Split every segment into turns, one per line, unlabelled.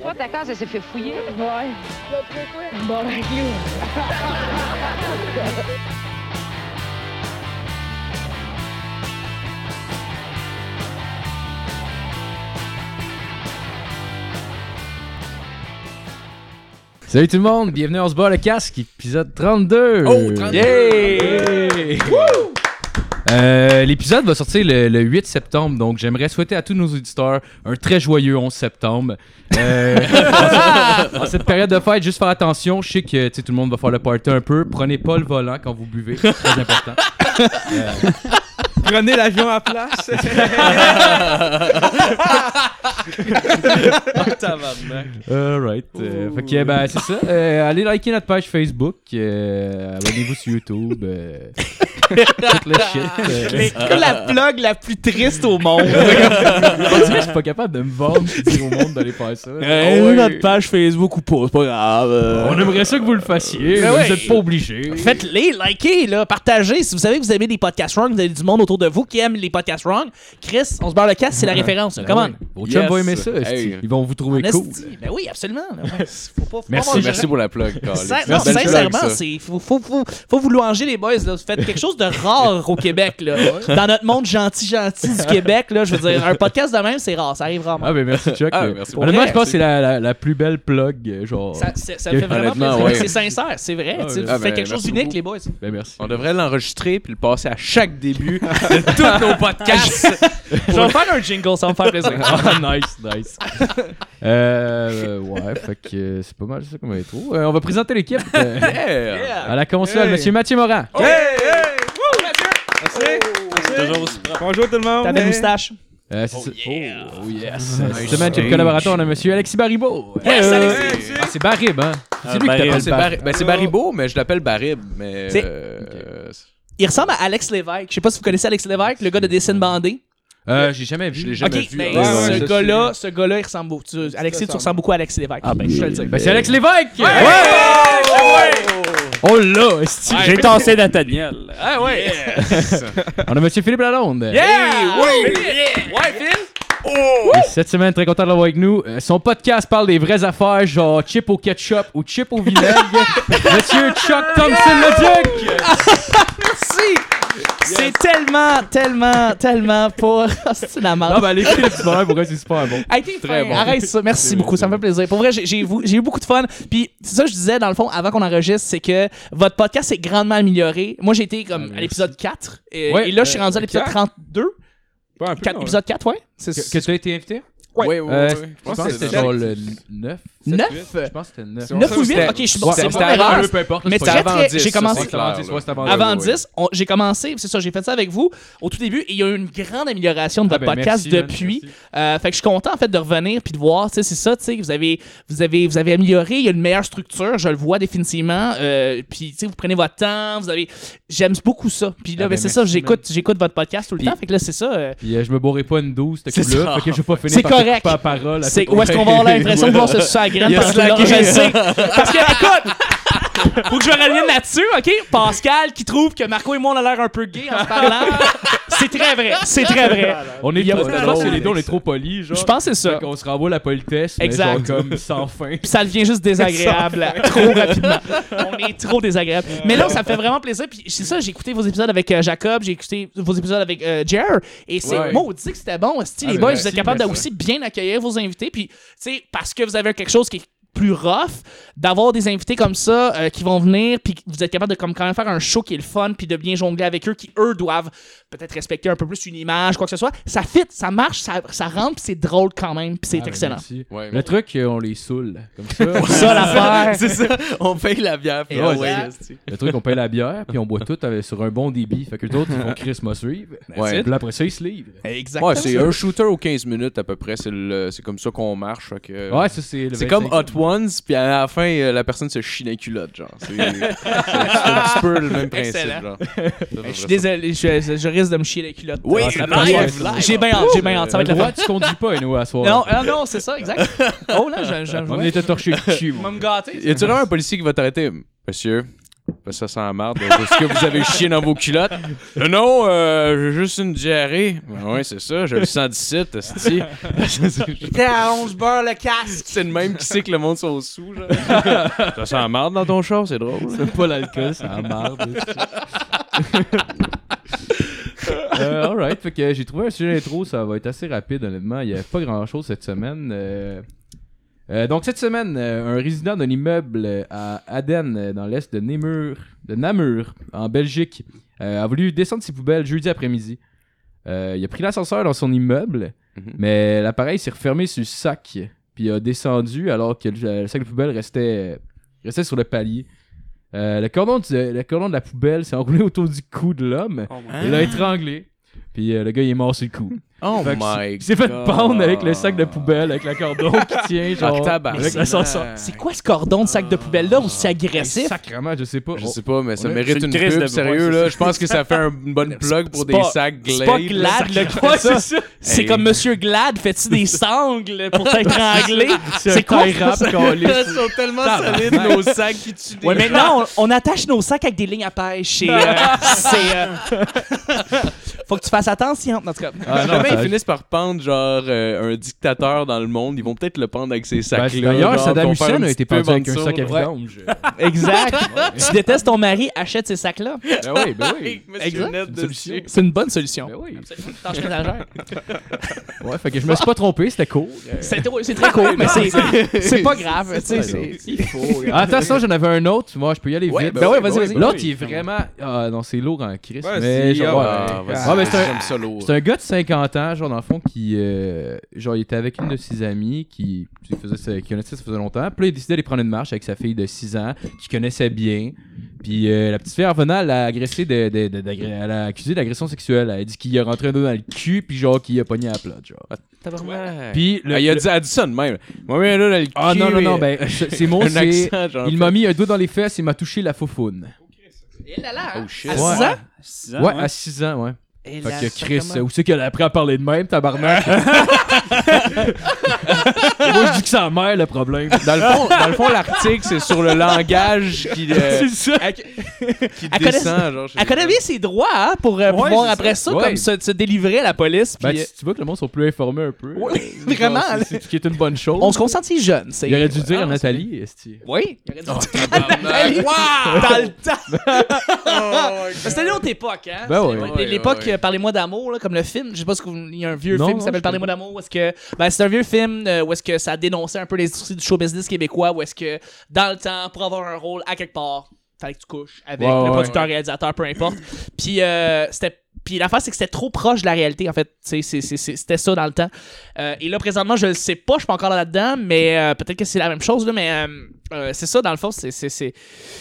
Toi, ta case, elle s'est fait fouiller.
Ouais. Bon, ben, clou.
Salut tout le monde, bienvenue à On se bat le casque, épisode 32.
Oh, 32.
Yeah! Euh, L'épisode va sortir le, le 8 septembre, donc j'aimerais souhaiter à tous nos auditeurs un très joyeux 11 septembre. Euh, en cette période de fête, juste faire attention. Je sais que tu sais, tout le monde va faire le party un peu. Prenez pas le volant quand vous buvez, c'est très important. Euh,
Prenez l'avion à place.
Alright. Euh, fait que, ben, c'est ça. Euh, allez liker notre page Facebook. euh, Abonnez-vous sur YouTube. euh, toute la shit. euh.
comme la plug la plus triste au monde.
On dirait que je suis pas capable de me vendre et de dire au monde d'aller faire ça.
Euh, Notre page Facebook ou pas, c'est pas grave. euh.
On aimerait ça que vous le fassiez,
Ben
mais
ouais.
vous êtes pas
Ah
obligés.
Faites-les, likez, là, partagez. Si vous savez que vous aimez les podcasts wrong, vous avez du monde autour de vous qui aime les podcasts wrong. Chris, on se barre le casse, c'est la référence. là.
Ben
Come
ouais. Vos chums
Yes.
vont aimer ça.
Hey.
esti. Ils vont vous trouver
on.
cool.
Esti. Ben oui, absolument. là. Ouais, c'est- faut pas- faut
Merci,
pas avoir-
Merci pour la plug, Carl.
Sin- non,
Belle plug,
sincèrement,
ça.
c'est faut, faut, faut, faut vous louanger les boys. Là. Vous faites quelque chose de rare au Québec. Là. Dans notre monde gentil, gentil du Québec, là, je veux dire, un podcast de même, c'est rare. Ça arrive rarement.
Ah, ben merci, Chuck.
Ah,
Euh,
merci pour
Honnêtement,
vrai.
je pense que c'est la, la, la plus belle plug. euh, Genre.
Ça, c'est- ça me fait vraiment
Ah Honnêtement,
plaisir.
ouais.
C'est sincère, c'est vrai.
Ah,
tu sais,
ouais.
vous
Ah,
faites
ben,
quelque chose
merci
d'unique,
beaucoup.
les boys.
Ben merci.
On devrait l'enregistrer puis le passer à chaque début de tous nos podcasts.
Je vais faire un jingle, ça va me faire plaisir.
Ah, nice, nice. euh, ouais, fait que euh, c'est pas mal ça comme intro. Euh, on va présenter l'équipe euh,
Yeah.
à la console.
Hey.
Monsieur Mathieu Morin.
Oh,
Hey, hey, Merci. Bonjour tout le monde.
Ta belle moustache.
Euh, c'est- Oh, oh, yes. Cette semaine, j'ai le collaborateur. On a monsieur Alexis Baribot.
Yes,
Euh,
Alexis.
Ah, c'est Barib, hein? C'est lui
Barib.
qui
C'est
t'appelle
Barib. Ben, c'est Baribo, mais je l'appelle Barib. Mais.
C'est-
euh,
Il ressemble à Alex Lévesque. Je sais pas si vous connaissez Alex Lévesque, le gars de Dessin Bandé.
Barib. Euh, j'ai jamais vu.
Je l'ai
Ok,
jamais vu.
mais
ouais,
hein.
ouais,
ce
je
gars-là, ce gars-là, il ressemble beaucoup. Tu- Alexis, tu
ressemble.
ressembles beaucoup à Alex Lévesque. Ah ben, je te le dis.
Ben, c'est Alex Lévesque! Ouais! Oh là, esti.
J'ai tassé Nathaniel.
Ah ouais!
On a monsieur Philippe Lalonde.
oui!
Et Cette semaine, très content de l'avoir avec nous. Euh, son podcast parle des vraies affaires, genre chip au ketchup ou chip au vinaigre. monsieur Chuck Thompson le Duc!
Merci! C'est tellement, tellement, tellement pour. Ah, c'est la merde.
Ah, ben, les clips, c'est vraiment pour eux, c'est super bon.
Hey, t'es fin.
bon.
Arrête ça. Merci beaucoup. Ça me fait plaisir. Pour vrai, j'ai- j'ai vou- j'ai eu beaucoup de fun. Puis, c'est ça que je disais, dans le fond, avant qu'on enregistre, c'est que votre podcast s'est grandement amélioré. Moi, j'ai été comme à l'épisode 4. Et,
Ouais,
et là, je suis
euh,
rendu à l'épisode
quatre.
32.
Ouais, un peu,
Quatre-
non,
Épisode 4, ouais. C'est
Que, que tu as été invité?
Oui, oui, oui.
Euh,
Je pense
que
que
c'était
c'est
sept.
genre le 9.
9?
Je pense que c'était 9.
Neuf ou 8?
C'était-
Ok, je suis bon.
c'était
C'est
c'était
pas
avant
grave.
le
peu importe.
Mais
c'est pas
très,
grave.
très- j'ai commencé-
c'est clair,
Avant
là.
10, ouais,
Avant
Ouais, ouais, ouais.
10, on- j'ai commencé, c'est ça, j'ai fait ça avec vous au tout début et il y a eu une grande amélioration de
Ah,
votre
ben,
podcast
merci, man,
depuis.
merci.
Euh, fait que je suis content en fait de revenir puis de voir, tu sais, c'est ça, tu sais, vous avez, vous avez, vous avez amélioré, il y a une meilleure structure, je le vois définitivement. Euh, puis tu sais, vous prenez votre temps, vous avez, j'aime beaucoup ça. Puis là,
Ah,
ben,
ben,
c'est ça,
merci,
j'écoute, j'écoute votre podcast tout le
Puis-
temps. Fait que là, c'est ça. euh,
Puis euh, je me bourrai pas une douce, ce
C'est
coup-là.
ça.
Fait que je vais pas finir
C'est
par te
correct.
couper la parole. à
c'est
tout-
où est-ce qu'on va avoir l'impression de voir ce sucre à graine
Il a
pendant tout le long?
slacké.
Je le sais. Parce que, écoute, faut que je revienne là-dessus, OK? Pascal qui trouve que Marco et moi, on a l'air un peu gay en se parlant. C'est très vrai. C'est très vrai.
On est
Il y a
trop-
pas de
je pense que
drôle.
les deux, on est trop polis. Genre.
Je pense que c'est ça.
Fait qu'on se renvoie la politesse. mais
Exact.
genre comme sans fin.
Puis ça devient juste désagréable trop rapidement. On est trop désagréable. Mais là, ça me fait vraiment plaisir. Puis c'est ça, j'ai écouté vos épisodes avec euh, Jacob, j'ai écouté vos épisodes avec euh, Jer. Et c'est
Ouais.
maudit que c'était bon. Hostie, les
ben,
boys,
merci,
vous êtes capables
merci.
d'aussi bien accueillir vos invités. Puis, tu sais, parce que vous avez quelque chose qui est plus rough, d'avoir des invités comme ça euh, qui vont venir, puis vous êtes capable de comme, quand même faire un show qui est le fun, puis de bien jongler avec eux, qui eux doivent peut-être respecter un peu plus une image, quoi que ce soit. Ça fit, ça marche, ça, ça rentre, puis c'est drôle quand même, puis c'est
Ah, ben,
excellent.
merci.
Ouais,
Le
mais-
truc, euh, on les saoule. Comme ça.
Ça, l'affaire.
C'est ça, on paye la bière. puis
Et
on-
voilà.
Le truc, on paye la bière, puis on boit tout avec- sur un bon débit. Fait que les autres, ils font Chris m'a suivre.
Ouais.
Puis là, après ça, ils se livrent.
Exactement.
Ouais, c'est un shooter aux 15 minutes à peu près. C'est le- c'est comme ça qu'on marche. fait que-
Ouais, ça, c'est le
C'est comme
25e.
Hot Ones, puis à la fin, euh, la personne se chie dans les culottes, genre. C'est c'est un petit peu le même principe,
Excellent.
genre.
Je suis désolé, je, je- je risque de me chier les culottes.
Oui,
Ah,
c'est
ça
live,
passe.
live.
J'ai bien hâte, j'ai bien hâte. Ça va être
T'as
le
le
fun.
droit, tu conduis pas, nous, à soir.
Non, ah non, c'est ça, exact. Oh là, je, je, je-
on
ouais.
était torché le cul.
Je
moi.
vais me gâter.
Y a-tu vraiment un policier qui va t'arrêter? Monsieur,
Parce que ben, ça sent la marde. Est-ce que vous avez chié dans vos culottes? Non, non, euh, j'ai juste une diarrhée. Ben ouais, c'est ça, j'ai le 117, esti.
J'étais à 11 beurre le casque.
C'est le même qui sait que le monde sont sous, genre. ça sent la marde dans ton char, c'est drôle.
C'est pas l'alcool, c'est la marde. euh, alright, fait que j'ai trouvé un sujet d'intro, ça va être assez rapide honnêtement, il y a pas grand chose cette semaine. Euh, euh, donc cette semaine, euh, un résident d'un immeuble euh, à Aden, euh, dans l'est de Namur, de Namur, en Belgique, euh, a voulu descendre ses poubelles jeudi après-midi. Euh, il a pris l'ascenseur dans son immeuble,
Mhm.
mais l'appareil s'est refermé sur le sac, puis a descendu alors que le, le sac de poubelle restait, restait sur le palier. Euh, le, cordon du- le cordon de la poubelle s'est enroulé autour du cou de l'homme. Il l'a étranglé. Puis euh, le gars, il est mort sur le coup.
Oh
Fait que
my
Il s'est fait pendre avec le sac de poubelle, avec la cordon qui
Ah,
tient, genre. avec l'ascenseur.
C'est quoi ce cordon de sac de poubelle-là où c'est agressif?
Sacrement, je sais pas. Oh.
Je sais pas, Oh. mais ça
On a-
mérite
c'est
une
une crise
pub,
de-
sérieux,
ouais, c'est
là. Je pense que ça fait un- une bonne plug pour
c'est
des
pas-
sacs
C'est pas
glades.
Glad le qui fait ça. C'est
Hey.
comme Monsieur Glad, fait-tu des sangles pour t'étrangler? Ah, C'est quoi
rap
ça?
Ils sont tellement solides, nos sacs qui tuent des
Ouais, maintenant, on, on attache nos sacs avec des lignes à pêche. et, euh, c'est. euh, Faut que tu fasses attention, en tout cas.
Ah,
Si
non,
jamais
ça-
ils finissent par pendre genre euh, un dictateur dans le monde, ils vont peut-être le pendre avec ses
Ben,
sacs là.
D'ailleurs,
genre,
Saddam
pour faire
Hussein
une
a été
petite pub
pendu avec
en
un
dessous.
sac à
Ouais.
vidange.
Exact. tu détestes ton mari, achète ces sacs-là.
ben oui, ben oui.
Monsieur
Exact.
Net
Une
de
solution.
Dieu.
C'est une bonne solution.
Ben oui.
Tâche ménagère.
Ouais, fait que je me suis pas trompé, c'était cool.
C'est c'est Euh, très cool, mais c'est- c'est pas grave. tu sais, c'est-
Ah, attends, ça, j'en avais un autre. Moi, je peux y aller
Ouais,
vite.
ben Ben ouais, ouais, vas-y, ben vas-y.
L'autre, il est vraiment. Ah, non, c'est lourd en Christ.
Ouais,
mais
si,
genre, ouais.
ah,
Ah, vas-y,
Ouais, mais c'est un-
j'aime ça lourd.
C'est un gars de 50 ans, genre dans le fond, qui. euh, genre, il était avec une de ses amies qui, qui, faisait, ça- qui connaissait ça faisait longtemps. Puis là, il décidait d'aller prendre une marche avec sa fille de 6 ans, qui connaissait bien. Puis euh, la petite fille, en revenant, elle a, agressé de, de- de- d'agré- elle a accusé d'agression sexuelle. Elle a dit qu'il a rentré un doigt dans le cul, puis genre, qu'il a pogné à plat, genre.
Tabarnak.
Puis le.
Ah, il a
le-
dit, elle a dit ça de même. Moi, mais là, dans le
Ah
cul,
non, non, non,
mais-
ben, c'est c'est mon,
un
c'est.
accent, genre.
Il m'a mis un doigt dans les fesses et m'a touché la faufoune.
Oh shit.
À
Ouais.
six ans?
Six ans,
Ouais, à 6 ans, ouais.
Et
Fait
là,
que Chris,
sacrément.
euh, où c'est qu'elle a appris à parler de même, tabarnak? Moi, je dis que c'est la mère le problème.
Dans le fond, dans le fond, l'article, c'est sur le langage qui, euh,
ça.
qui
Elle connaît-
descend. Genre, je sais
Elle
pas.
connaît bien ses droits hein, pour euh,
Ouais,
pouvoir
c'est
après ça,
euh, Ouais.
comme se, se délivrer à la police.
Ben,
puis,
tu, tu vois que le monde sont plus informés un peu.
Ouais,
Genre,
vraiment,
c'est-
là.
C'est ce qui est une bonne chose.
euh, on se consentit jeune. c'est-
Il aurait Oh, dû dire
Ah,
à Nathalie, esti.
Oui. Il aurait dû dire à Nathalie. Dans le temps. Mais C'était une autre époque, hein?
Oh, Ben
C'était
ouais.
l'é- L'époque,
Ouais, ouais.
euh, Parlez-moi d'amour, là, comme le film. Je sais pas si vous- il y a un vieux
Non,
film qui
non,
s'appelle
je
Parlez-moi d'amour. Où est-ce que. Ben, c'est un vieux film euh, où est-ce que ça dénonçait un peu les industries du show business québécois. Où est-ce que, dans le temps, pour avoir un rôle à quelque part, fallait que tu couches avec
Ouais,
le
ouais.
producteur, réalisateur, peu importe. Puis, euh, c'était. Puis l'affaire, c'est que c'était trop proche de la réalité, en fait. Tu sais, c'est- c'est- c'est- C'était ça dans le temps. Euh, et là, présentement, je le sais pas, je suis pas encore là-dedans, mais euh, peut-être que c'est la même chose, là, mais euh, euh, c'est ça, dans le fond, c'est- c'est- c'est-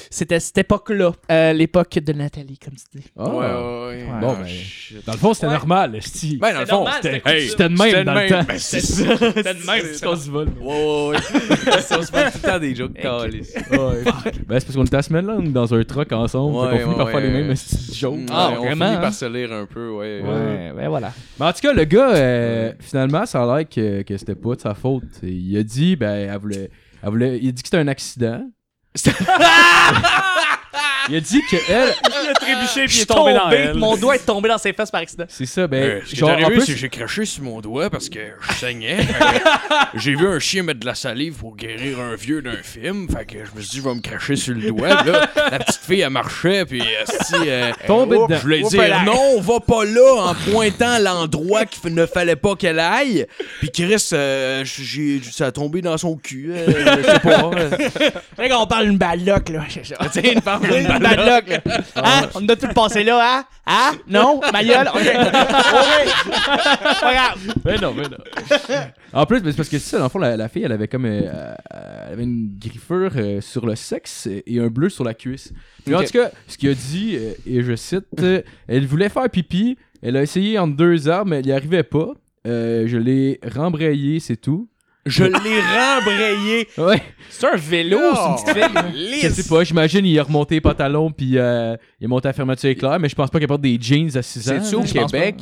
c'était cette époque-là, euh, l'époque de Nathalie, comme tu dis.
Ah.
Ouais, ouais, ouais.
Bon,
Ah,
ben,
shit.
Dans le fond, c'était
Ouais.
normal, esti.
Ben, dans le
C'est
fond,
normal,
c'était.
c'était-
hey,
c'était de
c'était
même dans le temps.
Ben, c'est ça.
C'était de même,
C'est qu'on se vole.
Ouais, ouais, ouais. Ça, on se fait tout le temps des jokes calices.
Ouais. Ben, c'est parce qu'on était la semaine là, on est dans un truck ensemble.
Ouais,
fait qu'on finit par
ouais,
faire les
ouais.
mêmes esti de jokes.
Ah,
Ouais, on
vraiment,
finit
hein?
par se lire un peu, ouais.
Ouais,
ben voilà.
Mais en tout cas, le gars, euh, finalement, ça a l'air que, que c'était pas de sa faute. Et il a dit, ben, elle voulait. Elle voulait il a dit que c'était un accident. il a dit que elle.
Il a trébuché
Je
puis il
suis
est tombé dans
tombé,
elle.
mon doigt est tombé dans ses fesses par accident.
C'est ça, ben.
Euh, ce qui est
genre, en
arrivé,
plus-
c'est que j'ai craché sur mon doigt parce que je saignais. Fait que j'ai vu un chien mettre de la salive pour guérir un vieux d'un film. Fait que je me suis dit, je vais me cracher sur le doigt. Là, la petite fille, elle marchait. Puis, esti, euh,
Tombée
oups,
dedans.
Je voulais dire, non, va pas là en pointant l'endroit qu'il ne fallait pas qu'elle aille. Puis, Chris, euh, j'ai, ça a tombé dans son cul. euh, je sais pas.
C'est vrai qu'on parle d'une balloque, là. Tu sais, une parle d'une balloque, là. Hein? On a tout passé là, hein? Hein? Non? Ma gueule? OK. OK. Pas grave.
Ben non, ben non. en plus, ben, c'est parce que c'est ça, dans le fond, la, la fille, elle avait comme. euh, euh, elle avait une griffure euh, sur le sexe et un bleu sur la cuisse. Mais en
Ok.
tout cas, ce qu'il a dit, euh, et je cite, euh, elle voulait faire pipi, elle a essayé entre deux arbres, mais elle n'y arrivait pas. Euh, je l'ai rembrayé, c'est tout.
Je l'ai rembrayé.
Ouais,
C'est un vélo, c'est une petite fille.
je sais pas, j'imagine, il a remonté les pantalons, puis euh, il est monté à la fermeture éclair, mais je pense pas qu'elle porte des jeans à 6 ans.
C'est-tu au
Je pense pas.
Québec?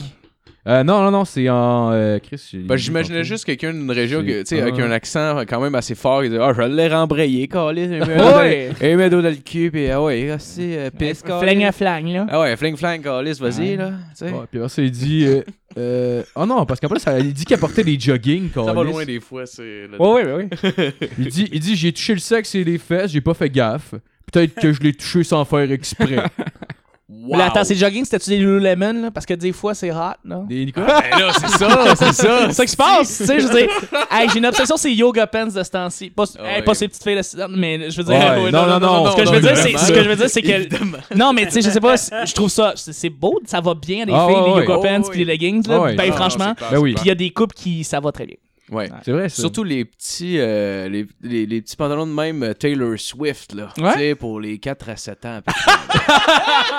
Euh, non, non, non, c'est en. euh, Chris, j'ai-
Ben, J'imaginais
tantôt.
juste quelqu'un d'une région que, tu sais,
Ah.
avec
euh,
un accent quand même assez fort. Il disait Ah, je l'ai rembrayé, calice.
Ouais.
Et mets d'eau dans le cul, pis ah ouais, c'est euh, pisse,
Fling à
calice.
flang, là.
Ah ouais, fling flang, calice, vas-y, là. Tu sais.
Ouais, puis après, il dit. euh, euh, oh non, parce qu'après, ça, il dit qu'il portait des jogging.
Ça va
câlisse.
loin des fois, c'est. le-
Ouais, ben ouais, ouais. ouais. il dit, il dit j'ai touché le sexe et les fesses, j'ai pas fait gaffe. Peut-être que je l'ai touché sans faire exprès.
Wow.
Mais là, attends, c'est jogging, c'était-tu des Lululemon, là? Parce que des fois, c'est hot, là.
Des Nicolas?
Ben là, c'est ça, c'est ça.
C'est ça qui se passe, tu sais, je veux dire. Hey, j'ai une obsession, c'est yoga pants de ce temps-ci. Pas, hey,
ouais.
pas ces petites filles là, mais je veux dire.
Ouais, non, non, non,
Ce que je veux dire, c'est,
évidemment.
ce que je veux dire, c'est que. Non, mais tu sais, je sais pas, c'est- je trouve ça, c'est, c'est beau, ça va bien, les
Ah,
filles,
ouais,
les yoga
ouais.
pants,
Oh,
pis les leggings, là.
Ah, ouais.
Ben,
Ah,
franchement.
c'est clair,
Ben
c'est
oui.
clair.
Puis il y a des couples qui, ça va très bien.
Ouais.
C'est vrai, ça.
Surtout les petits, euh, les, les, les petits pantalons de même euh, Taylor Swift, là.
Ouais.
Tu sais, pour les 4 à 7 ans. à peu près.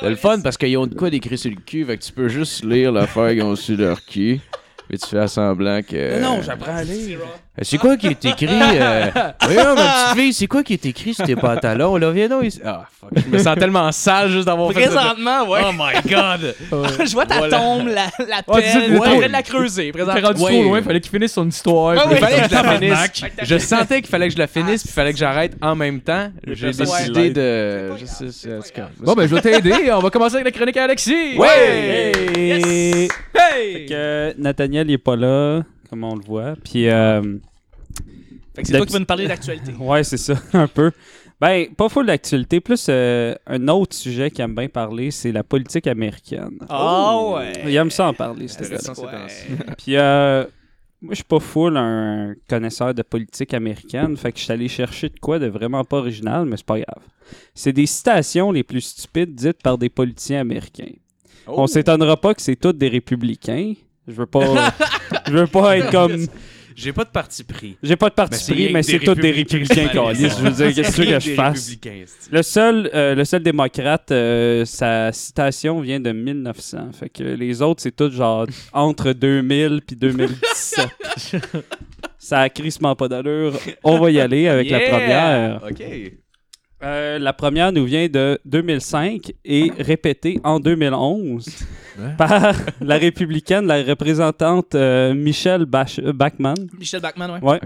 C'est le fun parce qu'ils ont de quoi d'écrit sur le cul, fait que tu peux juste lire l'affaire qu'ils ont sur leur cul. Puis tu fais semblant que.
Non, j'apprends à lire.
Euh, C'est quoi qui est écrit? Euh... Voyons, ma petite fille, c'est quoi qui est écrit sur tes pantalons? Là, viens donc ici. Ah, fuck. Je me sens tellement sale juste d'avoir fait ça.
Présentement, ouais.
Oh my god!
je vois ta tombe, la, la
Ah, dis-le
pelle,
plutôt.
on pourrait la creuser,
T'es
présentement.
rendu
Ouais.
trop loin, Ah fallait qu'il finisse son histoire.
Ah
puis-
Il fallait que je la
Tabarnak.
finisse. Je sentais qu'il fallait que je la finisse, puis il fallait que j'arrête en même temps.
Les
J'ai
personnes qui
décidé
l'aident.
de. Je sais, c'est- en tout cas.
Bon, ben, je vais t'aider. On va commencer avec la chronique à Alexis.
Ouais!
Yes!
Fait que Nathaniel il est pas là, comme on le voit. Puis, euh,
Fait que c'est
La
toi qui
petite-
vas nous parler d'actualité.
ouais, c'est ça, un peu. Ben, pas full d'actualité. Plus euh, un autre sujet qu'il aime bien parler, c'est la politique américaine.
Oh, ouais.
Il aime ça en parler, ce gars-là.
Intéressant, c'est intéressant.
Puis, euh, moi, je suis pas full un connaisseur de politique américaine, fait que je suis allé chercher de quoi de vraiment pas original, mais c'est pas grave. C'est des citations les plus stupides dites par des politiciens américains. On s'étonnera pas que c'est tous des républicains. Je veux pas, je veux pas être comme,
J'ai pas de parti pris.
j'ai pas de
Mais
parti
c'est rien
pris, mais
que
c'est
des
tous des
républicains.
républicains, câlisse. Je veux dire, qu'est-ce que tu veux que je fasse? Le seul, euh, le seul démocrate, euh, sa citation vient de 1900. Fait que les autres, c'est tout genre entre 2000 puis 2017. Ça a crissement pas d'allure. On va y aller avec la
Yeah!
première.
Ok.
Euh, la première nous vient de 2005 et répétée en 2011 par la républicaine, la représentante euh, Michelle Bach- euh, Bachmann.
Michel Bachmann, ouais.
Ouais.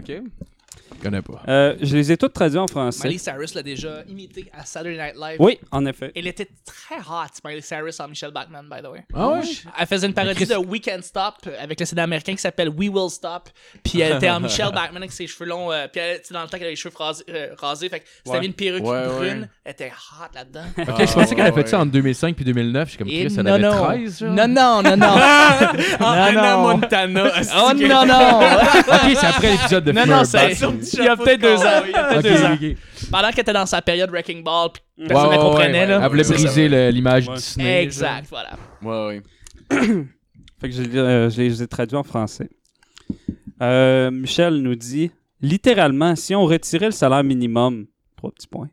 Je connais pas.
Euh, je les ai toutes traduites en français.
Miley Cyrus l'a déjà imité à Saturday Night Live.
Oui, en effet.
Elle était très hot, Miley Cyrus en Michelle Bachmann, by the way.
Ah ouais?
Elle faisait une parodie de We Can Stop avec le sédan américain qui s'appelle We Will Stop. Puis elle était en Michelle Bachmann avec ses cheveux longs. euh, puis elle, tu sais, dans le temps qu'elle avait les cheveux rasés. euh, rasés, fait que c'était mis une perruque
Ouais,
brune.
ouais.
Elle était hot là-dedans.
Ok, je pensais qu'elle a fait ça en 2005 puis 2009. Je suis comme,
Et
Chris, elle
non,
avait
non.
13, genre.
non, non, non, non. non, non.
Montana.
Oh non, non.
Ok, c'est après l'épisode de
Non,
Fleur
non, c'est.
Batson.
Il y a peut-être deux ans. Il y a peut-être
Ok,
deux ans.
ok.
Pendant qu'elle était dans sa période Wrecking Ball, puis personne
Ouais,
ne
ouais,
comprenait,
ouais.
là.
Elle voulait
C'est ça,
briser le- l'image
Ouais.
Disney.
exact, voilà.
Ouais, ouais.
Fait que je, euh, je les ai traduits en français. Euh, Michel nous dit littéralement, si on retirait le salaire minimum, trois petits points.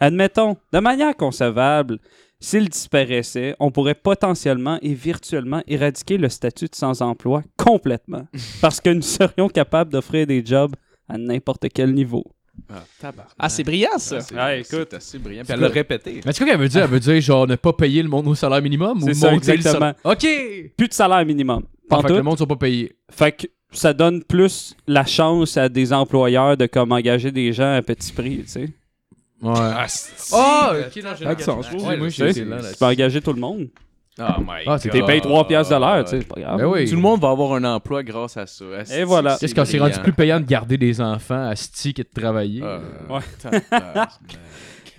Admettons, de manière concevable, s'il disparaissait, on pourrait potentiellement et virtuellement éradiquer le statut de sans-emploi complètement, parce que nous serions capables d'offrir des jobs à n'importe quel niveau.
Ah, tabarnak.
Ah, c'est brillant, ça.
C'est-
Ah, écoute.
C'est assez brillant. Puis elle l'a répété.
Mais tu sais qu'elle veut dire? Elle veut dire, genre, ne pas payer le monde au salaire minimum ou
C'est ça,
monter le salaire.
exactement.
Ok!
Plus de salaire
Enfin,
minimum.
que
Pantoute.
le monde soit pas payé.
Fait que ça donne plus la chance à des employeurs de comme engager des gens à petit prix, tu sais.
Ouais.
Oh, ok, non,
Ah, tu sens, je
Ouais, moi,
Tu sais,
j'ai été là, là.
tu peux engager tout le monde.
Oh my
Ah, c'est-
T'es
Ah,
payé 3 piastres de l'heure, tu sais, c'est pas grave.
Ben oui.
Tout le monde va avoir un emploi grâce à ça. Asti,
Et voilà.
Qu'est-ce qu'on s'est rendu
brillant.
plus payant de garder des enfants à Stick et de travailler?
Ah,
Ouais.
tabarnak.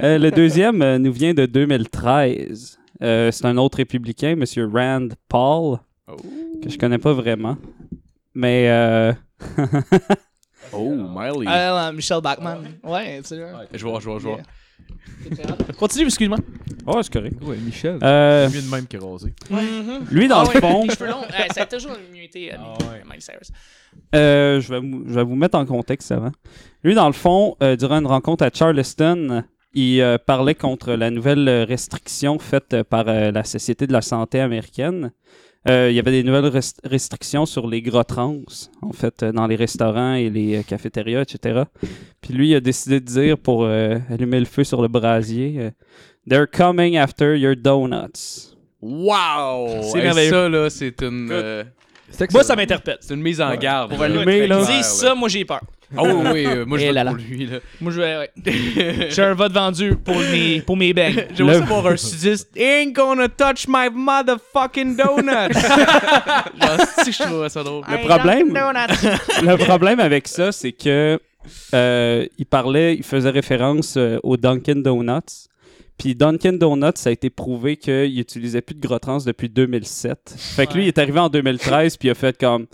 Euh, le deuxième euh, nous vient de 2013. Euh, c'est un autre républicain, M. Rand Paul,
Oh.
que je connais pas vraiment. Mais euh,
Oh, Miley.
Ah, non, Michel Bachmann. Ouais, absolument.
Je vois, je vois, je vois.
Continue, excuse-moi.
oh, c'est correct.
Ouais, Michel.
Euh,
C'est mieux de même que rasé.
lui, dans
Ah
le
ouais,
fond,
les cheveux longs, eh, ça a toujours une immunité à Miley Cyrus.
Euh, je, vais vous, je vais vous mettre en contexte avant. Lui, dans le fond, euh, durant une rencontre à Charleston, il euh, parlait contre la nouvelle euh, restriction faite euh, par euh, la Société de la santé américaine. Euh, il y avait des nouvelles rest- restrictions sur les gras trans, en fait, euh, dans les restaurants et les euh, cafétérias, etc. Puis lui, il a décidé de dire, pour euh, allumer le feu sur le brasier, euh, They're coming after your donuts.
Wow!
C'est
Hey,
merveilleux.
Ça, là, c'est une, euh,
Moi, ça m'interpète.
c'est une mise en garde.
Pour allumer, là.
Dis ça, moi j'ai peur.
Ah oui, oui, euh, moi, je
Eh
vote
là là.
pour lui, là.
Moi, je vais. ouais. J'ai un vote vendu pour mes, pour mes beignes.
J'aimerais ça voir un sudiste. Ain't gonna touch my motherfucking donut.
Genre, si je trouverais ça drôle.
Le problème, le problème avec ça, c'est que euh, il parlait, il faisait référence euh, au Dunkin' Donuts. Puis Dunkin' Donuts, ça a été prouvé qu'il utilisait plus de gros trans depuis 2007. Fait que lui, il est arrivé en 2013, puis il a fait comme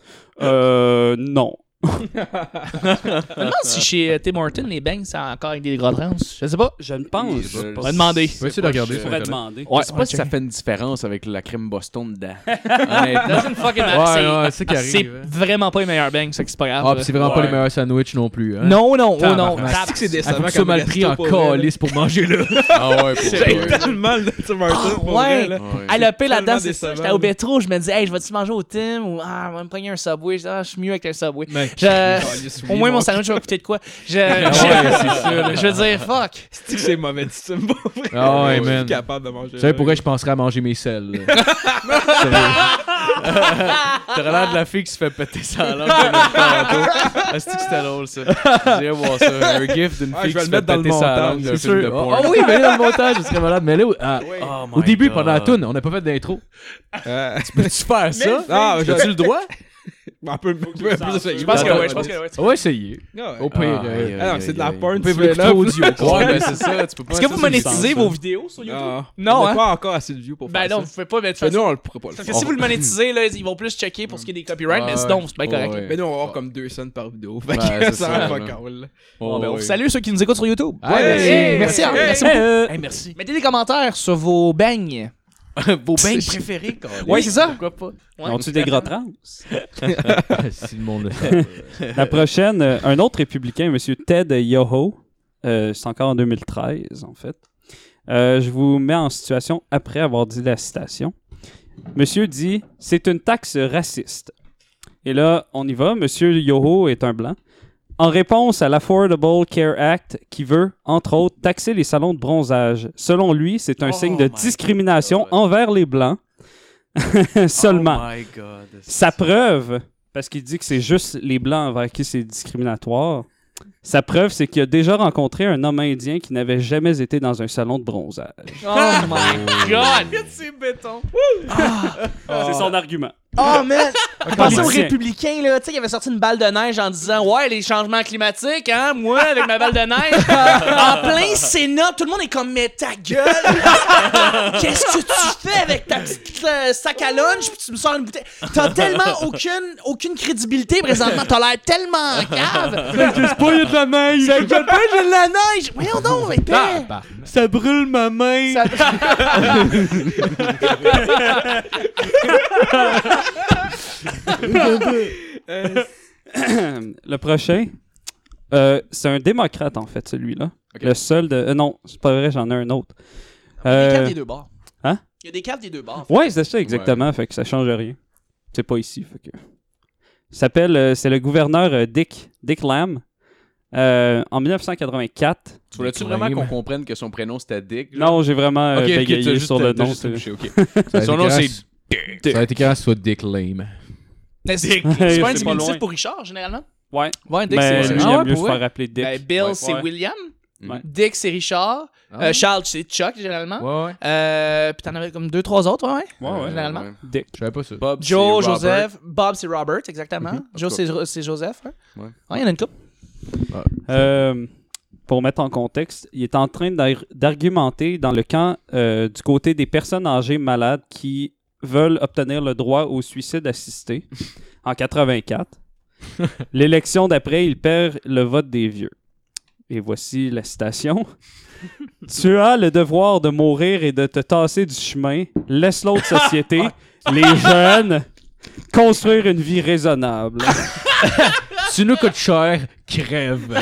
euh, non.
Je me demande si chez euh, Tim Hortons, les beignes, c'est encore avec des gros trans. Je sais pas.
Je ne pense. Je
On va demander.
On va essayer de regarder.
pourrais demander.
Ouais, je sais pas si ça fait une différence avec la crème Boston dedans.
Doesn't fucking matter.
Ouais,
C'est-
ouais, c'est qui
C'est
arrive. hein.
vraiment pas les meilleurs beignes, ça, que c'est pas grave.
Ah,
là.
pis c'est vraiment pas les meilleurs sandwichs non plus. Hein?
Non, non, oh non.
Tabarnak.
Tabarnak.
c'est
Ah, faut
décevant.
que ça mal pris en calice pour manger là.
Ah ouais, pour
J'ai tellement le Tim Hortons. pour vrai,
Ouais.
là.
Ouais.
Ah, le pire là-dedans,
tellement
c'est ça.
décevant,
J'étais au
là.
métro, je me disais, hey, je vais-tu manger au Tim ou ah, on va me prendre un Subway. Je dis, Ah, je suis mieux avec un Subway.
Mec,
Je-
calice, oui,
Au moins, mon
mon-
sandwich va coûter de quoi? Je,
ça, là.
je, je veux dire, fuck.
C'est que c'est mauvais du Tim pour vrai.
Ah ouais,
Je suis
man.
capable de manger. euh,
Tu sais
ça.
pourquoi je penserais à manger mes selles. là. Sérieux.
T'aurais l'air de la fille qui se fait péter sa langue. Ah, c'est que c'était drôle, ça. J'irais voir ça. Un gif d'une
Ah,
fille
je vais
qui se
le
fait
mettre dans le
péter sa
montage,
langue
c'est
d'un film de
Oh,
porn.
oh oui, mais là, dans le montage, je serais malade. Mais là, au- ah,
Oh my
au début,
God.
pendant la tune, on n'a pas fait d'intro.
Euh,
Peux-tu faire ça?
Ah, je-
As-tu le droit?
un peu- un peu- un peu-
Je pense que ouais, je pense que ouais.
On va essayer.
Ah, ouais.
Au pire,
Ah,
euh,
aïe,
Ah non,
aïe,
c'est de
aïe,
la
aïe.
porn.
on peut écouler
là.
l'audio. quoi.
Ouais, ben c'est ça. Tu peux pas
Est-ce que vous
ça, c'est
monétisez
sens,
vos vidéos sur YouTube?
Ah.
Non,
on n'est
hein?
pas encore assez de vieux pour
Ben
faire
non,
ça.
vous pouvez pas mettre
Mais
ça.
nous, on le pourrait pas le
Parce
faire.
que si vous le monétisez, là, ils vont plus checker pour ce qui est des copyrights,
Ah,
mais
Ouais,
sinon,
ben
c'est bien
ouais.
correct.
Ouais.
Mais nous, on va avoir comme deux cents par vidéo. Fait
Ouais,
que
c'est
ça
ça,
va
là.
pas encore, là.
Oh,
Bon, ben, on
oui.
salue ceux qui nous écoutent sur YouTube.
Ah, merci.
Hey, merci,
Merci.
hein, merci beaucoup. Hey, merci. Mettez des commentaires sur vos beignes.
Vos bains
C'est-
préférés, quand même.
Ouais, c'est ça.
Pourquoi pas?
Ont-tu des gros trans?
Si le monde le sait.
La prochaine, euh, un autre républicain, M. Ted Yoho, euh, c'est encore en 2013 en fait. Euh, je vous mets en situation après avoir dit la citation. Monsieur dit C'est une taxe raciste. Et là, on y va. Monsieur Yoho est un blanc. En réponse à l'Affordable Care Act qui veut, entre autres, taxer les salons de bronzage. Selon lui, c'est un
Oh
signe de
my
discrimination
God.
envers les blancs seulement.
Oh my God.
Sa preuve, parce qu'il dit que c'est juste les Blancs envers qui c'est discriminatoire, sa preuve, c'est qu'il a déjà rencontré un homme indien qui n'avait jamais été dans un salon de bronzage.
Oh my god!
C'est son argument.
Oh man! Pensez aux
politicien.
républicains, là, tu sais, qui avait sorti une balle de neige en disant Ouais, les changements climatiques, hein, moi, avec ma balle de neige. en plein Sénat, tout le monde est comme Mais ta gueule! Qu'est-ce que tu fais avec ta petite euh, sac à lunch, puis tu me sors une bouteille? T'as tellement aucune, aucune crédibilité présentement, t'as l'air tellement cave!
C'est pas, il y a de la neige! Ah,
T'inquiète pas, j'ai de la neige! Voyons donc, mais paix!
Ça brûle ma main! Le prochain, euh, c'est un démocrate, en fait, celui-là. Le seul de... euh, non, c'est pas vrai, j'en ai un autre.
Il y a des
Euh,
caves des deux bords.
Hein?
Il y a des caves des deux bords.
Ouais, c'est ça exactement, fait que ça change rien. C'est pas ici, fait que. Il S'appelle, euh, c'est le gouverneur euh, Dick, Dick Lamb. Euh, en 1984.
Tu voulais-tu
Claim.
vraiment qu'on comprenne que son prénom c'était Dick? genre?
Non, j'ai vraiment euh,
Ok, ok,
bégayé
t'as juste-
sur le
t'as
nom.
juste
c'est-
touché, ok.
Son
Son nom, c'est
Ça a été quand ce soit Dick Lame.
Mais C'est
c'est
c'est pas
pas
un
loin.
diminutif pour Richard, généralement?
Ouais,
Ah Ouais, Dick,
mais
c'est
lui, il
Richard.
aime mieux se faire appeler Dick.
Ben, Bill,
Ouais.
c'est
Ouais.
William.
Ouais.
Dick, c'est Richard.
Ah.
Euh, Charles, c'est Chuck, généralement.
Ouais, ouais.
Euh, puis t'en avais comme deux, trois autres, ouais, ouais.
Ouais, ouais.
Généralement.
Dick.
Je savais pas ça.
Bob,
Joe,
c'est Robert. Mhm,
Joseph. Bob, c'est Robert, exactement. Joe, c'est Jo- c'est Joseph. hein.
Ouais.
Ouais, il y en a une couple.
Euh, pour mettre en contexte, il est en train d'ar- d'argumenter dans le camp euh, du côté des personnes âgées malades qui veulent obtenir le droit au suicide assisté en 84. L'élection d'après, il perd le vote des vieux. Et voici la citation. tu as le devoir de mourir et de te tasser du chemin. Laisse l'autre société, les jeunes, construire une vie raisonnable.
Tu nous coûtes cher, crève.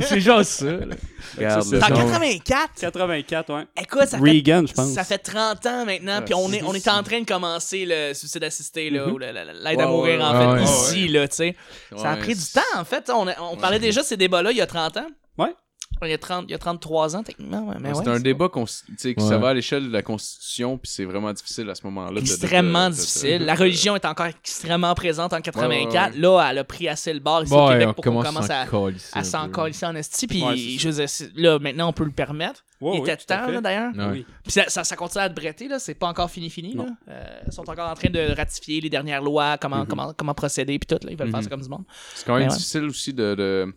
c'est genre ça. là.
Regarde,
Ça,
là,
c'est-
En
Donc-
84,
84, ouais.
écoute, ça fait,
Reagan, je pense.
ça fait 30 ans maintenant, puis on est, on est en train de commencer le suicide assisté, là, ou le- le- l'aide à
Mhm. Ouais,
mourir,
ouais,
en
ouais,
fait,
ouais.
ici, là, tu sais. Ça a
Ouais,
pris du temps, en fait. On, a- on parlait déjà de ces débats-là il y a 30 ans.
Ouais.
Il y a, 30, il y a 33 ans, techniquement. ouais,
Ah,
Mais ouais,
C'est un débat qu'on s- tu sais, qui
Ouais.
ça va à l'échelle de la Constitution, puis c'est vraiment difficile à ce moment-là. de- de- de-
extrêmement
de- de-
difficile.
de-
La religion est encore extrêmement présente en 84. Là, elle a pris assez le bord ici au
Bon,
Québec
on
pour qu'on
commence
commence à,
colisser
à
un
s'en
peu.
colisser en esti. Puis
Ouais, c'est ça.
je veux dire, c'est- là, maintenant, on peut le permettre.
Ouais,
Il
ouais,
était
tout à
temps,
fait.
là, d'ailleurs.
Ouais.
Oui.
Puis ça, ça, ça continue à te bretter, là. C'est pas encore fini, fini, là.
Non.
Euh, ils sont encore en train de ratifier les dernières lois,
Mm-hmm.
comment, comment, comment procéder, puis tout, là. Ils veulent
Mhm.
faire ça comme du monde.
C'est quand même
Mais ouais.
difficile aussi de, de-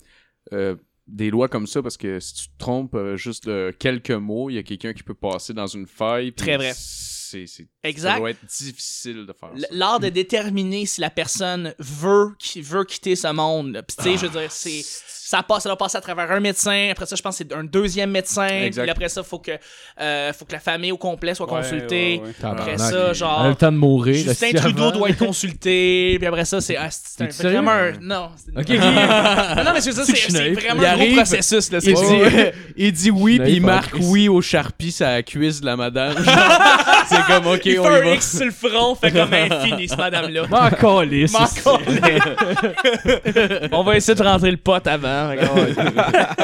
euh, des lois comme ça parce que si tu te trompes euh, juste de quelques mots, il y a quelqu'un qui peut passer dans une faille. puis
Très vrai.
C'est c'est-
Exact.
Ça doit être difficile de faire
L-
ça.
L'art de déterminer si la personne veut, qui veut quitter ce monde. là. Puis, tu sais, je veux dire, c'est.
Ah.
Ça passe, ça doit passer à travers un médecin. Après ça, je pense que c'est un deuxième médecin.
Exact.
Puis après ça, faut que, euh, faut que la famille au complet soit
Ouais,
consultée.
ouais, ouais.
Tabarnak.
Après
Ah,
ça,
On a eu
genre.
le temps de mourir. là,
Justin
si
Trudeau
avant.
doit être consulté. Puis après ça, c'est. ah, c'est un-
T'es-tu sérieux?
vraiment un. Non. c'est une-
Ok,
Non, mais je
C'est
veux dire,
que
c'est
je suis
c'est
naïf.
vraiment
Il
un gros
arrive,
processus. Là,
Il
c'est-
dit, il dit oui,
Naïf
puis il
en
marque
crise.
oui au Sharpie, ça cuisse de la madame. c'est comme, OK,
il
on
fait un
y va. Ah,
X sur le front, fait comme infini, ce madame-là.
M'en calisse, c'est-
M'en coller. On va essayer de rentrer le pote avant. fait que-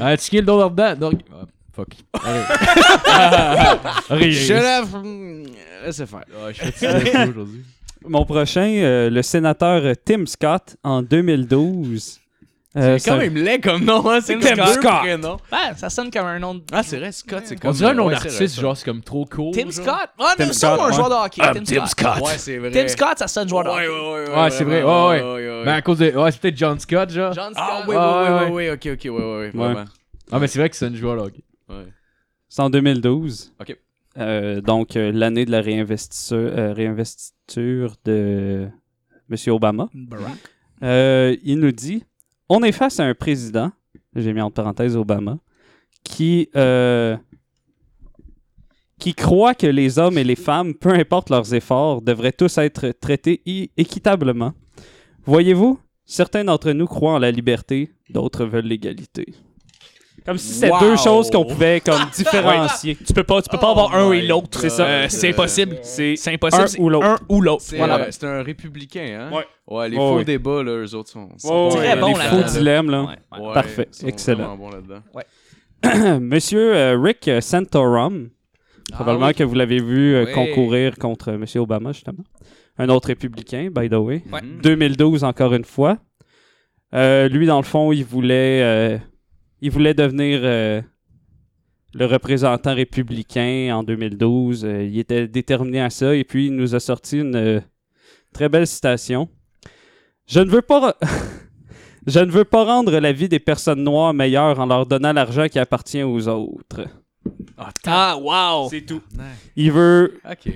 Ah, tu kills d'autres dedans. Donc... Ah, fuck. Arrête.
Je
Rien.
la... Hmm, Laissez faire.
Ah, je suis fatigué aujourd'hui.
Mon prochain, euh, le sénateur euh, Tim Scott en 2012. Euh,
C'est quand
ça-
même laid comme nom, hein. C'est
Tim
comme deux
Scott.
prénoms.
Ben, ça sonne comme un nom de.
Ah, c'est vrai, Scott, c'est
On
comme...
dirait un nom
ouais, c'est vrai,
d'artiste,
ça.
genre, euh, c'est comme trop court.
Tim
genre.
Scott? Ah,
Tim
mais ça, ou
Scott,
un
ouais. Ah,
joueur de hockey. Tim, Scott.
Ouais, c'est vrai.
Tim Scott, ça sonne joueur de
Ouais, ouais,
hockey.
ouais.
Ouais, c'est vrai.
vraiment,
Ouais, ouais. Ben, à cause de. Ouais, c'est peut-être John Scott, genre.
John Scott.
Ah, oui,
ouais,
oui,
ouais,
oui, oui, ok, ok, ouais, ouais, ouais, vraiment.
Ah, mais c'est vrai que c'est un joueur, là. ok.
Ouais.
C'est en 2012.
Ok.
Euh, donc, euh, l'année de la réinvestiture, euh, réinvestiture de M. Obama. Euh, il nous dit On est face à un président, j'ai mis en parenthèse Obama, qui, euh, qui croit que les hommes et les femmes, peu importe leurs efforts, devraient tous être traités i- équitablement. Voyez-vous, certains d'entre nous croient en la liberté, d'autres veulent l'égalité. Comme si c'était
Wow.
deux choses qu'on pouvait comme différencier.
Tu peux pas, tu peux pas
Oh
avoir un
my
et l'autre.
God.
Euh, c'est impossible.
C'est
C'est impossible.
un
c'est
ou l'autre.
Un ou l'autre.
C'est
Voilà.
euh, c'est un républicain, hein?
Ouais.
les
Oh
Ouais,
faux
ouais.
débats, là, eux autres sont. sont
Oh,
bons,
Très
ouais,
là.
bon
les faux
là-dedans.
dilemmes, là.
Ouais.
Ouais,
Parfait,
ils sont
excellent.
vraiment bons là-dedans.
Monsieur euh, Rick euh, Santorum, probablement
Ah oui.
que vous l'avez vu euh,
Oui.
concourir contre euh, Monsieur Obama, justement. Un autre républicain, by the way.
Ouais.
Mhm.
2012, encore une fois. Euh, lui, dans le fond, il voulait, euh, il voulait devenir euh, le représentant républicain en 2012. Euh, il était déterminé à ça et puis il nous a sorti une euh, très belle citation. Je ne veux pas. re- Je ne veux pas rendre la vie des personnes noires meilleure en leur donnant l'argent qui appartient aux autres.
Ah, wow.
C'est tout. Il veut.
Ok.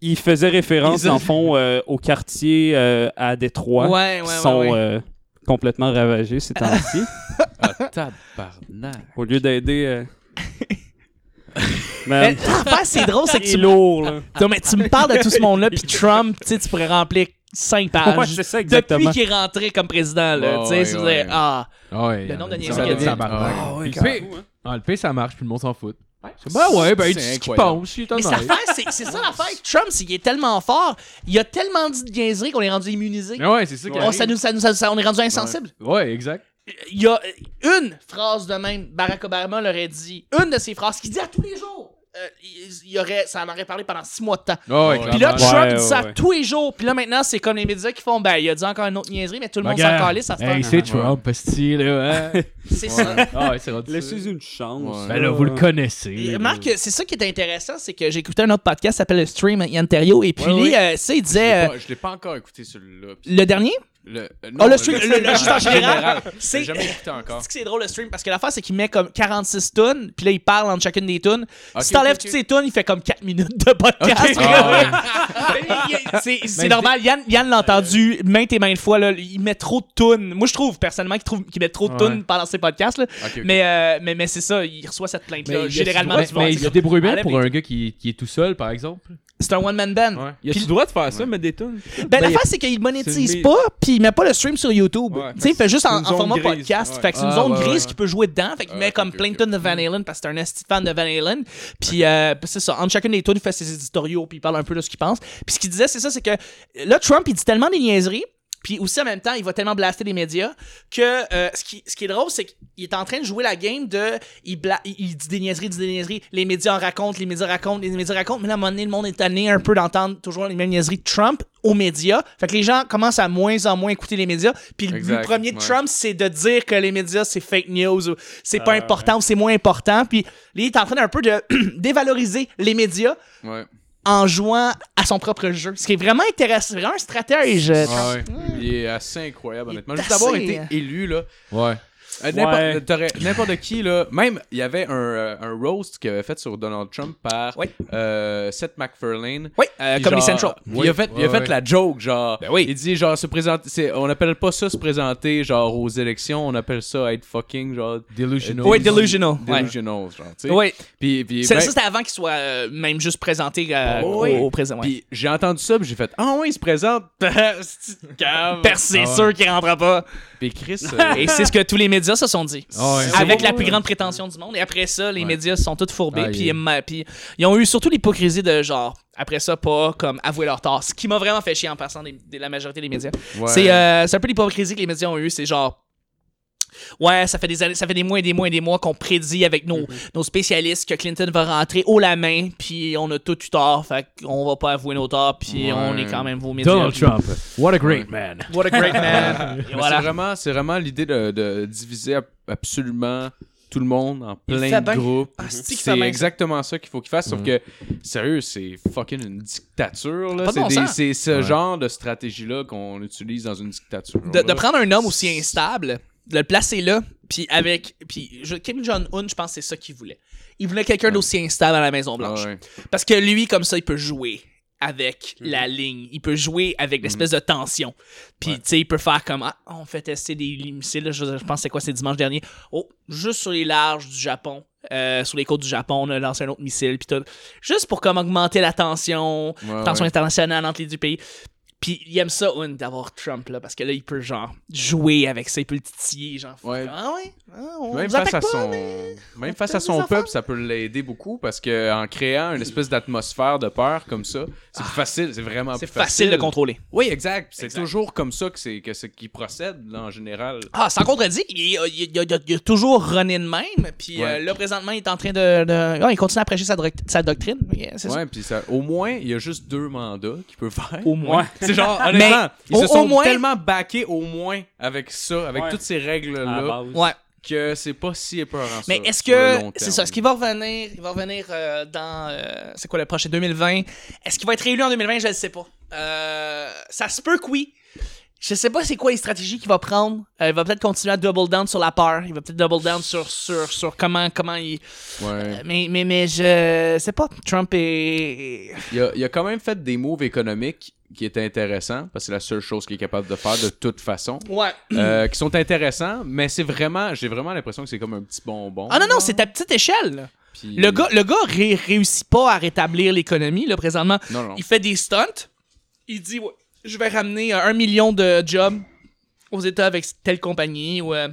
Il faisait référence, en fond, euh, au quartier euh, à Détroit
Ouais, ouais,
qui
ouais.
sont
ouais.
euh, complètement ravagés ces temps-ci.
Tabarnak.
Au lieu d'aider. euh,
Mais
Man,
l'affaire, c'est drôle, c'est que
c'est
tu,
lourd, là.
non, mais tu me parles de tout ce monde-là, puis Trump, tu sais, tu pourrais remplir 5
Ouais,
pages.
c'est ça,
Depuis
exactement.
qu'il est rentré comme président, là,
Ouais,
tu sais,
ouais,
c'est
ouais.
ah,
Ah Ouais.
Le nombre
ça
de niaiseries
va
qu'il
devenir
a dit.
tabarnak.
Ah, ouais,
Puis le P- Ah, le P, ça marche, puis le monde s'en fout. Bah ouais, ben il dit ce qu'il
incroyable.
pense, il est
Mais
honnête.
cette affaire, c'est, c'est ça l'affaire avec Trump, c'est qu'il est tellement fort, il a tellement dit de niaiseries qu'on est rendu immunisé.
Mais ouais, c'est ça qui
Oh, ça
arrive.
nous, ça nous- ça- ça- on est rendu insensible.
Ouais, exact.
Il y a euh, une phrase de même, Barack Obama l'aurait dit, une de ses phrases qu'il dit à tous les jours. Euh, il, il aurait, ça en aurait parlé pendant six mois de temps.
Ouais, ouais,
Puis là,
Ah,
clairement.
Ouais,
Trump dit
ouais,
ça
ouais.
tous les jours. Puis là, maintenant, c'est comme les médias qui font ben, il a dit encore une autre niaiserie, mais tout le monde s'en
Regarde.
calisse à ce
Hey,
temps.
c'est Trump, pasti, là. hein.
C'est ça.
Ah ouais, c'est rendu.
Laissez une chance.
Ouais.
Ben là, vous le connaissez.
Et Marc, c'est ça qui est intéressant, c'est que j'ai écouté un autre podcast qui s'appelle le Stream Ontario, et puis
Ouais,
lui,
ouais.
euh, tu sais, il
Je l'ai
disait. euh,
pas- Je l'ai pas encore écouté celui-là. Puis
le dernier?
Le, euh, non,
Ah, le stream, le, le- juste en général.
Je l'ai
C'est
jamais écouté encore.
C'est que c'est drôle le stream parce que l'affaire c'est qu'il met comme 46 tunes, puis là il parle entre chacune des tunes.
Ok,
si t'enlèves
ok,
toutes
ok.
ces tunes, il fait comme 4 minutes de podcast.
ah
Mais il- c'est c'est
Mais
normal, Yann, Yann l'a entendu maintes et maintes fois, là, il met trop de tunes. Moi je trouve personnellement qu'il trouve- qu'il met trop de tunes
Ouais.
pendant ses podcasts, là.
Ok, ok.
mais, euh, mais, mais c'est ça, il reçoit cette
Mais
plainte-là
il y a-
euh, généralement.
mais-
tu vois,
Mais
c'est
il y a
comme-
des bruits
Enlève
pour
les-
un gars qui qui est tout seul, par exemple.
C'est un one-man band.
Ouais.
Y a-tu le droit de faire ça, mettre des tunes?
Ben, l'affaire, c'est qu'il monétise
c'est une-
pas, puis il met pas le stream sur YouTube.
Ouais,
tu sais, il fait juste en,
une
en
zone
format
grise,
podcast.
ouais.
Fait que c'est une
Ah,
zone
ouais,
grise
ouais.
qu'il peut jouer dedans. Fait qu'il
Ah,
met comme
ok,
plein de
ok.
tonnes de Van Halen parce que c'est un esti fan de Van Halen. Puis euh, c'est ça. Entre chacune des tunes, il fait ses éditoriaux, puis il parle un peu de ce qu'il pense. Puis ce qu'il disait, c'est ça, c'est que là, Trump, il dit tellement des niaiseries Puis aussi, en même temps, il va tellement blaster les médias que euh, ce, qui, ce qui est drôle, c'est qu'il est en train de jouer la game de. Il, bla- il- il dit des niaiseries, il dit des niaiseries. Les médias en racontent, les médias racontent, les médias racontent. Mais là, à un moment donné, le monde est tanné un peu d'entendre toujours les mêmes niaiseries de Trump aux médias. Fait que les gens commencent à moins en moins écouter les médias. Puis le but
Exact,
premier de
ouais.
Trump, c'est de dire que les médias, c'est fake news ou c'est
Euh,
pas important ou c'est moins important. Puis là, il est en train un peu de dévaloriser les médias
Ouais.
en jouant à son propre jeu. Ce qui est vraiment intéressant. C'est vraiment un stratège. euh, Trump.
Ouais. Il est assez incroyable,
Il est
honnêtement. Juste d'avoir
assez-
été élu, là.
Ouais.
Euh, n'importe-
Ouais.
t'aurais- N'importe qui, là. Même, il y avait un, euh, un roast qu'il avait fait sur Donald Trump par
Oui.
euh, Seth MacFarlane.
Oui, euh,
Puis
Comedy
genre,
Central.
Il a fait, il a
Ouais,
fait
ouais.
la joke, genre.
Ben oui.
Il dit, genre, se présenter. c'est- On appelle pas ça se présenter, genre, aux élections. On appelle ça être fucking, genre. euh,
Delusional.
Oui, delusional. ouais.
Delusional, genre, tu sais.
Oui.
Puis, puis,
Ça,
ben-
ça, c'était avant qu'il soit euh, même juste présenté euh,
Oh, oui.
au, au présent. Ouais.
puis j'ai entendu ça, puis j'ai fait Ah ouais, il se présente. C'est cave.
Perce, c'est
Ah ouais.
sûr qu'il rentrera pas.
Puis Chris. euh,
Et c'est ce que tous les médias se sont dit.
Ah ouais.
Avec la plus grande prétention du monde. Et après ça, les médias se sont tous fourbés.
Ah,
puis,
yeah.
ma- puis ils ont eu surtout l'hypocrisie de genre, après ça, pas comme avouer leur tort. Ce qui m'a vraiment fait chier en passant des- de la majorité des médias.
ouais.
C'est euh, c'est un peu l'hypocrisie que les médias ont eu, c'est genre Ouais, ça fait des années, ça fait des mois et des mois et des mois qu'on prédit avec nos, nos spécialistes que Clinton va rentrer haut la main, puis on a tout eu tort, fait qu'on va pas avouer nos torts, puis
Ouais.
on est quand même vos médias.
Donald Trump. What a great man.
What a great man. Et
Mais
voilà.
C'est vraiment, c'est vraiment l'idée de, de diviser ab- absolument tout le monde en
Il fait
plein de
bien.
groupes.
Ah, c'est-tu qu'il fait
C'est
bien.
exactement ça qu'il faut qu'il fasse, sauf
Mm.
que, sérieux, c'est fucking une dictature. là.
Pas de
C'est
bon
des-
sens.
c'est ce
Ouais.
genre de stratégie-là qu'on utilise dans une dictature.
de,
là.
de prendre un homme aussi instable, de le placer là, puis avec. Puis je- Kim Jong-un, je pense que c'est ça qu'il voulait. Il voulait quelqu'un d'aussi instable à la Maison-Blanche.
Ah ouais. Mhm.
Parce que lui, comme ça, il peut jouer avec la ligne. Il peut jouer avec l'espèce de tension. Puis, tu sais, il peut faire comme Ah, on fait tester des missiles. là, Je, je pense que c'est quoi, c'est dimanche dernier. Oh, juste sur les larges du Japon. euh, sur les côtes du Japon, on a lancé un autre missile. Puis tout. Juste pour comme augmenter la tension,
Ouais,
tension
ouais.
internationale entre les deux pays. Puis il aime ça, un, d'avoir Trump, là, parce que là, il peut, genre, jouer avec ça, il peut le titiller, genre.
Ouais.
Ah ouais? Ah, on
Même
vous
face,
attaque
à
pas,
son,
mais-
même face à
fait
son
des
peuple, ça peut l'aider beaucoup parce que en créant une espèce d'atmosphère de peur comme ça, c'est plus facile, c'est vraiment
C'est
plus
facile de contrôler.
Ah. Oui, exact. C'est toujours comme ça que c'est que c'est qui procède là, en général.
Ah, sans contredit, il, il- il- il- il a toujours runné de même. Puis
Ouais.
euh, là, présentement, il est en train de. de- Ah, il continue à prêcher sa, doc- sa doctrine. Yeah, c'est ça.
Ouais, puis ça, au moins, il y a juste deux mandats qu'il peut faire.
Au moins.
Ouais.
C'est genre, honnêtement, ils
au-
se
au
sont
moins-
tellement baqués au moins avec ça, avec
Ouais.
toutes ces
à la
règles-là,
base.
Ouais.
que c'est pas si épeurant.
Mais
ça,
est-ce
sur le
que.
long
C'est
terme.
ça. Est-ce qu'il va revenir Il va revenir euh, dans. euh, c'est quoi le prochain 2020 Est-ce qu'il va être réélu en 2020 Je ne sais pas. Euh, ça se peut que oui. Je sais pas c'est quoi les stratégies qu'il va prendre. Euh, il va peut-être continuer à double down sur la peur. Il va peut-être double down sur, sur, sur comment, comment il.
Ouais.
Mais, mais, mais je sais pas. Trump est.
Il, a, il a quand même fait des moves économiques qui étaient intéressants, parce que c'est la seule chose qu'il est capable de faire de toute façon,
Ouais.
euh, qui sont intéressants, mais c'est vraiment, j'ai vraiment l'impression que c'est comme un petit bonbon.
Ah non, non, c'est à petite échelle. là.
puis-
Le gars, le gars ré- réussit pas à rétablir l'économie, là, présentement.
Non, non.
Il fait des stunts. Il dit, ouais, je vais ramener euh, un million de jobs aux États avec telle compagnie. Ou, euh,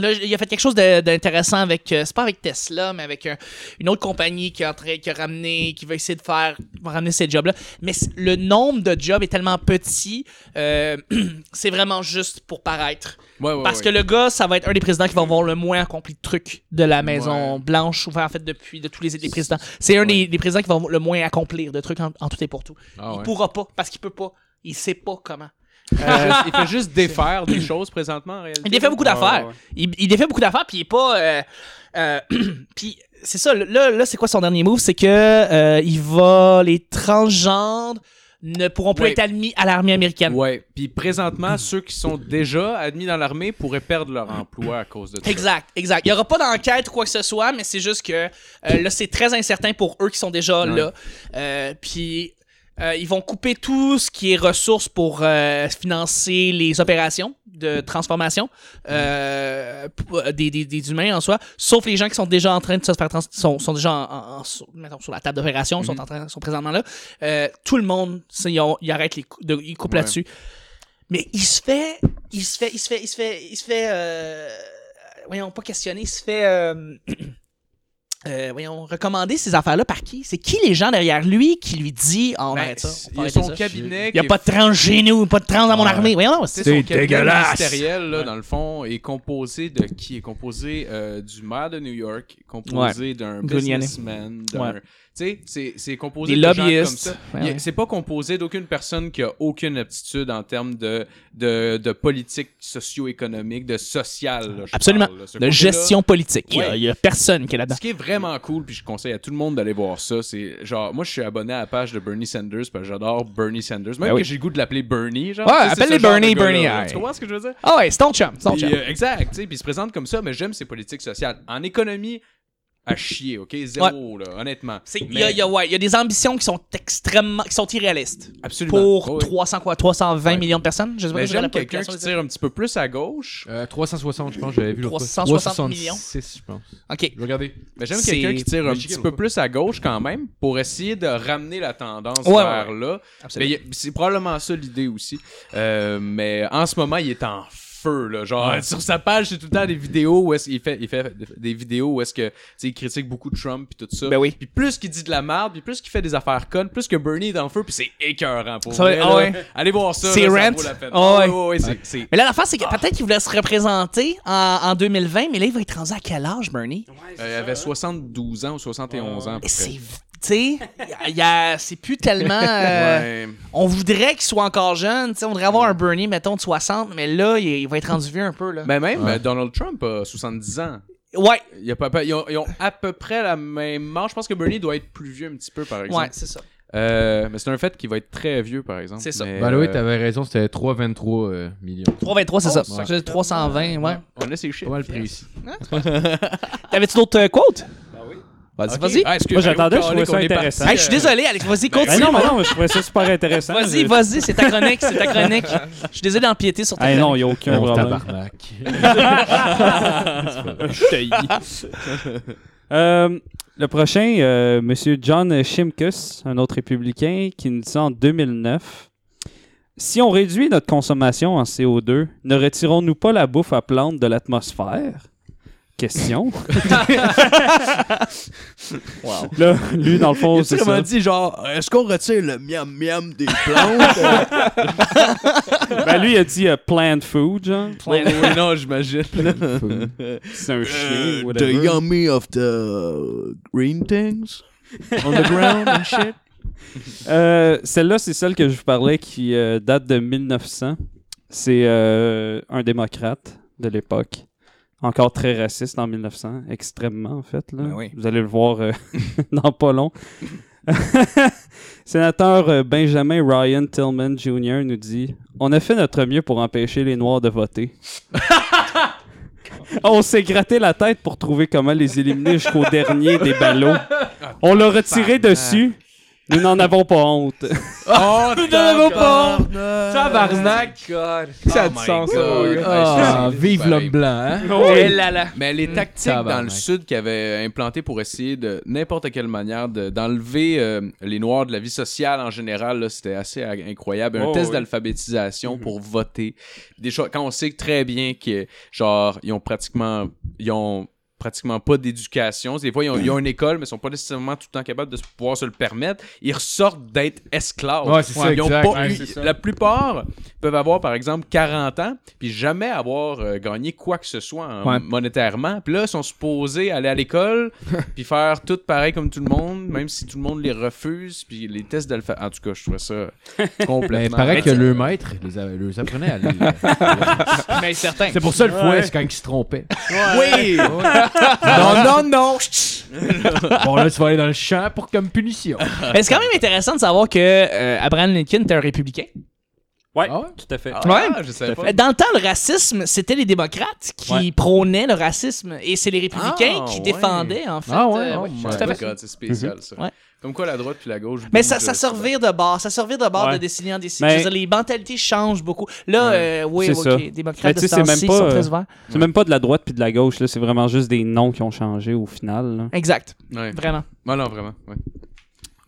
Là, il a fait quelque chose de- d'intéressant avec, euh, c'est pas avec Tesla, mais avec euh, une autre compagnie qui, est en train- qui a ramené, qui va essayer de faire, va ramener ces jobs-là. Mais c- le nombre de jobs est tellement petit, euh, c'est vraiment juste pour paraître.
Ouais, ouais,
Parce
ouais.
que le gars, ça va être un des présidents qui va avoir le moins accompli de trucs de la Maison Blanche, enfin, en fait, depuis de tous les, les présidents. C'est un des, des présidents qui va le moins accomplir de trucs en, en tout et pour tout.
Ah
il
ouais.
pourra pas, parce qu'il peut pas. Il sait pas comment.
Euh, il fait juste défaire des choses présentement en réalité.
Il défait beaucoup d'affaires.
ouais.
Il, il défait beaucoup d'affaires, puis il est pas. euh, euh, puis c'est ça. Là, là c'est quoi son dernier move C'est que euh, il va. Les transgenres ne pourront plus
Ouais.
être admis à l'armée américaine.
Ouais, puis présentement, ceux qui sont déjà admis dans l'armée pourraient perdre leur emploi à cause de ça.
Exact, exact. Il n'y aura pas d'enquête ou quoi que ce soit, mais c'est juste que euh, là, c'est très incertain pour eux qui sont déjà là. Euh, Puis, euh, ils vont couper tout ce qui est ressources pour euh, financer les opérations de transformation euh, p- euh, des, des- des humains en soi, sauf les gens qui sont déjà en train de se faire trans- sont, sont déjà en, en- en- sur, mettons, sur la table d'opération, sont, en train- sont présentement là. Euh, tout le monde, ça, ils, ont- ils arrêtent, les cou- de- ils coupent
Ouais.
là-dessus. Mais il se fait, il se fait, il se fait, euh, il se fait, il se fait, euh, voyons, pas questionner, il se fait euh, euh, voyons, recommandé ces affaires-là par qui? C'est qui les gens derrière lui qui lui dit
Ben,
Ah, on arrête ça, on faut
Il y a
arrêter
son
ça.
cabinet.
Il n'y a pas de trans chez nous, pas de trans dans mon armée. Voyons, non, c'est
C'est
C'est dégueulasse.
ministériel, là, dans le fond, est composé de qui? Est composé euh, du maire de New York, composé d'un
Giuliani.
businessman, d'un...
Ouais.
Tu sais, c'est- c'est composé
Des
de gens comme
lobbyistes.
ça.
Ouais,
Il y a-
ouais.
C'est pas composé d'aucune personne qui a aucune aptitude en termes de, de, de politique socio-économique, de social. là, je
Absolument.
parle, là. Ce
de
côté-là,
gestion politique. Il y a-
Ouais.
Il n'y a, personne qui est là-dedans.
Ce qui est vraiment cool, puis je conseille à tout le monde d'aller voir ça, c'est genre, moi je suis abonné à la page de Bernie Sanders, parce que j'adore Bernie Sanders, même
Ben oui.
que j'ai le goût de l'appeler Bernie, genre.
Ouais,
tu sais, c'est
appelle-les
ce genre de
Bernie,
gars-là,
Bernie,
là.
aye.
Tu comprends ce que je veux dire?
Ah ouais, c'est ton chum, c'est ton
Puis,
chum.
euh, exact, tu sais, puis il se présente comme ça, mais j'aime ses politiques sociales. En économie, à chier, ok? Zéro, là, honnêtement.
C'est- Il
Mais
y, a- il y a- ouais, il y a des ambitions qui sont extrêmement, qui sont irréalistes.
absolument.
Pour
Oui.
300 quoi, 320
Ouais.
millions de personnes, je sais pas
Mais
si je dirais
j'aime
la
quelqu'un
population
qui
des
tire un petit peu plus à gauche.
Euh, 360, je pense, j'avais vu l'autre fois.
360
366, je pense.
Ok.
Je vais regarder.
Mais j'aime
C'est-
quelqu'un qui tire un
Michigan
petit
ou
peu
pas?
plus à gauche quand même pour essayer de ramener la tendance
Ouais, ouais,
vers là. Mais
Absolument.
il y a- c'est probablement ça l'idée aussi. Euh, mais en ce moment, il est en feu là. Genre sur sa page, c'est tout le temps des vidéos où est-ce il fait il fait des vidéos où est-ce que tu sais, il critique beaucoup Trump et tout ça.
Ben oui.
Puis plus qu'il dit de la merde, puis plus qu'il fait des affaires connes, plus que Bernie est en feu, puis c'est écœurant pour
Ça va-
vrai,
ah
là.
ouais.
Allez voir ça.
C'est
là, ça
rent.
vaut la peine.
Ah ouais.
Ouais, ouais, ouais, c'est- c'est
Mais là, l'affaire, c'est que peut-être qu'il voulait se représenter en, en 2020, mais là, il va être rendu à quel âge, Bernie?
euh, il avait 72 ans ou 71 ans. à peu
Et
près.
C'est. Tu sais, il y a- c'est plus tellement. euh,
Ouais.
On voudrait qu'il soit encore jeune. tu sais, on voudrait avoir un Bernie, mettons, de 60, mais là, il, il va être rendu vieux un peu. Là.
Mais même euh, Donald Trump a 70 ans.
ouais,
Il y a pas- pas- ils, ont, ils ont à peu près la même âge. Je pense que Bernie doit être plus vieux un petit peu, par exemple.
ouais, c'est ça.
Euh, mais c'est un fait qu'il va être très vieux, par exemple.
C'est ça.
Mais,
Bah oui,
euh,
t'avais raison, c'était 323 euh, millions.
323, c'est ça.
ouais.
Je dis 320, ouais.
on a ses chiffres.
Pas mal précis.
T'avais-tu d'autres euh, quotes?
Vas-y,
vas-y.
Moi, j'attendais, je trouvais ça intéressant.
Hey, je suis désolé, Alex, vas-y,
Ben
continue.
non, mais non, mais je trouvais ça super intéressant.
Vas-y,
Je-
vas-y, c'est ta chronique, c'est ta chronique. Je suis désolé d'empiéter sur ta
Eh
chronique.
non, il n'y a aucun
Mon
problème.
Oh, tabarnak.
Euh, le prochain, euh, Monsieur John Shimkus, un autre républicain, qui nous dit en 2009 Si on réduit notre consommation en CO2, ne retirons-nous pas la bouffe à plantes de l'atmosphère Question. Là, lui, dans le fond, c'est ça.
dit genre, euh, est-ce qu'on retire le miam miam des plantes? Euh,
Ben, lui, il a dit euh, plant food, genre.
non, j'imagine.
C'est un chien,
Euh, the
whatever.
yummy of the green things on the ground and shit.
Euh, celle-là, c'est celle que je vous parlais qui euh, date de 1900. C'est euh, un démocrate de l'époque. Encore très raciste en 1900. Extrêmement, en fait. Là.
Ben oui.
Vous allez le voir euh, dans pas long. Sénateur euh, Benjamin Ryan Tillman Jr. nous dit On a fait notre mieux pour empêcher les Noirs de voter. On s'est gratté la tête pour trouver comment les éliminer jusqu'au dernier des ballots. On l'a retiré dessus. Nous n'en avons pas honte.
Oh, nous n'avons pas!
Tabarnak!
Ça a du sens,
Ah, vive l'homme blanc, hein?
Eh là là.
Mais les tactiques
Tabarnak.
dans le sud qu'ils avaient implantées pour essayer de n'importe quelle manière de- d'enlever euh, les Noirs de la vie sociale en général, là, c'était assez a- incroyable. Un
Oh,
test
oui.
d'alphabétisation pour voter. Des choses, quand on sait très bien que, genre, ils ont pratiquement, ils ont pratiquement pas d'éducation. Des fois, ils ont, ils ont une école, mais ils sont pas nécessairement tout le temps capables de se- pouvoir se le permettre. Ils ressortent d'être esclaves.
Ouais, c'est ça,
Ils ont
exact.
pas
Ouais,
eu-
c'est ça.
La plupart peuvent avoir, par exemple, 40 ans, puis jamais avoir euh, gagné quoi que ce soit en-
Ouais.
monétairement. Puis là, ils sont supposés aller à l'école, puis faire tout pareil comme tout le monde, même si tout le monde les refuse, puis les tests d'alpha... En tout cas, je trouvais ça complètement...
Mais il paraît que
Mais
le maître les, a- les apprenait à lire.
Mais certain.
C'est pour ça le fouet, c'est quand il se trompait.
Oui!
Ah!
non, non, non!
Bon, là, tu vas aller dans le champ pour comme punition.
Mais c'est quand même intéressant de savoir que euh, Abraham Lincoln était un républicain.
Ouais,
Ah ouais?
tout à fait.
Ah, je savais pas.
Euh, Dans le temps, le racisme, c'était les démocrates qui
Ouais.
prônaient le racisme et c'est les républicains
Ah,
qui
ouais.
défendaient, en fait.
Ah ouais,
euh,
oh
ouais,
my
tout
Oh
à
my
fait.
God, c'est spécial, ça.
Ouais.
Comme quoi, la droite puis la gauche...
Mais
bougent,
ça, ça
euh,
se revire de bord, ça se revire de bord
Ouais.
de décennie en décennie.
Mais-
Je veux dire, les mentalités changent beaucoup. Là,
Ouais.
euh, oui,
C'est ça.
ok,
Mais
démocrates
tu
de ce
sais, c'est même
temps-ci
pas,
sont
euh,
très ouverts.
C'est même pas de la droite puis de la gauche, là. C'est vraiment juste des noms qui ont changé au final. là.
Exact,
Ouais.
vraiment.
Ah non, vraiment, ouais.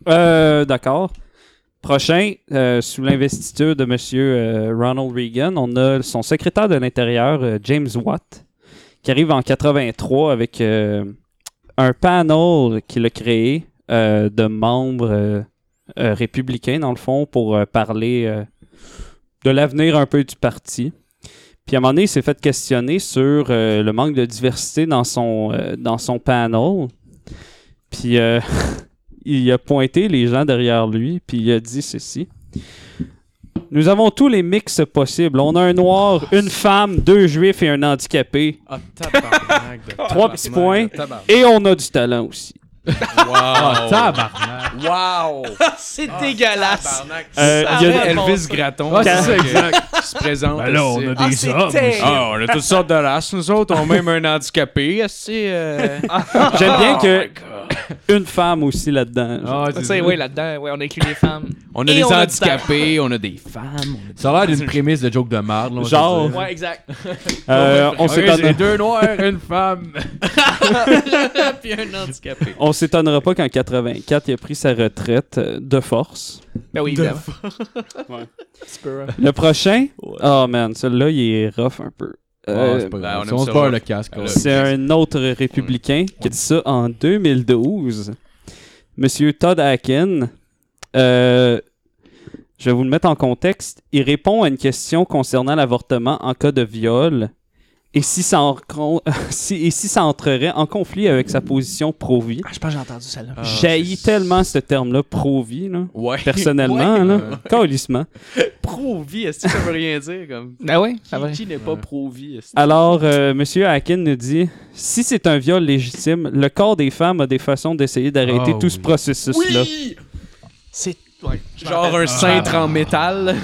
Euh, d'accord. Prochain, euh, sous l'investiture de M. Ronald Reagan, on a son secrétaire de l'Intérieur, euh, James Watt, qui arrive en 83 avec euh, un panel qu'il a créé euh, de membres euh, euh, républicains, dans le fond, pour euh, parler euh, de l'avenir un peu du parti. Puis à un moment donné, il s'est fait questionner sur euh, le manque de diversité dans son, euh, dans son panel. Puis euh, il a pointé les gens derrière lui, puis il a dit ceci. Nous avons tous les mixes possibles. On a un noir, une femme, deux juifs et un handicapé.
Ah, tabarnak. de
Trois petits
tabarnak, de
Et on a du talent aussi.
Ah
tabarnak.
Tabarnak.
Wow. Wow.
c'est dégueulasse.
Tabarnak.
Euh,
Ça
il y a-
va, mon
Elvis
Dieu.
Gratton.
Ouais, c'est ça,
qui- Qui se présente.
Ben là,
ici.
on a
Ah,
des
c'est
hommes.
terrible.
Ah, on a toutes sortes de races, nous autres. On a même un handicapé. C'est. Euh...
J'aime bien
Oh
que
my God.
une femme aussi là-dedans. genre.
Ah,
Tu
c'est-
sais, oui, là-dedans, ouais, on inclut les femmes.
On a
Et
des
on a du
handicapés, on a des femmes.
Ça a l'air d'une prémisse de joke de marde. là, on va
Genre.
se dire.
Ouais, exact.
Euh, on
On
s'étonne-
s'est deux noirs, une femme.
Puis un handicapé.
on s'étonnera pas qu'en 84, il a pris sa retraite euh, de force.
Ben oui, évidemment. Tu peux, hein.
Le prochain, oh man, celui-là, il est rough un peu. Euh,
Ah, c'est pas grave.
ben, on
Si
aime
on se
ça,
barre
ouais.
le casque.
Euh,
ouais.
c'est un autre républicain qui a dit ça en 2012. Monsieur Todd Akin, euh, je vais vous le mettre en contexte. Il répond à une question concernant l'avortement en cas de viol et si ça, en- si- et si ça entrerait en conflit avec sa position pro-vie.
Ah, je pense que j'ai entendu celle-là.
J'haïs tellement ce terme-là, pro-vie, là,
Ouais.
personnellement,
Ouais.
là,
Euh,
câlissement.
Pro-vie, est-ce que ça veut rien dire? Comme...
Ah ouais? Ah ouais.
Qui n'est pas pro-vie? est-ce que-
Alors, euh, Monsieur Akin nous dit si c'est un viol légitime, le corps des femmes a des façons d'essayer d'arrêter
Ah
tout
Oh.
ce
oui.
processus-là.
C'est. Ouais. je m'en
Genre
rappelle.
un cintre en métal.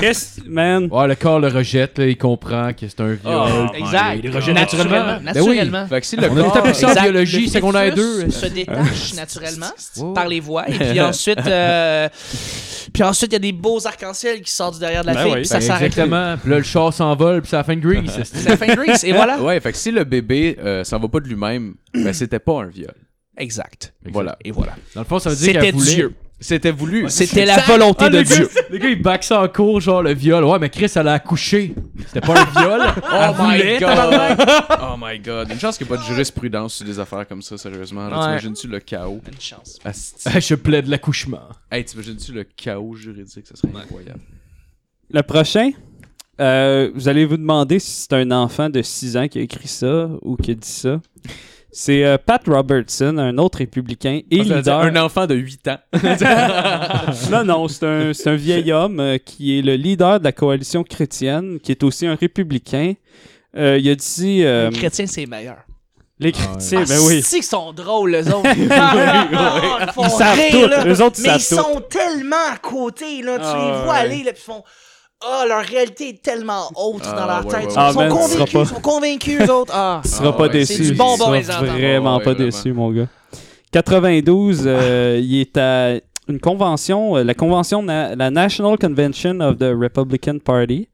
Qu'est-ce- man
Ouais, le corps le rejette, là, il comprend que c'est un viol. Ben,
Oh,
Ah. Exact.
Il rejette
naturellement.
Ben oui.
Naturellement.
Ah. Fait que si le
On a tout
corps-
appris ça en
Exact.
biologie,
Le
secondaire
fœtus
2.
se détache naturellement
Ouais.
par les voies. Et puis ensuite, euh, puis ensuite, il y a des beaux arcs-en-ciel qui sortent du derrière de la
Ben
fille.
oui.
Puis ça
Ben,
s'arrête. là.
Exactement. Puis là, le char s'envole, puis c'est la fin de Grease.
C'est la fin de Grease. Et voilà.
Ouais, fait que si le bébé euh, s'en va pas de lui-même, ben c'était pas un viol.
Exact.
Voilà.
Et voilà.
Dans le fond, ça veut dire
C'était
qu'elle voulait...
Dieu.
C'était voulu.
C'était la volonté
Ah,
de
le gars-
Dieu.
Le gars, il back ça en cours, genre le viol. Ouais, mais Chris, elle a accouché. C'était pas un viol.
Oh
Elle
my
voulait,
god! oh my god! Une chance qu'il n'y ait pas de jurisprudence sur des affaires comme ça, sérieusement. Là,
Ouais.
T'imagines-tu le chaos?
Une chance.
Asti.
Je plaide l'accouchement.
Hey, t'imagines-tu le chaos juridique? Ça serait incroyable.
Le prochain, euh, vous allez vous demander si c'est un enfant de 6 ans qui a écrit ça ou qui a dit ça. C'est euh, Pat Robertson, un autre républicain et
Ah,
Ça veut dire
leader.
Un enfant de 8 ans.
Non, non, c'est un, c'est un vieil homme euh, qui est le leader de la coalition chrétienne, qui est aussi un républicain. Euh, il a dit... euh,
Les chrétiens, c'est meilleur.
les chrétiens, ben
Ah,
oui.
c'est-tu qu'ils sont drôles, les autres. Ah, ils font
Ils savent
rire,
tout.
là.
Eux autres, ils
Mais ils
savent tout.
sont tellement à côté, là. Tu
Ah,
les vois
ouais.
aller, là, puis ils font. Ah, leur réalité est tellement haute dans
Ah,
leur
ouais,
tête.
ouais,
Ils
ouais.
sont
Ah, man, tu
convaincus,
seras
ils
pas-
sont convaincus, eux autres. Ah.
Tu seras
Ah
pas
ouais,
déçu.
c'est
du bonbon,
Tu
les
seras
enfants.
vraiment
Ouais,
pas
vraiment.
déçu, mon gars. 92, euh, il est à une convention, euh, la convention, na- la National Convention of the Republican Party,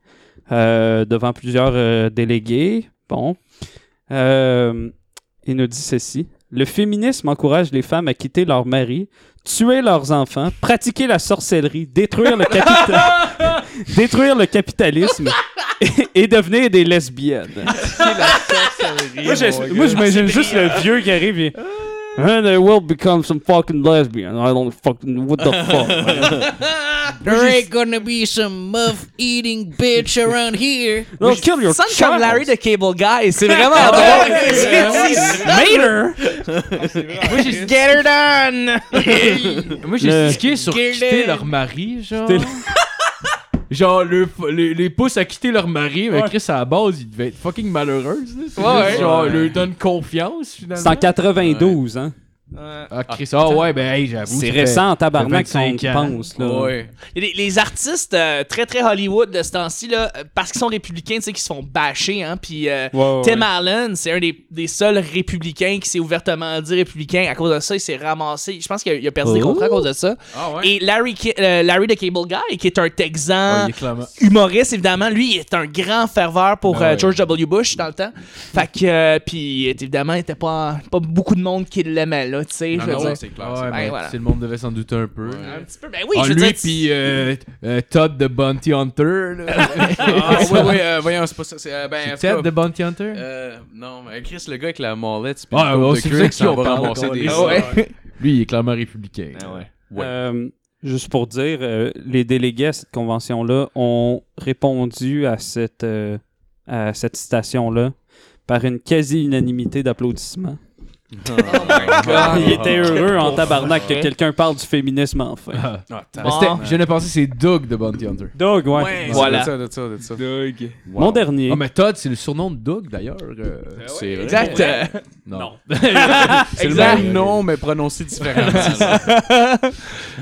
euh, devant plusieurs euh, délégués. Bon. Euh, il nous dit ceci. Le féminisme encourage les femmes à quitter leur mari, tuer leurs enfants, pratiquer la sorcellerie, détruire le, capita- détruire le capitalisme et, et devenir des lesbiennes. Moi, je, moi, j'imagine juste le vieux qui arrive et... And they will become some fucking lesbian. I don't fucking... What the fuck?
There ain't gonna be some muff eating bitch around here.
They'll kill your
Sonne comme
child.
Larry de Cable Guy, c'est vraiment drôle. C'est- c'est-
Mater!
Moi, j'ai- Get her done!
Moi, j'ai
Le-
stické sur
Guilty.
quitter leur mari, genre.
Quitter
Genre, le, les, les pouces à quitter leur mari, mais Chris, à la base, il devait être fucking malheureuse. Là. C'est
Ouais,
juste,
ouais.
Genre, leur donne confiance,
C'est en
finalement.
92, hein?
Ah, Chris, ah ouais, ben, hey, j'avoue.
C'est
ça fait-
récent, tabarnak,
ça fait
qu'on
25
y
ans.
pense, là.
Il y a des- les artistes euh, très très Hollywood de ce temps-ci, là, euh, parce qu'ils sont républicains, tu sais, qui se font bâcher, hein, puis euh,
Ouais, ouais,
Tim
ouais.
Allen, c'est un des, des seuls républicains qui s'est ouvertement dit républicain. À cause de ça, il s'est ramassé. Je pense qu'il a, il a perdu des
Oh.
contrats à cause de ça.
Ah
Et Larry, Ki- euh, Larry the Cable Guy, qui est un Texan,
Ouais, il est clairement-
humoriste évidemment, lui il est un grand ferveur pour
Ben
euh,
ouais.
George W. Bush dans le temps. Fait que euh, puis euh, évidemment, il était pas pas beaucoup de monde qui l'aimait là, là, tu sais.
Non,
je veux
non,
dire.
c'est clair.
Ah ouais,
c'est-
mais
voilà.
Si le monde devait s'en douter un peu.
Un petit peu. Ben oui,
Ah,
je veux
lui
dire.
puis euh, euh, Todd de Bounty Hunter. là.
Ah, ouais, ouais, euh, voyons, c'est pas ça. C'est, euh, ben, en tout
Ted
cas,
de Bounty Hunter.
euh, non, mais Chris, le gars avec la mallette, pis
Ah,
le
ouais,
côte
c'est
de
ça
cuir,
qui
ça
en
va
parle,
ramasser
quoi,
des
les-
sous. Ah
Lui, il est clairement républicain. Ah Ouais.
Euh, juste pour dire, euh, les délégués à cette convention-là ont répondu à cette, euh, à cette citation-là par une quasi-unanimité d'applaudissements. Oh Ils étaient heureux en tabarnak que quelqu'un parle du féminisme enfin.
Mais c'était- je viens de penser, c'est Doug de Bounty Hunter.
Doug, ouais.
Ouais,
Voilà.
de ça, de ça, de ça.
Mon dernier.
Ah, mais Todd, c'est le surnom de Doug d'ailleurs. euh,
C'est vrai.
Exact. euh,
non.
C'est le
Exact.
même nom, mais prononcé différemment. C'est ça.
Ça,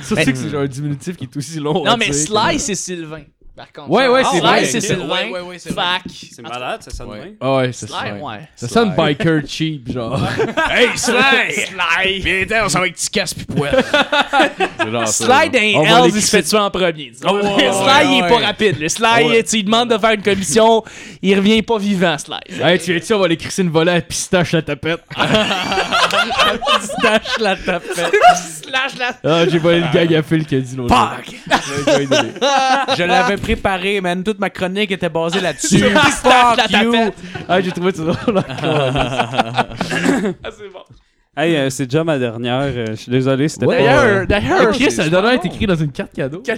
c'est que c'est genre un diminutif qui est aussi long.
Non, mais
tu sais,
Sly, c'est Sylvain. Par contre. Ah,
Ouais, ouais, c'est
Sly,
vrai.
c'est
Ouais,
Sylvain.
ouais, ouais, c'est vrai.
Fac.
C'est malade, ça sonne bien.
Ouais.
comme- Ah ouais, ça
Sly,
sonne.
ouais.
Ça sonne biker cheap, genre.
hey, Sly!
Sly.
Viens, on s'en va avec petit casque pis poil. C'est genre ça,
Sly dans
On va Oh,
les Hells, il se fait tuer en premier. disons. Sly, il est
ouais.
pas rapide. Le Sly, tu lui demandes de faire une commission, il revient pas vivant, Sly.
hey, tu viens ici, on va aller crisser une volée à pistache à tapette. pistache la tapette.
Slash la.
Ah, j'ai volé le gag à Phil qui a dit l'autre. jour.
Fuck! Je l'avais préparé, man. Toute ma chronique était basée là-dessus. Fuck
la
you!
Ah, j'ai trouvé ça drôle.
Ah, c'est bon.
Hey, euh, c'est déjà ma dernière. euh, Je suis désolé, c'était
D'ailleurs, d'ailleurs,
Chris, ça doit être écrit dans une carte cadeau.
pas...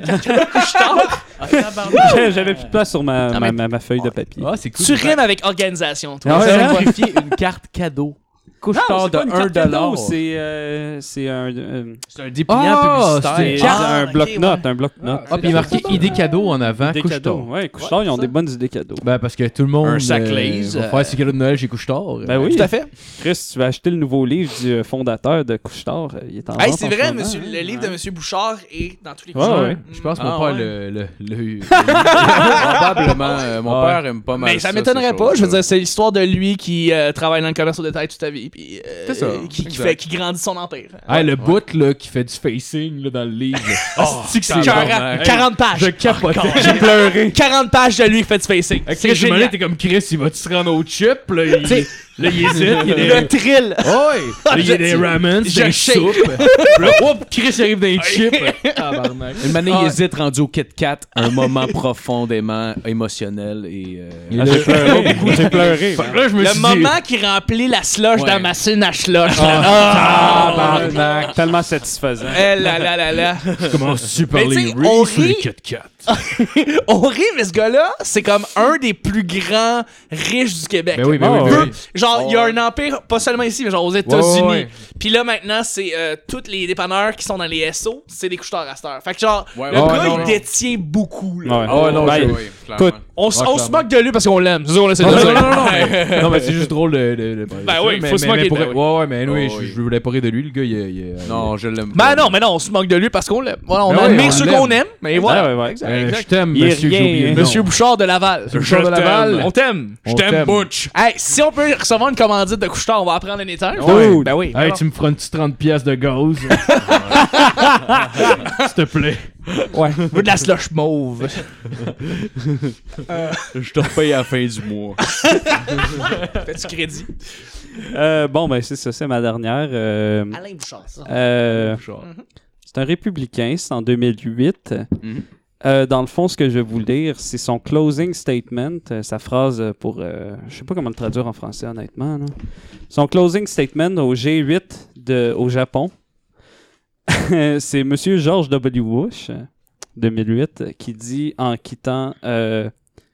euh, J'avais plus de place sur
Ah,
ma, ma, ma- ma feuille de papier.
Ah, c'est cool.
tu rimes avec organisation, toi.
Ah ouais, hein?
une carte cadeau.
Ah,
Couche-tard de 1$. dollar.
C'est euh, c'est un... euh,
C'est un dépliant
Ah,
publicitaire.
c'est-
c'est
Ah,
un
ok,
bloc-notes, un bloc-notes.
Ah, puis il est marqué idée cadeau en avant,
Des
couche
cadeaux.
tard.
Ouais, Couche-Tard, ils ont des bonnes idées cadeaux.
Ben, parce que tout le monde.
Un sac
euh,
Lay's,
va
euh,
faire ses cadeaux de Noël chez couche tard.
Ben oui.
Tout à fait.
Chris, tu vas acheter le nouveau livre du euh, fondateur de Couche-Tard. euh, Il est en
Hey,
vente
c'est
en
vrai,
ce moment.
monsieur, le livre de Monsieur Bouchard est dans tous les
Ouais,
coins.
ouais.
Je pense que mon
Ah,
père
ouais.
le. le, le-
Probablement, euh, mon
Ah, Ouais.
père aime pas mal
Mais ça
ces
m'étonnerait pas. Je veux
choses-là.
dire, c'est l'histoire de lui qui euh, travaille dans le commerce au détail toute sa vie. Puis, euh,
C'est ça,
Qui, qui
exact.
fait, qui grandit son empire.
Hey, Ah, le bout là, qui fait du facing là, dans le livre. là. Ah,
Oh,
C'est-tu que c'est
Cœur à-
bon, hein?
40 pages.
Je capotais.
J'ai pleuré. 40 pages de lui qui fait du facing.
Avec
C'est
Chris Jumelin,
génial.
t'es comme Chris, il va-tu se rendre au chip? Là, il,
T'sais-
là, il hésite, il est
Le
des,
thrill.
oh, ouais. là, il est des
Je-
ramen,
je
des
shake.
soupes. Puis là, hop, Chris il arrive dans les chips. Tabarnak.
Une manée il hésite rendu au Kit Kat, un moment profondément émotionnel et. euh,
Ah, J'ai pleuré. J'ai pleuré.
Fait que là, je me
Le
suis Ah. dit...
moment qui remplit la slush
Ouais.
dans ma scène à slush. Ah,
Tabarnak. Ah, Tellement satisfaisant.
Eh là là là là.
Je commence par
Mais tu
les
sais, on
Reese ou les
rit.
Kit Kat?
On rit, mais ce gars-là, c'est comme un des plus grands riches du Québec.
Ben oui, ben
Ah,
oui, ben
ouais.
oui.
Genre, il y a un empire, pas seulement ici, mais genre aux États-Unis.
Ouais, ouais, ouais.
Puis là, maintenant, c'est euh, tous les dépanneurs qui sont dans les SO, c'est des couche-tard à cette heure. Fait que genre,
Ouais,
le
ouais,
gars,
ouais,
il
ouais.
détient beaucoup. Là.
Ouais.
Ah ouais, non,
Ben,
je- oui, clairement.
écoute,
On, s-
Ouais,
on se
clairement.
moque de lui parce qu'on l'aime. C'est ça qu'on essaie de
Non,
dire.
non, non, non, mais, non, mais c'est juste drôle de. de, de-
Ben oui,
mais-
faut se
mais- mais
moquer
pour-
de-
Ouais, ouais, mais anyway,
Oh,
je-
oui.
je voulais pas rire de lui, le gars, il. il- il-
Non, je l'aime
Ben
pas.
non, mais non, on se moque de lui parce qu'on l'aime. Voilà, on
Ben oui,
admire
on
ceux
l'aime.
qu'on aime, mais voilà.
Ouais, ouais, ouais.
Euh, je t'aime,
Il est
euh, monsieur,
rien,
j'ai oublié le
hein.
nom.
Monsieur Bouchard de Laval.
Bouchard de Laval.
On t'aime.
On t'aime.
Hey, si on peut recevoir une commandite de couche on va apprendre un éther.
Dude.
Ben oui.
Hey, tu me feras une petite 30 pièces de gaz. S'il te plaît.
Ouais. Je veux de la slush mauve.
Je te repaye à la fin du mois.
Fais-tu crédit?
Euh, bon, ben c'est ça, c'est ma dernière. euh,
Alain Bouchard, ça.
euh, c'est un républicain, c'est en 2008. Euh, dans le fond, ce que je vais vous lire, c'est son closing statement, euh, sa phrase euh, pour... euh, je sais pas comment le traduire en français, honnêtement. là. Son closing statement au G8 de, au Japon, c'est Monsieur George W. Bush, euh, 2008, euh, qui dit en quittant euh,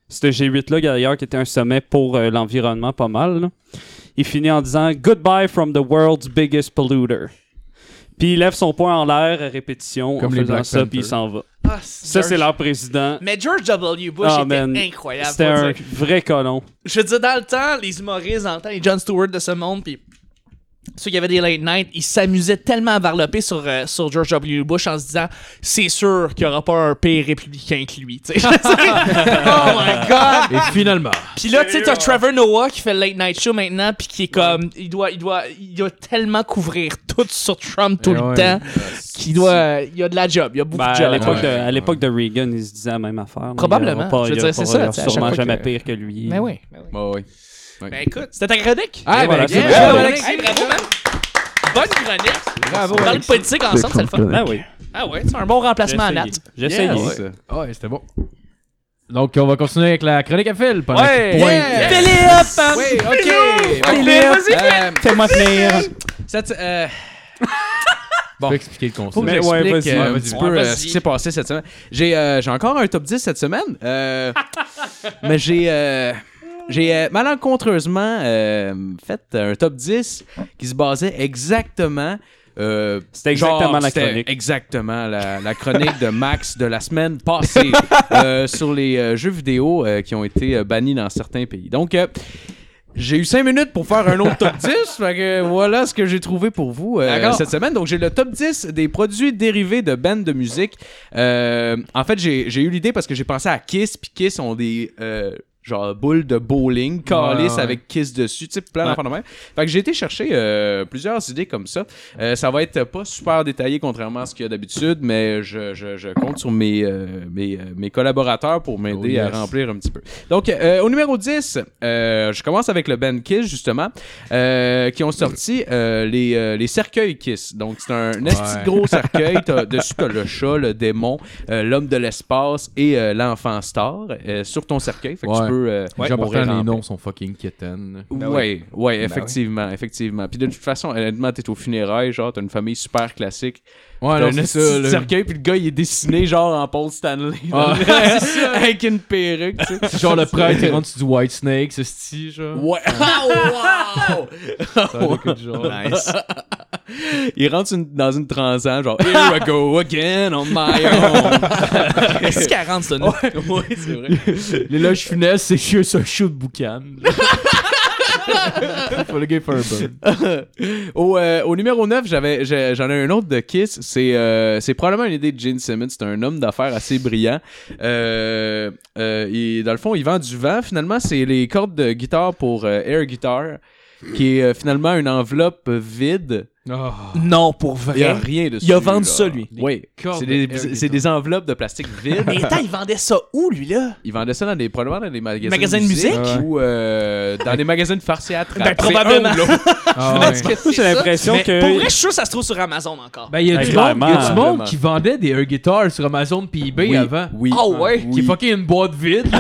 ce G8-là, d'ailleurs, qui était un sommet pour euh, l'environnement pas mal, là. il finit en disant « Goodbye from the world's biggest polluter ». Puis il lève son poing en l'air à répétition
Comme
en
les
faisant
Black
ça, puis il
Panther.
s'en va.
Ah,
Ça, c'est
George-
leur président.
Mais George W. Bush
Ah,
était
man.
incroyable.
C'était
faut
un
dire.
vrai colon.
Je veux dire, dans le temps, les humoristes, dans le temps, les John Stewart de ce monde, puis ceux qui avaient des late night, ils s'amusaient tellement à varloper sur, euh, sur George W. Bush en se disant « C'est sûr qu'il n'y aura pas un pire républicain que lui. » Tu sais, je veux dire, Oh my God!
Et finalement.
Puis là, tu sais, t'as Trevor Noah qui fait le late night show maintenant, puis qui est comme, il doit, il doit, il doit tellement couvrir tout sur Trump tout
Eh
le
ouais.
temps, qu'il doit, il y a de la job, il y a beaucoup
Ben,
de job.
à l'époque de,
Ah, ouais.
à l'époque de Reagan, il se disait la même affaire. là.
Probablement.
Il y aura pas-
Je veux
il y
dire,
aura
c'est
pas-
ça,
il y aura
tu sais, à chaque
sûrement
fois que-
jamais pire que lui.
Mais oui.
Bah oui.
Ben écoute, c'était ta chronique.
Ah,
voilà,
ben,
c'est
yeah.
bon.
Voilà,
Hey, bravo, man. Bonne chronique.
Bravo,
On parle de
Alex.
politique ensemble, c'est le fun.
Ah oui.
Ah ouais, c'est un bon remplacement à Nat.
J'essaye.
Ouais, c'était bon. Donc, on va continuer avec la chronique à fil. pendant
Ouais. hein.
que- Point.
Yeah.
Téléop!
Oui, ok.
Phil, vas-y, Phil.
Euh,
Fais-moi plaisir.
cette, euh,
Bon. Je vais expliquer le concept.
Faut que
Mais
j'explique
ouais, vas-y,
euh,
ouais,
un
vas-y.
petit
Ouais,
peu euh,
vas-y.
ce qui s'est passé cette semaine. J'ai euh, j'ai encore un top 10 cette semaine, euh, mais j'ai euh, j'ai euh, malencontreusement euh, fait un top 10 qui se basait exactement. euh,
C'était exactement
genre,
la
c'était
chronique.
Exactement la, la chronique de Max de la semaine passée euh, sur les euh, jeux vidéo euh, qui ont été euh, bannis dans certains pays. Donc, euh, j'ai eu 5 minutes pour faire un autre top 10. fait que voilà ce que j'ai trouvé pour vous euh,
D'accord.
cette semaine. Donc, j'ai le top 10 des produits dérivés de bandes de musique. Euh, en fait, j'ai j'ai eu l'idée parce que j'ai pensé à Kiss. Puis Kiss ont des euh, genre boules de bowling, calice
ouais.
avec Kiss dessus. Tu sais, plein d'affaires de même. Fait que j'ai été chercher euh, plusieurs idées comme ça. Euh, ça va être pas super détaillé contrairement à ce qu'il y a d'habitude, mais je, je- je compte sur mes, euh, mes, euh, mes collaborateurs pour m'aider
Oh, yes.
à remplir un petit peu. Donc, euh, au numéro 10, euh, je commence avec le band Kiss, justement, euh, qui ont sorti euh, les, euh, les cercueils Kiss. Donc, c'est un esti de gros cercueil. T'as- dessus, t'as le chat, le démon, euh, l'homme de l'espace et euh, l'enfant star euh, sur ton cercueil. Fait que
Ouais.
tu peux... euh,
Les gens
mourir
portant
en
les
paix.
noms sont fucking kitten.
Ouais, ouais, effectivement, effectivement. Puis de toute façon, honnêtement, t'es au funérailles, genre, t'as une famille super classique.
Ouais,
T'as
non,
un
c'est
petit
ça. là.
cercueil, puis le gars, il est dessiné, genre, en Paul Stanley.
Ah.
dans le- avec une perruque, tu sais.
C'est genre le prêtre qui rentre sur du White Snake, ce style, genre.
Ouais. wow!
Ça a des coups de genre.
il rentre une- dans une transam, genre, Here I go again on my own.
Qu'est-ce qu'elle rentre, ça, nous?
ouais, c'est vrai.
L'éloge funeste, c'est juste un show de boucan. Faut le gars faire un bug.
au, euh, au numéro 9, j'avais, j'ai- j'en ai un autre de Kiss. C'est, euh, c'est probablement une idée de Gene Simmons. C'est un homme d'affaires assez brillant. Euh, euh, il- dans le fond, il vend du vent. Finalement, c'est les cordes de guitare pour euh, air guitar, qui est euh, finalement une enveloppe vide.
Ah,
Non, pour vrai.
Il n'y a rien dessus.
Il a vendu
là.
ça, lui.
Oui.
cordes
C'est des,
de air
c'est
guitar.
des enveloppes de plastique vide.
Mais attends, il vendait ça où, lui, là?
Il vendait ça dans des, probablement dans des magasins,
Magasins de musique?
ou euh, dans des magasins de farce et attrape.
Ben,
C'est
probablement.
un ou l'autre.
Ah, ouais.
Moi, j'ai l'impression
Mais Pour vrai, je
que.
suis sûr que ça se trouve sur Amazon encore.
Ben, il y a
Ben,
du monde, y a du
clairement.
monde qui vendait des air guitars sur Amazon puis eBay
Oui,
avant.
Oui.
Ah ouais?
Qui est fucking une boîte vide, là.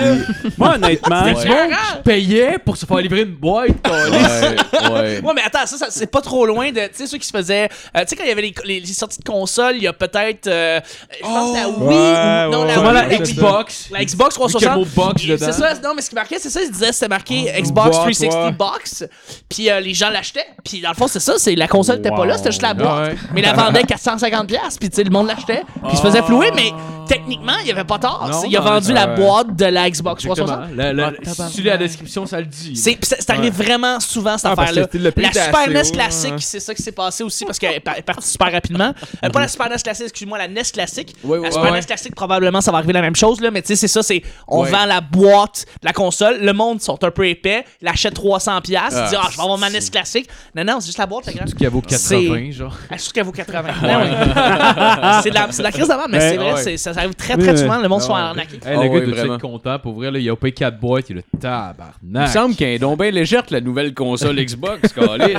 Moi, honnêtement,
Il y a du monde qui payait pour se faire livrer une boîte, câlisse.
Ouais, ouais.
Ouais, mais attends, ça, ça, c'est pas trop loin de. Tu sais, ceux qui se faisaient. euh, tu sais, quand il y avait les, les- les sorties de consoles, il y a peut-être. euh, je pense
Oh,
que la Wii. ou, non,
ouais,
la,
Sûrement la
Wii,
Xbox.
La Xbox
Vu qu'il y a le
360.
mot box
Et C'est
dedans. Oh,
ça, non, mais ce qui marquait, c'est ça, ils disaient c'était marqué Xbox 360 Box. Puis euh, les gens l'achetaient. Puis dans le fond, c'est ça, c'est la console n'était pas là, c'était juste la boîte.
Ouais.
Mais la vendait 450$. piastres, Puis tu sais, le monde l'achetait. Puis il se faisait flouer, mais techniquement, il avait pas tort.
Non,
il a
non,
vendu
ouais.
la boîte de la Xbox 360.
Exactement. La- la- si tu lis la description, ça le dit.
C'est pis c'est- c'est arrivé vraiment souvent cette
Ah, parce
affaire-là.
que le prix
La hein.
était
Super
assez
NES
hein.
haut,
classique, c'est ça qui s'est passé aussi parce qu'elle est pa- est partie super rapidement. Euh, pas la Super NES classique, excuse-moi, la NES classique.
Oui, oui,
la Super
ouais.
NES classique, probablement, ça va arriver la même chose, là, mais tu sais, c'est ça, c'est on
Ouais.
vend la boîte, la console, le monde sont un peu épais, l'achète 300$, pièces
Ah,
dit ah, je vais avoir ma NES classique. Non, non, c'est juste la boîte, la grande.
Qui a vaut 80,
80,
genre.
Ah, Je trouve qu'elle vaut 80. Non, oui. c'est de, la- c'est de la crise de vente, mais
Ben,
c'est vrai,
ouais.
c'est- ça ça arrive très très
Oui,
souvent, le monde se fait
ouais.
arnaquer.
Hey,
Ah
le
ouais,
gars doit
vraiment.
être content pour vrai. Là, il a payé 4 boîtes, il a le tabarnak.
Il me semble qu'elle est donc bien légère, la nouvelle console Xbox, câlisse.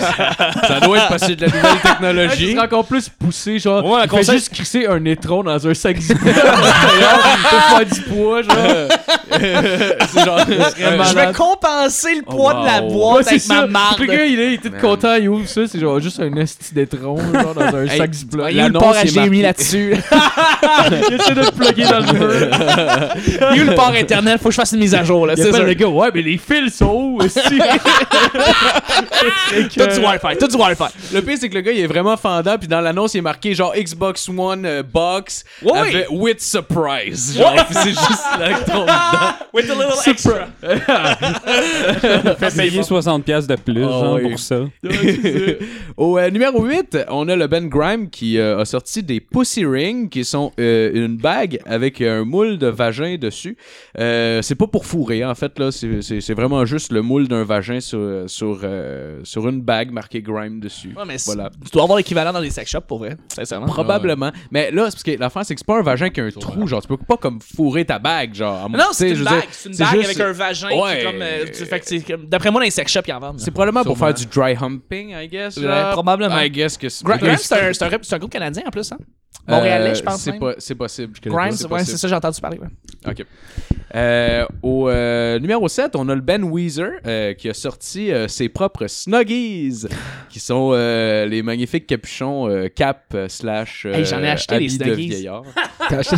Ça doit être passé de la nouvelle
Ouais,
technologie.
ce serait encore plus poussé, genre. il
Ouais, un
fait
conseil-
juste crisser un étron dans un sac ziploc. Genre, il peut faire du poids, genre.
Euh, C'est genre-
Je vais
malade.
compenser le poids de la
Ben, Oh, wow.
Ouais,
boîte
c'est
avec ma
ça.
marde.
Le gars, il est, il est tout content, il ouvre ça, c'est genre juste un esti d'étron, genre, dans un sac ziploc.
il y a eu le port HDMI
là-dessus.
Il essaie de le plugger dans le mur.
Il y a eu le port internet, faut que je fasse une mise à jour là,
Il
c'est
appelle
ça.
le gars, ouais, mais les fils sont hauts aussi.
Tout du Wi-Fi, tout du Wi-Fi.
Le pire, c'est que le gars, il est vraiment fendant, puis dans l'annonce, il est marqué genre Xbox One euh, Box
Ouais,
avec with surprise. Genre, puis c'est juste l'électron dedans.
With a little extra.
fait payer 60$ piastres de plus
Oh,
Ah
genre,
oui.
pour ça.
Au euh, numéro 8, on a le Ben Grime qui euh, a sorti des Pussy Rings, qui sont euh, une bague vague avec un moule de vagin dessus. Euh, c'est pas pour fourrer, en fait, là. C'est- C'est c'est vraiment juste le moule d'un vagin sur, sur, euh, sur une bague marquée Grime dessus.
Ouais, mais c'est-
Voilà.
Tu dois avoir l'équivalent dans les sex shops pour vrai, sincèrement.
Probablement. Mais là, c'est parce que l'affaire, c'est que c'est pas un vagin qui a un trou. Genre, tu peux pas comme fourrer ta bague, genre. à mon-
Non,
tu
c'est
sais, je
une
veux dire,
bague. C'est une
c'est
bague
juste-
avec un vagin
Ouais.
qui est comme. euh, tu- fait que c'est comme- D'après moi, dans les sex shops, ils en vendent.
C'est probablement pour
Sûrement.
faire du dry humping, I guess.
Ouais,
genre.
probablement.
I guess que c'est.
Gra- Grimes, c'est un, c'est un, rap- c'est un groupe canadien en plus, hein? Montréalais,
Euh,
je pense.
C'est
même.
pas- c'est possible. je connais pas,
Grimes,
c'est
ouais,
possible.
c'est ça, j'ai entendu parler. ouais.
OK. Euh, au euh, numéro 7, on a le Ben Weezer euh, qui a sorti euh, ses propres Snuggies, qui sont euh, les magnifiques capuchons euh, cap euh, slash euh,
Hey, j'en ai acheté des
habits de
Snuggies.
vieillard.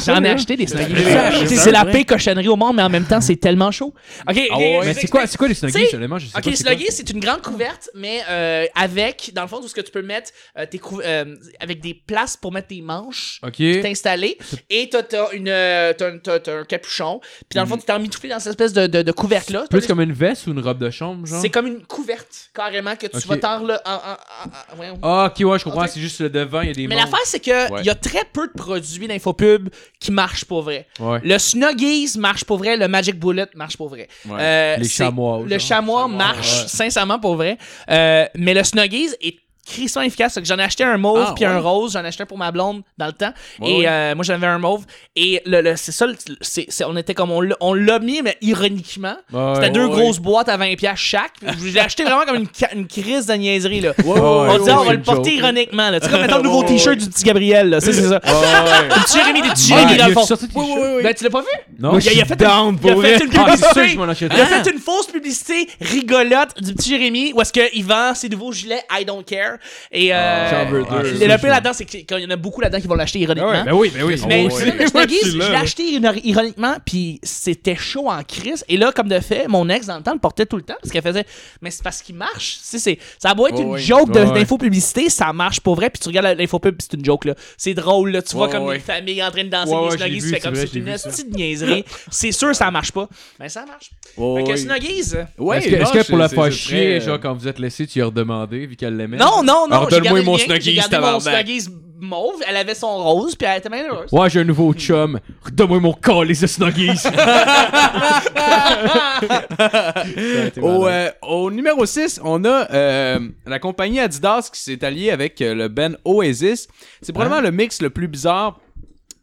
J'en ai acheté des snuggies. Ah, C'est c'est la pire cochonnerie au monde, mais en même temps, c'est tellement chaud. OK, ok,
Ah ouais.
je
Mais
vous
c'est quoi,
explique.
c'est quoi les
Tu
snuggies,
sais-
seulement? Je sais
Ok,
pas, c'est quoi.
Sluggy, c'est une grande couverte, mais euh, avec, dans le fond, tout ce que tu peux mettre, euh, tes couv- euh, avec des places pour mettre tes manches.
Ok.
Tu t'installer et t'as, t'as une, euh, t'as, une- t'as- t'as un capuchon. Puis dans le fond,
Mm-hmm.
tu t'es emmitouflé dans cette espèce de, de, de couverte-là.
Plus comme une veste ou une robe de chambre, genre?
C'est comme une couverte, carrément, que tu
Ok.
vas tendre là. en- en- en- en- voyons.
Ah, ok, ouais, je comprends.
Ok.
C'est juste le devant, il y a des
Mais
manches.
l'affaire, c'est que
Ouais.
il y a très peu de produits d'infopub qui marchent pour vrai.
Ouais.
Le Snuggies marche pour vrai, le Magic Bullet marche pour vrai. Euh,
Les
c'est-
chamois,
Le
genre.
chamois marche sincèrement pour vrai. Euh, mais le Snuggies est crissement efficace. C'est que J'en ai acheté un mauve
Ah,
puis un
ouais.
rose. J'en ai acheté un pour ma blonde dans le temps.
Ouais,
et
ouais.
euh, moi, j'avais un mauve. Et le, le- c'est ça, le- c'est- c'est- on était comme on l'a- on l'a mis, mais ironiquement.
Ouais,
C'était
ouais.
deux grosses boîtes à 20$ piastres chaque. Je l'ai acheté vraiment comme une, ca- une crise de niaiserie. Là.
Oh,
ouais,
on
ouais,
disait, on
ouais,
va le
une
porter
joke.
ironiquement. Là. Tu sais, comme mettons le nouveau t-shirt du petit Gabriel. Là. Ça, c'est ça.
Ah,
Du petit Jérémy, des petits
Ouais,
Jérémy
Ah, il
dans
a
le fond.
sorti des t-shirts.
Ben, tu l'as pas vu?
Non,
il, a- il a fait down
pour
il a fait
vrai.
une
Ah, c'est sûr que
publicité.
je m'en achète.
il a fait une fausse publicité rigolote du petit Jérémy où est-ce qu'il vend ses nouveaux gilets I don't care. Et euh,
Ah, J'en veux
et
deux.
le pire là-dedans, c'est qu'il y en a beaucoup là-dedans qui vont l'acheter ironiquement.
Ben oui, ben oui.
Mais
Oh,
le
ouais.
le Snuggies, je l'ai acheté iro- ironiquement, puis c'était chaud en crise. Et là, comme de fait, mon ex, dans le temps, le portait tout le temps parce qu'elle faisait Mais c'est parce qu'il marche. Tu sais, c'est- ça doit être
Ouais,
une
ouais.
joke de-
Ouais, ouais.
d'infopublicité, ça marche pour vrai. Puis tu regardes la- l'infopub, puis c'est une joke. là. C'est drôle. Là. Tu vois
Ouais,
comme
ouais.
une famille en train de danser
Ouais,
les
ouais,
Snuggies,
je l'ai
tu
vu,
fais comme
c'est vrai,
c'est
je l'ai
une
vu, ça.
petite niaiserie. C'est sûr, ça marche pas. Mais ça marche.
Ouais,
fait que
ouais.
Snuggies.
Ouais,
Est-ce que, est-ce
non,
que pour la
c'est-
faire
c'est- c'est très,
chier,
euh,
genre, quand vous êtes laissé, tu y as redemandé, vu qu'elle l'aimait?
Non, non, non.
Alors,
j'ai
donne-moi
gardé
mon
le mien,
Snuggies,
J'ai gardé mon
tabarnak.
Snuggies mauve. Elle avait son rose, puis elle était bien heureuse.
Ouais, j'ai un nouveau chum. Redonne-moi mon calice de snuggies.
Au, euh, au numéro 6, on a euh, la compagnie Adidas qui s'est alliée avec euh, le Ben Oasis. C'est probablement le mix le plus bizarre.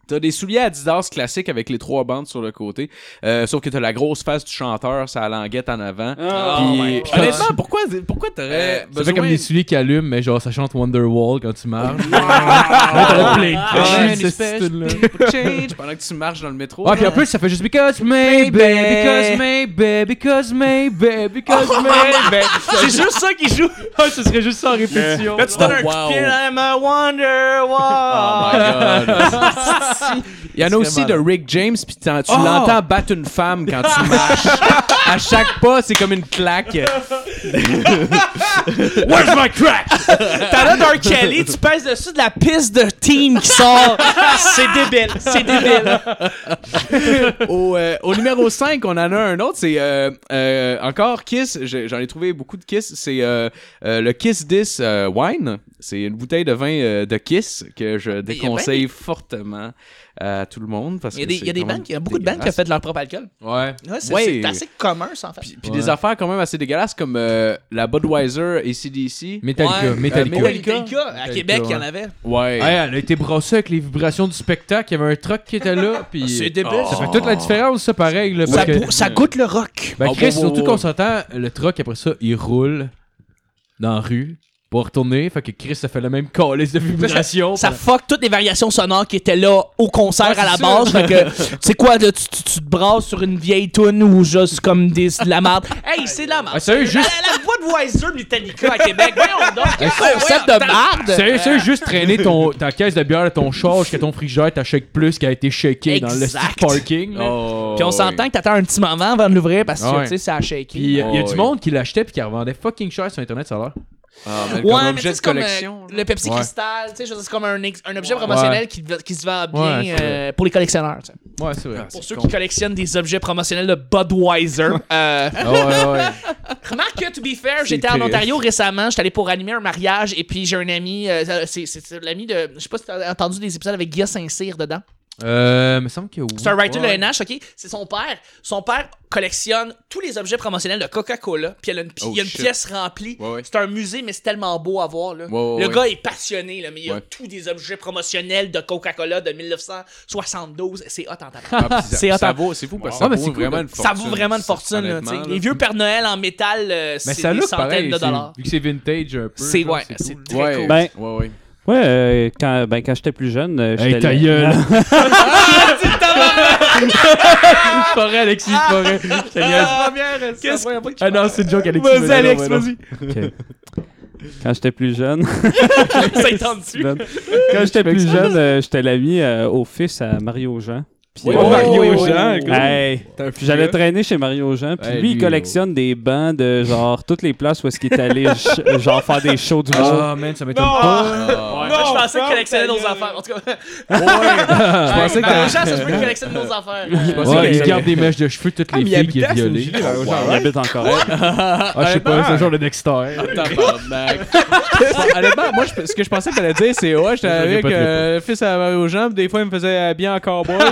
T'as des souliers Adidas classiques avec les trois bandes sur le côté. Euh, sauf que t'as la grosse face du chanteur, sa languette en avant.
Oh,
Puis-
my
puis honnêtement, pourquoi, pourquoi t'aurais
Ça fait
besoin...
comme des souliers qui allument, mais genre, ça chante Wonderwall quand tu marches. Ouais, t'as le plein
Ah,
de
une
ce
espèce
style-là.
de change pendant que tu marches dans le métro.
Ouais, puis en plus, ça fait juste Because maybe, because maybe, because maybe, because maybe.
C'est juste ça qui joue.
Ah, ce serait juste ça en répétition.
Là, tu donnes un coup de pied, I'm a wonder
Oh my God. Il y en a aussi de Rick James, puis t'en-
Oh!
tu l'entends battre une femme quand tu marches. à chaque pas, c'est comme une claque.
Where's my crack?
T'en as d'un Kelly, tu pèses dessus de la piste de team qui sort. C'est débile, c'est débile.
au, euh, au numéro 5, on en a un autre. C'est euh, euh, encore Kiss. J'ai- J'en ai trouvé beaucoup de Kiss. C'est euh, euh, le Kiss This euh, Wine. C'est une bouteille de vin euh, de Kiss que je déconseille fortement à tout le monde. Parce
Eh ben. Il y a des,
que c'est
il y a des
quand même
banques, il y a beaucoup de banques qui ont
dégueulasse.
fait de leur propre alcool.
Ouais.
Ouais, c'est
Ouais.
c'est assez commun, ça, en fait.
Puis des affaires quand même assez dégueulasses comme euh, la Budweiser et CDC.
Metallica, Metallica.
Ouais,
euh,
Ouais,
Metallica.
Metallica, à
Metallica,
Québec, il y en
ouais.
avait.
Ouais.
Ouais, elle a été brossée avec les vibrations du spectacle. Il y avait un truck qui était là. Puis euh,
C'est débile.
Ça fait toute la différence, ça, pareil. Là, parce
Ça,
que-
goûte- ça goûte le rock.
Ben,
Oh,
Chris,
wow, wow,
surtout
wow.
qu'on s'entend, le truck, après ça, il roule dans la rue pour retourner. Fait que Chris, ça fait la même calice de vibration.
Ça fuck toutes les variations sonores qui étaient là au concert
Ouais,
à la
c'est
base. Fait que, tu sais quoi, là, tu, tu, tu te brasses sur une vieille toune ou juste comme des, de la merde. Hey, c'est de la merde.
Ah, sérieux,
La,
juste,
la, la Budweiser Metallica à Québec. Voyons donc, quel concept de merde.
sérieux, sérieux, juste traîner ton, ta caisse de bière, ton char jusqu'à ton frigère, ta shake plus qui a été shaké dans le
Exact.
petit parking. là.
Puis on s'entend que t'attends un petit moment avant de l'ouvrir parce que
Ah ouais.
tu sais, ça a shaké.
Puis il y a
Oh,
du
oui.
monde qui l'achetait puis qui la revendait fucking cher sur Internet, ça a l'air.
Ah, mais
Ouais,
comme
mais
objet
tu sais,
de
c'est comme, euh,
collection.
le Pepsi
Ouais.
Cristal, tu sais, je veux dire, c'est comme un, ex- un objet promotionnel qui, qui se vend bien
Ouais, c'est
euh, pour les collectionneurs. tu sais.
Ouais, c'est vrai.
Pour ceux qui collectionnent des objets promotionnels de Budweiser. euh,
Ah ouais, ouais.
Remarque que, to be fair, j'étais en Ontario récemment. J'étais allé pour animer un mariage et puis j'ai un ami. euh, c'est c'est- c'est l'ami de. Je sais pas si t'as entendu des épisodes avec Guy Saint-Cyr dedans.
Euh, me semble que oui.
C'est un writer
Ouais.
de NH, OK? C'est son père. Son père collectionne tous les objets promotionnels de Coca-Cola. Puis elle a une pi-
Oh,
il y a une
shit.
pièce remplie.
Ouais, ouais.
C'est un musée, mais c'est tellement beau à voir. Là.
Ouais, ouais,
le
ouais.
gars est passionné, là, mais il y a
Ouais.
tous des objets promotionnels de Coca-Cola de 1972. C'est hot en tabarnak.
Ah, puis
C'est
ça, ça
attends.
vaut, c'est fou parce que
Ouais, mais
ça
c'est
vaut
cool,
vraiment
là.
une fortune.
Ça vaut vraiment une fortune. là,
honnêtement,
t'sais.
là.
Les vieux Père Noël en métal, euh,
Mais
c'est
ça
des
look
centaines
pareil.
de
c'est-
dollars.
Vu que c'est vintage un peu.
C'est
genre,
ouais, c'est
cool.
très
Ouais,
cool.
Ben-
ouais, ouais.
Ouais, euh, quand, ben, quand j'étais plus jeune, euh, j'étais
Hey, ta
là-
gueule! Forêt, Alexis, forêt.
Ah, bien, c'est la première fois que je
Ah non, c'est une joke, Alexis.
Vas-y,
mais non,
Alex,
mais non.
vas-y.
Ok.
Quand j'étais plus jeune,
parle de ça, il tombe dessus.
Ben, quand j'étais plus jeune, euh, j'étais l'ami euh, au fils à Mario Jean. Puis,
Oui,
euh,
oh, Mario
oui,
Jean,
oui.
cool.
Hey, puis j'allais traîner chez Mario Jean, puis
Ouais,
lui,
lui,
il collectionne des bancs de genre toutes les places où est-ce qu'il est allé ch- genre faire des shows du jour.
Ah, man, ça m'étonne
Non.
pas.
Ah,
Moi, je pensais qu'il collectionnait nos affaires. En tout cas,
Je pensais que
Mario-Jean, ça se peut qu'il collectionne nos affaires.
je pensais
Ouais,
que-
il garde des mèches de cheveux toutes
Ah,
les filles qu'il a violées.
Il habite encore.
Ah, je sais pas, c'est un genre de Dexter.
Ah,
Tabarnak. Honnêtement, moi, je- ce que je pensais que t'allais dire, c'est ouais, j'étais
Je l'ai
avec
pas, je l'ai
euh, le fils à Mario Jean, puis des fois, il me faisait Ben, euh, bien en cowboy, puis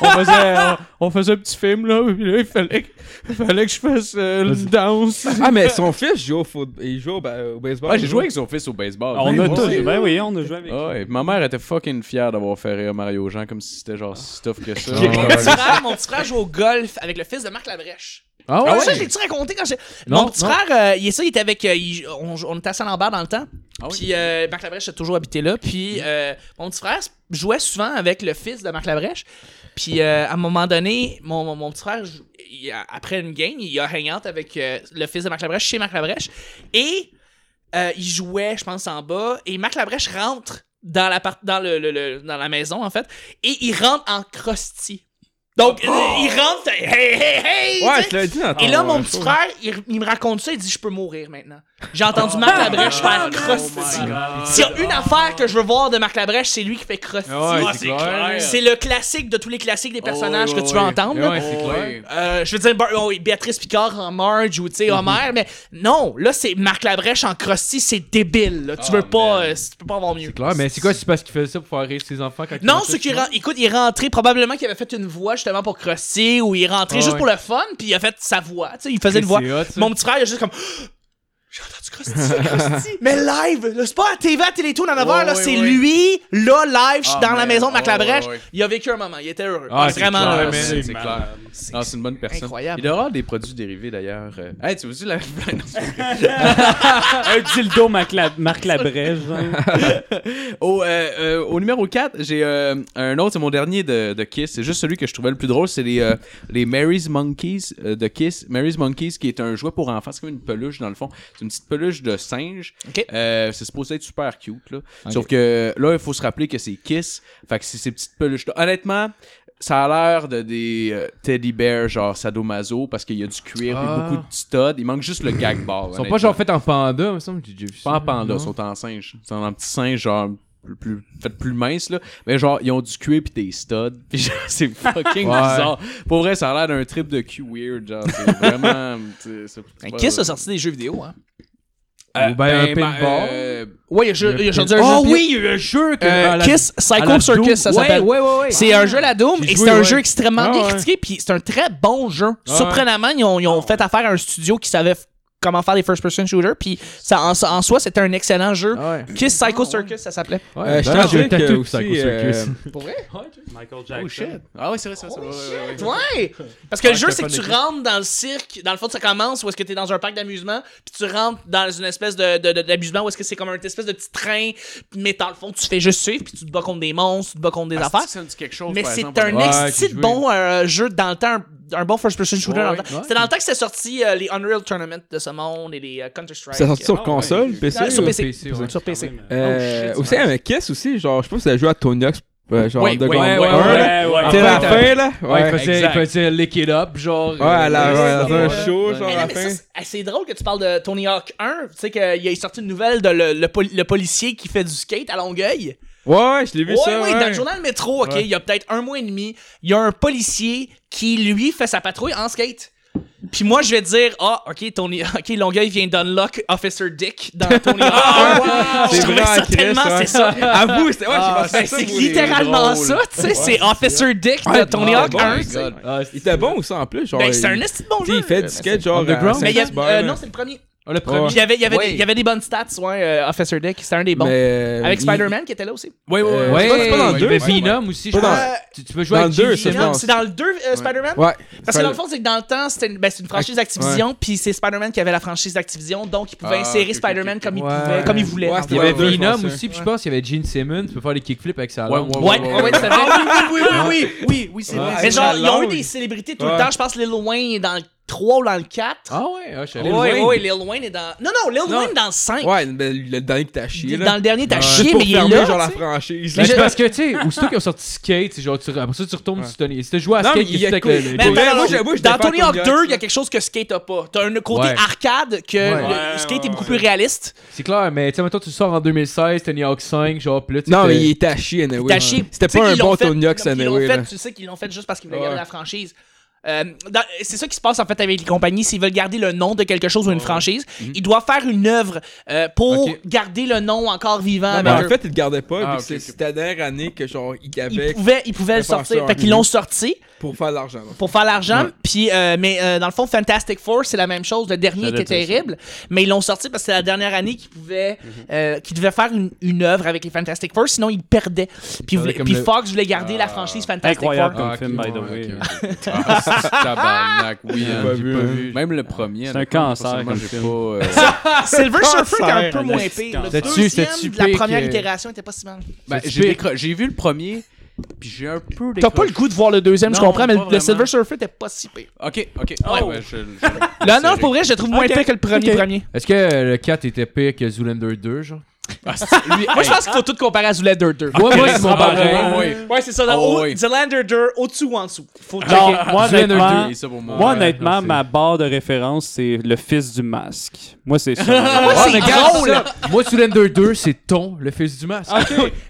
on faisait, on, on faisait un petit film, là, puis là, il fallait, que- il fallait que je fasse euh, une danse.
Ah, mais son fils joue au, foot... il joue au, ba- au baseball.
Ouais, Ah, j'ai joué avec son fils au baseball.
On a
Ouais,
tout.
ouais.
Ben oui, on a joué avec.
Ouais, ma mère était fucking fière d'avoir fait rire Mario Jean comme si c'était genre si stuff que ça.
Ok.
Ah Ouais.
Mon petit frère, mon petit frère joue au golf avec le fils de Marc Labrèche.
Ah
Ah ouais? Ça,
ouais?
je l'ai-tu raconté quand j'ai.
Non,
Mon petit
non.
frère, euh, il, ça, il était avec. euh, il- on, on était assis en bar dans le temps.
oui?
Puis euh, Marc Labrèche a toujours habité là. Puis euh, mon petit frère jouait souvent avec le fils de Marc Labrèche. Puis euh, à un moment donné, mon, mon, mon petit frère, jou- il a- après une game, il a hangout avec euh, le fils de Marc Labrèche chez Marc Labrèche. Et euh, il jouait, je pense, en bas. Et Marc Labrèche rentre dans, la, dans, le, le- le- dans la maison, en fait. Et il rentre en crusty. Donc, il rentre. fait, Hey, hey, hey! tu
Ah Ouais,
sais.
je l'ai dit dans ton-
Et là, mon petit
show.
frère, il, il me raconte ça, il dit Je peux mourir maintenant. J'ai entendu
Ah!
Marc Labrèche
Oh
faire Krusty. S'il y a une affaire que je veux voir de Marc Labrèche, c'est lui qui fait Krusty.
Ah, c'est clair. Oh,
c'est le classique de tous les classiques des personnages que tu veux entendre. là.
Ouais, c'est clair.
Euh, je veux dire, Bar- oh, oui, Béatrice Picard en Marge ou tu sais,
Mhm.
Homer, mais non, là, c'est Marc Labrèche en Krusty, c'est débile. là.
Ah,
Tu veux pas, euh, tu peux pas avoir mieux.
C'est clair, mais c'est quoi, c'est parce qu'il faisait ça pour faire rire ses enfants quand il
Non,
faisait
ce
ça,
qui
sinon?
ren- écoute, il est rentré probablement qu'il avait fait une voix justement pour Krusty ou il est rentré
Ah
juste
ouais.
pour le fun, puis il a fait sa voix, tu sais, il faisait une
C'est
voix.
hot, ça.
Mon petit frère, il a juste comme J'ai entendu Krusty, Krusty. Mais live, là, c'est pas à TV, à Télétoon en 9 là, c'est lui là live je suis dans la maison de Mac Labrèche. Il a vécu un moment, il était heureux.
Ah,
Ah,
c'est
vraiment
clair,
là,
man.
c'est-
C'est clair. Non, c'est une bonne personne.
incroyable.
Il doit avoir des produits dérivés d'ailleurs. Euh, Hey, tu vois-tu la. Non, c'est vrai. Ah.
Un dildo Marc La- Marc Labrèche. genre.
au, euh, euh, au numéro 4, j'ai euh, un autre, c'est mon dernier de, de Kiss. C'est juste celui que je trouvais le plus drôle. C'est les, euh, les Mary's Monkeys euh, de Kiss. Mary's Monkeys, qui est un jouet pour enfants. C'est comme une peluche dans le fond. C'est une petite peluche de singe.
Ok.
Euh, c'est supposé être super cute. Là. Sauf que là, il faut se rappeler que c'est Kiss. Fait que c'est ces petites peluches-là. Honnêtement, ça a l'air de des euh, teddy bears genre sadomaso parce qu'il y a du cuir et
Ah.
beaucoup de petits studs. Il manque juste le gag ball.
Ils sont pas genre faits en panda, me semble, j'ai déjà vu ça.
Pas en panda,
Non.
ils sont en singe. Ils sont en petit singe, genre, plus, plus, fait plus mince, là. Mais genre, ils ont du cuir pis des studs. Pis genre, c'est fucking bizarre. Pour vrai, ça a l'air d'un trip de cul weird, genre. C'est vraiment. tu sais, c'est- c'est pas-
Kiss a sorti des jeux vidéo, hein.
Euh,
Ou ben un
ben,
pinball.
euh,
Ouais, il y a jeu- il y a aujourd'hui un jeu.
Oh
vidéo.
oui, il y a eu un jeu que.
Euh,
à Ah, la-
Kiss
à la
Psycho Circus, ça
Doom.
s'appelle.
Ouais, ouais, ouais. ouais.
C'est un jeu la Doom
J'ai
et
joué,
c'est un
ouais.
jeu extrêmement
Ah,
bien
ouais. Ah,
critiqué puis c'est un très bon jeu. Surprenamment, ils ont, ils ont fait affaire à un studio qui savait f- comment faire des first-person shooters puis ça en, en soi c'était un excellent jeu.
Ah, Ouais.
Kiss Psycho Circus, ça s'appelait.
Ouais,
Euh, je
ben,
t'en
j'ai un
prie que
tatou
aussi,
Psycho Circus.
Michael
Oh,
Jackson.
Ah ouais, c'est vrai, c'est vrai. c'est vrai, ouais, ouais, ouais.
Ouais! Parce que le jeu, c'est que tu rentres dans le cirque, dans le fond, ça commence où est-ce que t'es dans un parc d'amusement, puis tu rentres dans une espèce de, de- de- d'amusement où est-ce que c'est comme un espèce de petit train, mais dans le fond, tu fais juste suivre, puis tu te bats contre des monstres, tu te bats contre des
Ah,
affaires.
c'est-tu que Ça me dit quelque chose.
Mais
par
c'est
exemple,
un
ouais.
Ouais,
esti
qui jouait.
de bon euh, jeu dans le temps, un, un bon first-person shooter
Ouais,
dans le temps.
ouais.
C'était dans le temps que c'était sorti euh, les Unreal Tournament de ce monde et les euh, Counter-Strike.
C'est sorti
Euh,
sur console, PC.
sur
ou-
PC.
ouais.
sur PC.
Euh, aussi, avec Kiss aussi, genre, je sais pas si t'as joué à Tony Hawk's, euh, genre,
Ouais,
Underground
ouais, ouais,
1, là.
Ouais, Eh ouais.
T'es la
Ouais,
fin, là.
Ouais, il
Ouais,
faisait, il
exact.
faisait lick it up, genre.
ouais, à la-
euh,
ouais, dans un show, genre,
Mais
à
non,
la
mais
fin.
ça, c'est- ah, c'est drôle que tu parles de Tony Hawk 1. Tu sais qu'il a sorti une nouvelle de le, le poli- le policier qui fait du skate à Longueuil.
Ouais, ouais, je l'ai vu
Oui,
ça.
oui,
ouais.
dans le journal Métro, OK, il y a peut-être un mois et demi, il y a un policier qui, lui, fait sa patrouille en skate. Puis moi, je vais dire, ah, ok, Tony, ok, Longueuil vient d'unlock Officer Dick dans Tony Hawk. Je
C'est
trouvais
vrai,
ça
Chris,
tellement,
ouais.
c'est ça.
Avoue, c'était. Ouais, j'ai
Ah,
pensé à
ben,
ça,
c'est
moi.
littéralement ça, tu sais, c'est Officer Dick de
Ouais,
Tony
ah,
Hawk
bon,
1.
c'est- Il était bon aussi en plus. Genre,
Ben, c'est un
il-
esti de bon
Tu sais,
jeu.
il fait du skate genre.
Underground.
à
Mais il y a-
Saint-Hubert,
euh,
là.
non, c'est le premier.
Ah, le
Ouais.
Puis il y avait, il y avait, des,
Ouais.
il y avait des bonnes stats, ouais, euh, Officer Dick, c'était un des bons.
Mais, euh,
Avec
il-
Spider-Man qui était là aussi.
Oui, oui,
Euh,
oui.
Ouais,
c'est pas- c'est pas dans le
il y avait
deux, ouais.
Venom aussi, je
Pas dans-
pense. Tu, tu peux jouer
dans
avec
le deux,
Jimmy,
ça, je
hein?
Non,
pense.
C'est dans le 2 Spider-Man?
Ouais.
Parce que dans le fond, c'est que dans le temps, c'était une, ben, c'est une franchise Activision, puis c'est Spider-Man qui avait la franchise Activision, donc il pouvait
Ah,
insérer
ok, ok,
Spider-Man
ok.
comme il
Ouais.
pouvait, comme il voulait.
Ouais,
en
c'était
Il y
fait.
avait
Ouais, je
Venom
pense, hein.
aussi, puis je pense qu'il y avait Gene Simmons, tu peux faire les kickflips avec sa
Ouais,
langue.
ouais,
Ouais, ouais, ouais, c'est vrai.
Ah,
oui, oui, oui, oui, oui, c'est
Ouais.
vrai.
Mais genre, ils ont eu
langue.
des célébrités tout le
Ouais.
temps. Je pense Lil Wayne est dans le 3 ou dans le 4.
Ah ouais, ah, je savais.
ouais, ouais, ouais, Lil Wayne est dans. Non, non, Lil
Non.
Wayne est dans le 5.
Ouais, mais le dernier que t'as chié. là.
dans le dernier, t'as
Ouais.
chié,
Juste
mais
pour
il est
fermer,
là.
genre la
tu sais.
franchise.
Mais
là.
c'est parce que, tu sais, aussitôt qu'ils ont sorti Skate, c'est genre, tu, après ça, tu retombes sur Tony. Si t'as joué à Skate,
il
il
y a
avec
quoi-
le- le-
Mais
Mais Pour
attends,
vrai,
attends,
moi, j'ai- moi, je
dans
défends
Tony
Tony
Hawk
Hawk,
2, il y
là.
a quelque chose que Skate a pas. T'as un côté
Ouais.
arcade que
Ouais.
le-
Ouais,
Skate est
ouais,
beaucoup plus réaliste.
C'est clair, mais tu sais, mettons, tu sors en 2016, Tony Hawk 5, genre, puis là, tu
Non,
fais-
mais il était à chier, anyway.
T'as chié.
C'était
Tu sais
pas un
qu'ils l'ont
bon
fait-
Tony Hawk,
qu'ils l'ont
anyway.
fait,
là.
Tu sais qu'ils l'ont fait juste parce qu'ils voulaient
Ouais.
garder la franchise. Euh, dans- c'est ça qui se passe en fait avec les compagnies. S'ils veulent garder le nom de quelque chose ou une franchise, ils doivent faire une œuvre euh, pour
Ok.
garder le nom encore vivant.
Non, mais
avec eux.
en fait, il le gardait pas,
Ah,
vu
ok,
que c'est-
ok.
c'était la dernière année que genre, il y
ils
avait
pouvaient, ils pouvaient le
Ils peuvent faire
sortir.
ça,
fait
hein.
qu'ils l'ont sorti
pour faire de l'argent. là.
pour faire l'argent. Puis, euh, mais euh, dans le fond, Fantastic Four, c'est la même chose. Le dernier était terrible, mais ils l'ont sorti parce que c'est la dernière année qu'ils pouvaient, euh, qu'ils devaient faire une, une œuvre avec les Fantastic Four, sinon ils perdaient. Puis,
perdaient
voulaient-
comme
puis
le-
Fox voulait garder la franchise Fantastic
Incroyable
Four.
comme
Ah, ok,
film, by the
ouais,
way.
ok, ok. Ah, c'est tabarnak, oui.
J'ai
hein,
pas
j'ai
vu,
pas
hein.
vu. Même le premier.
C'est un
honnêtement,
cancer
personnellement,
comme
j'ai
film.
pas, euh,
Silver Surfer était un peu
Cancer,
moins
la
pire. Le
C'était-tu-
c'était-tu
deuxième, de la
pire
première
euh,
que-
itération était pas si mal.
ben,
C'est
j'ai
pire.
décro- j'ai vu le premier, puis j'ai un peu
T'as pas le
décroché.
goût de voir le deuxième, je
Non,
comprends, mais
pas
le Silver
vraiment.
Surfer était pas si pire.
Ok, ok.
Ouais.
Ah, ouais, je- je-
Là, non,
serré.
pour vrai, je le trouve moins pire que le premier. premier.
Est-ce que le 4 était pire que Zoolander 2, genre?
Ah, c'est- lui,
Moi,
hey,
je pense qu'il faut tout comparer à Zoolander 2.
Ouais, moi, c'est mon
ah,
barème.
ouais, ouais.
Ouais, c'est ça.
Oh,
au-
oui.
Zoolander 2, au-dessus ou en dessous.
Ah.
Faut
Non,
checker.
moi,
Zoolander
honnêtement,
Et Ah, ça pour
moi,
moi.
honnêtement
non, c'est-
ma barre de référence, c'est le fils du masque. Moi, c'est ça.
Moi, c'est
mais
drôle.
regarde ça. Moi, Zoolander 2, c'est ton, le fils du masque.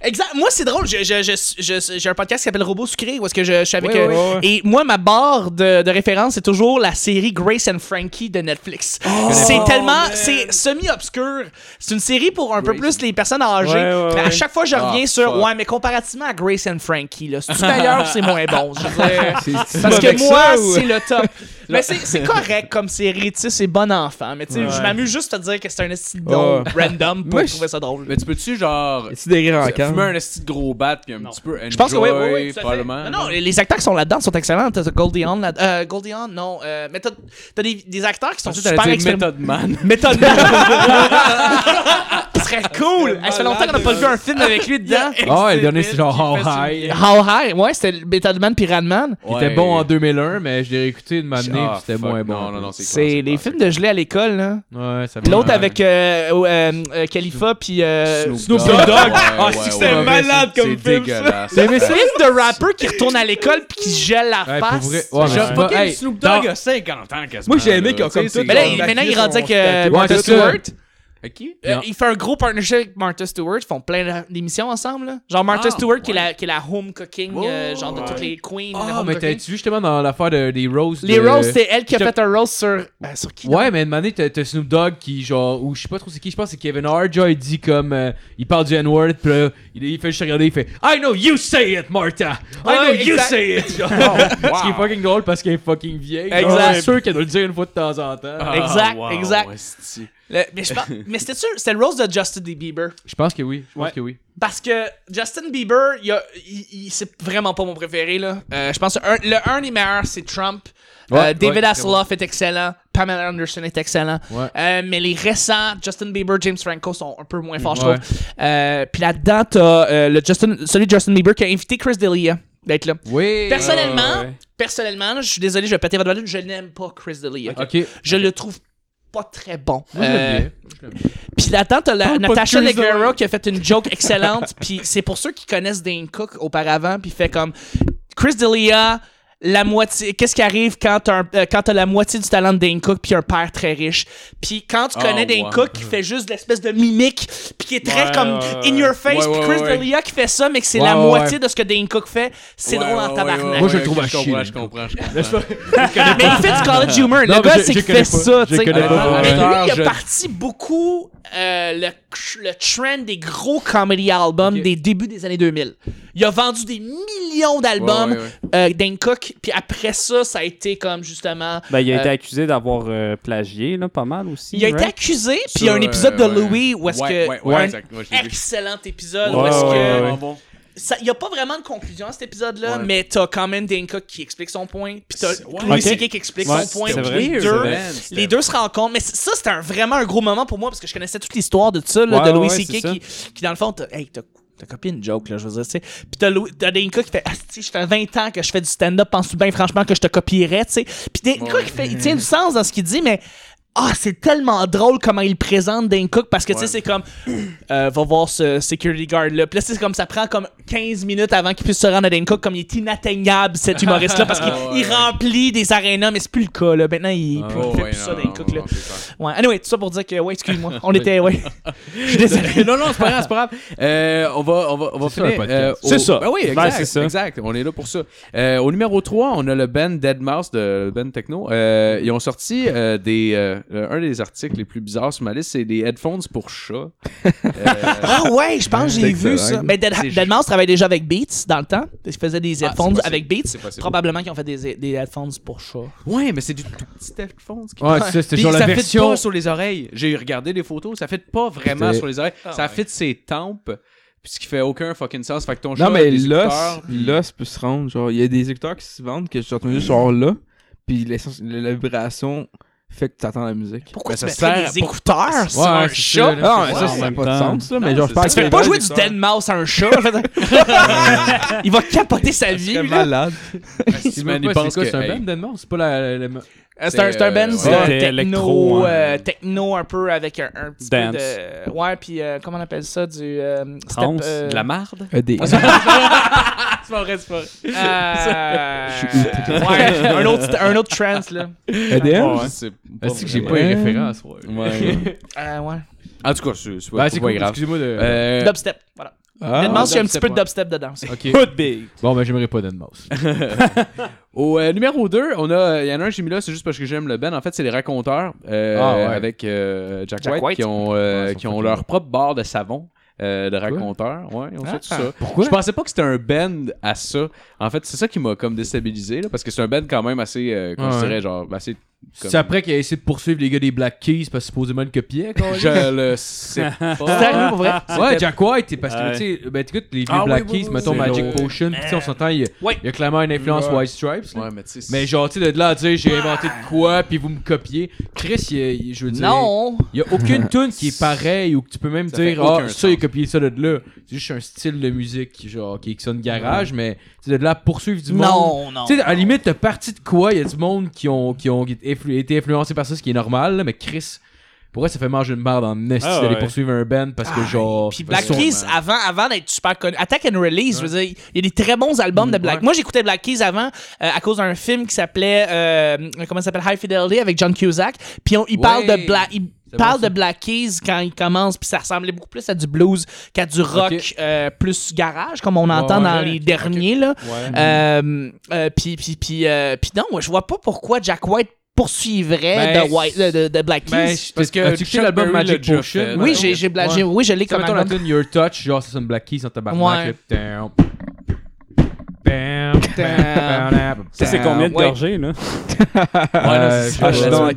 Exact. Moi, c'est drôle. Je- je- je- je- J'ai un podcast qui s'appelle Robot Sucré où est-ce que je, je suis avec.
Ouais,
euh,
ouais, ouais.
Et moi, ma barre de, de référence, c'est toujours la série Grace and Frankie de Netflix. c'est tellement. C'est semi-obscur. C'est une série pour un peu plus les personnes âgées.
Ouais, ouais,
mais à
ouais.
chaque fois, je reviens
Ah,
sur.
fuck.
Ouais, mais comparativement à Grace and Frankie, là, c'est meilleur ou c'est moins bon? Je veux dire,
C'est-
Parce que
avec
moi,
ça, ou-
c'est le top. Mais c'est c'est correct comme série, tu sais, c'est bon enfant. Mais tu sais, je m'amuse juste à te dire que c'est un esti de don
Ouais.
random pour
Moi, je-
trouver ça drôle.
Mais tu peux-tu, genre,
C'est des rires en canne.
fumer un esti de gros bat, puis un petit peu enjoy,
Je pense que oui, oui, oui. tout à fait.
probablement.
Non, non, les les acteurs qui sont là-dedans sont excellents. T'as Goldie Hawn là euh, Goldie Hawn, non. euh, mais t'as t'as des, des acteurs qui sont
Tu
super
t'allais dire
expérimentés.
Method Man.
Method Man. Ce serait cool. Ça fait longtemps qu'on n'a pas vu un film avec lui dedans.
Ah, ouais, le dernier, c'est genre How High.
How High, ouais, c'était Method Man puis Radman.
Il était bon en 2001, mais je l'ai réécouté de m'amener,
Ah,
puis c'était
fuck,
moins bon.
Non, non, non, c'est clair,
C'est les
clair.
films de gelée à l'école, là.
Ouais, ça
Puis l'autre
m'a-
avec euh, euh, euh, Khalifa puis euh,
Snoop
Dogg.
Dogg.
Ah,
Ouais,
c'est que
ouais,
c'était
ouais.
malade
C'est
comme film. ça.
dégueulasse.
T'as aimé ça?
Clip de rappeur qui retourne à l'école puis qui se gèle la
Ouais, pour
face.
vrai. Ouais, mais
Genre,
c'est
Pas
pas-
quel
hey,
Snoop Dogg a 50 ans quasiment.
Moi, j'ai aimé
là,
qu'ils ont comme
tu sais,
tout-
Mais là,
c'est
Ouais,
il-
comme-
la
maintenant,
fille,
il est rendu avec
son-
euh,
son-
Martha
Ouais, c'est
Stewart.
ça.
À qui?
Euh, il fait un gros partnership avec Martha Stewart. Ils font plein d'émissions ensemble. là. Genre Martha
Ah,
Stewart qui, est la, qui est la home cooking, euh, genre de
ouais.
toutes les queens. de
Ah,
home
mais
cooking.
t'as-tu vu justement dans l'affaire de- des Rose?
Les
de-
roasts, c'est elle qui a
Je-
fait un roast sur. euh, sur qui donc?
Ouais, mais une année, t'as t'as Snoop Dogg qui, genre, ou je sais pas trop c'est qui, je pense que c'est Kevin Hart, genre, il dit comme, euh, il parle du N-word, pis là, il, il fait juste regarder, il fait I know you say it, Martha! I know
Ouais,
you
exact. Oh,
say it! Genre, Ce qui est fucking drôle parce qu'elle est fucking vieille.
Exact. Ah.
Genre, C'est sûr qu'elle doit le dire une fois de temps en temps.
Ah,
Exact,
wow,
exact.
esti.
Le- mais je pense- mais c'était sûr, c'était le roast de Justin Bieber.
Je pense que oui, je pense
Ouais.
que oui.
Parce que Justin Bieber, il a- il- il- c'est vraiment pas mon préféré. Là. Euh, je pense que un- le un des meilleurs, c'est Trump. Euh,
Ouais,
David
ouais,
Hasselhoff est excellent. Pamela Anderson est excellent.
Ouais.
Euh, mais les récents, Justin Bieber, James Franco sont un peu moins forts, je
Ouais.
trouve. Euh, Puis là-dedans, t'as euh, le Justin, celui de Justin Bieber qui a invité Chris D'Elia d'être là.
Oui!
Personnellement,
ouais, ouais.
personnellement, là, je suis désolé, je vais péter votre valise, je n'aime pas Chris D'Elia.
Ok.
Je le trouve pas très bon.
Moi, je l'aime
Euh,
bien.
puis là-dedans, t'as la
Parle pas de
Natasha
Chris
Leguero
Rock.
qui a fait une joke excellente. Puis c'est pour ceux qui connaissent Dane Cook auparavant, puis fait comme Chris D'Elia la moitié. Qu'est-ce qui arrive quand t'as un- euh, quand t'as la moitié du talent de Dane Cook puis un père très riche. Puis quand tu
Ah,
Oh,
connais Dane
ouais.
Cook qui fait juste de l'espèce de mimique puis qui est très
Ouais,
comme
ouais,
in your face
Ouais,
puis
ouais,
Chris
ouais.
D'Elia qui fait ça mais que c'est
Ouais,
la
ouais,
moitié de ce que Dane Cook fait, c'est
Ouais,
drôle en
ouais,
tabarnak.
ouais, ouais,
Moi, je le
ouais,
trouve
ok,
à
je
chier,
comprends,
là.
Je comprends, je comprends.
mais il fait du college humor.
Non,
Le
mais
gars,
je-
c'est
je
qu'il
connais
fait
pas.
ça.
Je
tu sais.
connais pas,
Ah, Mais
ouais.
lui, il a
Ah, Je-
parti beaucoup euh, le, le trend des gros comedy albums des débuts des années 2000. Il a vendu des millions d'albums
Ouais, ouais,
euh, Dane Cook, puis après ça, ça a été comme justement.
Ben, il a
Euh,
été accusé d'avoir euh, plagié, là, pas mal aussi.
Il a été
right?
accusé, puis il y
Sur,
a un épisode de
euh, ouais.
Louis où est-ce
Ouais,
que.
ouais, ouais,
un
exact. Ouais, je l'ai vu.
Excellent épisode où
Ouais,
est-ce
ouais,
que.
ouais.
ça- Il n'y a pas vraiment de conclusion à cet épisode-là,
Ouais.
mais t'as quand même Dane Cook qui explique son point, puis t'as
C'est- ouais.
Louis
Ok.
C.K. qui explique
Ouais,
son point.
c'est
puis
vrai,
les
c'est
deux,
vrai.
Man, c'était-
les deux se rencontrent. Mais c- ça, c'était un- vraiment un gros moment pour moi parce que je connaissais toute l'histoire de ça, là,
Ouais,
de Louis
ouais,
C.K.
c'est ça.
qui, qui, dans le fond, t'as hey, t'as- t'as copié une joke, là, je veux dire, tu sais. Puis t'as Louis- t'as Dane Cook qui fait Ah, si, je fais 20 ans que je fais du stand-up, pense bien franchement que je te copierais, tu sais. Puis Dane Cook, il, fait- il tient du sens dans ce qu'il dit, mais. Ah, c'est tellement drôle comment il présente Dane Cook parce que tu sais, c'est comme euh, va voir ce security guard là. Puis là, c'est comme ça prend comme 15 minutes avant qu'il puisse se rendre à Dane Cook, comme il est inatteignable cet humoriste là parce qu'il
Ouais,
il
ouais.
remplit des arénas, mais c'est plus le cas là. Maintenant, il,
Ah,
plus,
ouais,
il fait
ouais,
plus ça
non,
Dane
non,
Cook là.
non, c'est clair.
Ouais, anyway, tout ça pour dire que, ouais, excuse-moi, on était, ouais. Je suis désolé.
non, non, c'est pas grave, c'est pas grave. Euh, on va, on va, on va
C'est ça,
finir.
un podcast.
au-
C'est ça.
Ben oui, exact,
Ben, c'est ça.
exact. On est là pour ça. Euh, au numéro 3, on a le band Dead Mouse de le band Techno. Euh, ils ont sorti euh, des, euh, un des articles les plus bizarres sur ma liste, c'est des headphones pour chat.
Ah ouais, je pense que j'ai
C'est
vu
excellent.
ça. Mais Dead,
C'est
Deadmau5 travaillait déjà avec Beats dans le temps. Ils faisaient des
Ah,
headphones
c'est possible.
avec Beats.
C'est possible.
Probablement qu'ils ont fait des, des headphones pour chat.
Ouais, mais c'est du tout petit headphones. Qui...
Ouais, c'est ça, c'était
Puis
genre
ça
la
fit
version.
pas sur les oreilles. J'ai regardé les photos, ça fit pas vraiment
C'était-
sur les oreilles. ça fit ses tempes, puis ce qui fait aucun fucking sens. Fait que ton chat
Non,
a
mais
des
l'os,
écouteurs, puis-
l'os peut se rendre. Genre, il y a des écouteurs qui se vendent que je suis entendu genre là, puis l'essence- la la vibration fait que tu entends la musique.
Pourquoi
Ben,
tu
ça
mettrais
sert
des écouteurs sur un
c'est
chat?
ça, là.
Ah, ouais, ça,
wow, en
ça n'a
même
pas de
temps.
sens, là, mais genre, je pense
Tu fais
que
pas
les
jouer du
gens-
dead mouse à un chat. je veux dire. Il va capoter sa vie.
Très
lui, là.
malade.
Si, man, il pense que
c'est
hey,
un band non, c'est pas la. la- la-
C'est un, c'est un band
euh,
euh,
ouais.
techno,
Électro, hein.
euh, techno un peu avec un, un petit
Dance.
peu de. Ouais, puis euh, comment on appelle ça? Du. euh, step,
Trance.
euh,
de la marde.
Euh, des-
C'est pas vrai, c'est pas vrai. Euh... ouais, un autre, un autre trance, là.
EDM?
Je sais pas
Est-ce Ah, que j'ai
vraiment.
pas les références, ouais.
Ouais.
Euh, ouais.
en tout cas, c'est c'est pas,
Bah,
c'est
c'est
pas
cool,
grave.
excusez-moi de.
Euh,
Dubstep, voilà.
Ah.
Dead Mouse, il y a un petit
dubstep,
peu de
ouais.
dubstep dedans. aussi.
Ok.
Put big.
Bon, ben, j'aimerais pas Deadmau5.
au euh, numéro 2, on a, il y en a un que j'ai mis là, c'est juste parce que j'aime le Ben. En fait, c'est les raconteurs euh,
Ah, ouais.
avec euh, Jack,
Jack
White,
White.
qui ont, euh,
Ouais, ils sont
qui ont
fucking
leur propre bar de savon. euh, de raconteurs, ouais, on fait tout ça.
Ah, Pourquoi?
Je pensais pas que c'était un band à ça. En fait, c'est ça qui m'a comme déstabilisé, là, parce que c'est un band quand même assez, euh, comment je
Ouais.
dirais, genre, assez. comme-
C'est après qu'il a essayé de poursuivre les gars des Black Keys parce que supposément le copiait, quoi.
Je le sais
Ah,
C'est
pas.
arrivé pour vrai?
Ouais, Jack White, c'est parce que,
Ouais.
tu sais, ben, t'écoutes les vieux
Ah, oui,
Black
oui,
Keys,
oui,
mettons
oui.
Magic
Ouais.
Potion, pis tu sais, on s'entend, il y, a-
Ouais.
il y a clairement une influence White Stripes. là.
Ouais, mais tu sais.
Mais genre, tu sais, de là à dire, j'ai inventé de quoi, puis vous me copiez. Chris, il y a- il- je veux dire.
Non!
Il y a aucune tune qui est pareille ou que tu peux même
Ça fait
dire
aucun
ah ça il a
sens.
copié ça de là. C'est juste un style de musique genre qui qui sonne garage mais tu sais, de là à poursuivre du monde.
Non, non.
Tu sais, à la limite, t'as parti de quoi? Il y a du monde qui ont, qui ont été influ- été influencés par ça, ce qui est normal, là, mais Chris, pourquoi ça fait manger une barre dans le nest
Ah,
d'aller
ouais.
poursuivre un band parce
Ah,
que genre.
Puis Black
ils sont-
Keys, avant, avant d'être super connu, Attack and Release, je veux dire, il y a des très bons albums
Mm,
de Black. Moi, j'écoutais Black Keys avant euh, à cause d'un film qui s'appelait, euh, comment ça s'appelle, High Fidelity avec John Cusack. Puis on, il parle de Black, il parle de Black Keys quand il commence, puis ça ressemblait beaucoup plus à du blues qu'à du rock
Ok.
euh, plus garage, comme on entend
Ouais,
dans
ouais. Mm-hmm.
les derniers là.
Ouais.
Euh, euh, puis puis puis euh, puis non, moi, je vois pas pourquoi Jack White poursuivrait
Ben,
de, White, euh, de, de- de Black Keys.
Ben,
parce que
as-tu écouté
Chuck
l'album
Berry l'a
Magic
déjà
Potion?
fait,
oui,
mettons.
j'ai j'ai Black- j'ai- oui, je l'ai
Comme
comme
mettons la
album.
tune Your Touch, genre ça sonne Black Keys en tabarnak. là. Bam, bam, bam,
Ça, c'est
bam.
combien de
ouais.
gorgées, là?
Euh,
Ah, je
je
sais
sais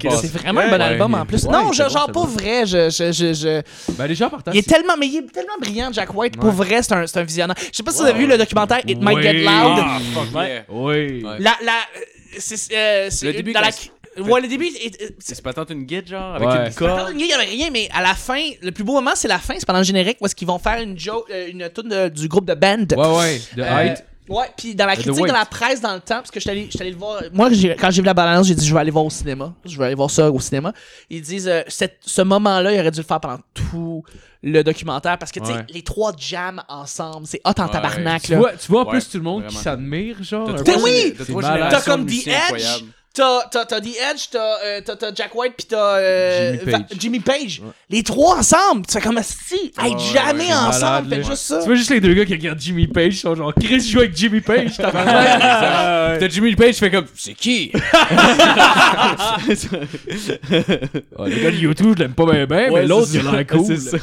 pas.
C'est vraiment un bon
Ouais.
album en plus.
Ouais,
non,
c'est
je,
bon,
genre
c'est
pas
bon.
vrai. Je, je, je, je-
Ben déjà, par
Il est tellement, mais il est tellement brillant, Jack White. Pour vrai, c'est un, c'est un visionnaire. Je sais pas si vous avez vu le documentaire It Might
Oui.
Get Loud.
Ah. Ouais.
Oui.
Ouais.
La, la, euh, c'est, euh, c'est
Le
une-
début,
dans la-
quand-
Ouais, le début. est- est-
C'est pas tant une guide, genre, avec
Ouais.
une
Attends,
corde.
Il y avait rien, mais à la fin, le plus beau moment, c'est la fin, c'est pendant le générique où est-ce qu'ils vont faire une joke, euh, une tune de- du groupe de band.
Ouais, ouais. The
Euh,
Height.
ouais, puis dans la
The
critique, dans
Wait.
la presse, dans le temps, parce que je suis allé, j'étais allé le voir. Moi, j'ai- quand j'ai vu la balance, j'ai dit je vais aller voir au cinéma. Je vais aller voir ça au cinéma. Ils disent euh, cette- ce moment-là, il aurait dû le faire pendant tout beaucoup le documentaire parce que, tu sais,
Ouais.
les trois jams ensemble, c'est hot en
Ouais.
tabarnak,
Tu
là.
vois, tu vois en
Ouais,
plus tout le monde qui
vraiment.
s'admire, genre.
T'as
un
trois
peu.
oui!
géné- t'as
C'est
trois
malade.
générations
T'as comme
de
The
musiciens
Edge.
incroyables.
T'as, t'as, t'as The Edge, t'as, euh, t'as, t'as Jack White, pis t'as euh,
Jimmy
Va-
Page.
Jimmy Page. Les trois ensemble, tu fais comme si, hey,
Ouais,
jamais
ouais, c'est
ensemble,
malade,
faites
là.
juste ça.
Tu vois juste les deux gars qui regardent Jimmy Page, sont genre Chris joue avec Jimmy Page, tabarnak.
T'as Jimmy Page, fait comme c'est qui
Ah, le gars de YouTube, je l'aime pas bien, bien, mais
Ouais,
l'autre,
c'est
il a
ça.
l'air cool.
C'est ça.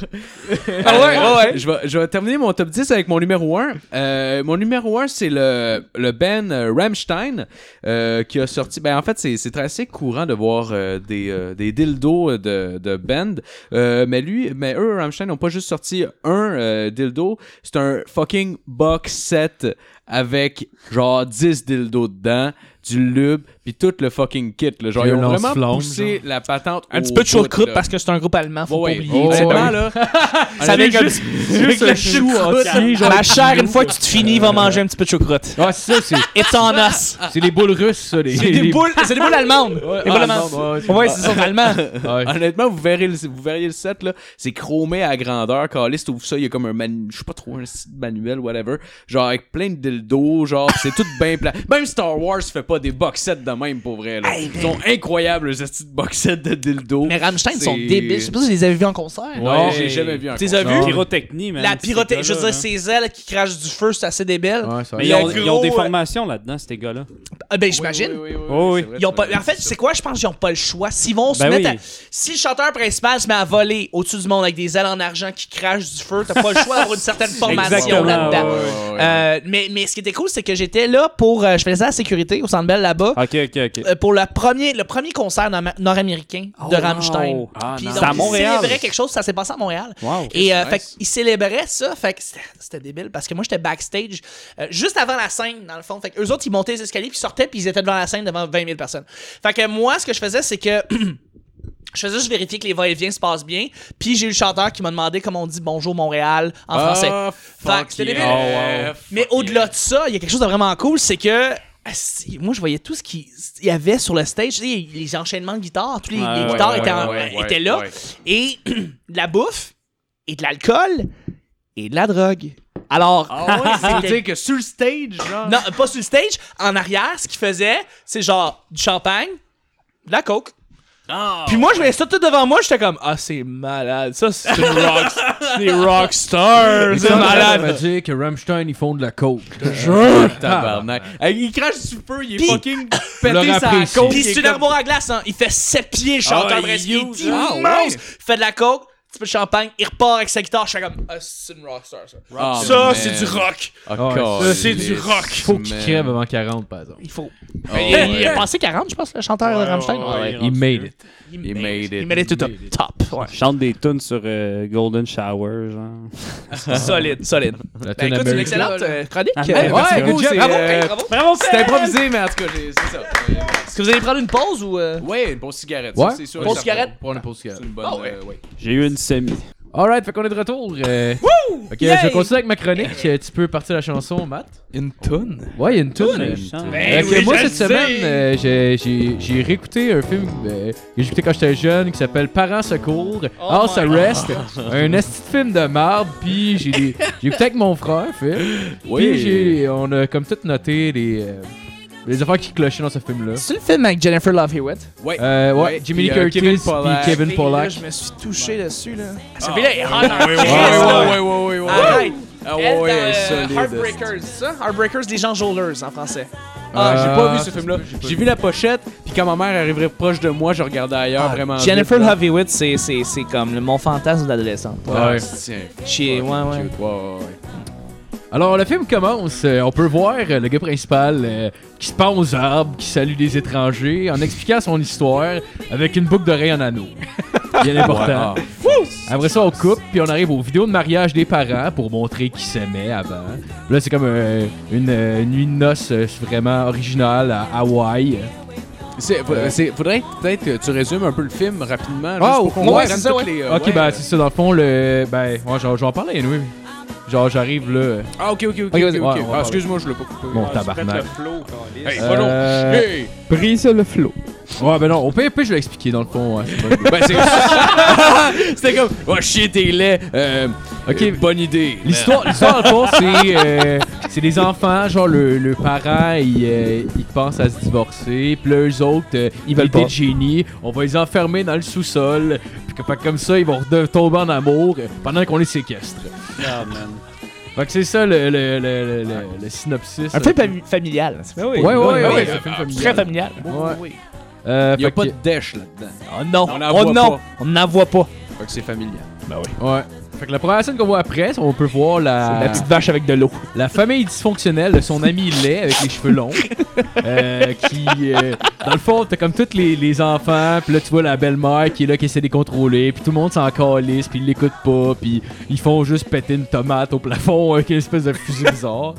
ah ouais, ouais, ouais. Je vais, je vais terminer mon top 10 avec mon numéro 1. Euh, mon numéro 1, c'est le, le band euh, Rammstein euh, qui a sorti. Ben, en fait, c'est c'est assez courant de voir euh, des, euh, des dildos de, de band. Euh, mais lui, mais eux, Rammstein, n'ont pas juste sorti un euh, dildo. C'est un fucking box set avec genre 10 dildos dedans, du lube, puis tout le fucking kit. là. Genre,
Puis
ils
un
ont vraiment
lance-flamme,
poussé la patente.
Un petit
au
peu de
bout,
choucroute
là.
parce que c'est un groupe allemand, faut
Ouais,
pas
ouais.
oublier.
Oh,
tu sais.
ouais.
Honnêtement, là.
Ça
honnêtement,
vient comme-
juste-
Juste le chou entier, genre.
À la chair, une fois que tu te finis, va manger un petit peu de choucroute.
Ah, c'est ça, c'est-
It's on us.
c'est les boules russes, ça. Les, Ah,
C'est des boules, c'est des boules allemandes. Des boules allemandes. Ouais, c'est ça, allemand.
Ouais.
Honnêtement, vous verrez le, vous verriez le set, là. C'est chromé à grandeur. Calis, trouve ça, il y a comme un manu, je sais pas trop, un site manuel, whatever. Genre, avec plein de dildos, genre, c'est tout bien plat. Même Star Wars fait pas des box sets de même, pour vrai, là. Ils sont incroyables, les petits box sets de dildos.
Mais Rammstein, ils sont
C'est-
débiles. Je sais pas si je les avais vus en concert.
Non,
Ouais.
j'ai jamais vu un
Tu les as
concert.
vus?
Pyrotechnie, man.
La
ces
pyrotechnie, je veux
gars-là,
dire, ces ailes qui crachent du feu, c'est assez débile.
Ouais, c'est vrai.
hein. Mais ils
le
ont, ils ont des
gros, euh,
formations là-dedans, ces gars-là.
Ah, Ben, j'imagine.
Oui, oui, oui,
Oh, oui.
c'est vrai,
Ils ont
c'est
pas...
vrai.
En fait, c'est quoi? Je pense qu'ils n'ont pas le choix. S'ils vont se
Ben
mettre à-
oui.
Si le chanteur principal se met à voler au-dessus du monde avec des ailes en argent qui crachent du feu, t'as pas le choix d'avoir une certaine formation
Exactement,
là-dedans.
ouais, ouais.
Euh, mais, mais ce qui était cool, c'est que j'étais là pour... euh, je faisais la sécurité au Centre Bell là-bas.
Ok, ok, ok.
euh, pour le premier, le premier concert nor- nord-américain de Rammstein.
Oh, wow. Ah,
Puis
nice.
donc,
C'est à
ils
Montréal.
célébraient quelque chose, ça s'est passé à Montréal.
Wow.
Et euh,
nice.
fait qu'ils célébraient ça, fait que c'était- c'était débile parce que moi j'étais backstage euh, juste avant la scène dans le fond. Fait que eux autres ils montaient les escaliers puis ils sortaient puis ils étaient devant la scène devant 20 000 personnes. Fait que moi ce que je faisais c'est que je faisais juste vérifier que les va-et-vient se passent bien. Puis j'ai eu le chanteur qui m'a demandé comment on dit bonjour Montréal en français.
Ah,
Fait
fuck
que c'était
yeah.
débile.
Oh, wow.
Mais
Fuck
au-delà de ça, il y a quelque chose de vraiment cool, c'est que asti, moi je voyais tout ce qu'il y avait sur le stage, tu sais, les enchaînements de guitares, tous les,
Ouais,
les
ouais,
guitares
ouais,
étaient, en-
ouais, ouais,
étaient là,
ouais.
et de la bouffe, et de l'alcool, et de la drogue. Alors,
yeah.
c'était-
C'est-à-dire que sur le stage, genre.
non, pas sur le stage, en arrière, ce qu'ils faisaient, c'est genre du champagne, de la coke.
Ah,
Puis moi, je voyais ça tout devant moi, j'étais comme, ah, c'est malade, ça, c'est une rock, des rockstars, c'est malade.
m'a dit que Rammstein, ils font de la coke.
Tabarnak.
Ah.
Hey, Il crache du feu, il est
Puis-
fucking
leur
pété sa
apprécie.
côte.
Pis
il est
c'est une
comme-
armoire à glace, hein. Il fait 7 pieds, le chanteur
Ah,
presque.
il
Il
est
est
huge,
immense.
hein. Ah, ouais.
Il fait de la coke, un petit peu de champagne, il repart avec sa guitare. Je fais comme, ah, c'est une rockstar, ça.
Ah,
ça,
man.
c'est du rock.
Ah,
Ouais, ça, c'est
calice,
du rock. Faut qu'il
man.
crève avant 40, par exemple.
Il faut.
Oh,
il, il a
ouais.
passé 40, je pense, le chanteur de Rammstein.
ouais.
Il made it.
He made
Il
it.
made it to top. Top. Ouais.
Chante des tunes sur euh, Golden Shower, genre.
solide, solide.
La
Ben,
tune ben,
écoute, c'est
américaine.
une excellente euh, chronique.
Ah,
Euh,
ouais,
merci
good
beaucoup,
job.
c'est-
Bravo,
euh,
hey,
bravo.
Bravo,
C'est improvisé, mais en tout cas, j'ai- c'est ça.
Est-ce que vous allez prendre une pause ou. euh?
Ouais, une pause cigarette.
Ouais.
ça, c'est sûr.
Pause
Ça,
cigarette.
Pour une pause cigarette.
C'est une bonne.
Ah ouais.
euh, ouais.
J'ai eu une semi.
Alright, fait qu'on est de retour. euh, Ok,
Yay!
je vais continuer avec ma chronique. Euh, Tu peux partir la chanson, Matt.
Une toune?
Ouais, il y a une toune. euh,
Ben
euh, que moi, cette semaine, euh, j'ai- j'ai j'ai réécouté un film euh, que j'ai écouté quand j'étais jeune qui s'appelle Parents Secours,
Oh
House
my
Arrest, un esti de film de marde, puis j'ai j'ai écouté avec mon frère, un film.
Oui.
Puis j'ai- on a comme tout noté les, euh, les affaires qui clochaient dans ce film-là.
C'est le film avec Jennifer Love Hewitt.
Ouais.
Euh, ouais,
Ouais,
Jimmy Lee
puis, euh,
Curtis,
Kevin
puis
Pollak.
Kevin
Et
Pollak.
là, Je me suis touché dessus, là. Ah, ça
Ah,
fait là, il rentre en
Ouais, ouais,
crise, là.
ouais, ouais, ouais, ouais, ouais.
Arrête.
Ah
Elle,
ouais, ouais,
euh,
solide.
Heartbreakers, c'est ça? Heartbreakers des gens joleurs en français.
Ah, j'ai pas
Ah,
vu ce
ça se
film-là.
peut, j'ai pas
J'ai
vu.
vu la pochette, puis quand ma mère arriverait proche de moi, je regardais ailleurs
Ah,
vraiment. vite,
Jennifer
là.
Love Hewitt, c'est, c'est, c'est comme le- mon fantasme d'adolescente.
Ah,
Ouais.
tiens.
Chier, ouais, ouais.
Cute, ouais, ouais.
Alors, le film commence. euh, on peut voir euh, le gars principal euh, qui se pend aux arbres, qui salue les étrangers, en expliquant son histoire avec une boucle d'oreille en anneau. Bien important. Après ça, on coupe, puis on arrive aux vidéos de mariage des parents pour montrer qui s'aimaient avant. Puis Là, c'est comme euh, une euh, nuit de noces euh, vraiment originale à Hawaï.
C'est- fa- c'est- faudrait peut-être que tu résumes un peu le film rapidement.
Ah,
juste pour qu'on
ouais,
comprenne
c'est ça,
toutes les, euh,
ok,
ouais,
ben,
euh,
c'est ça, dans le fond, le. Ben, ouais, j'en j'en parlais, anyway. Genre, j'arrive là. euh,
Ah, ok, ok, ok.
vas-y,
ok,
ouais,
ok.
on va
Ah,
parler.
excuse-moi, je l'ai pas coupé.
Mon tabarnak.
Hey,
Euh,
va donc chier.
Brise le flow.
Ouais, ben non, au PMP, je l'ai expliqué dans le fond. ouais, c'est pas une bonne-
Ben, c'est- C'était comme, oh shit, t'es laid. Euh,
Ok.
euh, bonne idée.
L'histoire, l'histoire, dans le fond, c'est, euh, c'est des enfants, genre le, le parent, il, euh, il pense à se divorcer, puis là, eux autres, euh, ils veulent
pas.
des génie, on va les enfermer dans le sous-sol, puis que- fait que comme ça, ils vont rede- tomber en amour euh, pendant qu'on les séquestre.
Ah,
Fait que c'est ça le, le, le, le, le- le synopsis.
Un film fami- familial.
Ben
Ah
Ouais, ouais, ouais,
Ouais,
ouais,
ouais,
c'est un film familial.
Très familial.
Ouais. Euh,
Il n'y a
fait
pas
que-
de dèche là-dedans.
Oh non,
On
on
n'en
oh,
voit
non.
pas.
on n'en voit pas.
Fait que c'est familial.
Ouais. Fait que la première scène qu'on voit après, on peut voir la,
La petite vache avec de l'eau.
la famille dysfonctionnelle de son ami Lait avec les cheveux longs. euh, qui, euh, dans le fond, t'as comme tous les, les enfants, puis là tu vois la belle-mère qui est là, qui essaie de les contrôler, puis tout le monde s'en calisse, puis ils l'écoutent pas, puis ils font juste péter une tomate au plafond avec une espèce de fusil bizarre.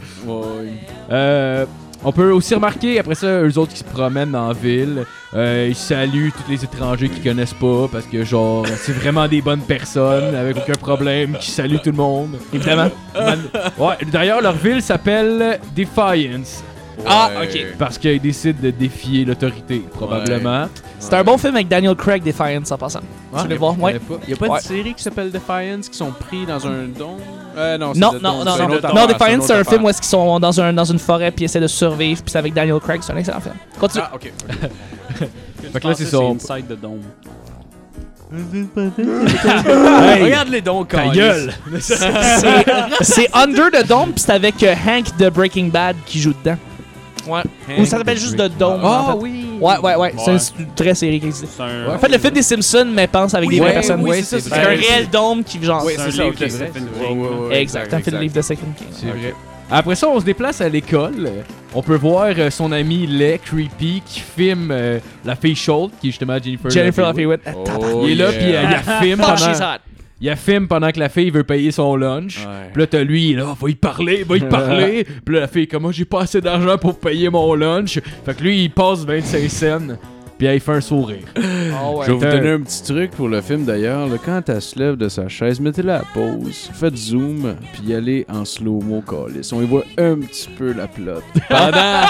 Euh, on peut aussi remarquer, après ça, eux autres qui se promènent en ville, euh, ils saluent tous les étrangers qu'ils connaissent pas parce que, genre, c'est vraiment des bonnes personnes avec aucun problème qui saluent tout le monde. Évidemment. ouais, d'ailleurs, leur ville s'appelle Defiance
Ah,
parce qu'ils décident de défier l'autorité, probablement.
C'est un bon film avec Daniel Craig, Defiance, en passant. tu veux le voir,
Euh,
ouais.
Il n'y a pas
Ouais.
de série qui s'appelle Defiance qui sont pris dans un don euh, Non, c'est
Non,
de-
non, non,
c'est une
non.
autre
Non,
affaire,
Defiance, c'est
une
un
autre
film où est-ce qu'ils sont dans, un, dans une forêt puis ils essaient de survivre. Puis c'est avec Daniel Craig, c'est un excellent film. Continue.
affaire. Ah, ok.
Fait que là, c'est ça. on-
Inside the Dome.
Regarde les dons,
Ta gueule!
C'est- c'est Under the Dome, puis c'est avec euh, Hank de Breaking Bad qui joue dedans. Ouais. Ou ça s'appelle juste The Dome. en fait.
oui
Ouais, ouais, ouais. C'est
Ouais.
une- une très série qui existe.
C'est un.
En fait, le film des Simpsons, mais pense avec des vraies
ouais,
personnes.
oui,
ouais,
c'est ça,
C'est un
vrai.
réel dôme qui, genre.
Ouais,
c'est un
c'est ça,
livre
ok,
de
c'est vrai.
Stephen
Ouais,
King.
ouais, ouais,
exact, un film de livre de Second King.
C'est vrai. Après ça, on se déplace à l'école. On peut voir euh, son ami Lay Creepy qui filme euh, la fille Schultz, qui est justement Jennifer.
Jennifer
Love
Love Hewitt.
Oh,
Il est là, puis euh, il
yeah.
la filme
Fuck, she's
pendant,
hot.
il la filme pendant que la fille veut payer son lunch.
Ouais.
Puis là, t'as lui, là, va y parler, va y parler. puis là, la fille, comment j'ai pas assez d'argent pour payer mon lunch. Fait que lui, il passe 25 cents, puis elle, il fait un sourire.
Oh, ouais.
Je vais vous
Putain.
donner un petit truc pour le film d'ailleurs. là. Quand elle se lève de sa chaise, mettez-la à pause, faites zoom, puis allez en slow-mo calice. On y voit un petit peu la plot.
Pendant,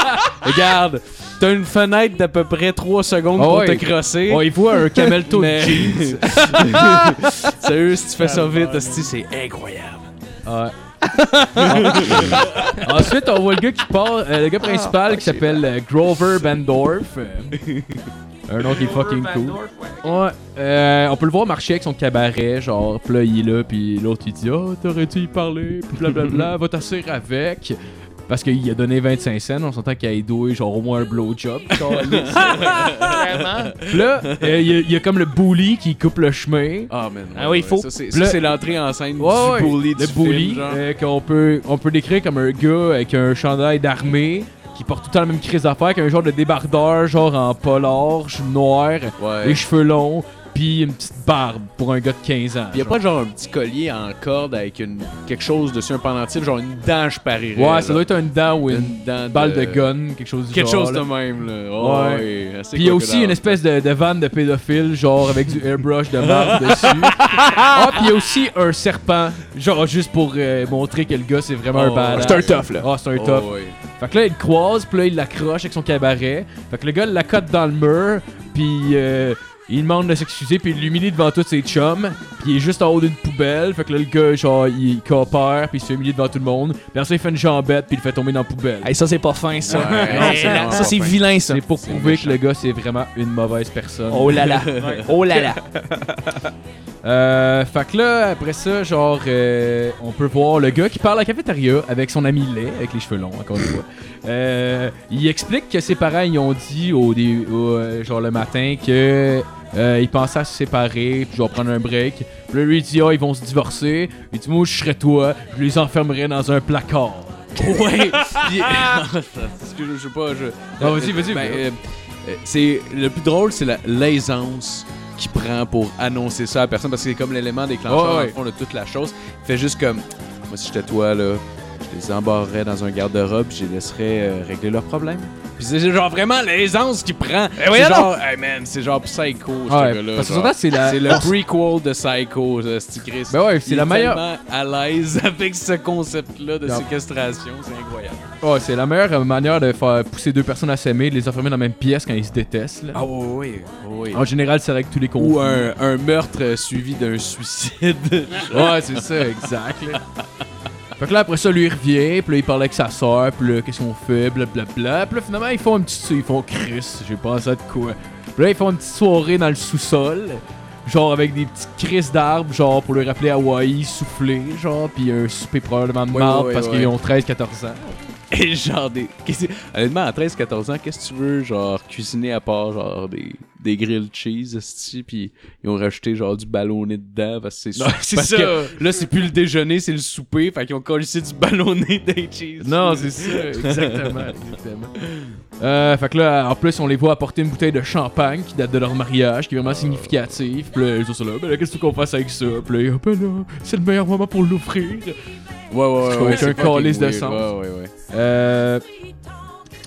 regarde, t'as une fenêtre d'à peu près 3 secondes
Ah
pour
ouais.
te crosser.
On y voit un camel toe de
mais-
jean.
Sérieux, si tu fais ça vite, esti, c'est incroyable.
Ouais. Ensuite, on voit le gars qui part, euh, le gars principal qui s'appelle euh, Grover Bandorf. Euh, un nom qui est fucking cool. Ouais, euh, on peut le voir marcher avec son cabaret, genre, pis là, il est là, pis l'autre il dit Oh, t'aurais-tu y parler, pis blablabla, va t'asseoir avec. Parce qu'il a donné 25 cents, on s'entend qu'il a doué genre au moins un blowjob. câlisse.
Ah!
Pis là, euh, il y, a- il y a comme le bully qui coupe le chemin.
Ah, man.
Ah oui, il faut.
Ça, c'est
Le-
ça, c'est l'entrée en scène
Ouais, ouais,
du bully
le
du
bully,
film, genre.
euh, qu'on peut, on peut décrire comme un gars avec un chandail d'armée qui porte tout le temps la même crise d'affaires qu'un genre de débardeur, genre en polar, noir, les
Ouais.
cheveux longs, puis une petite barbe pour un gars de 15 ans.
Il y a
genre.
pas genre un petit collier en corde avec une quelque chose dessus, un pendentif, genre une dent, je parierais.
Ouais,
là.
ça doit être une dent ou une,
Une dent
balle de...
de-
gun, quelque chose du
quelque
genre.
chose de
là.
même là.
Ouais.
ouais. assez
Puis il y a
crocodile.
aussi une espèce de, de vanne de pédophile, genre avec du airbrush de barbe dessus. Ah, puis il y a aussi un serpent, genre juste pour euh, montrer que le gars c'est vraiment un
Oh,
badass.
c'est un
tough là. Ah, c'est un
Oh,
tough.
ouais.
Fait que là, il le croise, puis là, il l'accroche avec son cabaret. Fait que le gars la cote dans le mur, puis euh, il demande de s'excuser, puis il l'humilie devant tous ses chums. Puis il est juste en haut d'une poubelle. Fait que là, le gars, genre, il, il coopère, puis il se fait humilier devant tout le monde. Puis ensuite, il fait une jambette, puis il le fait tomber dans la poubelle.
Hey, ça, c'est pas fin, ça.
Ouais,
Hey,
c'est
là,
vraiment
ça,
pas
c'est
fin.
vilain, ça.
C'est pour prouver que le gars, c'est vraiment une mauvaise personne.
Oh là là. Oh là là.
Euh, fait que là, après ça, genre, euh, on peut voir le gars qui parle à la cafétéria avec son ami Lait, avec les cheveux longs, encore une fois. Euh, il explique que ses parents, ils ont dit au, dé- au, euh, genre le matin que euh, ils pensaient à se séparer, puis genre prendre un break. Puis là, lui, il dit, ah, ils vont se divorcer. Il dit, moi, je serais toi, je les enfermerais dans un placard.
Ouais. Puis- Excuse-moi, je sais pas. Je...
Non, vas-y, vas-y.
Ben, euh, euh, c'est le plus drôle, c'est la- l'aisance qu'il prend pour annoncer ça à la personne parce que c'est comme l'élément déclencheur
Ouais,
dans
ouais.
le fond de toute la chose. Il fait juste comme moi si j'étais toi là, je les embarrerais dans un garde-robe, je les laisserais euh, régler leurs problèmes. Puis c'est genre vraiment l'aisance qu'il prend.
voyons
C'est genre, hey man, c'est genre psycho, ce
Eh Ouais,
gars-là.
parce que
genre.
surtout, c'est la-
le prequel de Psycho, ce petit Chris.
Ben ouais,
Il
c'est la
est
meilleure.
tellement à l'aise avec ce concept-là de
Non.
séquestration, c'est incroyable.
Ouais, c'est la meilleure euh, manière de faire pousser deux personnes à s'aimer, de les enfermer dans la même pièce quand ils se détestent. là.
Ah oui, oui, oui.
En général, c'est avec tous les conflits.
Ou un, un meurtre euh, suivi d'un suicide.
Ouais, c'est ça, exact. là. Fait que là, après ça, lui, il revient, puis là, il parle avec sa soeur, puis là, qu'est-ce qu'on fait, blablabla. Puis là, finalement, ils font un petit... Ils font « Chris, j'ai pensé à de quoi? » Puis là, ils font une petite soirée dans le sous-sol, genre avec des petites crises d'arbres, genre pour le rappeler Hawaii, souffler, genre, puis un souper probablement de
Ouais,
marde,
ouais, ouais,
parce
ouais.
qu'ils ont 13-14 ans.
Et genre des. qu'est-ce que- Honnêtement, à 13-14 ans, qu'est-ce que tu veux, genre, cuisiner à part, genre, des, des grilled cheese, esti, puis ils ont rajouté, genre, du ballonné dedans, parce que c'est sou-
c'est
parce
ça.
que là, c'est plus le déjeuner, c'est le souper, fait qu'ils ont collé du ballonné des cheese.
Non, c'est ça, exactement. exactement. Euh, fait que là, en plus, on les voit apporter une bouteille de champagne qui date de leur mariage, qui est vraiment significative. Puis là, ils sont là, ben là, qu'est-ce qu'on fasse avec ça? Puis là, Ah, ben là, c'est le meilleur moment pour l'offrir.
Ouais, ouais,
Avec un calice de
sang.
sens.
Ouais, ouais, ouais.
Euh.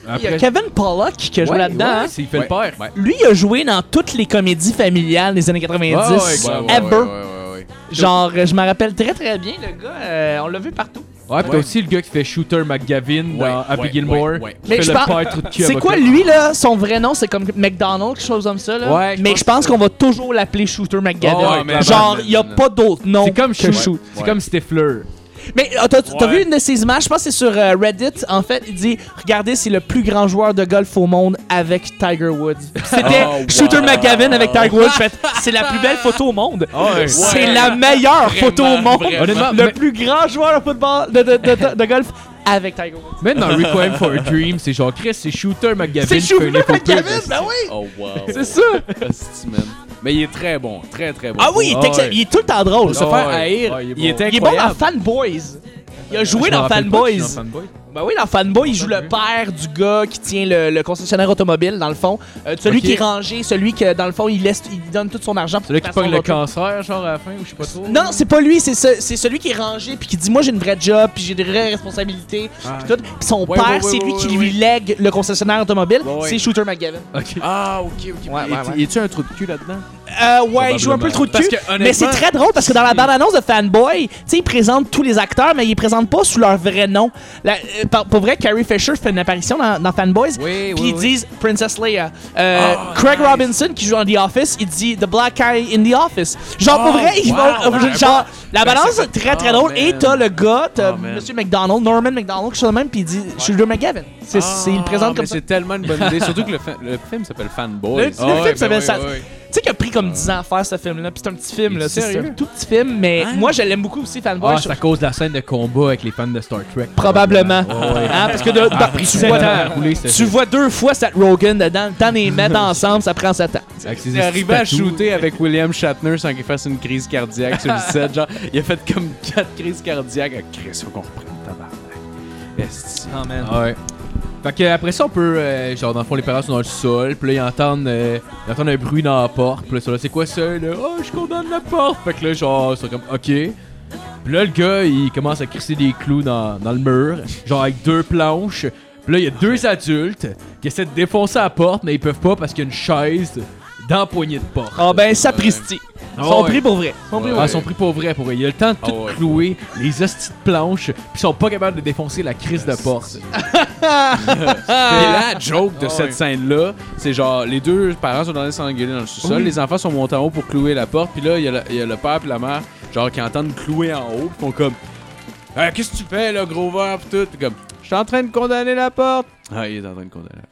Il y a
Après.
Kevin Pollock qui a joué
Ouais,
là-dedans.
ouais,
hein.
c'est- il fait le père.
Lui, il a joué dans toutes les comédies familiales des années 90.
Ouais, ouais,
Ouais, ouais, ouais,
ever.
ouais, ouais, ouais.
Genre, euh, je me rappelle très très bien, le gars, euh, on l'a vu partout.
Ouais, pis t'as aussi le gars qui fait Shooter McGavin
Ouais,
dans Happy
ouais,
Gilmore.
ouais, ouais.
qui
Mais
fait
je
le
parle-
père trou de cul
C'est
avocat.
quoi lui là Son vrai nom c'est comme McDonald, quelque chose comme ça là.
Ouais, je
mais
pense
je pense qu'on va toujours l'appeler Shooter
Oh,
McGavin.
ouais, clairement.
Genre, il y a pas d'autre nom.
C'est comme
que
Shoot.
Shoot.
C'est comme Stifler.
Mais euh, t'as t'as
Ouais.
vu une de ses images, je pense que c'est sur euh, Reddit. En fait, il dit Regardez, c'est le plus grand joueur de golf au monde avec Tiger Woods. Puis C'était
Oh, wow.
Shooter McGavin avec Tiger Woods. Fait, c'est la plus belle photo au monde.
ouais.
C'est la meilleure photo au monde.
Ah, vraiment.
Honnêtement,
Le
mais-
plus grand joueur de football de, de, de, de- de golf avec Tiger Woods.
Même dans Requiem for a Dream, c'est genre Chris, c'est Shooter McGavin.
C'est
qui fait une
Shooter
info pub.
McGavin, ben oui!
Oh, wow.
C'est ça!
Esti, man. Mais il est très bon, très, très bon.
Ah oui, il est,
Ah
excellent.
ouais.
il est tout le temps drôle.
Pour se
Ah
faire
ouais.
haïr,
Ah, il est
il
bon.
est
Il est bon
incroyable.
dans Fanboys. Il a joué
Je me
dans
rappelle pas, je suis
Fanboys.
dans Fanboys.
Ben oui, dans Fanboy, il joue le père du gars qui tient le, le concessionnaire automobile, dans le fond. Euh, celui
Ok.
qui est rangé, celui que, dans le fond, il laisse, il donne tout son argent pour
Celui qui
faire son
pogne le
auto.
cancer, genre à la fin, ou je sais pas trop.
Non, non, c'est pas lui, c'est ce- c'est celui qui est rangé puis qui dit Moi j'ai une vraie job, puis j'ai des vraies responsabilités, puis tout. Puis son
Ouais,
père,
ouais, ouais,
c'est lui
ouais,
qui
ouais,
lui
ouais.
lègue le concessionnaire automobile,
Ouais, ouais.
c'est Shooter McGavin.
Ok.
Ah, ok, ok.
Ouais, ouais,
Et-
ouais.
Et tu un trou de cul là-dedans?
Euh, ouais, il joue un peu le trou de
Parce
cul.
que,
Mais c'est
honnêtement-
très drôle parce que dans la bande-annonce de Fanboy, tu sais, ils présentent tous les acteurs, mais ils présentent pas sous leur vrai nom. La- euh, par- pour vrai, Carrie Fisher fait une apparition dans, dans Fanboys.
Oui, Oh,
Puis ils disent Princess Leia. Euh, Craig Robinson, qui joue dans The Office, il dit The Black Guy in The Office. Genre, pour
Oh,
vrai, ils
wow,
vont.
ouais, Ben,
genre, la balance
ça
est très très
Oh,
drôle. Et
man.
t'as le gars, t'as
Oh, man.
Monsieur McDonald, Norman McDonald, quelque chose de même, puis il dit Je suis Drew McGavin.
Ah,
C'est, c'est- il le présente comme ça.
C'est tellement une bonne idée. Surtout que le, fa- le film s'appelle Fanboy.
Le- le film
ben
s'appelle ça- Tu sais qu'il a pris comme
Ah.
10 ans à faire ce film-là, puis c'est un petit film,
Il
là.
est
C'est c'est
sérieux?
un tout petit film, mais moi, je l'aime beaucoup aussi, Fanboy.
Ah,
Je-
c'est à cause de la scène de combat avec les fans de Star Trek.
Probablement. Hein, parce que de-
Ah,
dans-
pris
tu,
sept
vois,
ans à rouler, ce
tu
film.
vois deux fois Seth Rogen dedans, le temps de les mettre ensemble, ça prend 7 ans.
Avec ses
Il est arrivé à
petits tatous.
shooter avec William Shatner sans qu'il fasse une crise cardiaque sur le set. Genre, il a fait comme 4 crises cardiaques. Ah, Chris, faut qu'on reprenne tabarnak. Esti.
Ouais. Fait que après ça, on peut. euh, genre, dans le fond, les parents sont dans le sol, puis là, ils entendent, euh, ils entendent un bruit dans la porte, puis là, ils sont là, c'est quoi ça? Là, oh, je condamne la porte! Fait que là, genre, ils sont comme, ok. Puis là, le gars, il commence à crisser des clous dans, dans le mur, genre avec deux planches. Puis là, il y a deux adultes qui essaient de défoncer la porte, mais ils peuvent pas parce qu'il y a une chaise dans la poignée de porte.
Ah ben, ça presti. Ils
Ah
sont
ouais.
pris pour vrai. Ils sont pris
Ah, ils sont pris pour vrai, pour vrai. Il y a le temps de tout
Ah ouais.
clouer, les hosties de planches, puis ils sont pas capables de défoncer la crise de porte.
Et là, la joke de
Ah,
cette
ouais.
scène-là, c'est genre les deux parents sont dans les s'engueuler dans le sous-sol, les enfants sont montés en haut pour clouer la porte, puis là, il y, a le- il y a le père puis la mère, genre, qui entendent clouer en haut, puis font comme Ah, Qu'est-ce que tu fais, là, gros verre, pis tout. Puis comme Je suis en train de condamner la porte. Ah, il est en train de condamner la porte.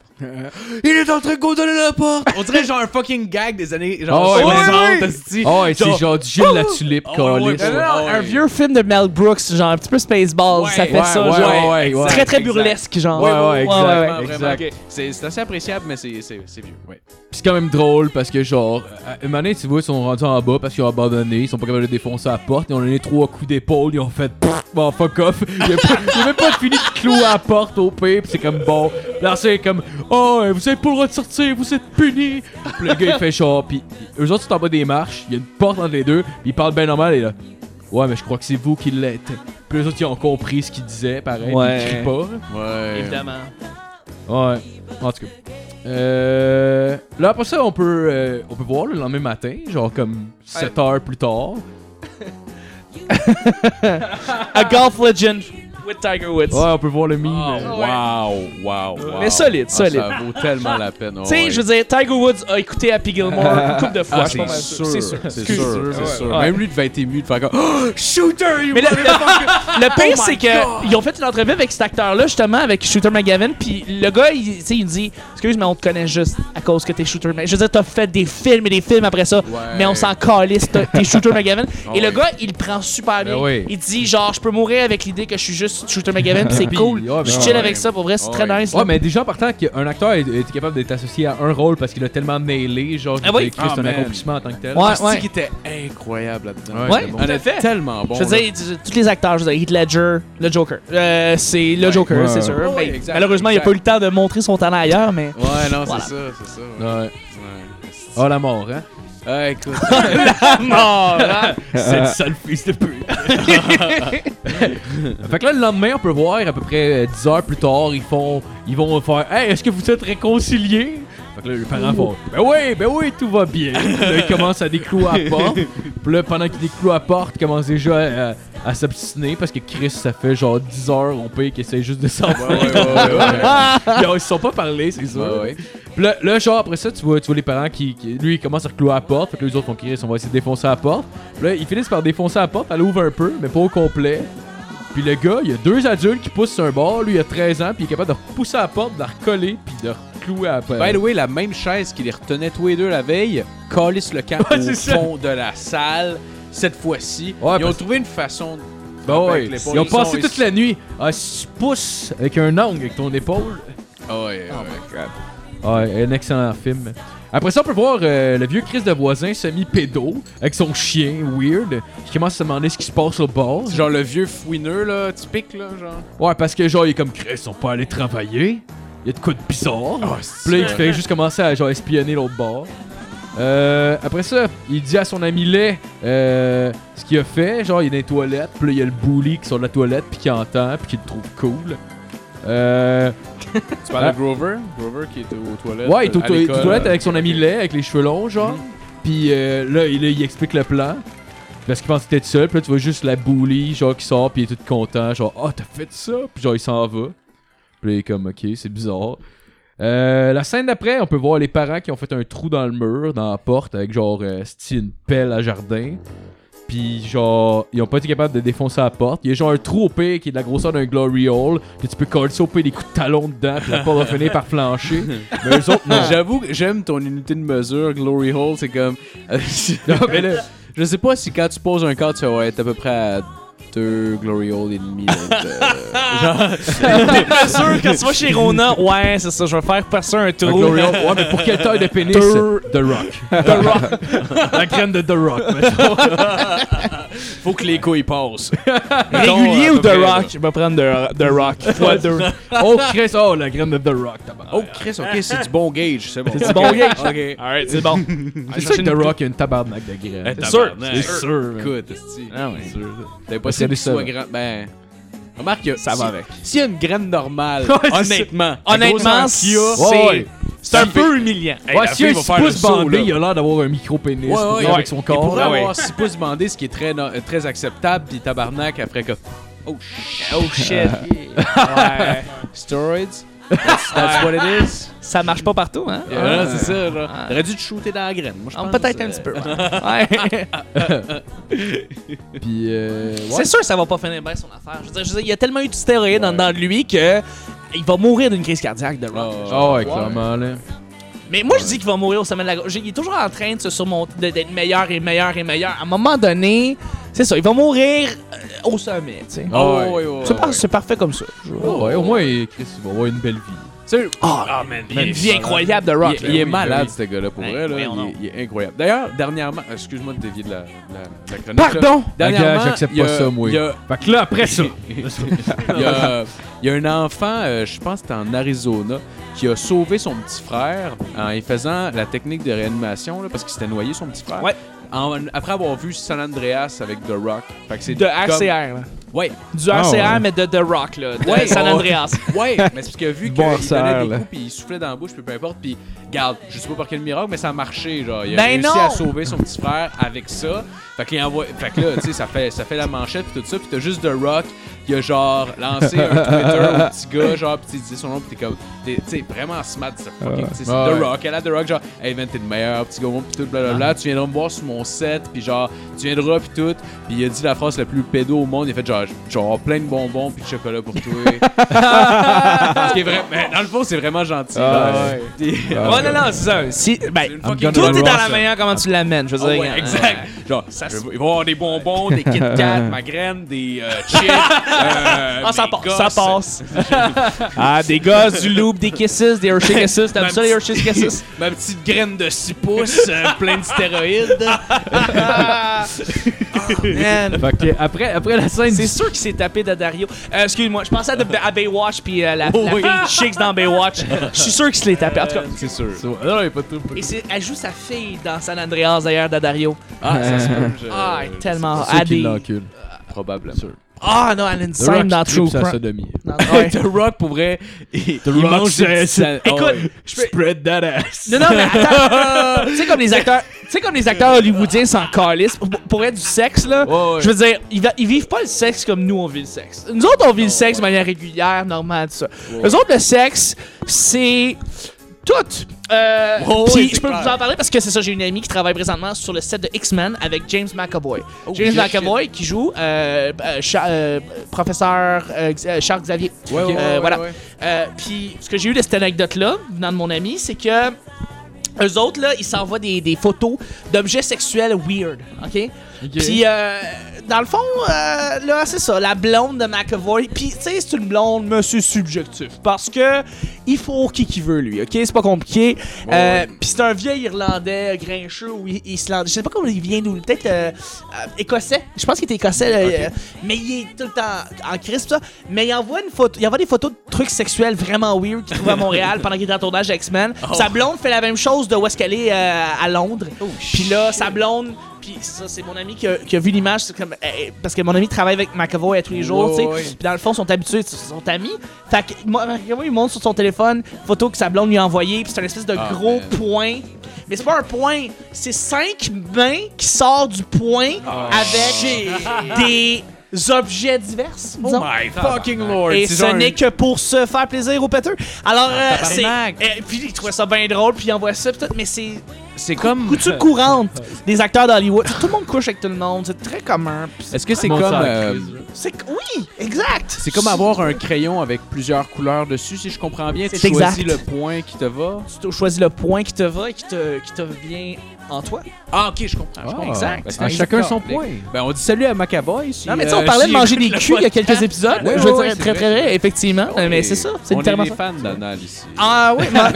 il est en train de condamner la porte. On dirait genre un fucking gag des années genre
Ah, ouais,
60,
ouais.
hostie.
Oh, et c'est
Genre-
genre du Gilles la tulipe,
Oh, ouais, ouais,
câlisse.
ouais, ouais.
Non, non,
Ah,
un
ouais.
vieux film de Mel Brooks, genre un petit peu Spaceball, ça fait
Ouais,
ça,
ouais,
genre.
ouais,
ouais,
très très
exact.
burlesque, genre.
Ouais, ouais, exact,
Vraiment,
exact.
vraiment. C'est c'est assez appréciable, mais c'est c'est- c'est vieux. Ouais.
Pis c'est quand même drôle parce que, genre, à- une année, tu vois, ils sont rendus en bas parce qu'ils ont abandonné, ils sont pas capables de défoncer la porte, ils ont donné trois coups d'épaule, ils ont fait Pfff, bon, fuck off. Ils ont même pas fini de clouer à la porte au pire, pis c'est comme bon. Là, c'est comme oh, vous avez pas le droit de sortir, vous êtes punis. Pis le gars, il fait genre, pis eux autres sont en bas des marches, il y a une porte entre les deux, pis ils parlent bien normal, et là, ouais, mais je crois que c'est vous qui l'êtes. Pis les autres, ils ont compris ce qu'ils disaient, pareil, pis
Ouais.
ils crient pas.
Ouais.
Évidemment.
Ouais. En tout cas. Euh, là, après ça, on peut, euh, on peut voir le lendemain matin, genre comme 7 heures plus tard.
A golf legend Ah. with Tiger Woods.
Ouais, on peut voir le mime. euh,
Wow, wow, wow.
Mais solide,
Ah,
solide.
Ça vaut tellement la peine. Ah
Tu sais, je veux dire, Tiger Woods a écouté Happy Gilmore une couple de fois, je suis pas
c'est
mal
sûr.
sûr. Ah, C'est sûr.
C'est
Excuse.
sûr, c'est
Ouais.
sûr.
Ouais.
Même lui devait être ému de faire comme Oh, Shooter, you
Mais le, le pire,
Oh my
c'est
God.
que ils ont fait une entrevue avec cet acteur-là, justement, avec Shooter McGavin, puis le gars, il, tu sais, il dit Excuse, mais on te connaît juste à cause que t'es Shooter McGavin. Je veux dire, t'as fait des films et des films après ça, mais on s'en calisse, t'as- t'es Shooter McGavin.
Ah
et le
oui.
gars, il le prend super bien.
Ben oui.
Il dit Genre, je peux mourir avec l'idée que je suis juste Shooter McGavin, puis c'est
Puis,
cool.
ouais,
je
ben
suis chill
ouais.
avec ça, pour vrai, c'est
Ah
très
ouais.
nice.
Ouais, mais déjà en partant qu'un acteur est, est capable d'être associé à un rôle parce qu'il a tellement nailé, genre,
Ah oui.
qu'il c'est un
man.
accomplissement en tant que tel.
Ouais,
C'est
ouais.
qui était incroyable là-dedans.
Ouais,
c'est
tout
bon.
à
Elle est
fait.
tellement bon.
Je veux
là.
dire, tu- tous les acteurs, je veux dire, Heath Ledger, le Joker. Euh, c'est le Joker,
Ouais.
c'est sûr.
Ouais,
mais
exact,
malheureusement, il a
exact.
pas eu le temps de montrer son talent ailleurs, mais.
Ouais, non,
Voilà.
c'est ça, c'est ça. ouais.
Ouais.
Ouais.
Oh la mort, hein?
Ah, écoute.
C'est le seul fils de pute. fait que là, le lendemain, on peut voir à peu près euh, 10 heures plus tard, ils font, ils vont faire Hey, est-ce que vous êtes réconciliés? Fait que là, les parents font Ben oui, ben oui, tout va bien. Puis là, ils commencent à déclouer à la porte. Puis là, pendant qu'ils déclouent à la porte, ils commencent déjà à, à- à s'obstiner parce que Chris, ça fait genre 10 heures au pays qu'ils essayent juste de s'en
Ouais, ouais, ouais, ouais.
ils ont- ils se sont pas parlé, c'est sûr.
Ouais, ouais.
Puis là, là, genre, après ça, tu vois, tu vois les parents qui, qui- Lui, il commence à reclouer à la porte. Fait que les autres font Chris, on va essayer de défoncer la porte. Puis là, ils finissent par défoncer la porte. Elle ouvre un peu, mais pas au complet. Puis le gars, il y a deux adultes qui poussent sur un bord. Lui, il a 13 ans, puis il est capable de repousser la porte, de la recoller, puis de reclouer à la porte.
By the way, la même chaise qui les retenait tous les deux la veille, calisse le camp
Ouais,
au
c'est ça.
fond de la salle. Cette fois-ci,
Ouais,
ils ont
parce-
trouvé une façon de
Ben ouais,
avec l'épaule,
ils ont
ils sont
passé toute
ici.
la nuit Ah, à se pousser avec un angle avec ton épaule.
Ah ouais,
Oh
ouais.
Ouais, un excellent film. Après ça, on peut voir euh, le vieux Chris de voisin semi-pédo avec son chien weird qui commence à se demander ce qui se passe au bord.
Genre le vieux fouineux,
Ah,
là, typique, là, genre.
Ouais, parce que genre, il est comme Chris, ils sont pas allés travailler. Il y a de quoi de bizarre. Puis là, il fait juste commencer à genre espionner l'autre bord. Euh, après ça, il dit à son ami Lay euh, ce qu'il a fait. Genre, il est dans les toilettes, puis là, il y a le bully qui sort de la toilette, puis qui entend, puis qui le trouve cool. Euh,
Tu parles
Ah.
de Grover? Grover qui était aux toilettes.
ouais, il est aux
à
to-
l'école, Mhm.
aux toilettes
euh,
avec son ami Lay, avec les cheveux longs, genre. Puis euh, là, il, là, il explique le plan. Parce qu'il pense que t'es tout seul, puis là, tu vois juste la bully, genre, qui sort, puis il est tout content, genre, ah, t'as fait ça, puis genre, il s'en va. Puis là, il est comme, ok, c'est bizarre. Euh, la scène d'après, on peut voir les parents qui ont fait un trou dans le mur, dans la porte, avec genre, euh, c'ti, une pelle à jardin. Puis genre, ils ont pas été capables de défoncer la porte. Il y a genre un trou au pied qui est de la grosseur d'un glory hole, que tu peux coller ça au pied des coups de talon dedans, puis la porte va finir par flancher. Mais eux autres, non.
J'avoue que j'aime ton unité de mesure, Glory Hole, c'est comme.
Non, mais là,
je sais pas si quand tu poses un cadre, tu vas être à peu près à deux Glory Hole et demi. donc, euh,
Bien sûr, quand tu vas chez Rona, ouais, c'est ça, je vais faire passer un
Un
trou.
Glory Hole. Ouais, mais pour quelle taille de pénis? The Rock.
The Rock.
La graine de The Rock.
Faut que les couilles passent.
Régulier
à
ou
peu
The
près, là.
Rock Je vais prendre The, The Rock. Fois deux.
Oh, Chris. Oh, la graine de The Rock. tabarnak.
Oh, Chris, ok, c'est du bon gauge, c'est bon.
C'est du bon gage.
Ok.
Alright, c'est bon.
C'est sûr que The Rock a une tabarnak de graine.
C'est sûr. Ah
C'est sûr. man.
Écoute, esti.
C'est sûr.
T'es
c'est
possible qu'il
ça,
soit
là.
grand. Ben. Remarque, que
Ça
si-
va avec.
S'il y a une graine normale,
Ouais, c'est
honnêtement.
Honnêtement,
c'est.
Ouais,
c'est
ouais.
c'est un peu humiliant. Hey,
Ouais,
la
si il
fille va
se
faire le
pousse
saut, là.
bandé, il a l'air d'avoir un micro-pénis
Ouais,
pour
ouais,
vrai
ouais.
avec son
Il
corps.
pourrait
Ah ouais.
avoir 6 pouces bandés, ce qui est très, no- euh, très acceptable, puis tabarnak, elle ferait comme. Oh shit.
Oh shit. Ouais.
Steroids? That's, that's what it is?
Ça marche pas partout, hein?
Ouais, c'est ça, genre.
Ah.
T'aurais dû te shooter dans la graine, moi je
Ah,
pense.
Peut-être un
euh,
petit peu. ouais. Ouais.
Puis, euh, ouais.
C'est sûr que ça va pas finir bien son affaire. Je veux dire, je veux dire, il y a tellement eu de stéroïdes en dedans de lui que il va mourir d'une crise cardiaque de Rock.
Ah,
Ah ouais, clairement, là.
Mais moi, je dis qu'il va mourir au sommet de la gauche. Il est toujours en train de se surmonter, de- d'être meilleur et meilleur et meilleur. À un moment donné, c'est ça, il va mourir euh, au sommet, tu sais.
Oh, ouais, ouais, ouais,
C'est par-
ouais.
c'est parfait comme ça.
Oh, Ah ouais, au moins, Chris, il va avoir une belle vie.
Tu sais,
Ah, man, il une vie incroyable de Rock.
il,
là.
il est
Eh oui,
malade,
oui. Eh
ce gars-là, pour
Ouais,
vrai. Là,
oui,
il,
on
est- il est incroyable. D'ailleurs, dernièrement, excuse-moi de dévier de la, de la, de la chronique. là.
Pardon!
Dernièrement,
Ah, Gars, j'accepte
il y a-
pas ça, moi.
Il y a,
Fait que là, après ça.
il y a- il y a un enfant, euh, je pense que c'était en Arizona, qui a sauvé son petit frère en y faisant la technique de réanimation, là, parce qu'il s'était noyé, son petit frère.
Ouais.
en- après avoir vu San Andreas avec The Rock. Fait que c'est
De
comme- Ah,
RCR, là.
Ouais,
Du RCR, mais de The Rock, là. De
Ouais.
San
Oh.
Andreas.
ouais, mais c'est parce que vu qu'il
Bon, ça a
donnait
l'air,
des
là.
coups puis il soufflait dans la bouche puis peu importe puis garde, je sais pas par quel miracle mais ça a marché genre il a
Ben
réussi
non!
à sauver son petit frère avec ça. Fait qu'il envoie fait que là tu sais ça fait ça fait la manchette puis tout ça puis t'as juste The Rock qui a genre lancé un Twitter au petit gars genre puis tu dis son nom puis t'es comme t'es- tu sais vraiment smart ça fucking tu sais, c'est
Ah
The
ouais.
Rock, elle a The Rock genre hey man t'es le meilleur petit gars bon puis tout blablabla, tu viendras me voir sur mon set puis genre tu viendras puis tout puis il a dit la phrase la plus pédo au monde, il a fait genre genre plein de bonbons puis de chocolat pour toi. Ce qui est vrai- mais dans le fond, c'est vraiment gentil. là. Puis-
Ouais, non, non, c'est ça. Si,
C'est
ben,
une
tout
fucking
est dans
rock,
la
ça.
manière comment tu l'amènes, je veux
Ah
dire.
ouais,
hein.
exact. Genre, ça se- il va y avoir des bonbons, des Kit Kat, ma graine, des euh, chips. euh,
Ah, ça
mes
passe,
gosses.
ça passe. ah, des gosses, du loop, des kisses, des Hershey kisses. T'aimes
Ben, Ma
ça, les
petite-
Hershey kisses?
Ma petite graine de 6 pouces, euh, plein de stéroïdes.
Oh, Man.
Fait que après, après la scène
C'est
du
sûr qu'il s'est tapé de Dario. Euh, Excuse-moi, je pensais à, de- à Baywatch puis euh, la, la fille Chicks dans Baywatch. Je suis sûr qu'il se l'est tapé. En tout cas,
c'est sûr.
Non, non, il y a pas de trouble, pas de
et c'est- elle joue sa fille dans San Andreas d'ailleurs, de Dario.
Ah, ça se peut. je-
Ah, tellement.
trouble. Ceux
Ah,
qui
des-
l'enculent.
Probablement.
Ah non, elle a une
The Rock
scène dans
qui tripe
True
sa
Crime.
sodomie.
Non, ouais.
The Rock, pour vrai, il, il
Rock,
mange
c'est-
des-
c'est-
Ah ouais.
Écoute, je peux-
Spread that ass.
Non, non, mais attends. euh, tu sais, comme les acteurs. Tu sais, comme les acteurs hollywoodiens s'en calissent pour, pour être du sexe, là.
Ouais, ouais.
Je veux dire, ils, va- ils vivent pas le sexe comme nous, on vit le sexe. Nous autres, on vit le sexe de manière régulière, normale, tout ça. Eux autres, le sexe, c'est tout. Euh,
Oh,
puis
ouais, c'est
je peux
clair.
vous en parler parce que c'est ça, j'ai une amie qui travaille présentement sur le set de X-Men avec James McAvoy. James
Oh, shit.
McAvoy qui joue euh, euh, Cha- euh, professeur euh, X- euh, Charles Xavier.
Ouais, ouais,
Euh,
ouais, ouais,
voilà.
ouais.
Euh, Puis ce que j'ai eu de cette anecdote-là, venant de mon ami, c'est que eux autres, là, ils s'envoient des, des photos d'objets sexuels weird, OK? Puis, euh, dans le fond, euh, là, c'est ça, la blonde de McAvoy. Puis, tu sais, c'est une blonde, monsieur subjectif. Parce que il faut qui qui veut, lui, OK? C'est pas compliqué. Euh, Puis, c'est un vieil Irlandais euh, grincheux ou I- Islandais. Je sais pas comment il vient d'où. Peut-être euh, euh, écossais. Je pense qu'il était écossais. là, euh, mais il est tout le temps en crise, pis ça. Mais il envoie, une photo, il envoie des photos de trucs sexuels vraiment weird qu'il trouve à Montréal pendant qu'il était en tournage à X-Men.
Oh.
Sa blonde fait la même chose de où est-ce qu'elle est euh, à Londres. Puis là, sa blonde. Puis ça, c'est mon ami qui a, qui a vu l'image. c'est comme, eh, parce que mon ami travaille avec McAvoy à tous les jours,
Ouais,
tu sais.
ouais.
Puis dans le fond, ils sont habitués, ils sont amis. Fait que moi, McAvoy, il montre sur son téléphone photo que sa blonde lui a envoyée. Puis c'est un espèce
Ah,
de gros point. Mais c'est pas un point, c'est cinq mains qui sortent du point
Ah,
avec des objets divers.
Oh
disons.
my fucking lord.
Et
c'est
ce
genre
n'est
un-
que
Ah,
pour se faire plaisir aux péteux. Alors, euh, c'est.
tabarnak.
euh, puis il trouvait ça bien drôle, puis il envoie ça, puis tout, mais c'est
C'est comme.
couture courante des acteurs d'Hollywood. Tout le monde couche avec tout le monde, c'est très commun. puis
Est-ce que c'est
Mon
comme.
sang,
euh,
Chris, là.
C'est oui, exact.
C'est comme avoir un crayon avec plusieurs couleurs dessus, si je comprends bien. Tu
C'est exact.
choisis le point qui te va.
Tu choisis le point qui te va et qui te, qui te vient en toi.
Ah, ok, je comprends. je comprends.
exact.
Ben, c'est
À
un
chacun
exact
son
complexe.
point.
Ben, on dit salut à Macaboy. si,
Non, mais tu sais,
euh,
on parlait
si
de manger
écoute
des
le
culs il y a quelques épisodes.
Ouais,
je veux
ouais,
dire,
c'est
très,
vrai.
très, vrai, effectivement.
Ouais.
mais c'est ça, c'est
on est
littéralement
des
ça.
fans d'Anal ici.
Ah oui, ma-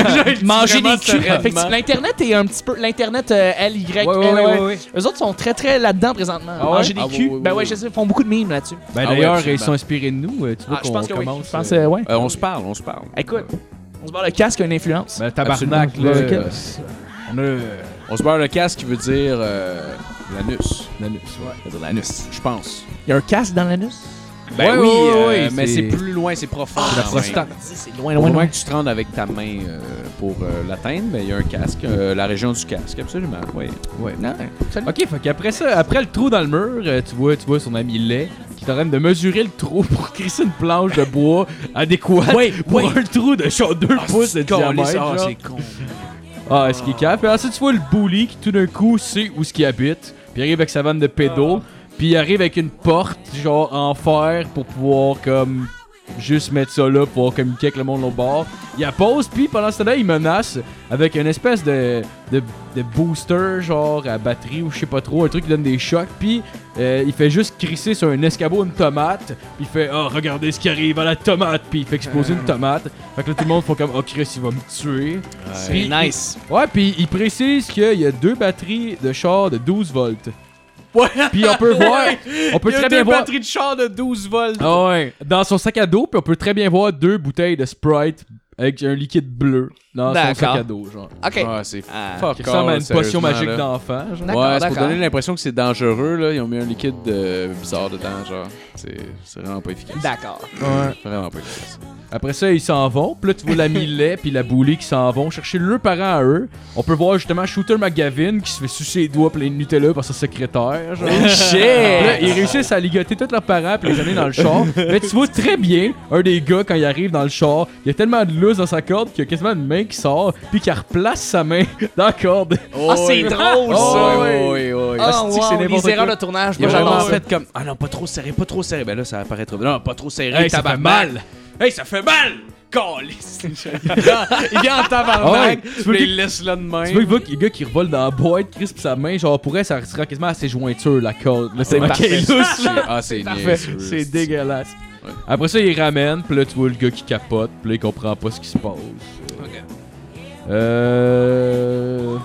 manger
vraiment
des culs.
sereinement.
effectivement. L'internet est un petit peu. L'internet euh, L, Y, L,
ouais, ouais,
ouais.
ouais.
Eux autres sont très, très là-dedans présentement.
ouais?
Manger des
Ah,
culs.
ouais, ouais,
ben
ouais,
ouais, je sais, ils font beaucoup de mimes là-dessus.
Ben
Ah ouais,
d'ailleurs, ils
absolument.
sont inspirés de nous. euh, Tu vois
Ah, je
qu'on
pense que oui.
commence.
Je pense,
euh,
euh, ouais.
Euh, on se parle, on se parle.
Écoute, on se barre le casque, une influence.
ben, tabarnak, là.
Absolument.
euh, On a euh,
On se barre le casque qui veut dire euh, l'anus.
l'anus, ouais.
Ça veut dire L'anus, je pense.
Il y a un casque dans l'anus.
Ouais,
Ben oui,
ouais,
euh,
ouais,
mais c'est
c'est-
plus loin, c'est profond.
C'est la
quand
prostate.
même.
C'est loin,
Au
loin,
moins
loin.
que tu te rendes avec ta main euh, pour euh, l'atteindre, ben, il y a un casque, euh, la région du casque, absolument. Oui.
Ok, fait qu'après ça, après le trou dans le mur, euh, tu vois, tu vois son ami Lay qui est en train de mesurer le trou pour crisser une planche de bois adéquate pour un trou de genre
Ah,
2 pouces de diamètre. genre.
con.
Ah, est-ce qu'il est capable? Puis ensuite, tu vois le bully qui, tout d'un coup, sait où ce qu'il habite. Puis il arrive avec sa vanne de pédo. Puis il arrive avec une porte, genre, en fer pour pouvoir, comme, juste mettre ça là, pouvoir communiquer avec le monde au bord. Il la pose, puis pendant ce temps-là, il menace avec une espèce de, de, de booster, genre, à batterie ou je sais pas trop, un truc qui donne des chocs. Puis euh, il fait juste crisser sur un escabeau une tomate. Puis il fait, oh, regardez ce qui arrive à la tomate. Puis il fait exploser une tomate. Fait que là, tout le monde font comme, oh, Chris, il va me tuer. Puis-
nice.
Ouais, puis il précise qu'il y a deux batteries de char de 12 volts. Ouais. Puis on peut voir, on peut très bien voir.
de char de 12 volts.
Ah ouais. Dans son sac à dos, puis on peut très bien voir deux bouteilles de Sprite avec un liquide bleu. dans son
D'accord.
sac à dos, genre.
Ok.
Ah, c'est
Ah.
fuck
Qui ressemble à
all,
une potion
sérieusement,
magique
là.
d'enfant, genre.
D'accord,
Ouais, c'est pour
d'accord.
donner l'impression que c'est dangereux, là. Ils ont mis un liquide euh, bizarre dedans, genre. C'est c'est vraiment pas efficace.
D'accord.
C'est Vraiment pas efficace.
Après ça, ils s'en vont. Puis là, tu vois la Millet puis la Bouli qui s'en vont chercher leurs parents à eux. On peut voir justement Shooter McGavin qui se fait sucer les doigts plein de Nutella par sa secrétaire. Genre. Puis là, ils réussissent à ligoter tous leurs parents puis les amener dans le char. Mais tu vois très bien un des gars quand il arrive dans le char, il y a tellement de loose dans sa corde qu'il y a quasiment une main qui sort puis qui replace sa main dans la corde.
Ah, c'est drôle, ça!
oui, oui.
Ah,
Asti que c'est
wow,
n'importe
les erreurs
quoi.
de tournage,
Ils
moi
ont
j'adore
vraiment
ça.
fait comme Ah non, pas trop serré, pas trop serré. Ben là, ça apparaît trop. Non, pas trop serré,
Hey, ça fait
tabarnak.
mal.
Hey, ça fait mal! Calisse! il, vient, il vient en tabarnak,
Ah Ouais, tu veux
puis
que-
il laisse là de même.
Tu
Hein?
vois que le gars qui revole dans la boîte, Chris pis sa main, genre pour elle, ça sera quasiment à ses jointures la corde. Là, c'est marqué
C'est-
lousse, là.
Ah, c'est
Parfait.
niaiseux.
C'est dégueulasse. Après ça, il ramène, puis là, tu vois le gars qui capote, puis là, il comprend pas ce qui se passe. Euh.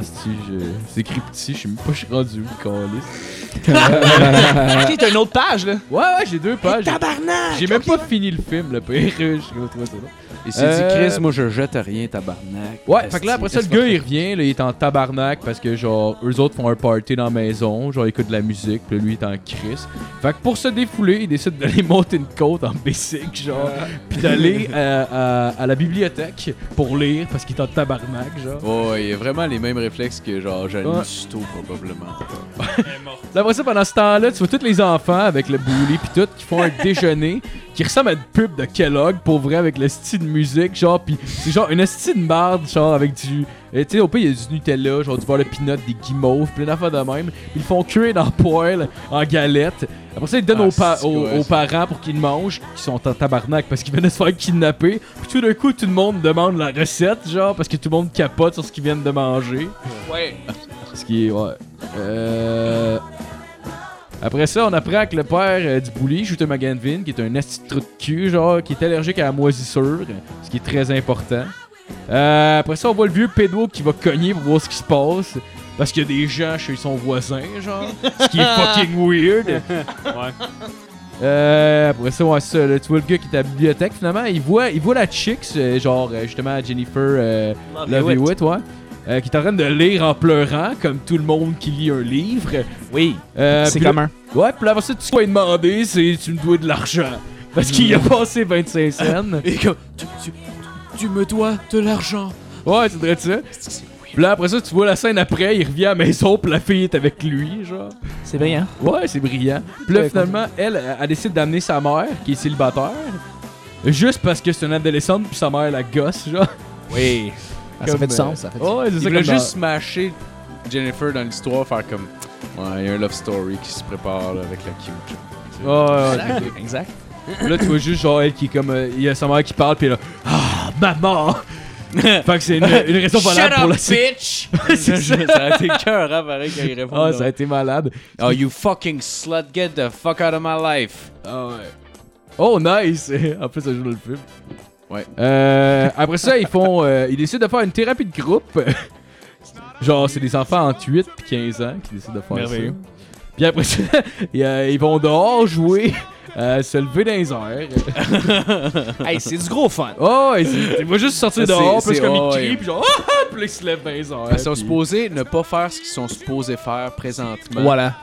Asti, je- C'est écrit petit, je sais même pas, je suis rendu où, câlisse.
Ok, t'as une autre page, là.
Ouais, ouais, j'ai deux pages.
Tabarnak!
J'ai même pas fini le film, le pire. Je retrouve ça.
Il s'est dit,
Euh,
Chris, moi je jette à rien, tabarnak.
Ouais, fait que là, après ça, le
Esti,
gars, il revient, là, il est en tabarnak parce que, genre, eux autres font un party dans la maison, genre, ils écoutent de la musique, puis lui, il est en crise. Fait que pour se défouler, il décide d'aller monter une côte en basic, genre, puis d'aller euh, à, à la bibliothèque pour lire parce qu'il est en tabarnak, genre.
Ouais, il a vraiment les mêmes réflexes que genre
Ouais.
Janie Suto, probablement.
Là, après ça, pendant ce temps-là, tu vois tous les enfants avec le bully puis tout qui font un déjeuner qui ressemble à une pub de Kellogg pour vrai avec le style de musique, genre, puis c'est genre une style de marde, genre, avec du. euh, Tu sais, au pays, il y a du Nutella, genre du beurre de pinot, des guimauves, plein d'affaires de même. Ils le font cuire dans le poêle, en galette. Après ça, ils donnent
Ah,
aux, pa-
c'est
aux-
ouais,
aux
ça.
parents pour qu'ils mangent, qui sont en tabarnak parce qu'ils venaient se faire kidnapper. Puis tout d'un coup, tout le monde demande la recette, genre, parce que tout le monde capote sur ce qu'ils viennent de manger.
Ouais.
Ce qui est, ouais. Euh... Après ça, on apprend que le père euh, du bully, Shooter McGanvin, qui est un esti de trou de cul, genre, qui est allergique à la moisissure, ce qui est très important. Euh, après ça, on voit le vieux pédo qui va cogner pour voir ce qui se passe. Parce qu'il y a des gens chez son voisin, genre. ce qui est fucking weird. Euh, après ça, ouais, c'est ça, là, tu vois le gars qui est à la bibliothèque, finalement, il voit, il voit la chicks, euh, genre, euh, justement, Jennifer euh, Love Hewitt, ouais, euh, qui est en train de lire en pleurant, comme tout le monde qui lit un livre.
Oui,
Euh,
c'est
puis là-
commun.
Ouais, puis là, après ça, tout ce qu'on lui a demandé, c'est tu me dois de l'argent. Parce qu'il a passé 25 cents.
Mm. Et comme, tu, tu, tu me dois de l'argent.
Ouais, c'est vrai de ça. Puis là, après ça, tu vois la scène après, il revient à la maison, puis la fille est avec lui, genre.
C'est brillant.
Ouais, c'est brillant. Puis là,
Ouais,
finalement, elle, elle, elle décide d'amener sa mère, qui est célibataire, juste parce que c'est une adolescente, puis sa mère la gosse, genre.
Oui. ça
Comme,
fait du
euh,
sens, ça fait du sens.
Ouais, c'est
Il
ça
voulait
comme dans-
juste smasher Jennifer dans l'histoire, faire comme. Ouais, il y a un love story qui se prépare là, avec la cute.
Ouais, ouais, ouais.
Exact. exact.
Là, tu vois juste, genre, elle qui est comme. euh, Il y a sa mère qui parle, puis là. Ah, maman! fait que c'est une, une raison valable pour la
bitch!
C'est ça.
a été cœur, hein, pareil, quand il répond.
Ah, ça a été malade.
Oh, you fucking slut, get the fuck out of my life.
Ah ouais. Oh, nice! en plus, ça joue dans le film.
Ouais.
Euh, après ça, ils font. euh, ils décident de faire une thérapie de groupe. Genre, c'est des enfants entre 8 et 15 ans qui décident de faire
Merveilleux.
ça. Puis après ça, ils, euh, ils vont dehors jouer, euh, se lever dans les airs.
hey, c'est du gros fun.
Oh, et c'est- ils vont juste sortir
C'est-
dehors, puis
c'est-
c'est comme
oh,
ils crient,
ouais.
puis genre, ah, ah, puis là, ils se lèvent dans les airs.
Ils sont
puis-
supposés ne pas faire ce qu'ils sont supposés faire présentement.
Voilà.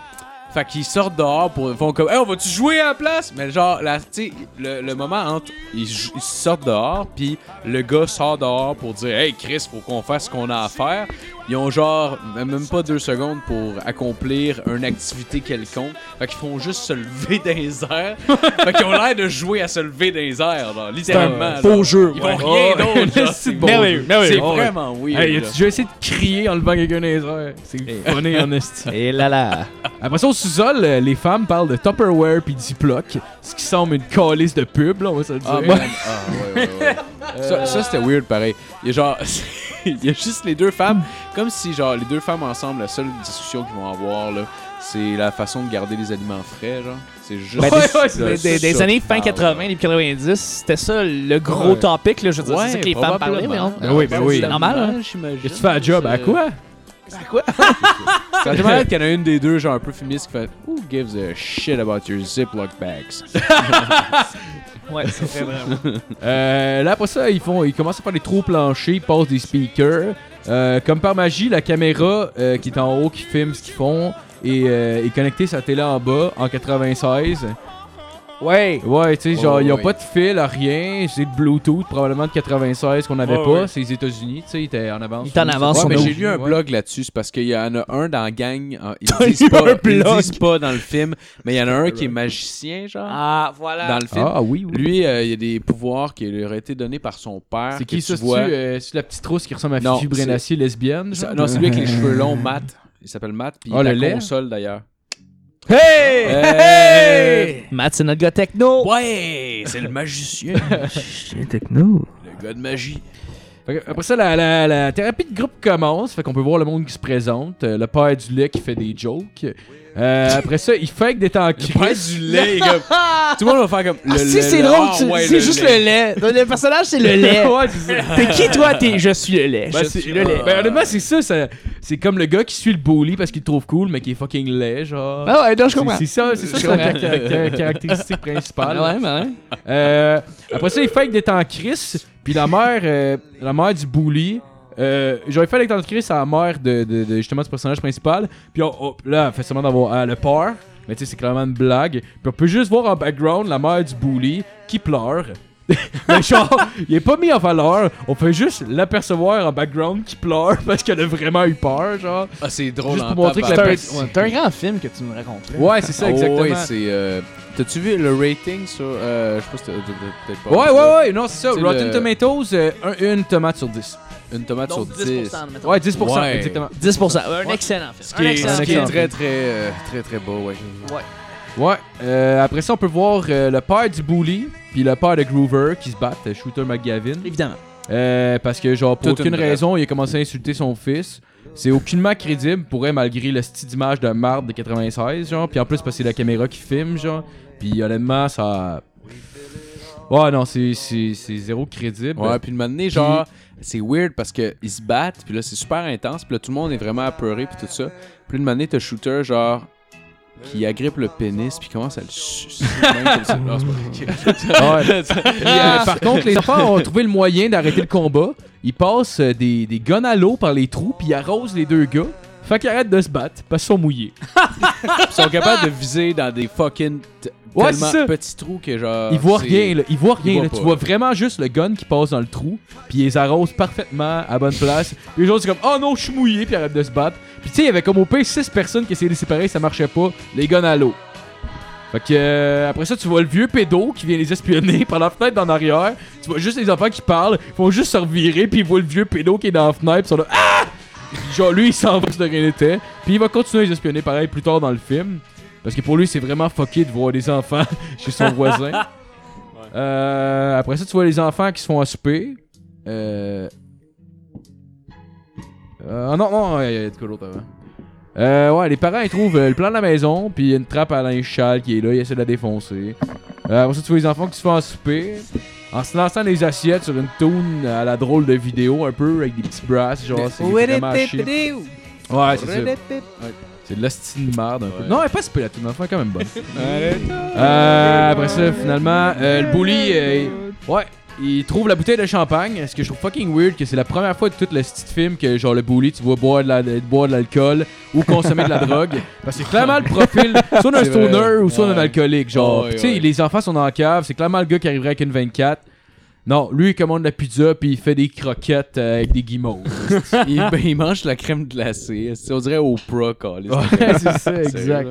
Fait qu'ils sortent dehors pour. Ils font comme. Hey, on va-tu jouer à la place? Mais genre, là, tu sais, le, le moment entre. Ils, jou- ils sortent dehors, puis le gars sort dehors pour dire Hey Chris, faut qu'on fasse ce qu'on a à faire. Ils ont genre même pas deux secondes pour accomplir une activité quelconque. Fait qu'ils font juste se lever dans les airs. fait qu'ils ont l'air de jouer à se lever dans les airs, genre, littéralement.
beau
genre.
jeu,
Ils
ouais.
font rien
Oh,
d'autre. genre,
c'est
C'est
bon.
Merveilleux, merveilleux.
c'est
Oh, ouais.
vraiment weird.
Hey,
là.
as-tu déjà essayé de crier en levant quelqu'un dans les airs? C'est funny en esti.
Et là là.
Après ça, au sous-sol, euh, les femmes parlent de Tupperware puis Ziploc, ce qui semble une calice de pub, là, on va se le dire.
Ah, man. Ah, ouais, ouais, ouais. Ça, ça, c'était weird, pareil. Il y a genre... Il y a juste les deux femmes. Comme si, genre, les deux femmes ensemble, la seule discussion qu'ils vont avoir, là, c'est la façon de garder les aliments frais, genre. C'est juste...
Ben,
Ouais,
des,
ouais, c'est
des-
Euh, ça
des- des
qu'ils
années fin
parlent.
80, début 90, c'était ça le gros
Ouais.
topic. Là, je veux dire, c'est
Ouais,
ça que les femmes parlaient, mais
probablement.
on-
Ben oui, ben oui.
C'est normal, hein?
Que tu fais un job à quoi?
Ça me l'air qu'il y en a une des deux, genre un peu féministe, qui fait Who gives a shit about your Ziploc bags?
Ouais, c'est vrai, vraiment.
Euh, là, après ça, ils, font, ils commencent à faire des trous planchers, ils passent des speakers. Euh, comme par magie, la caméra euh, qui est en haut, qui filme ce qu'ils font, et, euh, est connectée sa télé en bas, en 96.
Ouais!
Ouais, tu sais,
Oh,
genre, ils ont
oui.
pas de fil, rien. C'est de Bluetooth, probablement de 96 qu'on n'avait
Oh,
Ouais,
pas.
ouais.
C'est les États-Unis, tu sais, ils étaient en avance.
Ils étaient en
sur-
avance,
Ouais,
on
mais
a
j'ai lu un blog.
là-dessus, c'est parce qu'il y en a un dans la gang, euh, ils
T'as
le disent
lu
pas,
un
ils le
blog?
disent pas dans le film, mais il y en a un qui est magicien, genre,
Ah, voilà.
dans le film.
Ah oui, oui.
Lui, euh, il y a des pouvoirs qui lui auraient été donnés par son père.
C'est
Ah, que
qui
tu
ça? C'est-tu
vois.
euh, c'est la petite trousse qui ressemble à
Non,
Fifi Brénassier lesbienne?
Ça-
genre?
Non, c'est lui avec les cheveux longs, Matt. Il s'appelle Matt, puis
Ah,
il est
le
la
lait?
console d'ailleurs.
Hey! Euh,
Hey!
Matt, c'est notre gars techno.
Ouais! C'est le magicien,
techno.
le gars de magie.
Fait que, Après ça, la, la- la thérapie de groupe commence. Fait qu'on peut voir le monde qui se présente. Euh, le père du lait qui fait des jokes. Euh, après ça, il fake d'être en
Le père
crise.
du lait, comme... Tout le monde va faire comme.
Ah,
le-
si,
le-
c'est
le-
drôle,
ah,
tu-
ouais,
c'est juste le lait. Le personnage, c'est le lait.
ouais, c'est ça.
T'es qui, toi? T'es... Je suis le lait.
Ben,
je
c'est-
suis le lait.
ben, honnêtement, c'est ça, ça- C'est comme le gars qui suit le bully parce qu'il le trouve cool, mais qui est fucking laid, genre.
Ah ouais, non, je
C'est-
comprends.
c'est ça, c'est ça,
Je
sa
comprends.
caract- car- caractéristique principale.
Ah ouais, ben ouais.
Euh, après ça, il fait d'être en crise. Puis la mère, euh, la mère du bully, euh, j'aurais fait d'être en crise à la mère de, de- de- justement du personnage principal. Puis on, on- là, elle fait seulement d'avoir ah, le peur. Mais tu sais, c'est clairement une blague. Puis on peut juste voir en background la mère du bully qui pleure. Mais genre, il est pas mis en valeur. On peut juste l'apercevoir en background qui pleure parce qu'elle a vraiment eu peur, genre.
Ah, c'est drôle.
Juste
en
pour montrer que la
tabarnak.
personne.
Ouais, T'as un grand film que tu nous racontes. là.
Ouais, c'est
Ah
ça, exactement.
Oh, ouais, c'est. euh, T'as-tu vu le rating sur. euh, je sais pas si t'as t'as peut-être pas.
ouais, ouais, ouais, non, c'est ça.
C'est
Rotten
le-
Tomatoes, euh, un- une tomate sur 10.
Une tomate
Donc,
sur 10.
10%, mettons.
Ouais, 10%,
Ouais.
exactement.
10%. Un excellent film. Un
Ce qui est
excellent film.
très, très, euh, très, très beau, ouais.
Ouais, euh, après ça, on peut voir euh, le père du Bully puis le père de Groover qui se battent, euh, Shooter McGavin.
Évidemment.
Euh, parce que, genre, pour
Toute
aucune
une brève.
raison, il a commencé à insulter son fils. C'est aucunement crédible pour elle, malgré le style d'image de marde de 96, genre. Puis en plus, parce que c'est la caméra qui filme, genre. Puis honnêtement, ça. Ouais, non, c'est c'est- c'est zéro crédible. Euh,
Ouais, puis le moment donné, genre, c'est weird parce que ils se battent, puis là, c'est super intense, puis là, tout le monde est vraiment apeuré, puis tout ça. Puis le moment donné, t'as Shooter, genre, qui agrippe le pénis, puis commence à le sucer. même comme ça. Non, c'est pas vrai.
Ouais. Puis, euh, par contre, les enfants ont trouvé le moyen d'arrêter le combat. Ils passent euh, des, des guns à l'eau par les trous, puis ils arrosent les deux gars. Fait qu'ils arrêtent de se battre, parce qu'ils sont mouillés.
Ils sont capables de viser dans des fucking t-
Ouais,
tellement
c'est ça.
petits trous que, genre.
Ils voient
Ah, c'est-
rien, là. Ils voient rien,
voient
là.
pas.
Tu vois vraiment juste le gun qui passe dans le trou, puis ils les arrosent parfaitement à bonne place. Puis les autres, c'est comme, oh non, je suis mouillé, puis ils arrêtent de se battre. Puis tu sais, il y avait comme au pire 6 personnes qui essayaient de les séparer, ça marchait pas. Les guns à l'eau. Fait que, euh, après ça, tu vois le vieux pédo qui vient les espionner par la fenêtre d'en arrière. Tu vois juste les enfants qui parlent, ils font juste se revirer, puis ils voient le vieux pédo qui est dans la fenêtre, puis ils sont là, ah! Genre, lui, il s'en va, c'est de rien n'était. Puis il va continuer à les espionner pareil plus tard dans le film. Parce que pour lui, c'est vraiment fucké de voir des enfants chez son voisin. Euh, après ça, tu vois les enfants qui se font à souper. Euh... euh, non, non, il y a de quoi d'autre avant. Euh, ouais, les parents, ils trouvent euh, le plan de la maison, puis il y a une trappe à linge sale qui est là, ils essaient de la défoncer. Euh, après ça, tu vois les enfants qui se font à souper. En se lançant des assiettes sur une toune à la drôle de vidéo, un peu, avec des petits brasses, genre, c'est vraiment à chier. Ouais, c'est ça. C'est de l'hostie de merde un peu. Non, elle est pas si peu la toune, mais elle est quand même bonne. Euh, après ça, finalement, euh, le bully, euh, il- ouais, il trouve la bouteille de champagne. Ce que je trouve fucking weird, que c'est la première fois de tout le style de film que genre le bully, tu vois boire de la- de boire de l'alcool ou consommer de la drogue. Parce que c'est clairement le profil, soit d'un
C'est vrai.
stoner ou soit d'un
Ouais.
alcoolique. Genre,
Ouais,
Puis, tu sais,
ouais.
les enfants sont dans la cave. C'est clairement le gars qui arriverait avec une 24. Non, lui, il commande la pizza puis il fait des croquettes euh, avec des guimauves.
il, ben, il mange la crème glacée. C'est- On dirait Oprah, câlisse.
Ouais, c'est ça,
Sérieux,
exact.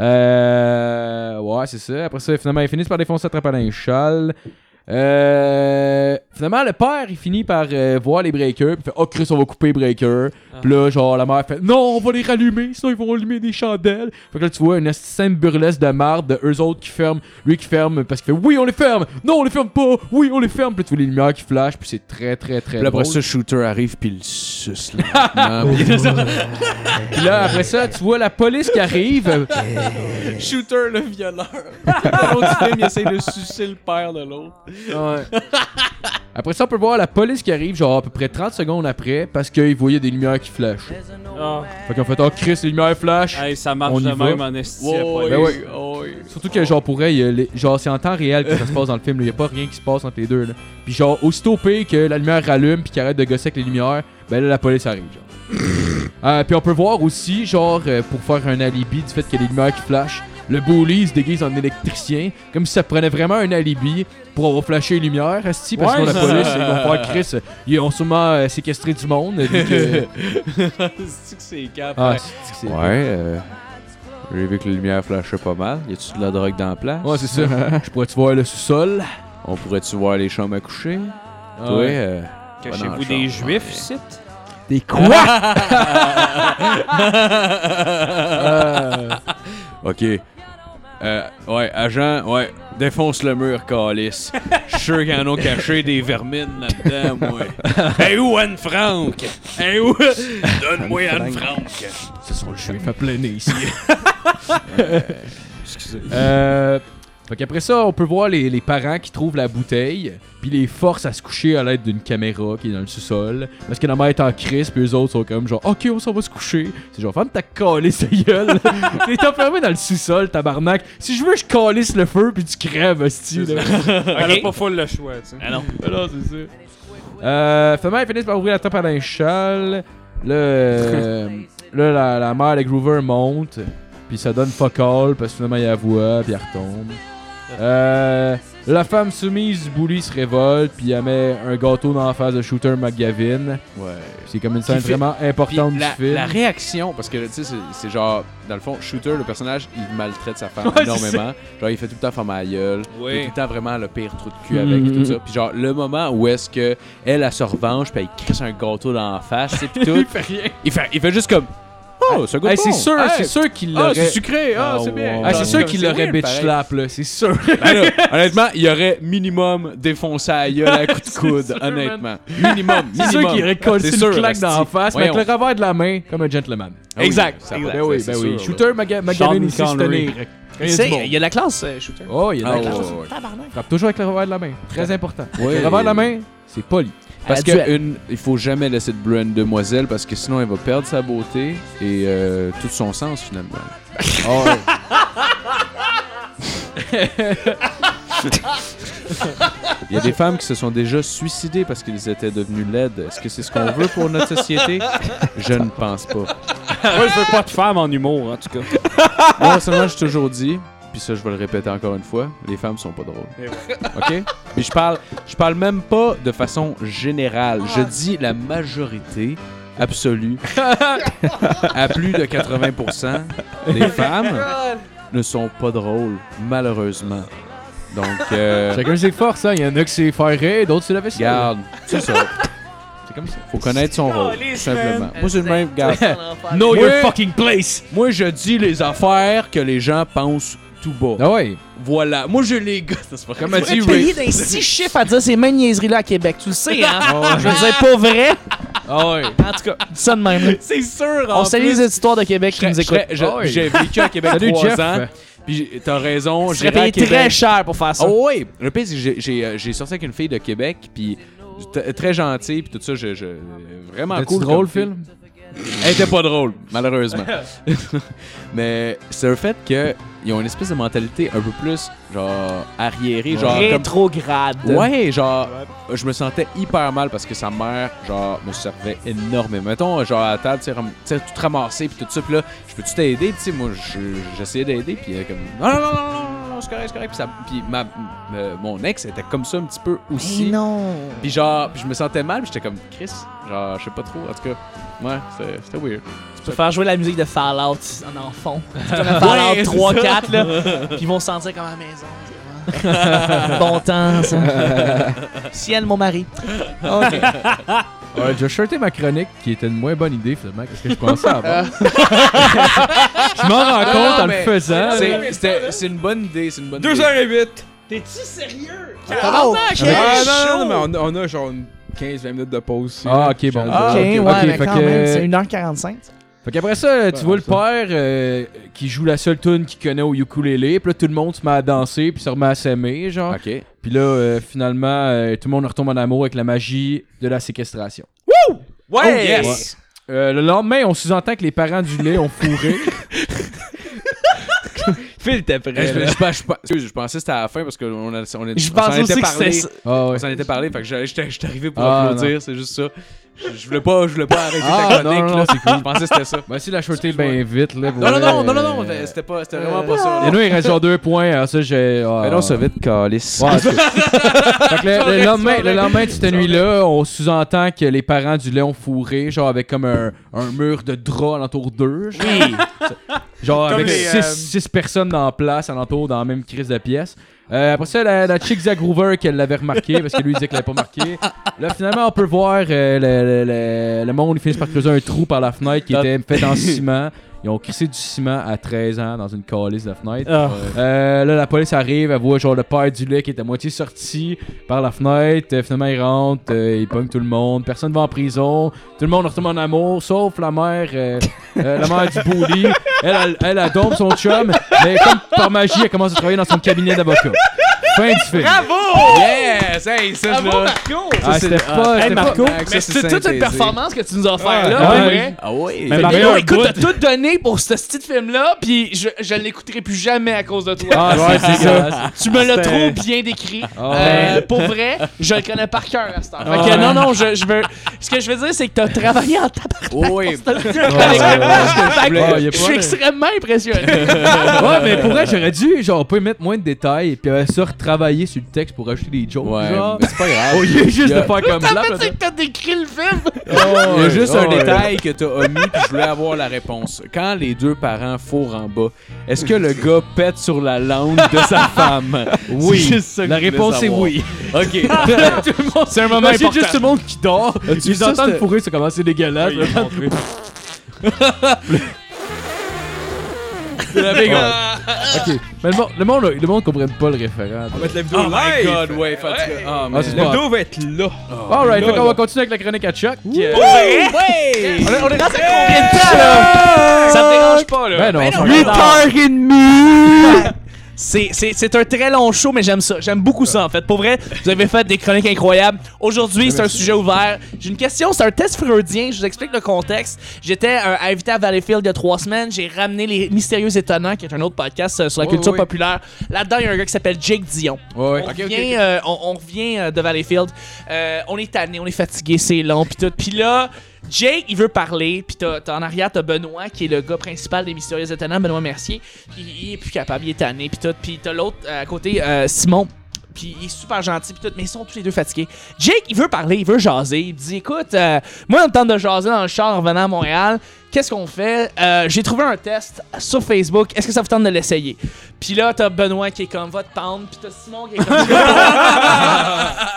Euh, ouais, c'est ça. Après ça, finalement, ils finissent par défoncer la trappe à linge sale. Euh, finalement, le père, il finit par euh, voir les breakers. puis Il fait Oh, Chris, on va couper les breakers. Puis là, genre, la mère fait Non, on va les rallumer. Sinon, ils vont allumer des chandelles. Fait que là, tu vois une scène burlesque de marde de eux autres qui ferment. Lui qui ferme parce qu'il fait Oui, on les ferme. Non, on les ferme pas. Oui, on les ferme. Puis là, tu vois les lumières qui flashent. Puis c'est très, très, très.
Puis là, après
drôle.
ça, Shooter arrive, puis il suce lentement. Puis-
Puis là, après ça, tu vois la police qui arrive.
Shooter, le violeur. Dans l'autre film, il essaie de sucer le père de l'autre.
Ouais. Après ça, on peut voir la police qui arrive, genre à peu près 30 secondes après, parce qu'ils voyaient des lumières qui flashent.
Ah.
Fait qu'en fait, oh Chris, les lumières flashent.
Hey, ça marche
On y
de
va.
même en esti. la police.
Ben ouais. Surtout que genre pour elle, il y a les- genre c'est en temps réel que ça se passe dans le film, il y a pas rien qui se passe entre les deux là. Puis genre aussitôt pire que la lumière rallume puis qu'il arrête de gosser avec les lumières, ben là la police arrive genre. Euh, puis on peut voir aussi genre euh, pour faire un alibi du fait qu'il y a des lumières qui flashent, le bully se déguise en électricien comme si ça prenait vraiment un alibi pour avoir flashé les lumières, asti, parce
Ouais,
que la
c'est
police
ça.
ils vont faire Chris, euh, ils ont sûrement euh, séquestré du monde. vu que-
C'est-tu que c'est cap.
Ah, c'est- c'est-
Ouais, euh, j'ai vu que les lumières flashaient pas mal. Y a-tu de la drogue dans la place?
Ouais, c'est ça. Je pourrais-tu voir le sous-sol?
On pourrait-tu voir les chambres à coucher?
Ah
Toi,
ouais.
euh, pas dans
Cachez-vous
la
des
chambre,
juifs,
ouais.
ici?
Des quoi?
Ok. Euh, ouais, agent, ouais, défonce le mur, Calis. Je suis sûr qu'il y en a caché des vermines là-dedans, moi. Hey, où Anne Frank? Hey, où? Donne-moi Anne Frank.
Ce sont le juif à plein nez ici. Euh, fait qu'après ça, on peut voir les, les parents qui trouvent la bouteille, puis les forcent à se coucher à l'aide d'une caméra qui est dans le sous-sol. Parce que la mère est en crise, puis eux autres sont comme genre, ok, on s'en va se coucher. C'est genre, femme, t'as calé sa gueule. T'es enfermé dans le sous-sol, tabarnak. Si je veux, je calisse le feu, puis tu crèves, hostie. là.
Elle a pas full le choix, tu sais.
Ah non.
Alors, c'est ça. Euh, finalement, ils finissent par ouvrir la top à l'inchal. Là, euh, là la, la mère de Groover monte. Puis ça donne fuck all parce que finalement, il la voit. Puis elle retombe. Euh, la femme soumise du bully se révolte. Puis elle met un gâteau dans la face de Shooter McGavin.
Ouais.
C'est comme une scène
Qui fait-
vraiment
Puis
importante
la,
du film.
la réaction, parce que tu sais, c'est- c'est genre, dans le fond, Shooter, le personnage, il maltraite sa femme
Ouais, c'est
énormément. Genre, il fait tout le temps faire ma gueule. Il est tout le temps vraiment le pire trou de cul
Mhm.
avec et tout ça. Puis genre, le moment où est-ce que elle, elle se revanche, puis elle crisse un gâteau dans la face, tu sais, puis tout. il fait rien. Il fait, juste comme, oh, ça goûte
Hey, c'est
bon.
sûr,
Hey,
c'est sûr qu'il
Ah,
l'aurait.
c'est sucré, ah,
Ah,
c'est bien.
wow. Ah, c'est sûr qu'il l'aurait
weird,
bitch
pareil.
slap, là, c'est sûr.
Ben là, honnêtement, il aurait minimum défoncé à gueule à coup de coude, honnêtement. Minimum, minimum.
C'est sûr qu'il aurait collé
C'est
une
sûr,
claque
esti.
dans la face, mais
Voyons.
avec le revers de la main, comme un gentleman.
Ah oui,
Exact.
ça
Ben
va,
oui,
ça,
ben
c'est
oui.
sûr, là.
Shooter Maga- McGavin ici,
Sean
c'est
Connery.
tenir.
Tu sais, Il y a de la classe, euh, Shooter.
Oh, il y a de la
Ah,
classe.
ouais,
Classe,
ouais.
Tabarnak.
Frappe toujours avec le revers de la main. Très important.
Ouais.
Le revers de la main, c'est poli.
Parce
À
que
duel.
une, il faut jamais laisser de brûler une demoiselle parce que sinon elle va perdre sa beauté et euh, tout son sens finalement. Ah Il y a des femmes qui se sont déjà suicidées parce qu'ils étaient devenus laides. Est-ce que c'est ce qu'on veut pour notre société Je ne pense pas.
Moi, je veux pas de femme en humour, en tout cas.
Moi, seulement, j'ai toujours dit, puis ça, je vais le répéter encore une fois, les femmes sont pas drôles. OK? Puis je parle, je parle même pas de façon générale. Je dis la majorité absolue. à plus de 80%, les femmes ne sont pas drôles, malheureusement. Donc, euh,
Chacun ses forces, hein. Il y en a qui c'est faire rire, d'autres c'est la vaisselle.
garde, c'est ça.
C'est comme ça.
Faut connaître son rôle, tout simplement. Moi, c'est le même, garde.
No,
your
fucking place!
Moi, je dis les affaires que les gens pensent tout bas.
Ah ouais.
Voilà. Moi, je les gars. Ça, c'est pas
Comme a dit
Payé
Ray.
d'un six chiffres à dire ces mêmes niaiseries-là à Québec, tu le sais, hein? Je veux dire, pas vrai.
Ah ouais.
En tout cas, dis ça de même.
C'est sûr,
On salue les éditeurs de Québec qui
Je-
nous
je-
écoutent.
je-
Ah oui.
J'ai vécu à Québec
Salut,
trois
Jeff.
ans. Puis j'ai- t'as raison,
On serait
j'ai
payé très cher pour faire ça.
Oh oui, le pire c'est que j'ai- j'ai euh, j'ai sorti avec une fille de Québec, puis t- très gentille, puis tout ça, je, je- vraiment
C'est
cool.
drôle,
comme fille.
Ah, film.
Elle était pas drôle, malheureusement. Mais c'est le fait que ils ont une espèce de mentalité un peu plus genre arriérée, genre comme
Rétrograde.
Ouais, genre, je me sentais hyper mal parce que sa mère, genre, me servait énormément. Mettons, genre, à la table, tu sais, ram- tu sais, tout ramassé, puis tout ça, puis là, je peux-tu t'aider? Puis, tu sais, moi, je- j'essayais d'aider, puis elle, était comme, non, non, non, non, non, non, c'est correct, c'est correct. Puis, ça- puis ma, euh, mon ex était comme ça un petit peu aussi.
Eh non.
Puis, genre, puis je me sentais mal, puis j'étais comme, Chris, genre, je sais pas trop, en tout cas, ouais, c'était- c'était weird.
Tu peux faire jouer la musique de Fallout en enfant. C'est comme un Fallout 3, 4, là. Puis ils vont se sentir comme à la maison. tu vois. bon temps, ça. Ciel, mon mari.
Ouais, j'ai shirté ma chronique qui était une moins bonne idée finalement que ce que je pensais avant. je m'en rends
Non,
compte en le
mais
faisant. Ah,
C'est- c'était- C'est une bonne idée, c'est une bonne idée.
2h08!
T'es-tu sérieux?
Ah non, non, non, mais on, on a genre une 15-20 minutes de pause.
Ah ok, bon.
Ok,
ok,
ouais, mais
fait
quand
que-
même, c'est 1h45.
Fait qu'après ça, tu vois le père euh, qui joue la seule tune qu'il connaît au ukulélé, puis là tout le monde se met à danser, puis se remet à s'aimer, genre.
Ok.
Puis là, euh, finalement, euh, tout le monde retombe en amour avec la magie de la séquestration.
Ouais!
yes! Euh, le lendemain, on sous-entend que les parents du lait ont fourré.
Phil, t'es prêt.
Eh, je,
là.
je- je- je- excuse, je pensais que c'était à la fin parce qu'on a- on, a-
Je
on
pense
s'en
aussi que c'était
était parlé.
ça.
Ah
On
ouais.
s'en était parlé, fait que j'allais- j'étais j'étais arrivé pour
Ah,
applaudir, c'est juste ça. Je, je voulais pas, je voulais pas arrêter
Ah,
ta
non,
chronique,
non,
là.
non, c'est cool.
Je pensais que c'était ça.
Bah, si la shooter bien vite, là.
Non, non, non, non, non, non, c'était pas, c'était vraiment pas ça.
Et nous, il reste genre deux points. Alors ça, j'ai. Ah.
vite, calice.
Ouais, en tout cas. Fait que le, le lendemain, le lendemain de cette nuit-là, on sous-entend que les parents du lait ont fourré, genre avec comme un, un mur de draps alentour d'eux. genre. Genre
Comme
avec
les,
six,
euh,
six personnes en place alentour dans la même crise de pièce. Euh, après ça, la, la chick Zach Groover qu'elle l'avait remarqué parce que lui il disait qu'elle l'avait pas marqué. Là, finalement, on peut voir euh, le, le- le- le monde, ils finissent par creuser un trou par la fenêtre qui était fait en ciment. Ils ont crissé du ciment à 13 ans dans une calice de fenêtre.
Ah.
Euh, là, la police arrive, elle voit genre le père du lait qui est à moitié sorti par la fenêtre. Euh, finalement, il rentre, euh, il pogne tout le monde. Personne va en prison. Tout le monde retourne en amour, sauf la mère, euh, euh, la mère du bully. Elle, elle, elle, elle dompe son chum, mais comme par magie, elle commence à travailler dans son cabinet d'avocat. Fin du film.
Ah,
Yes! Hey, ça, je l'ai-
Ah, c'était pas.
Hey,
c'était pas-
Marco,
Max,
mais c'est
ça, c'est
toute une
synthétisé.
performance que tu nous as offert là,
Ouais.
pour
Ouais.
vrai.
Ah oui!
Mais
Mais
Mario,
non,
un
écoute,
bout.
t'as tout donné pour ce petit film-là, puis je, je ne l'écouterai plus jamais à cause de toi.
Ah,
Ouais, c'est
c'est ça.
tu me l'as trop
c'était-
bien décrit.
Ah,
Euh,
ouais.
pour vrai, je le connais par cœur à cette heure. Fait
Ah,
que
ouais.
non, non, je, je veux. Ce que je veux dire, c'est que t'as travaillé en tabarnak
Oui,
pour ce film.
ouais,
Avec
ouais,
le-
ouais.
Fait que
Ouais, y a
Je
pas-
suis extrêmement impressionné.
ouais, mais pour vrai, j'aurais dû, genre, pas mettre moins de détails, puis euh, ça, retravailler sur le texte pour ajouter des jokes.
Ouais,
genre.
mais c'est pas grave.
Au lieu juste de faire comme
T'as
bla, bla,
fait
bla.
c'est que t'as décrit le film.
Oh, Il y a juste
Oh,
un
ouais.
détail que t'as omis, puis je voulais avoir la réponse. Quand les deux parents fourrent en bas, est-ce que le gars pète sur la langue de sa femme?
Oui.
C'est juste ça que
La
je voulais
réponse est
savoir.
oui.
OK.
C'est un moment C'est juste tout le monde qui dort.
vu
Ils
ça,
entendent
c'était-
fourrer, c'est comment c'est dégueulasse.
Ah.
Ok. Mais le monde, le monde, le monde comprenne pas le référent.
On va mettre la vidéo
my
live.
god, ouais, fatigué. Ah,
Ah,
man.
c'est
La
pas.
vidéo va être là.
Alright,
là,
fait qu'on
là.
va continuer avec la chronique à Chuck.
On est- on est dans combien de temps là? Ça me dérange pas là.
Ben non, on s'en garde.
and C'est c'est- c'est un très long show, mais j'aime ça. J'aime beaucoup ça, en fait. Pour vrai, vous avez fait des chroniques incroyables. Aujourd'hui, c'est un sujet ouvert. J'ai une question, c'est un test freudien. Je vous explique le contexte. J'étais euh, invité à Valleyfield il y a trois semaines. J'ai ramené Les Mystérieux Étonnants, qui est un autre podcast euh, sur la
Ouais,
culture
ouais.
populaire. Là-dedans, il y a un gars qui s'appelle Jake Dion.
Ouais,
On,
ouais.
revient, euh, on, on revient, euh, de Valleyfield. Euh, on est tanné, on est fatigué, c'est long, puis tout. Puis là, Jake, il veut parler, puis t'as, t'as en arrière, t'as Benoît, qui est le gars principal des Mystérieux Étonnants, Benoît Mercier. Il, il est plus capable, il est tanné, puis tout. Puis t'as l'autre euh, à côté, euh, Simon. Puis il est super gentil, puis tout, mais ils sont tous les deux fatigués. Jake, il veut parler, il veut jaser. Il me dit Écoute, euh, moi, on tente de jaser dans le char en revenant à Montréal. Qu'est-ce qu'on fait Euh, J'ai trouvé un test sur Facebook. Est-ce que ça vous tente de l'essayer Puis là, t'as Benoît qui est comme Va te pendre, puis t'as Simon qui est comme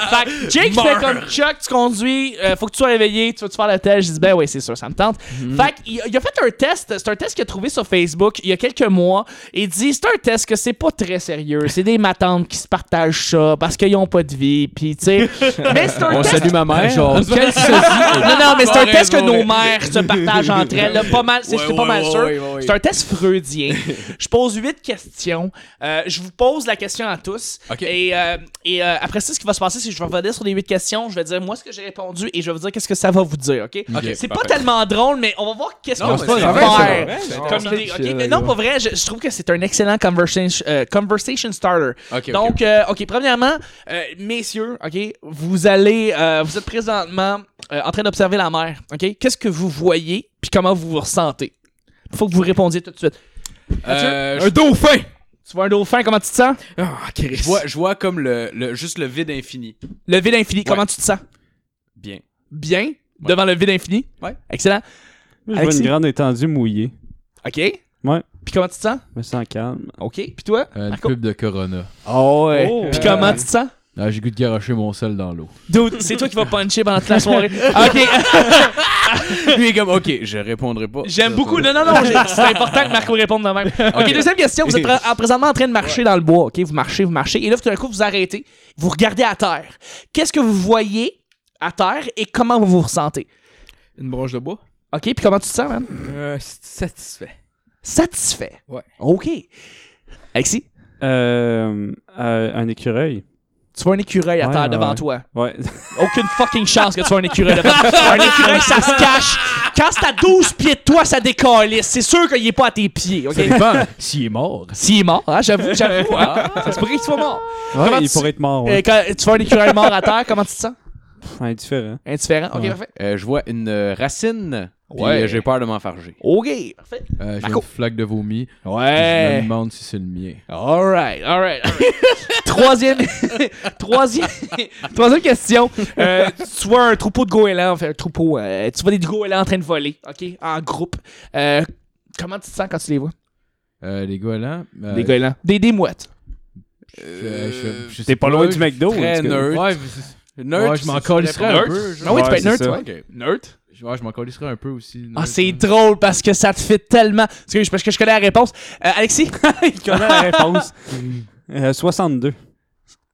Fait que Jake fait comme Chuck, tu conduis, euh, faut que tu sois réveillé, tu vas-tu faire le test Je dis Ben oui, c'est sûr, ça me tente. Fait qu'il a- il a fait un test, c'est un test qu'il a trouvé sur Facebook il y a quelques mois. Il dit C'est un test que c'est pas très sérieux. C'est des matantes qui se partagent ça parce qu'ils ont pas de vie, puis tu sais. Mais c'est un
On
test.
salue ma mère. Genre, quel
Non, non, mais c'est un
Raison,
test que nos
raison.
mères se partagent entre elles. là. Pas mal, c'est j'étais pas mal sûr. C'est un test freudien. je pose huit questions. Euh, je vous pose la question à tous.
Ok.
Et, euh, et euh, après ça, ce qui va se passer, c'est que je vais revenir sur les huit questions. Je vais dire moi ce que j'ai répondu et je vais vous dire qu'est-ce que ça va vous dire. Ok.
Ok,
C'est pas
parfait.
tellement drôle, mais on va voir qu'est-ce
Non,
qu'on
mais
peut
c'est vrai,
faire.
c'est
Comme
vrai.
idée, ok?
Chill,
Mais non,
gars.
pas vrai, je, je trouve que c'est un excellent conversation, euh, conversation starter.
OK,
Donc, euh, ok, premièrement, euh, messieurs, ok, vous allez, euh, vous êtes présentement euh, en train d'observer la mer, ok. Qu'est-ce que vous voyez, puis comment vous vous ressentez Faut que vous répondiez tout de suite.
Euh,
Un dauphin!
Tu vois un dauphin, comment tu te sens
Ah,
je,
Chris.
je vois, je vois comme le, le- juste le vide infini.
Le vide infini, comment tu te sens
Bien.
Bien devant le vide infini.
Ouais.
Excellent.
Je vois
Alexis?
une grande étendue mouillée.
Ok. Ouais. Puis comment tu te sens
Je me sens calme.
Ok. Puis toi
Ah,
Une
Marco?
pub de Corona.
Oh ouais.
Oh.
Puis comment tu te sens
Ah, J'ai goût de garocher mon sel dans l'eau.
Dude, c'est toi qui vas puncher pendant toute la soirée. Ok.
Lui, il est comme, OK, je répondrai pas.
J'aime beaucoup. Non, non, non. j'ai- C'est important que Marco réponde de même. OK, deuxième question. Vous êtes pr- en- présentement en train de marcher dans le bois. OK, vous marchez, vous marchez. Et là, tout d'un coup, vous arrêtez. Vous regardez à terre. Qu'est-ce que vous voyez à terre et comment vous vous ressentez?
Une branche de bois?
OK, puis comment tu te sens, man?
Euh, satisfait.
Satisfait.
Ouais.
OK. Alexis,
Euh, euh, un écureuil.
tu vois un écureuil à
Ouais,
terre
ouais,
devant
ouais.
toi.
Ouais.
Aucune fucking chance que tu sois un écureuil. devant toi. un écureuil, ça se cache. Quand c'est à 12 pieds de toi, ça décalisse. C'est sûr qu'il est pas à tes pieds, OK?
S'il est mort.
S'il est mort, hein, j'avoue, j'avoue. hein. Ça se pourrait qu'il soit mort. Comment
il
tu-
pourrait être mort.
Euh,
Ouais.
quand tu vois un écureuil mort à terre, comment tu te sens?
Indifférent.
Indifférent. OK,
Ouais.
parfait.
Euh, je vois une euh, racine. Puis
Ouais.
euh, j'ai peur de m'enfarger.
OK, parfait.
Euh, J'ai
Marco.
une flaque de vomi. Je me
Ouais.
demande si c'est le mien.
All right, all right. all right. troisième, troisième, troisième question. Euh, tu vois un troupeau de goélands, enfin un troupeau. euh, tu vois des goélands en train de voler, ok, en groupe. Euh, comment tu te sens quand tu les vois,
Euh, les goélands. euh,
des goélands, des des mouettes.
je- je- je sais
T'es pas loin du
mec.
McDo. en
Très
tout cas.
neutre.
Ouais, c'est-
Neutre,
Ouais, je m'en
c'est- c'est-
calisserais un
neutre.
peu. je-
Ah oui, tu peux
Ouais,
être neutre,
c'est
toi.
ça.
Ok.
Neutre.
Ouais, je m'en calisserais un peu aussi.
Ah, c'est
neutre, hein.
drôle parce que ça te fit tellement. Excuse, parce que je connais la réponse. Euh, Alexis.
Il connaît la réponse. Euh, 62.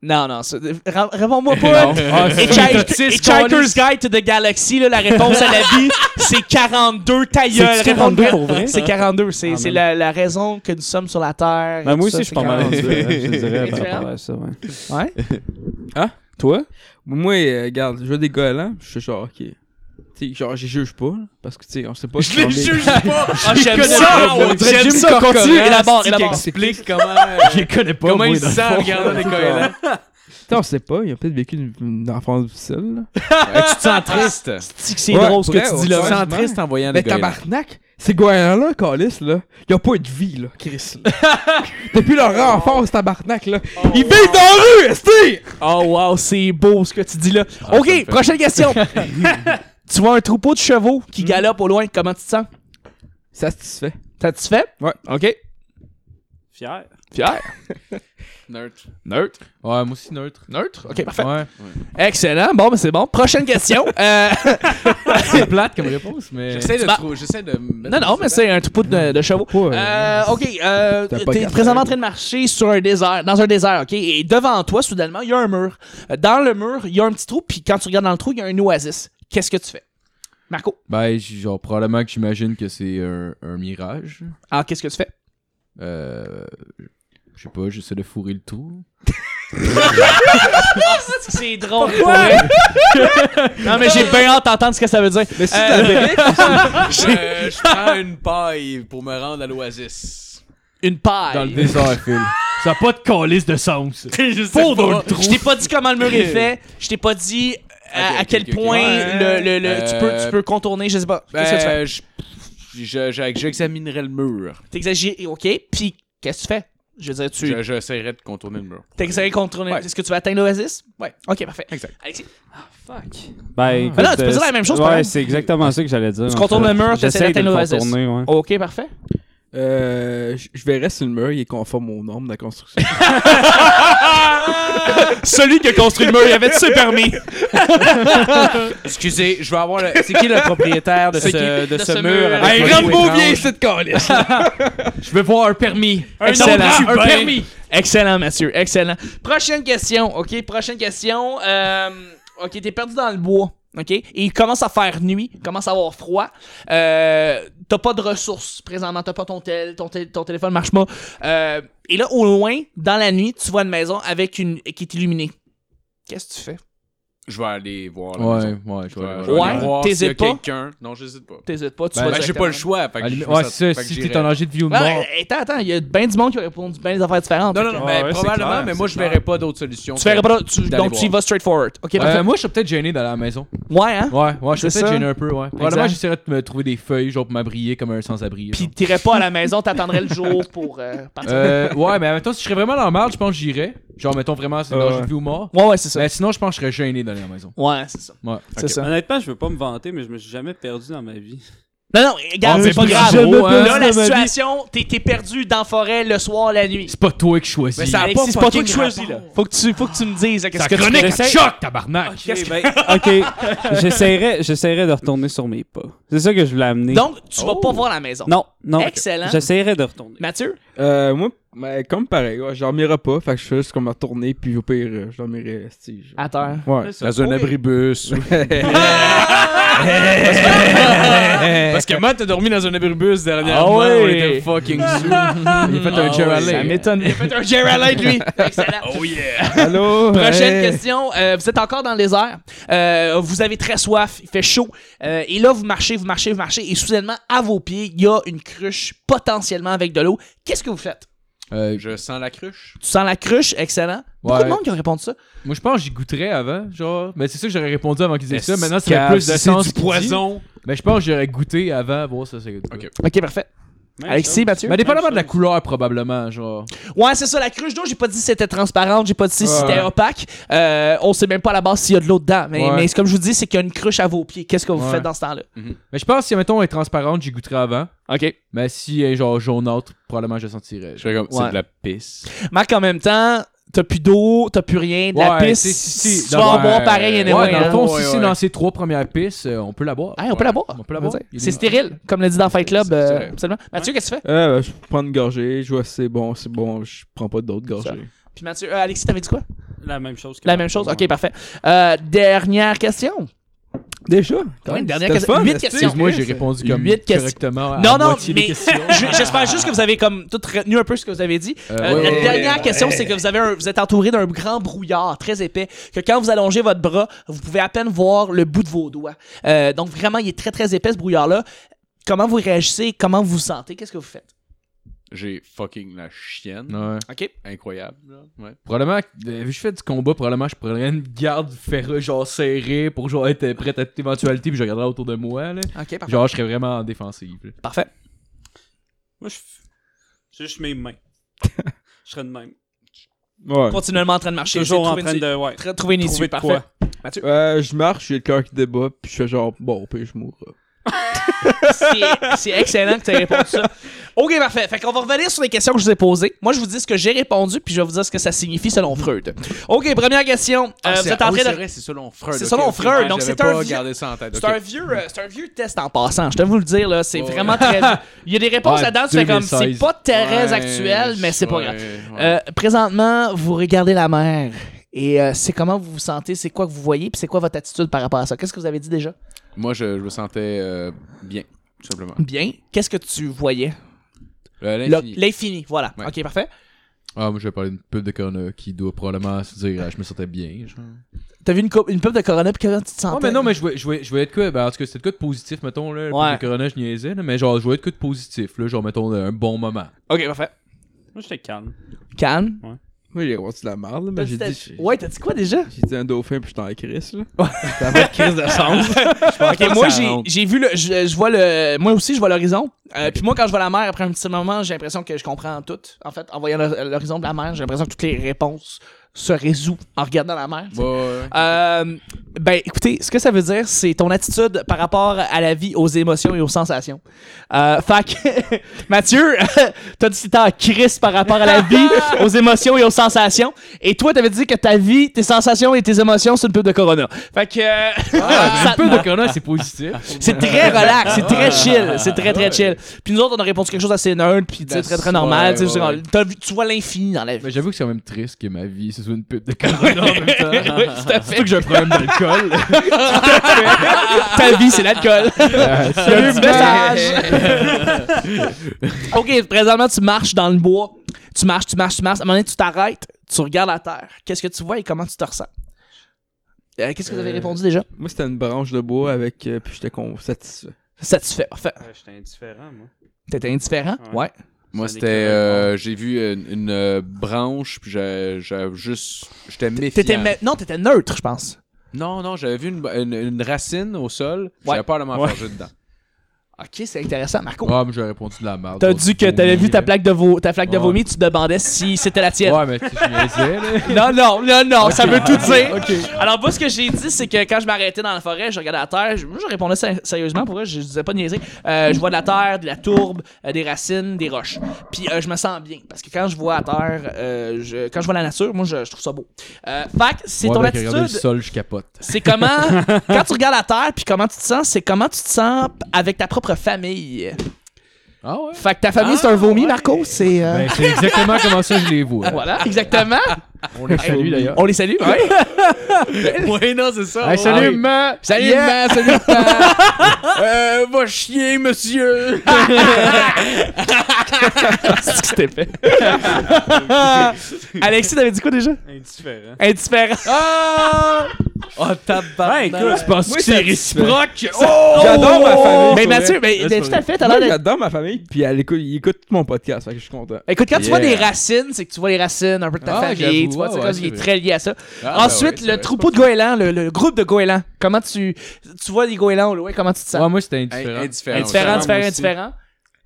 Non, non, ça- euh, ra- réponds-moi pas.
Hypnotiste,
Hitchhiker's Guide to the Galaxy, là, la réponse à la vie, c'est 42 ta gueule,
C'est-tu
réponds-moi.
42 pour vrai?
C'est 42, c'est
Ah,
c'est
man.
la, la raison que nous sommes sur la Terre. et
Ben,
tout
moi aussi,
ça,
je suis
c'est
pas mal
42.
rendu, hein, je te dirais,
Indifférent.
par rapport à ça, ouais.
Ouais.
Moi, euh, regarde, je vois des goélands, je suis genre, ok. Tu sais, genre, je les juge pas, là, parce que, tu sais, on sait pas
Je les juge pas!
Ah, j'aime
connais
ça!
pas, moi.
on dirait Jim Corcoran,
continue,
élabore, élabore.
Explique comment, euh,
Je les connais pas.
comment
moi,
il
dans
se
le
sent en
fond.
regardant les goélands.
Putain, on sait pas, il a peut-être vécu une, une enfance difficile, là.
Euh, Tu te sens
Ah,
triste.
C'est que c'est
Ouais,
drôle ce que
vrai,
tu
ouais.
dis
Tu te
là.
sens triste en voyant les
Mais
goélands.
tabarnak, ces goélands-là, calice, là, ils ont pas eu de vie, là, Chris. là. Depuis leur enfance, tabarnak, là. ils vivent dans la rue, esti!
Oh wow, c'est beau ce que tu dis là.
Ah, ça me
ok,
fait-
prochaine question. tu vois un troupeau de chevaux qui galope au loin, comment tu te sens?
Satisfait.
Satisfait?
Ouais.
Ok.
Fier.
Fier?
Neutre.
Neutre.
Ouais, moi aussi neutre. Ah,
Neutre? Ok, parfait.
Ouais.
Excellent. Bon, ben c'est bon. Prochaine question. Euh,
C'est plate comme réponse, mais.
J'essaie de
Bah-
trouver. J'essaie de.
non, non, mais c'est un troupeau de, de chevaux.
Pas, euh,
Euh, ok, euh,
T'as pas
t'es
gardé.
présentement en train de marcher sur un désert, dans un désert, ok, et devant toi, soudainement, il y a un mur. Euh, Dans le mur, il y a un petit trou, puis quand tu regardes dans le trou, il y a un oasis. Qu'est-ce que tu fais? Marco,
Ben, j- genre, probablement que j'imagine que c'est un, un mirage.
ah, qu'est-ce que tu fais?
Euh. Je sais pas, j'essaie de fourrer le trou.
C'est drôle. non, mais j'ai bien hâte d'entendre ce que ça veut dire.
Mais si
Euh,
t'avais
Euh, Je, je prends une paille pour me rendre à l'oasis.
Une paille.
Dans le désert, Phil. Ça n'a pas de calice de sens.
je
Pour Je t'ai pas dit comment le mur est fait. Je t'ai pas dit à,
Ok,
à
ok,
quel
ok, ok.
point le,
Ouais.
le- le- tu, peux,
Euh,
tu peux contourner, je sais pas. Qu'est-ce que tu fais?
Ben, je- je- je- j'examinerai le mur.
T'exagères, ok, puis qu'est-ce que tu fais? Je veux dire, tu
Je- J'essaierai de contourner le mur.
t'exagères contourner.
Ouais.
Est-ce que tu vas atteindre l'Oasis?
Ouais.
Ok, parfait.
Exact.
Alexis,
Ben, écoute,
Ah non, tu peux
euh,
dire la même chose, par
Ouais,
exemple.
c'est exactement ça que j'allais dire.
Tu
en
contournes
fait.
le mur, t'essaies
J'essaie de
d'atteindre
le
l'oasis.
contourner, ouais.
ok, parfait.
Euh, je- je verrais si le mur il est conforme au nombre de la construction.
Celui qui a construit le mur, il avait ce permis.
Excusez, je vais avoir le. C'est qui le propriétaire de
C'est
ce,
qui?
de ce mur? avec
Hey,
le
rentre
trou
beau
étrange?
Viens ici de calice!
Je veux voir un permis.
Excellent.
Un
Un permis.
permis.
Excellent, Mathieu. Excellent. Prochaine question. OK, prochaine question. Euh, OK, t'es perdu dans le bois. OK? Et il commence à faire nuit, il commence à avoir froid. Euh, t'as pas de ressources présentement, t'as pas ton tel, ton, tél- ton téléphone marche pas. Euh, et là, au loin, dans la nuit, tu vois une maison avec une qui est illuminée. Qu'est-ce que tu fais?
Je vais aller voir la
Ouais,
maison.
ouais, je
Je vais,
vais aller voir.
je vais
Ouais,
aller voir s'il y a
t'hésites pas?
quelqu'un. Non, j'hésite pas.
T'hésites pas, tu
Ben,
vas
Ben, j'ai pas le choix. Fait
À
que
la
je
limite-
fais
Ouais,
ça-
c'est ça.
fait que
Si
j'irai.
t'es en danger de vie ou de
Ouais,
mort.
attends, attends, il y a bien du monde qui répond bien des affaires différentes.
Non, non, non,
Ah
mais
ouais, c'est
probablement,
clair,
mais moi,
c'est
je verrai pas d'autres solutions.
Tu verras pas, tu-
d'aller
donc tu y
voir.
vas straight forward. OK,
Euh,
parfait.
moi, je suis peut-être gêné d'aller à la maison.
Ouais, hein?
Ouais, ouais, je
C'est
suis peut-être
ça.
gêné un peu, ouais.
Exact.
Probablement, j'essaierais de me trouver des feuilles, genre pour m'abrier comme un sans-abri. genre.
Puis t'irais pas à la maison, t'attendrais le jour pour euh, partir.
Euh, ouais, mais mettons, si je serais vraiment dans la merde, je pense que j'irais. Genre, mettons vraiment, c'est dans danger de vie ou mort.
Ouais, ouais, c'est ça.
Mais sinon, je pense que je serais gêné d'aller à la maison.
Ouais, c'est ça.
Ouais.
C'est ça.
Honnêtement, je veux pas me vanter, mais je me suis jamais perdu dans ma vie.
Non, non,
Oh,
regarde,
Ah,
c'est
mais
pas
j'ai
grave.
jamais perdu
Là, la
dans ma vie.
situation, t'es t'es perdu dans la forêt le soir, la nuit.
C'est pas toi qui choisis.
Mais ça a
Alexis,
pas
c'est pas toi
fucking
qui choisis, là.
rapport.
Faut que tu, faut que tu me dises, là, qu'est-ce
Ta
que tu
chronique,
fais.
elle choque, tabarnak!
Qu'est-ce que-
ok, j'essaierai, j'essaierai de retourner sur mes pas. C'est ça que je voulais amener.
Oh! Donc, tu vas pas voir la maison.
non, non.
Excellent.
J'essaierai de retourner.
Mathieu,
Euh, moi, Mais comme pareil, ouais, je dormirai pas, fait que je fais juste comme me retourner, puis au pire, euh, je dormirai, esti, genre.
À terre.
Ouais.
Dans un abribus.
Parce que Matt a dormi dans un abribus dernièrement.
Ah ouais.
On était fucking sous.
Il a fait
Ça
un Geraldine.
m'étonne. Il a fait un Gerald lui. Excellent.
Oh yeah!
Allô?
Prochaine
hey.
question. Euh, vous êtes encore dans le désert. Euh, vous avez très soif. Il fait chaud. Euh, et là, vous marchez, vous marchez, vous marchez. Et soudainement, à vos pieds, il y a une cruche potentiellement avec de l'eau. Qu'est-ce que vous faites?
Euh,
Je sens la cruche.
Tu sens la cruche? Excellent. Beaucoup
Ouais.
de monde qui a répondu ça.
Moi, je pense que j'y goûterais avant, genre. Mais c'est ça que j'aurais répondu avant qu'ils aient ça. Maintenant, ça
Escave,
fait plus de
si
sens.
C'est du
qu'ils disent.
poison.
Mais je pense que j'aurais goûté avant. Bon, ça, c'est.
Ok.
OK, parfait. Alexis, Mathieu?
Mais dépendamment de la couleur, probablement, genre.
Ouais, c'est ça. La cruche d'eau, j'ai pas dit si c'était transparente, j'ai pas dit si c'était
Ouais.
opaque. Euh, on sait même pas à la base s'il y a de l'eau dedans. Mais,
Ouais.
mais c'est comme je vous dis, c'est qu'il y a une cruche à vos pieds. Qu'est-ce que vous
Ouais.
faites dans ce temps-là?
Mais je pense si, mettons, elle est transparente, j'y goûterais avant.
OK.
Mais si elle est genre jaunâtre, probablement, je la sentirais.
Je fais comme,
Ouais.
c'est de la pisse.
Marc, en même temps, t'as plus d'eau, t'as plus rien, de la
Ouais,
pisse.
si, si, si,
tu vas en
ouais.
boire pareil, anyway,
ouais, dans
hein.
le fond,
Ouais,
si c'est
ouais.
dans ces trois premières pistes, euh, on peut la boire.
Ah, on peut la boire.
On peut la boire. Il y a
C'est
des-
stérile, comme le dit dans Fight Club.
C'est-
euh,
c'est vrai.
absolument. Mathieu, qu'est-ce que tu fais?
Euh, ben, je prends une gorgée, je vois c'est bon, c'est bon, je prends pas d'autres
Ça.
gorgées.
Puis Mathieu, euh, Alexis, t'avais dit quoi?
La même chose. que
La même chose? Ok, parfait. Euh, dernière question.
Déjà?
Ouais, une dernière
C'était
question.
fun,
Huit
esti.
questions.
Excuse-moi, j'ai répondu comme
Huit questions.
correctement. à
Non, non,
Ah, moitié les
mais
questions.
je- j'espère juste que vous avez comme tout retenu un peu ce que vous avez dit.
Euh,
Euh,
ouais,
la
ouais, Eh.
dernière question, c'est que vous, avez un- vous êtes entouré d'un grand brouillard très épais, que quand vous allongez votre bras, vous pouvez à peine voir le bout de vos doigts. Euh, donc vraiment, il est très très épais ce brouillard-là. Comment vous réagissez? Comment vous vous sentez? Qu'est-ce que vous faites?
J'ai fucking la chienne.
Ouais.
OK?
Incroyable. là. Ouais.
Probablement, que, euh, vu que je fais du combat, probablement je prendrais une garde ferreux, genre serrée, pour genre être euh, prête à toute éventualité, puis je regarderais autour de moi. Là.
OK, parfait.
Genre, je serais vraiment en défensive. là.
Parfait.
Moi, je. C'est juste mes mains. je serais de même.
Ouais.
Continuellement en train de marcher.
Toujours en
essayer
train
trouver
de. Ouais.
une- tra- Trouver une issue.
Trouver de
Parfait.
quoi.
Euh, je marche, j'ai le cœur qui débat, puis je fais genre, bon, puis je mourrai.
C'est- C'est excellent que tu aies répondu ça. OK, parfait. Fait qu'on va revenir sur les questions que je vous ai posées. Moi, je vous dis ce que j'ai répondu, puis je vais vous dire ce que ça signifie selon Freud. OK, première question. Euh, vous êtes en train de-
vrai, Ah, c'est selon Freud.
C'est
ok,
selon
ok,
Freud,
ouais,
donc
j'avais
c'est un
pas
vieux-
gardé ça en tête.
C'est
ok.
un vieux, euh, c'est un vieux test en passant. Je te vous le dire là, c'est
Ouais.
vraiment très. Il y a des réponses
Ouais,
là-dedans. tu fais comme c'est
2016.
pas très
Ouais,
actuel, mais c'est pas
ouais,
grave.
ouais.
Euh, présentement, vous regardez la mer et euh, c'est comment vous vous sentez, c'est quoi que vous voyez, puis c'est quoi votre attitude par rapport à ça. Qu'est-ce que vous avez dit déjà
Moi, je, je me sentais euh, bien, tout simplement.
Bien. Qu'est-ce que tu voyais
Euh,
Le-
l'infini.
L'infini. Voilà.
Ouais.
Ok, parfait.
Ah, moi je vais parler d'une pub de Corona qui doit probablement se dire, ah, je me sentais bien. Genre.
T'as vu une, coupe- une pub de Corona, puis comment tu te sentais
Ouais, mais non, mais je voulais, je voulais, je voulais être quoi Ben, en tout cas, c'était de quoi de positif, mettons, là. Le
Ouais.
pub de Corona, je niaisais, là, mais genre, je voulais être quoi de positif, là. Genre, mettons, un bon moment.
Ok, parfait.
Moi, j'étais calme.
Calme.
Moi, j'ai rebondi de la merde, là, mais j'ai
T'as-
dit.
Ouais, t'as dit quoi déjà
J'ai dit un dauphin, puis j'étais en crise, là. T'as pas de crise de sens.
Ok, moi j'ai- j'ai vu le, je, je vois le, moi aussi je vois l'horizon. Euh, Puis moi quand je vois la mer après un petit moment, j'ai l'impression que je comprends tout. En fait, en voyant le- l'horizon de la mer, j'ai l'impression que toutes les réponses se résout en regardant la mer. tu sais.
Ouais, ouais, ouais.
Euh, ben écoutez, ce que ça veut dire, c'est ton attitude par rapport à la vie, aux émotions et aux sensations. Euh, fait que, Mathieu, t'as dit que t'étais en crise par rapport à la vie, aux émotions et aux sensations. Et toi, t'avais dit que ta vie, tes sensations et tes émotions, c'est une pub de Corona. Fait que... euh, Ah, ça-
Ah, Une pub de Corona, c'est positif.
c'est très relax, c'est très chill, c'est très très chill. Puis nous autres, on a répondu quelque chose assez nerd, puis tu sais, très très normal. tu sais,
ouais, ouais.
t'as vu- tu vois l'infini dans la vie.
Mais j'avoue que c'est quand même triste que ma vie, ce soit une pub de Corona en même temps.
Oui, tout à fait.
Surtout que j'ai un problème d'alcool.
Ta vie, c'est l'alcool. Salut, message. ok, présentement, tu marches dans le bois. Tu marches, tu marches, tu marches. À un moment donné, tu t'arrêtes, tu regardes la terre. Qu'est-ce que tu vois et comment tu te ressens? Euh, Qu'est-ce que vous avez
Euh,
répondu déjà?
Moi, c'était une branche de bois avec. euh, puis j'étais con- satisfait.
Satisfait. Parfait.
j'étais indifférent, moi.
T'étais indifférent?
Ouais.
Ouais.
Moi,
Ça
c'était.
déclare,
euh, j'ai vu une, une, euh, branche, puis j'ai j'ai juste. J'étais méfiant.
T'étais ma- Non, t'étais neutre, je pense.
Non, non, j'avais vu une, une, une racine au sol, puis
Ouais.
j'avais peur de m'en
Ouais.
faire jeter dedans.
Ok, c'est intéressant, Marco.
Ah, mais j'ai répondu de la merde.
T'as dit que t'avais vu ta plaque de vo- ta flaque de
Ouais.
vomi, tu te demandais si c'était la tienne.
Ouais, mais tu sais, je niaisais, là.
Non, non, non, non, ça veut tout dire. Alors, moi, ce que j'ai dit, c'est que quand je m'arrêtais dans la forêt, je regardais la terre. Je, moi, je répondais sé- sérieusement, pour vrai, je disais pas de niaiser. Euh, je vois de la terre, de la tourbe, euh, des racines, des roches. Puis, euh, je me sens bien. Parce que quand je vois la terre, euh, je- quand je vois la nature, moi, je, je trouve ça beau. Euh, fait que c'est
Ouais,
ton
ben, regarder
attitude.
le sol, je capote.
C'est comment, quand tu regardes la terre, puis comment tu te sens, c'est comment tu te sens avec ta propre famille.
Ah ouais?
Fait que ta famille, c'est un vomi, Marco. C'est. euh,
Ben, c'est exactement comment ça je les vois.
Voilà, exactement.
On les salue d'ailleurs.
On les salue, ouais.
Ouais, non, c'est ça. Ah
Hey,
ouais.
salut, ma!
Salut,
Yeah!
maman, salut,
Euh, va chier, monsieur!
C'est ce que t'es fait. Alexis, t'avais dit quoi déjà?
Indifférent.
Indifférent.
Ah!
oh,
Ouais,
tabarnak!
écoute,
Ben, pense
que c'est
réciproque.
Oh!
J'adore ma famille.
Ben,
Oh! Mais
pour
Mathieu,
vrai.
mais tout à fait, t'as l'air
Moi,
d'être- Ah,
j'adore ma famille, puis elle écoute, il écoute tout mon podcast, fait que je suis content.
Écoute, quand tu vois des
Yeah.
racines, c'est que tu vois les racines un peu de ta
Ah,
famille.
j'avoue,
Tu vois,
ouais,
c'est
ouais,
comme
c'est
il est
vrai.
très lié à ça.
Ah, ben ouais,
Ensuite,
c'est
le
vrai,
troupeau de goélands, le, le groupe de goélands. Comment tu, tu vois les goélands au loin? Comment tu te sens?
Ouais, moi, c'était
Hey,
indifférent.
indifférent.
indifférent,
aussi.
différent, indifférent.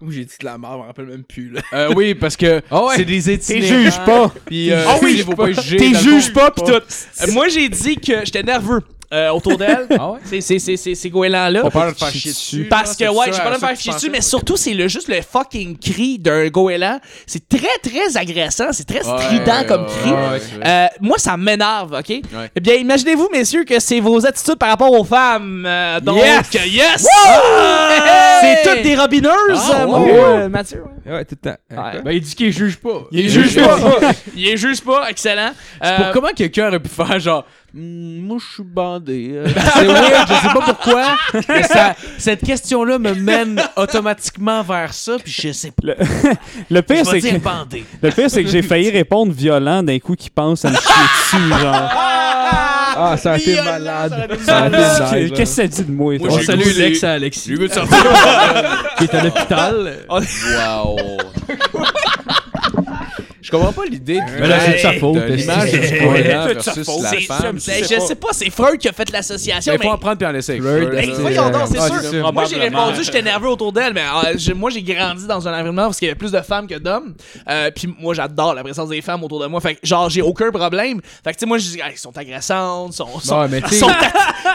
Où j'ai dit de la mort, je me rappelle même plus, là.
Euh, oui, parce que
Ah ouais.
c'est des itinérants.
pas!
Puis, euh,
Ah oui,
il faut pas juger.
T'es
dans le
juge
fond.
pas, pis tout. Euh, Moi, j'ai dit que j'étais nerveux euh, autour d'elle.
Ah ouais?
C'est- c'est- c'est- c'est- Ces goélands-là.
Pas peur de faire chier dessus.
Parce que,
genre,
ouais,
c'est
j'ai
ça,
pas le
ça
faire
que
chier
tu
dessus,
pensais,
mais
ok.
surtout, c'est le, juste le fucking cri d'un goéland. C'est très, très agressant. C'est très
Ouais,
strident
ouais,
comme
ouais,
Ah
cri.
Ah ouais, ouais, c'est vrai.
Euh, moi, ça m'énerve, OK? Eh bien, imaginez-vous, messieurs, que c'est vos attitudes par rapport aux femmes. Euh, donc, yes! Ah! C'est toutes des robineuses,
Ah,
euh, mon
ouais.
vieux, euh, Mathieu.
Ouais, tout le temps. Hein, quoi?
Ben, il dit qu'il juge pas.
Il juge pas. Il est juge pas, excellent. Euh,
Pour comment quelqu'un aurait pu faire genre Hmm, moi je suis bandé euh, c'est weird je sais pas pourquoi mais ça- cette question là me mène automatiquement vers ça puis je sais pas
Le, le
je vais
pire, c'est
dire
que,
bandé
le pire, c'est que j'ai failli répondre violent d'un coup qui pense à me chier dessus, genre.
Ah, ça a été malade. Ça
Ah,
a été
Ah, Qu'est-ce
malade.
que ça dit de moi,
Moi,
toi?
On
j'ai
salue
goûté. Oh.
Lex à Alexis.
veux sortir
qui est à l'hôpital.
wow je comprends pas l'idée de
Mais là, c'est de sa faute.
de
Ah,
l'image du
c'est-
spoiler
C'est de sa
hein, versus
faute.
la
C'est-
femme
c'est- je sais pas, c'est Freud qui a fait l'association,
il
mais...
faut en prendre puis en laisser
Freud,
Freud,
Hey,
euh,
voyons donc, c'est
Ah,
sûr.
c'est sûr.
Moi, j'ai
Probablement.
répondu, j'étais nerveux autour d'elle, mais euh, j'ai- moi, j'ai grandi dans un environnement parce qu'il y avait plus de femmes que d'hommes. Euh, puis moi, j'adore la présence des femmes autour de moi. Fait que, genre, j'ai aucun problème. Fait que, tu sais, moi, je dis, Ah, ils sont agressantes, sont, sont,
Ouais, mais tu sais-
sont,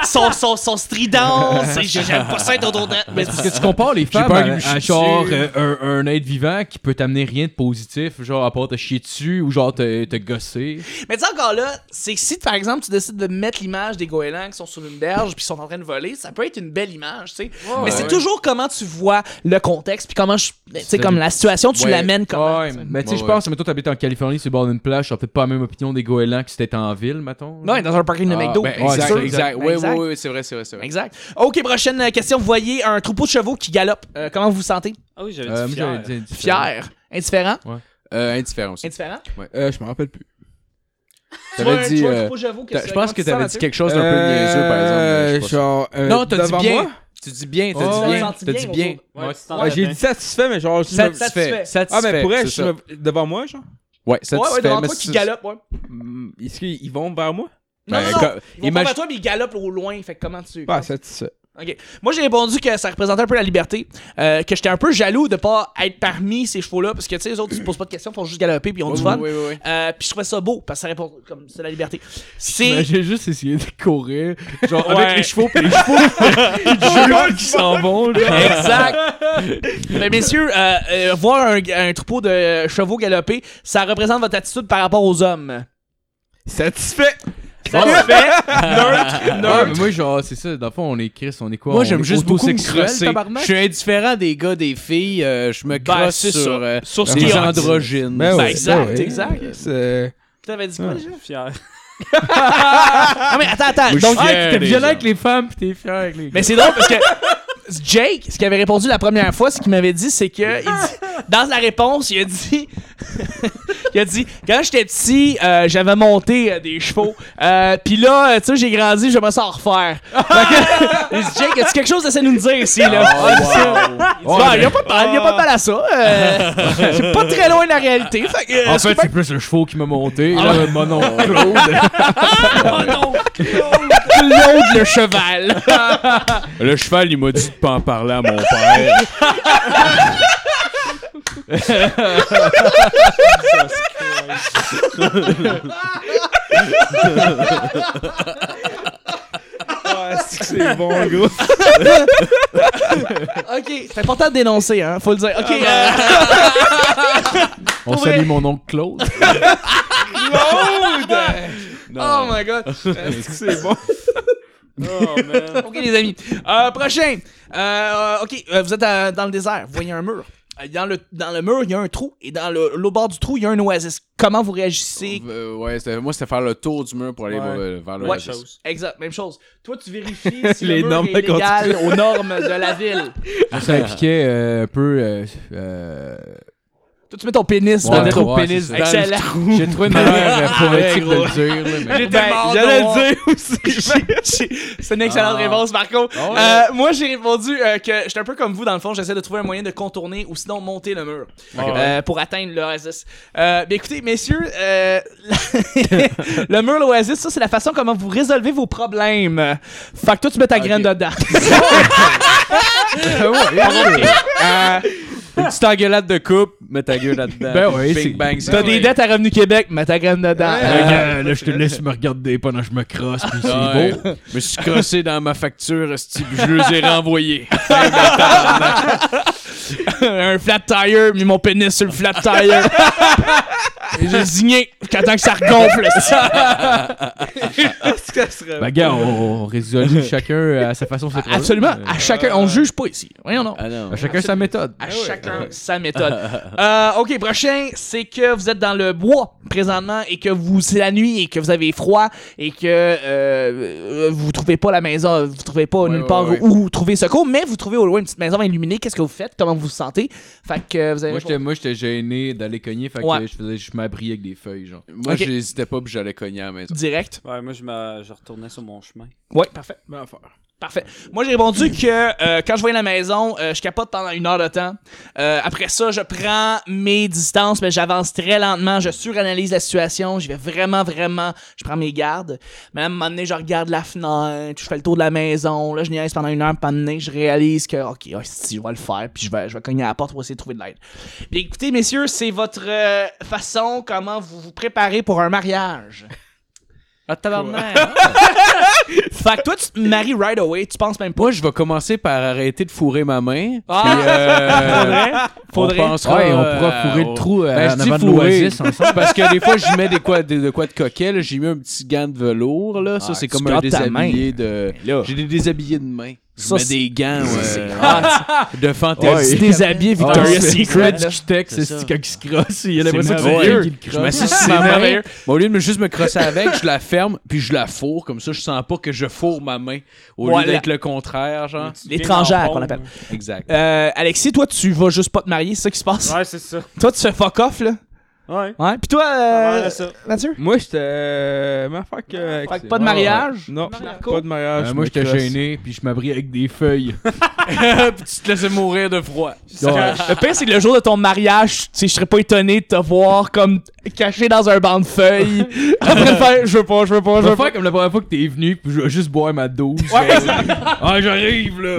sont, sont, sont stridentes, c'est- j'aime pas ça être autour d'elles. Mais
Parce que tu compares les femmes
peur
à,
qu'il me
à
chie
genre
dessus.
euh, un, un être vivant qui peut t'amener rien de positif, genre à part te chier dessus ou genre te, te gosser.
Mais tu sais, encore là, c'est que si, par exemple, tu décides de mettre l'image des goélands qui sont sur une berge puis qui sont en train de voler, ça peut être une belle image, tu sais. mais c'est
ouais.
toujours comment tu vois le contexte puis comment, je- tu sais,
C'est-
comme la situation, tu
Ouais.
l'amènes comment.
Ouais,
tu sais.
mais tu sais,
Ouais,
je
ouais.
pense, mettons, t'habites en Californie, c'est bord d'une plage, t'as peut-être pas la même opinion des goélands que si t'étais en ville, mettons.
Non, dans un parking de
ah,
McDo.
ben,
c'est
exact,
sûr.
exact. Oui, oui,
Exact.
oui, c'est vrai, c'est vrai, c'est vrai.
Exact. OK, prochaine euh, question. Vous voyez un troupeau de chevaux qui galope. Euh, comment vous vous sentez?
Ah oui,
Euh, moi, j'aurais dit indifférent.
Fier? Indifférent?
Euh, indifférent aussi.
Indifférent?
Euh, je me rappelle plus.
Tu
T'avais
vois un-
dit,
tu vois un
euh,
troupeau de chevaux qui
T'as-
se-
Je pense
comment
que
tu te
t'avais
sens,
dit quelque chose d'un peu niaiseux, par exemple. mais Euh, je sais pas.
Genre, euh,
Non, t'as dit
devant
bien.
moi?
Tu dis bien, t'as
Oh,
dit bien,
senti
t'as
bien
dit
autour
bien.
de-
Ouais, tu t'en
Ouais, j'ai
rappelles.
dit satisfait, mais genre, je me-
Satisfait, satisfait.
Ah, mais pour elle,
c'est
je
ça.
me- devant moi, genre.
Ouais,
Mathieu?
satisfait.
Ouais, ouais, devant
mais
toi qui
c'est-
galope, ouais.
Mm,
Hmm, Est-ce qu'ils ils vont vers moi?
Non,
Ben,
non, non.
comme-
Ils vont
imagine-
pas vers toi, mais ils galopent au loin. Fait que comment tu...
Ah,
Pas satisfait.
OK. Moi, j'ai répondu que ça représentait un peu la liberté, euh, que j'étais un peu jaloux de pas être parmi ces chevaux-là, parce que, tu sais, les autres, ils se posent pas de questions, ils font juste galoper, puis ils ont du fun.
Oui, oui, oui.
Euh, puis je trouvais ça beau, parce que ça répond comme c'est la liberté.
Mais
C'est...
j'ai juste essayé de courir, genre
Ouais.
avec les chevaux, pis les chevaux qui- qui s'en vont, genre.
Exact. Mais messieurs, euh, euh, voir un, un troupeau de chevaux galoper, ça représente votre attitude par rapport aux hommes.
Satisfait!
Ça se fait neutre,
Ouais,
neutre.
mais moi, genre, c'est ça, dans le fond, on est Chris, on est quoi
Moi,
on
j'aime
est
juste beaucoup me
autosexuel,
crosser.
tabarnak?
Je suis indifférent des gars, des filles. euh, je me
Ben,
crosse
c'est
sur,
ça.
euh,
Sur ce qui
des
est
androgynes.
Ben ouais,
exact,
ben ouais.
exact.
C'est-
T'avais dit
Hein.
quoi déjà?
Fier.
Ah mais attends, attends.
Donc,
Donc,
hey, t'es violent avec les femmes, pis t'es fier avec les gars.
mais c'est drôle parce que Jake, ce qu'il avait répondu la première fois, ce qu'il m'avait dit, c'est que il dit- dans la réponse, il a dit, il a dit, quand j'étais petit, euh, j'avais monté euh, des chevaux, euh, puis là, euh, tu sais, j'ai grandi, je me sens en refaire. Fait que, il dit, Jake, as-tu quelque chose à nous dire ici là
Oh,
Ah, c'est ça. Il dit, Bah, y a pas de mal, y a pas de mal à ça. euh, c'est pas très loin de la réalité. Fait que, euh,
En
c'est
fait,
pas- Ah.
c'est plus le chevaux qui m'a monté, là, mon nom.
Oh non, Claude, Claude le cheval.
Le cheval, il m'a dit de pas en parler à mon père.
Ah, c'est que c'est bon, gros.
ok, c'est important de dénoncer, hein, faut le dire.
Ah,
Ok. euh,
On salue mon oncle Claude.
Oh my god. Est-ce que c'est bon? ok les amis. Euh, prochain. Euh, ok, euh, vous êtes à- dans le euh, désert. Vous voyez un mur. euh, dans le, dans le mur, il y a un trou, et dans le, l'autre bord du trou, il y a un oasis. Comment vous réagissez?
Euh, ouais, c'était- moi, c'était faire le tour du mur pour aller vers- vers le
Ouais,
reste.
exact, même chose. Toi, tu vérifies si
Les
le mur
normes
est légal aux normes de la ville.
Ça impliquait euh, un peu. euh, euh,
Toi, tu mets ton pénis
ouais,
dans le trou.
ouais, c'est ça.
Excellent.
J'ai trouvé une manière euh, poétique de le dire. là, mais-
J'étais mort de
Ben, j'allais
mon-
le dire
C'est une excellente réponse, Marco. Euh, moi, j'ai répondu euh, que j'étais un peu comme vous, dans le fond, j'essaie de trouver un moyen de contourner ou sinon monter le mur euh, pour atteindre l'oasis. Euh, ben, écoutez, messieurs, euh, le mur, l'oasis, ça, c'est la façon comment vous résolvez vos problèmes. Fait que toi, tu mets ta graine dedans.
Ah,
Une petite engueulade de coupe, mets ta gueule là-dedans.
Ben oui, c'est-
Big bang,
T'as des dettes à Revenu Québec, mets ta graine dedans.
Euh, gars, là, je te laisse me regarder pendant que je me crosse, puis c'est
Ouais.
beau.
Je me suis crossé dans ma facture, esti, puis je les ai renvoyés.
un flat tire, mis mon pénis sur le flat tire. Et J'ai signé qu'attends que ça regonfle.
Ben, gars, on, on résolut chacun euh, à sa façon ses problèmes.
Absolument.
Euh, Ah
À chacun, on juge pas ici. Voyons non.
Ah non.
à chacun sa méthode.
À chacun sa méthode. Euh, ok, prochain, c'est que vous êtes dans le bois présentement et que vous c'est la nuit et que vous avez froid et que euh, euh, vous trouvez pas la maison, vous trouvez pas nulle
ouais,
part
ouais.
où trouver secours, mais vous trouvez au loin une petite maison illuminée. Qu'est-ce que vous faites Comment vous vous sentez Fait que euh, vous avez
Moi, j'étais, moi, j'étais gêné d'aller cogner, fait
Ouais.
que je, faisais, je m'abriais avec des feuilles, genre.
Moi,
Ok.
j'hésitais pas, puis j'allais cogner à la maison.
direct.
Ouais, moi, je, me... je retournais sur mon chemin.
Ouais, parfait. Parfait. Moi, j'ai répondu que euh, quand je voyais la maison, euh, je capote pendant une heure de temps. Euh, après ça, je prends mes distances, mais j'avance très lentement. Je suranalyse la situation. Je vais vraiment, vraiment. Je prends mes gardes. Mais à un moment donné, je regarde la fenêtre. Je fais le tour de la maison. Là, je niaise pendant une heure. Puis à un moment donné, je réalise que, OK, ouais, si, je vais le faire. Puis je vais, je vais cogner à la porte pour essayer de trouver de l'aide. Puis écoutez, messieurs, c'est votre euh, façon comment vous vous préparez pour un mariage. Ah, tabarnak! fait que toi, tu te maries right away. Tu penses même pas.
Moi, je vais commencer par arrêter de fourrer ma main.
Ah!
puis, euh,
Faudrait. Faudrait.
On pensera,
Ouais, on
euh,
pourra fourrer
au-
le trou euh,
Ben, je
en
dis
avant de
fourrer.
l'oasis ensemble.
Parce que des fois, j'y mets des quoi, des, de quoi de coquet. là. J'ai mis un petit gant de velours. Là. Ça,
Ah,
c'est
tu
comme un
gardes ta main.
déshabillé de. J'ai des déshabillés de main. Je
Ça,
mets
c'est-
des gants
c'est
euh, de
Tu
fantaisie.
déshabillé
Ah,
Victoria's Secret.
texte, c'est ce qui se crosse. Il y a l'impression que
merveilleux.
c'est lui qui le
Je
crosse.
m'assise sur ma main. Bon, au lieu de me juste me crosser avec, je la ferme, puis je la fourre. Comme ça, je sens pas que je fourre ma main. Au
Voilà.
lieu d'être le contraire, genre.
L'étrangère qu'on appelle.
Exact.
Euh, Alexis, toi, tu vas juste pas te marier, c'est ça qui se passe?
Ouais, c'est ça.
Toi, tu fais fuck off, là.
Ouais.
Ouais. Puis toi, euh, Mathieu?
Moi, j'étais. euh, Ma fuck. euh,
Fait que
c'est-
pas de mariage?
Non,
Marco?
pas de mariage.
Euh, moi,
me
j'étais
crosse.
gêné, puis je m'abris avec des feuilles.
puis tu te laissais mourir de froid.
Ouais.
Le pire, c'est que le jour de ton mariage, tu sais, je serais pas étonné de te voir comme caché dans un banc de feuilles. Après, faire, je veux pas, je veux
Je
pas, je
vais
veux pas.
faire comme la première fois que t'es venu, puis je vais juste boire ma dose.
Ouais,
Ah, j'arrive, là!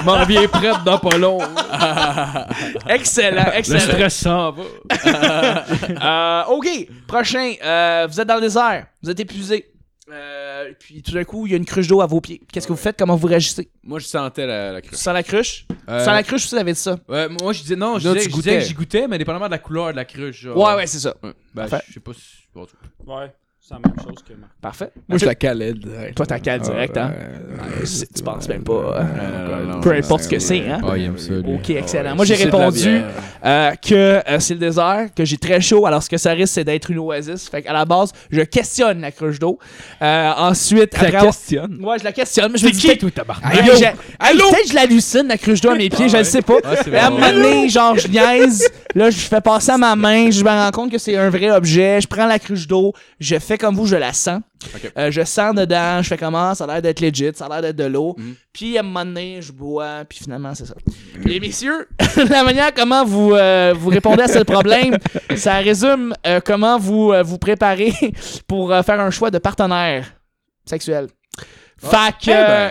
Je m'en reviens prête dans pas long. Le
excellent, excellent.
stress s'en va.
Euh, ok, prochain. Euh, vous êtes dans le désert, vous êtes épuisé. Euh, puis tout d'un coup, il y a une cruche d'eau à vos pieds. Qu'est-ce que vous faites? Comment vous réagissez?
Moi, je sentais la, la
Tu
cruche.
sens la cruche?
Euh,
Tu sens la cruche, vous avez dit ça?
ouais, moi, je disais non, je
Non,
disais,
tu
je disais
goûtais.
que j'y goûtais, mais dépendamment de la couleur de la cruche. genre.
Ouais, ouais, c'est ça.
Ben,
Parfait.
je sais pas si. bon, en tout cas.
Ouais, c'est la même chose que Marc.
Parfait.
Moi, je la calais direct.
Toi, t'as cale
Ah,
direct, hein? C'est- tu penses même pas. hein? Peu
Peu
importe ce que c'est, hein?
Ah, il aime ça, lui.
Ok, excellent. Moi, j'ai
Si c'est de la
répondu
bière.
euh, que euh, c'est le désert, que j'ai très chaud, alors ce que ça risque, c'est d'être une oasis. Fait qu'à la base, je questionne la cruche d'eau. Euh, ensuite,
Tu la
après avoir-
questionnes.
Ouais, je la questionne, mais je me dis. peut-être-
tabarnak?
Hey, j'ai- hey, Peut-être que je l'hallucine, la cruche d'eau à mes pieds, je le sais pas.
Ah, c'est
Mais à un
vrai.
moment donné, genre, je niaise, là, je fais passer à ma main, je me rends compte que c'est un vrai objet, je prends la cruche d'eau, je fais comme vous, je la sens. Euh, je sens dedans, je fais comment, ça a l'air d'être legit, ça a l'air d'être de l'eau.
Mhm.
Puis à un moment donné, je bois, puis finalement, c'est ça. Et messieurs, la manière comment vous, euh, vous répondez à ce problème, ça résume euh, comment vous euh, vous préparez pour euh, faire un choix de partenaire sexuel.
Ah.
Fait
Eh
que...
ben.
euh,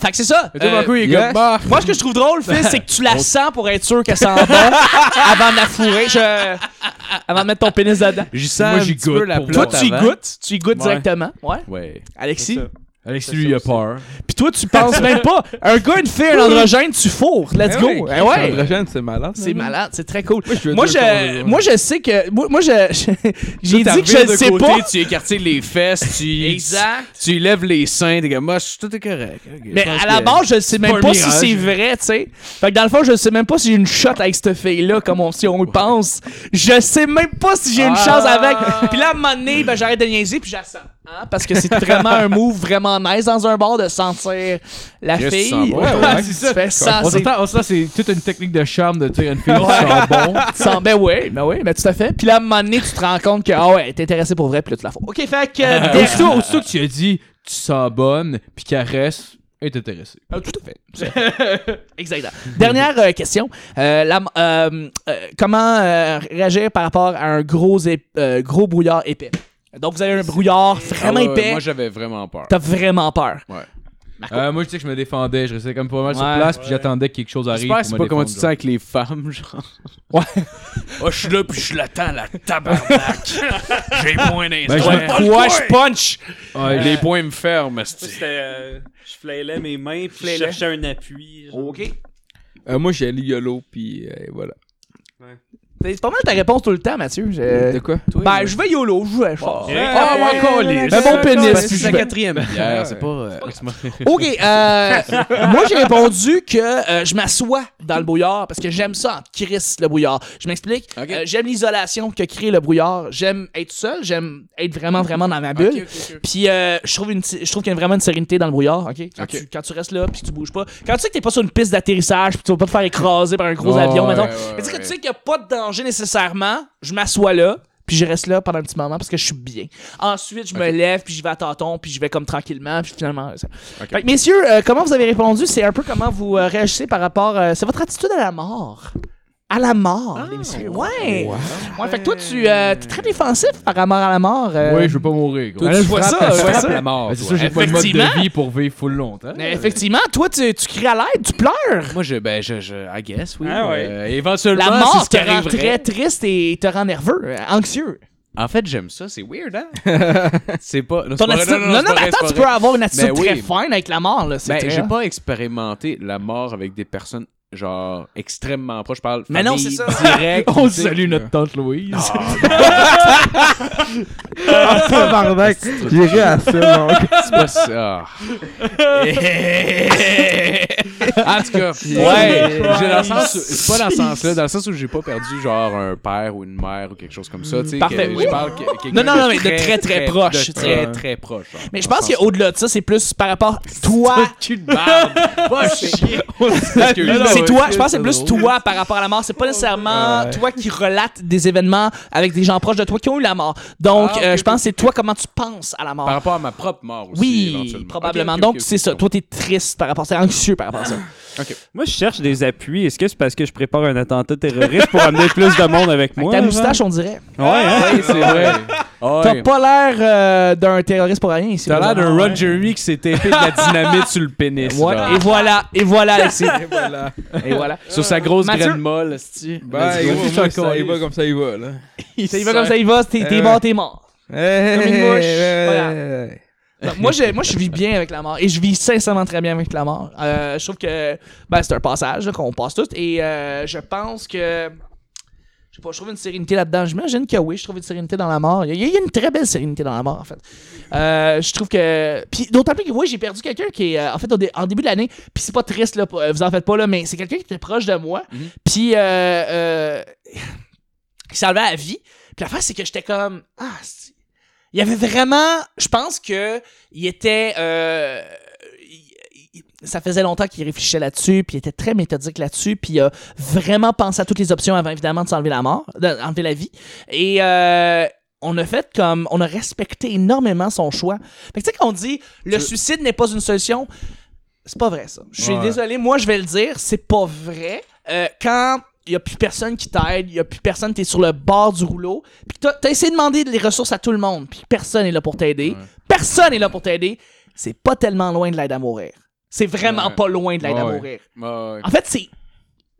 Fait que c'est ça.
Tout d'un
Euh,
coup, il est
yes.
comme bah,
moi, ce que je trouve drôle, Phil, c'est que tu la sens pour être sûr qu'elle s'en va avant de la fourrer. Je- Avant de mettre ton pénis dedans.
J'y sens
Moi,
un
j'y
petit peu
goûte
la
pour
plate
Toi, tu y
avant.
goûtes. Tu y goûtes
Ouais.
directement. Ouais.
Ouais.
Alexis. Ah,
C'est ça.
Alexis, lui, il a peur.
Puis toi, tu penses même pas. Un gars, une fille, un androgène, tu fourres. Let's
Eh
go.
oui,
Eh ouais.
androgène, c'est malade.
C'est malade, c'est très cool.
Moi, je veux
Moi,
deux
je,
corps,
moi, je sais que. Moi, moi, je. J'ai dit
Toi,
que
t'arrives
je ne
de
sais
côté,
pas.
Tu écartes les fesses, tu.
Exact.
Tu lèves les seins, t'es comme, moi, je- tout est correct. Ok, je
Mais
pense
à la
que-
base, je ne sais même
pas
pas,
un
si
mirage.
c'est vrai, tu sais. Fait que dans le fond, je ne sais même pas si j'ai une shot avec cette fille-là, comme on, si on le pense. Je sais même pas si j'ai une
Ah.
chance avec. Puis là, à un moment donné, ben, j'arrête de niaiser, puis j'assens. Hein? Parce que c'est vraiment un move vraiment nice dans un bar de sentir la
Chris,
fille.
tu sens bon.
Ouais,
Tu
c'est ça.
fais ça,
On
c'est
s'entend, on s'entend, c'est toute une technique de charme de tirer une fille qui
Ouais.
sent bon.
Tu sens, ben oui, ben oui, mais tout à fait. Puis là, à un moment donné, tu te rends compte que, ah ouais, t'es intéressé pour vrai, puis là, tu la fous. Ok, fait que. euh,
Et
dernier-
aussitôt, aussitôt que tu as dit tu sens bonne, puis qu'elle reste, elle est intéressée.
Ah, tout à fait. Exactement. Dernière euh, question. Euh, la- euh, euh, comment euh, réagir par rapport à un gros, ép- euh, gros brouillard épais? Donc, vous avez un brouillard
Ah
vraiment
ouais, ouais,
épais.
Moi, j'avais vraiment peur.
T'as vraiment peur.
Euh, moi, je sais que je me défendais, je restais comme pas mal sur
Ouais.
place, puis j'attendais que quelque chose arrive.
J'espère que c'est
pour
pas
me
comment tu
défendre,
te sens avec les femmes, genre.
Oh, je suis là, puis je l'attends, la tabarnak. J'ai moins d'instinct.
Ben, je me-
Quoi, je punch!
genre. Ouais,
Les poings me ferment,
Moi,
c'est-
c'était, euh, je flailais mes mains, puis je
Flailais.
cherchais un appui. genre.
Euh, moi, j'ai allé YOLO, puis euh, voilà.
C'est pas mal ta réponse tout le temps, Mathieu. Je-
De quoi?
Ben, je vais YOLO, je vais. je vais.
Ah, mon colis!
Un bon pénis,
Parce que
puis je
c'est
vais.
la
quatrième.
bière,
c'est
c'est
pas.
pas,
OK, euh, moi j'ai répondu que euh, je m'assois dans le brouillard parce que j'aime ça en crisse le brouillard. Je m'explique, Euh, j'aime l'isolation que crée le brouillard, j'aime être seul, j'aime être vraiment vraiment dans ma bulle. Puis euh, je trouve une je trouve qu'il y a vraiment une sérénité dans le brouillard, OK Quand, Tu, quand tu restes là puis que tu bouges pas, quand tu sais que t'es pas sur une piste d'atterrissage puis tu vas pas te faire écraser par un gros
Ouais,
avion mettons.
ouais,
Mais tu sais que tu sais qu'il y a pas de danger nécessairement, je m'assois là. Puis je reste là pendant un petit moment parce que je suis bien. Ensuite, je me lève, puis je vais à tâtons, puis je vais comme tranquillement, puis finalement, ça- fait que, messieurs, euh, comment vous avez répondu? C'est un peu comment vous euh, réagissez par rapport. euh, c'est votre attitude à la mort. À la mort, les messieurs. Ah, Ouais. Ouais, fait que toi, tu euh, t'es très défensif par rapport à la mort. euh.
Ouais, je veux pas mourir. gros.
Toi, tu vois ça, je vois ça.
la mort. C'est ça, j'ai pas de mode de
Effectivement.
vie pour vivre full longtemps.
Mais effectivement, toi, tu, tu cries à l'aide, tu pleures.
Moi, je, ben, je, je, I guess, oui.
Ah ouais.
Euh, éventuellement,
La
c'est
mort
ce qui
te rend très
arriverait.
triste et te rend nerveux, euh, anxieux.
En fait, j'aime ça, c'est weird, hein? c'est pas. Non, c'est
Ton
pas vrai,
attitude. Non, non,
c'est pas
mais
vrai,
attends,
c'est
tu
pas
peux
vrai.
avoir une attitude
Ben oui.
très fine avec la mort, là. C'est
Ben,
très-
j'ai pas expérimenté la mort avec des personnes, genre, extrêmement proches. Je parle.
Mais non,
famille
c'est ça.
Direct,
On
tu sais.
salue notre tante Louise.
Ah, tabarnak! J'irai à ça, mon gars.
C'est pas ça. en tout cas, ouais, j'ai dans le sens, c'est pas dans le sens là, dans le sens où j'ai pas perdu genre un père ou une mère ou quelque chose comme ça, tu sais.
Parfait,
que
oui.
Je parle que- quelqu'un
Non, non, non, mais de
très,
très, très
très
proche,
de
tu
très,
sais.
très, proche. hein. genre.
Mais je pense qu'au-delà de ça, c'est plus par rapport à toi.
Cul de barbe. Va chier. Excuse-moi.
c'est toi, je pense que c'est plus toi par rapport à la mort. C'est pas nécessairement toi qui relates des événements avec des gens proches de toi qui ont eu la mort. Donc,
Ah, ok,
euh, je
ok,
pense que c'est toi comment tu penses à la mort.
Par rapport à ma propre mort aussi.
oui,
éventuellement.
probablement.
Ok, ok,
Donc,
ok,
c'est
ok,
ça.
ok.
Toi, t'es triste par rapport à ça, anxieux par rapport à ça.
Moi, je cherche des appuis. Est-ce que c'est parce que je prépare un attentat terroriste pour amener plus de monde avec
Avec
moi?
ta
genre?
moustache, on dirait.
Ouais, hein?
Ouais, c'est vrai.
T'as pas l'air euh, d'un terroriste pour rien ici.
T'as l'air d'un
présentement.
Ron Jeremy qui s'est tapé de la dynamite sur le pénis.
Ouais,
genre.
et voilà, et voilà, Alexis. et voilà.
Sur sa grosse
Mathieu-
graine molle, esti.
Ben,
Let's go.
gros, moi, ça y va comme ça, il va, là.
Ça y va comme ça, il va, t'es t'es
Euh,
mort, t'es mort.
Hey,
Comme une
hey,
mouche.
hey,
Voilà.
hey, hey.
Non, moi, je, moi, je vis bien avec la mort. Et je vis sincèrement très bien avec la mort. Euh, je trouve que ben, c'est un passage là, qu'on passe tous. Et euh, je pense que. Je sais pas, je trouve une sérénité là-dedans. J'imagine que oui, je trouve une sérénité dans la mort. Il y a, il y a une très belle sérénité dans la mort, en fait. Euh, je trouve que. Puis d'autant plus que, oui, j'ai perdu quelqu'un qui est. euh, en fait, au dé- en début de l'année, puis c'est pas triste, là, pour- euh, vous en faites pas, là, mais c'est quelqu'un qui était proche de moi. Puis. euh, euh, il s'est enlevé à la vie. Puis l'affaire, c'est que j'étais comme. Ah, c'est- il y avait vraiment. Je pense que il était. euh, il- il- ça faisait longtemps qu'il réfléchissait là-dessus, puis il était très méthodique là-dessus, puis il a vraiment pensé à toutes les options avant évidemment de s'enlever la mort, d'enlever la vie. Et euh, on a fait comme. On a respecté énormément son choix. Fait que tu sais, quand on dit le suicide n'est pas une solution, c'est pas vrai ça. Je suis désolé, moi je vais le dire, c'est pas vrai. Euh, quand il y a plus personne qui t'aide, il y a plus personne, t'es sur le bord du rouleau, puis t'as t'as essayé de demander les ressources à tout le monde, puis personne est là pour t'aider, personne est là pour t'aider, c'est pas tellement loin de l'aide à mourir. C'est vraiment
Ouais.
pas loin de l'aide à
Ouais.
mourir.
Ouais, ouais.
En fait, c'est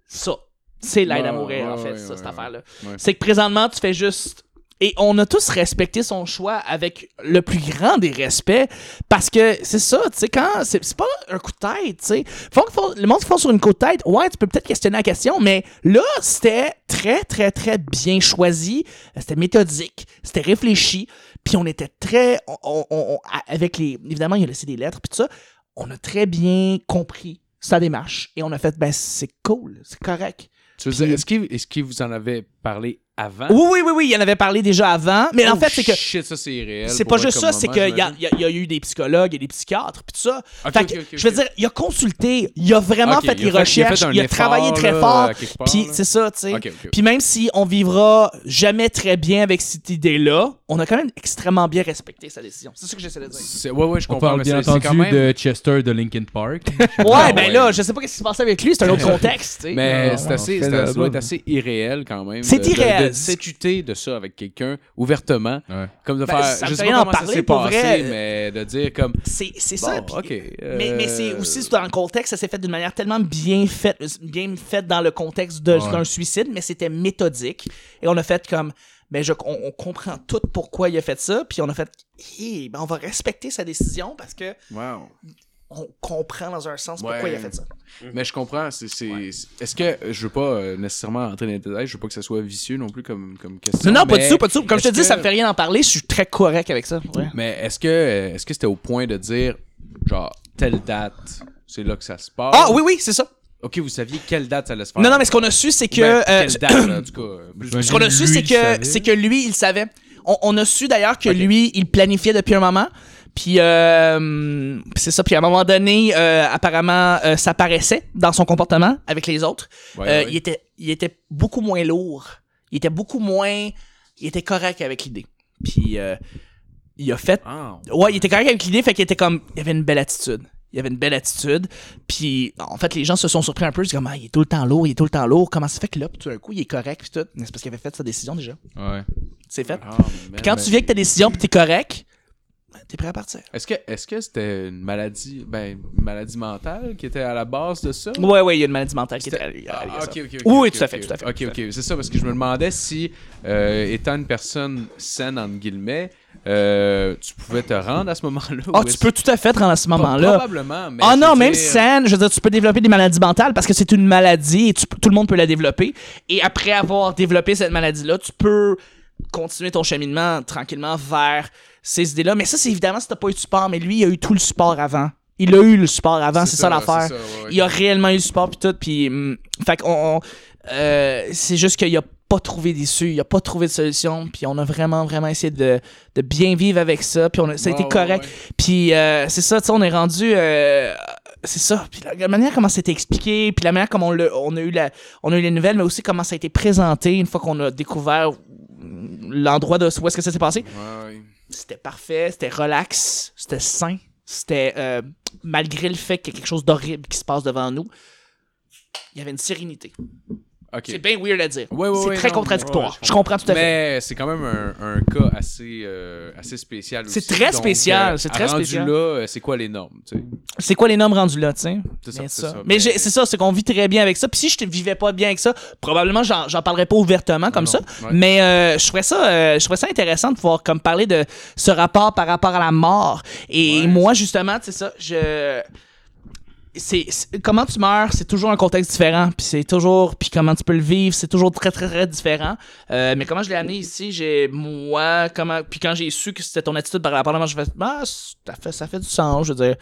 ça. C'est l'aide à
Ouais,
mourir, en
ouais,
fait,
ouais,
ça, cette
ouais,
affaire-là.
ouais.
C'est que présentement, tu fais juste Et on a tous respecté son choix avec le plus grand des respects parce que c'est ça, tu sais, quand c'est c'est pas un coup de tête, tu sais. Faut que faut- Le monde qui fonce sur une coup de tête, ouais, tu peux peut-être questionner la question, mais là, c'était très, très, très bien choisi. C'était méthodique, c'était réfléchi, puis on était très. on- on- on- on- avec les. Évidemment, il a laissé des lettres, puis tout ça. On a très bien compris sa démarche et on a fait, ben, c'est cool, c'est correct.
Tu veux dire, est-ce qu'il est-ce qu'il vous en avait parlé avant?
Oui, oui, oui, oui, il en avait parlé déjà avant, mais en
Ah. Oh,
fait, c'est que.
Shit, ça, c'est réel.
C'est pas
pour vrai
juste
comme
ça, c'est
moment,
qu'il y, a-
j'imagine.
y a- y a eu des psychologues et des psychiatres, puis tout ça.
Ok,
fait
ok,
que,
ok,
je veux
ok.
dire, il a consulté, il a vraiment
Ok,
fait
il
les
a fait- il a fait
recherches,
un
il a
effort,
travaillé très
là,
fort,
à quelque part,
puis
là.
c'est ça, tu sais.
Ok, ok, ok.
Puis même si on vivra jamais très bien avec cette idée-là, on a quand même extrêmement bien respecté sa décision. C'est ça que j'essaie de dire.
C'est- Ouais, ouais, je
On
comprends.
parle
mais
bien
c'est- c'est
entendu
quand même-
de Chester de Linkin Park.
Ouais, ben
Ah ouais.
là, je sais pas ce qui se passait avec lui, c'est un autre contexte, tu sais.
Mais
Non,
c'est
non,
assez,
on fait
c'est-
le
ça doit
bon.
être assez irréel quand même.
C'est
de- de-
irréel.
De, discuter de ça avec quelqu'un ouvertement,
Ouais.
comme de
Ben,
faire.
ça me
je sais
fait
pas
en
comment ça
parler,
s'est
pour
passé,
vrai.
mais de dire comme.
C'est c'est
Bon,
ça. puis-
ok. euh,
Mais, mais c'est aussi dans le contexte, ça s'est fait d'une manière tellement bien faite, bien faite dans le contexte de-
Ouais.
d'un suicide, mais c'était méthodique. Et on a fait comme, ben je, on, on comprend tout pourquoi il a fait ça, puis on a fait, Hi, ben on va respecter sa décision parce que
Wow.
Mm-hmm. on comprend dans un sens pourquoi
Ouais.
il a fait ça.
Mais je comprends. c'est- c'est- Est-ce que euh, je veux pas euh, nécessairement entrer dans les détails, je veux pas que ça soit vicieux non plus comme, comme question.
Non, non, pas
mais
du tout, pas du tout. Comme je te
est-ce
dis, ça
que-
me fait rien d'en parler, je suis très correct avec ça. Ouais.
Mais est-ce que euh, est-ce que c'était au point de dire genre telle date, c'est là que ça se passe
Ah oui, oui, c'est ça.
Ok, vous saviez quelle date ça allait se faire.
Non, non, mais ce qu'on a su, c'est que.
Ben,
euh,
quelle date, là, en tout cas. euh, plus-
Ce qu'on a su,
Lui,
c'est
il savait.
que, c'est que lui, il savait. On, on a su d'ailleurs que lui, il planifiait depuis un moment. Puis euh, puis c'est ça. Puis à un moment donné, euh, apparemment, euh, ça paraissait dans son comportement avec les autres.
Ouais,
Euh,
ouais.
Il, était, il était beaucoup moins lourd. Il était beaucoup moins. Il était correct avec l'idée. Puis euh, il a fait
Ah,
Ouais, il était correct avec l'idée, fait qu'il était comme. Il avait une belle attitude. Il avait une belle attitude. Puis, en fait, les gens se sont surpris un peu. Ils se comme, ah, il est tout le temps lourd, il est tout le temps lourd. Comment ça fait que là, puis tout d'un coup, il est correct, puis tout. Mais c'est parce qu'il avait fait sa décision déjà.
Ouais.
C'est fait.
ah, man.
Puis quand tu viens avec ta décision, puis t'es correct, ben, t'es prêt à partir.
Est-ce que est-ce que c'était une maladie ben une maladie mentale qui était à la base de ça
Ouais, ouais, il y a une maladie mentale qui est
C'était-
allée.
Ah, ok, ok, ok,
Oui, oui,
ok,
tout à fait,
ok.
tout à fait,
Ok,
tout à
ok, c'est ça, parce que je me demandais si, euh, étant une personne saine, entre guillemets, euh, tu pouvais te rendre à ce moment-là.
Ah,
ou
tu
est-ce-
peux tout à fait te rendre à ce
Pas-
moment-là.
Probablement, mais.
Ah
je
non,
veux
même
dire-
saine, je veux dire, tu peux développer des maladies mentales parce que c'est une maladie et tu peux- tout le monde peut la développer. Et après avoir développé cette maladie-là, tu peux continuer ton cheminement tranquillement vers ces idées-là. Mais ça, c'est évidemment si t'as pas eu de support, mais lui, il a eu tout le support avant. Il a eu le support avant, c'est ça, l'affaire.
c'est ça, ouais, ouais.
Il a réellement eu le support puis tout, puis hum, fait qu'on, on- euh, c'est juste qu'il a pas trouvé d'issue, il a pas trouvé de solution, puis on a vraiment vraiment essayé de, de bien vivre avec ça, puis on a- ça a été
Ouais, ouais,
correct. Puis euh, c'est ça, tu sais, on est rendu. euh, c'est ça. Puis la, la manière comment c'était expliqué, puis la manière comment on, l'a- on a eu la, on a eu les nouvelles, mais aussi comment ça a été présenté une fois qu'on a découvert l'endroit de où est-ce que ça s'est passé.
Ouais, ouais.
C'était parfait, c'était relax, c'était sain, c'était euh, malgré le fait qu'il y a quelque chose d'horrible qui se passe devant nous, il y avait une sérénité.
Ok.
C'est bien weird à dire.
Ouais, ouais,
c'est
ouais,
très
non,
contradictoire.
ouais,
je comprends tout à fait.
Mais c'est quand même un, un cas assez, euh, assez spécial
C'est
aussi.
très
Donc,
spécial,
euh,
c'est très
rendu
spécial.
là, euh, c'est quoi les normes, tu sais?
C'est quoi les noms rendus là, tu sais?
C'est ça,
Mais,
c'est
ça.
ça,
mais
mais-
j'ai- c'est ça, c'est qu'on vit très bien avec ça. Puis si je te vivais pas bien avec ça, probablement j'en j'en parlerais pas ouvertement comme
Non,
ça.
ouais.
Mais euh, je trouvais ça, euh, je trouvais ça intéressant de pouvoir comme parler de ce rapport par rapport à la mort. Et
Ouais.
moi justement, c'est ça, je c'est c'est- comment tu meurs, c'est toujours un contexte différent, puis c'est toujours puis comment tu peux le vivre, c'est toujours très très très différent. Euh, mais comment je l'ai amené ici, j'ai moi comment puis quand j'ai su que c'était ton attitude par rapport à la mort, je fais ah, ça fait ça fait du sens, je veux dire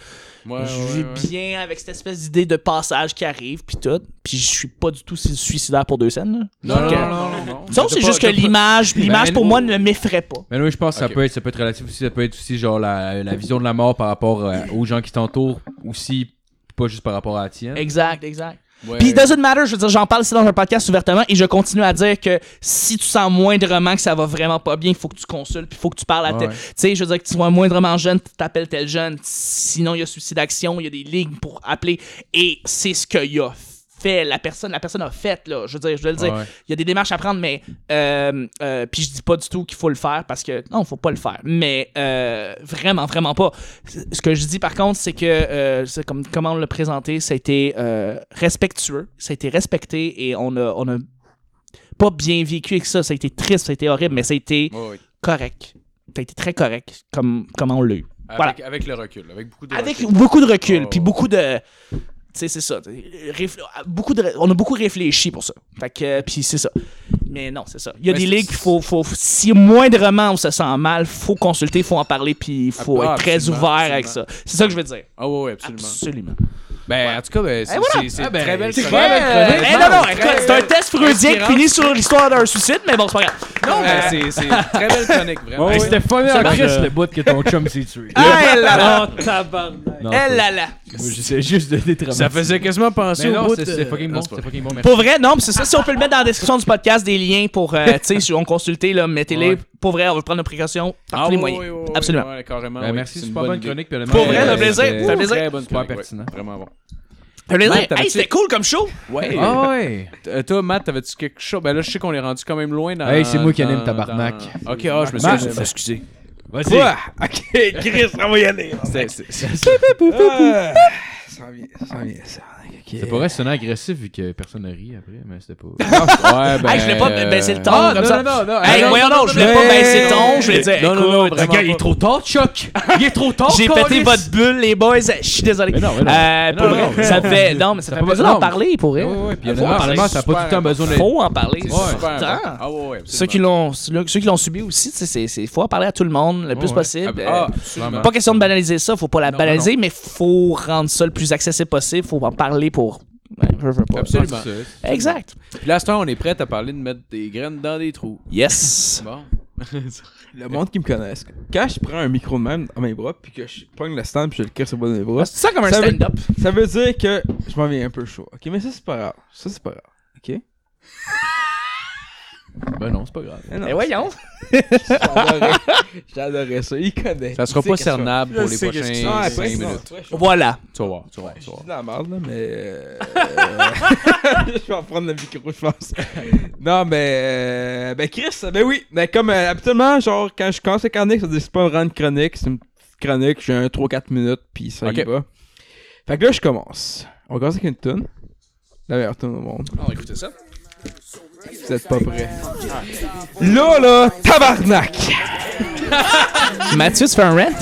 Ouais,
je vis
ouais, ouais.
bien avec cette espèce d'idée de passage qui arrive, puis tout. Puis je suis pas du tout si- suicidaire pour deux scènes. là.
Non, non,
Ok.
non, non, non, non.
Sauf que c'est juste que l'image, l'image
Ben,
pour
nous-
moi ne m'effraie pas.
Mais oui, je pense que
Ok.
ça peut être, ça peut être relatif aussi, ça peut être aussi genre la, la vision de la mort par rapport euh, aux gens qui t'entourent aussi, pas juste par rapport à la tienne.
Exact, exact.
Ouais.
Puis it doesn't matter, je veux dire, j'en parle ici dans un podcast ouvertement et je continue à dire que si tu sens moindrement que ça va vraiment pas bien, il faut que tu consultes, puis il faut que tu parles à
Ouais,
tel-
ouais.
Tu sais, je veux dire que tu sois moindrement jeune, tu t'appelles tel jeune. Sinon, il y a suicide d'action, il y a des lignes pour appeler. Et c'est ce qu'il a fait. La personne, la personne a fait, là. Je veux dire, je dois le dire.
Ouais, ouais.
Il y a des démarches à prendre, mais. Euh, euh, puis je dis pas du tout qu'il faut le faire parce que. Non, faut pas le faire. Mais euh, vraiment, vraiment pas. C- Ce que je dis par contre, c'est que. euh, c'est comme comment on l'a présenté, ça a été euh, respectueux, ça a été respecté et on a. On a pas bien vécu avec ça. Ça a été triste, ça a été horrible, mais ça a été correct. Ça a été très correct, comme, comment on l'a eu.
Avec,
Voilà.
avec le recul, avec beaucoup de
Avec
recul.
beaucoup de recul,
Oh.
puis beaucoup de. Tu sais, c'est ça. Réfl- Beaucoup de... On a beaucoup réfléchi pour ça. Fait que, puis c'est ça. Mais non, c'est ça. Il y a
Mais
des
c'est-
ligues qu'il faut, faut. Si moindrement on se sent mal, faut consulter, faut en parler, puis il faut
Ah,
être très
absolument,
ouvert avec ça.
absolument.
C'est ça que je veux dire.
Ah ouais, ouais, absolument.
Absolument.
Ben, en tout cas,
Eh,
ben, c'est c'est- c'est très belle
c'est
chronique.
très belle chronique.
Eh non, non, écoute, c'est un test freudien qui finit sur l'histoire d'un suicide, mais bon, c'est pas grave.
Non, mais c'est c'est une très belle chronique, vraiment.
Ouais,
Hey,
ouais.
C'était funny en
Ça,
Chris
je-
le bout que ton chum s'est tué.
Ah, elle là là!
Oh, tabarnak.
Non,
Elle Eh là là!
c'est- moi, J'essaie juste de détraumatiser.
Ça faisait quasiment penser
Mais
au
non,
bout
c'est-
de-
c'est fucking
euh,
Ah,
Non,
bon.
c'est pas
C'est fucking bon, merci.
Pour vrai, non, mais c'est ça. Si on peut le mettre dans la description du podcast, des liens pour, euh, tu sais, si on consulter, là, mettez-les. Pour vrai, on va prendre nos précautions par tous les
oui,
moyens.
oui, oui, oui,
Absolument.
Ah, ouais, carrément.
Ben,
oui,
Merci,
c'est une
super bonne
idée.
chronique. euh,
Pour vrai, le plaisir,
c'était-
ça fait plaisir.
Très bonne
Super
chronique, ouais,
pertinent.
Vraiment bon.
Ça veut dire,
Matt, t'avais-tu-
hey, c'était cool comme show!
Ouais.
Ah ouais!
Euh, toi, Matt, t'avais-tu quelque chose? Ben là, je sais qu'on est rendu quand même loin dans...
Hey, c'est moi qui
dans-
anime, tabarnak.
dans- Ok, ah, je me suis...
Matt,
je me suis excusé.
Vas-y!
Ok, Chris, on va y aller.
C'était- c'est- c'est-
Ah, Ça s'en vient, ça s'en vient, ça.
Ça pourrait sonner agressif vu que personne ne rit après, mais c'était pas.
Ouais, ben...
Hey, je voulais pas
euh,
baisser le ton
ah,
comme
non,
ça.
Non, non, non.
hey,
non,
voyons, non, je voulais
mais-
pas baisser le ton, je voulais dire.
Non, non,
écoute,
non, vraiment
gars, il est
pas.
trop tard, Chuck! Il est trop tard,
J'ai pété
Carlis!
votre bulle, les boys. Je suis désolé.
Mais non, mais non.
Euh, pour
non,
vrai,
mais
ça
non.
fait. Non, mais ça fait
pas
plaisir
besoin.
d'en parler, pour vrai.
Ouais, ouais, ouais, puis
Ah,
apparemment,
c'est
ça n'a pas tout le temps
super
besoin d'être.
Faut en parler.
C'est
Putain.
super important. Ah ouais, ouais,
Ceux qui l'ont, ceux qui l'ont subi aussi, tu sais, c'est, c'est, faut en parler à tout le monde le plus
ouais.
absolument.
possible.
Ah,
Euh,
absolument.
pas question de banaliser ça, faut pas la
Non,
banaliser, mais faut rendre ça le plus accessible possible, faut en parler pour. Ouais, je veux pas.
Absolument.
Exact.
Puis là, à cette heure, on est prêt à parler de mettre des graines dans des trous.
Yes.
Bon.
Le monde qui me connaisse, quand je prends un micro de même dans mes bras, puis que je pogne le stand, puis je le crisse au bout de mes bras,
C'est ça comme un
Ça veut-
stand-up.
ça veut dire que je m'en viens un peu chaud. Ok, mais ça, c'est pas grave. Ça, c'est pas grave. Ok?
Ben non, c'est pas grave.
Mais non,
Mais Eh, voyons.
J'adorais, j'adorais ça. Il connaît.
Ça sera pas
Il sait qu'est-ce que
cernable pour
Je
les
sais qu'est-ce que
prochains
c'est.
5
Ouais,
minutes.
Ah, ouais, je-
Voilà.
Tu vas voir, tu vas voir, tu
Je
vas
dis
voir.
de la merde, là, mais. euh, je vais en prendre le micro, je pense. non, mais. euh, Ben, Chris, ben oui. Ben, comme euh, habituellement, genre, quand je commence à chronique, ça veut dire que c'est pas vraiment une chronique, c'est une petite chronique, j'ai un 3-4 minutes, puis ça y
Ok.
va. Fait que là, je commence. On commence avec une tune. La meilleure tune au monde.
On va écouter ça.
Vous êtes pas prêts. Là, là, tabarnak!
Mathieu, tu fais un rent?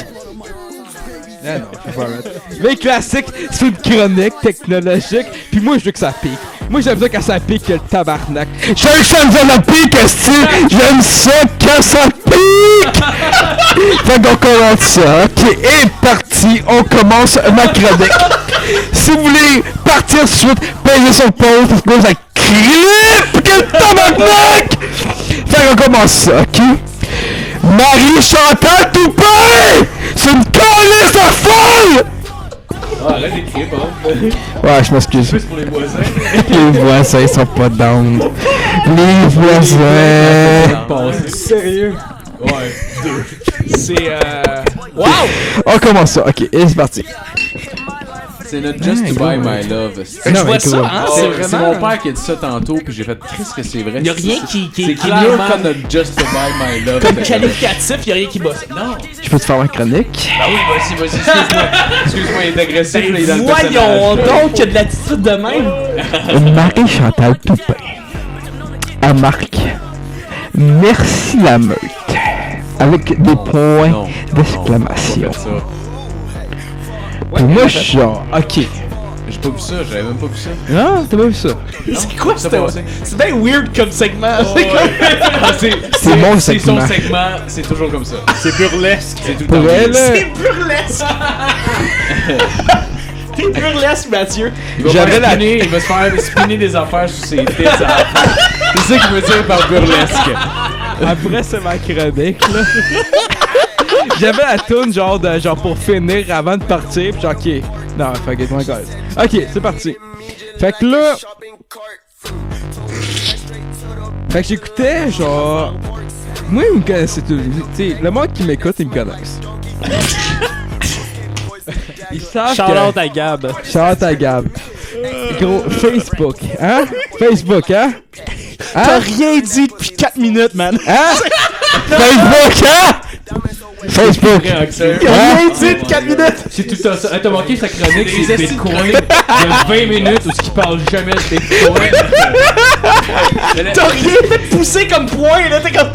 Ah non, je peux pas mettre. Mais classique, c'est une chronique technologique. Puis moi, je veux que ça pique. Moi, j'aime ça quand ça pique que le tabarnak. J'aime ça quand ça pique, style. J'aime ça quand ça pique. fait qu'on commence ça. Ok, et parti. On commence ma chronique. si vous voulez partir tout de suite, payez sur pause parce que ça clip que le tabarnak. Fait qu'on commence ça, ok? Marie Chantal Toupin! C'est une calice de folle! Ouais, je m'excuse. Plus pour les voisins. les voisins ils sont pas down. Les voisins.
C'est euh,
On commence ça, ok, et c'est parti.
c'est notre Just to Buy My Love. C'est
Non, mais
vois ça,
cool.
hein?
c'est
C'est
c'est
vraiment.
mon père qui a dit ça tantôt, puis j'ai fait qu'est-ce que c'est vrai.
Y a rien
C'est-
qui, qui,
C'est
qui est mieux
clairement
comme,
notre Just to Buy My Love.
comme qualificatif, y a rien qui bosse. Non.
Je peux te faire ma chronique?
Ah Vas-y, vas-y, excuse-moi. Excuse-moi, il est agressif, là, il est dans le personnage.
Voyons donc, y a de l'attitude de même.
Marie Chantal Toupin. À Marc. Merci la meute. Avec
Oh,
des points d'exclamation.
Ça.
Puis Moi, je suis genre, ok.
J'ai pas vu ça, j'avais même pas vu Hein? ça.
Ah, t'as pas vu ça?
C'est quoi
Ça
c'était-
passait.
C'est bien weird comme segment.
Ah, c'est
C'est mon
c'est son
segment.
segment, c'est toujours comme ça.
C'est burlesque.
C'est tout le
Pour
temps
elle,
lui.
C'est burlesque. T'es burlesque, Mathieu.
Il va
J'avais
faire
la-
spinner, il va se faire spinner des affaires sur ses têtes. à la fin. C'est ça qu'il veut dire par burlesque.
Après, c'est ma chronique, là. J'avais la toune, genre, de, genre, pour finir avant de partir, pis genre, ok. Non, fuck it, my God. Ok, c'est parti. Fait que là. Fait que j'écoutais, genre. Moi, ils me connaissaient tous. Tu sais, le monde qui m'écoute, ils me connaissent. Ils savent que...
Shout-out à Gab.
Shout à Gab. Gros, Facebook, hein? Facebook, hein?
T'as
Hein?
rien dit depuis 4 minutes, man.
Hein? Facebook, hein? Facebook.
Hein?
T'as
Hein?
rien dit depuis 4 minutes.
C'est tout ça. Hey, T'as manqué sa chronique, c'est Bitcoin de 20 minutes où il parle jamais de Bitcoin.
T'as rien fait pousser comme point, là, t'es comme.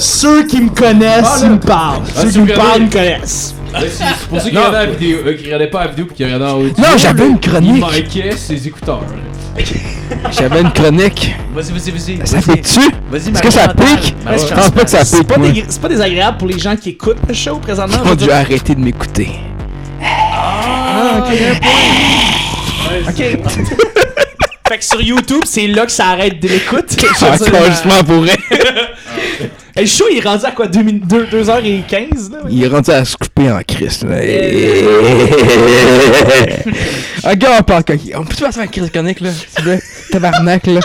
Ceux qui me connaissent, ils me parlent. Ceux qui me parlent, me connaissent.
C'est pour ceux qui regardaient la vidéo, euh, qui regardaient pas la vidéo puis qui regardaient en haut.
Non, j'avais une
Il
chronique.
manquait ses écouteurs.
J'avais une chronique.
Vas-y, vas-y, vas-y.
Ça pique-tu?
Vas-y,
Est-ce que ça pique?
Ouais, je
Je pense pas que ça
C'est
pique,
pas,
moi.
dégr- c'est pas désagréable pour les gens qui écoutent le show présentement.
Ils ont
je veux
dû
dire.
arrêter de m'écouter.
Ah, ok. Ok. fait que sur YouTube, c'est là que ça arrête de l'écoute.
Ah, carrément pour elle.
Et euh, le show, il est rendu à quoi 2h15 là
Il est rendu à se couper en Christ. là.
Euh.
Un gars, on parle coquille. On peut-tu passer à la crise chronique, là? s'il vous plaît? Tabarnak, là.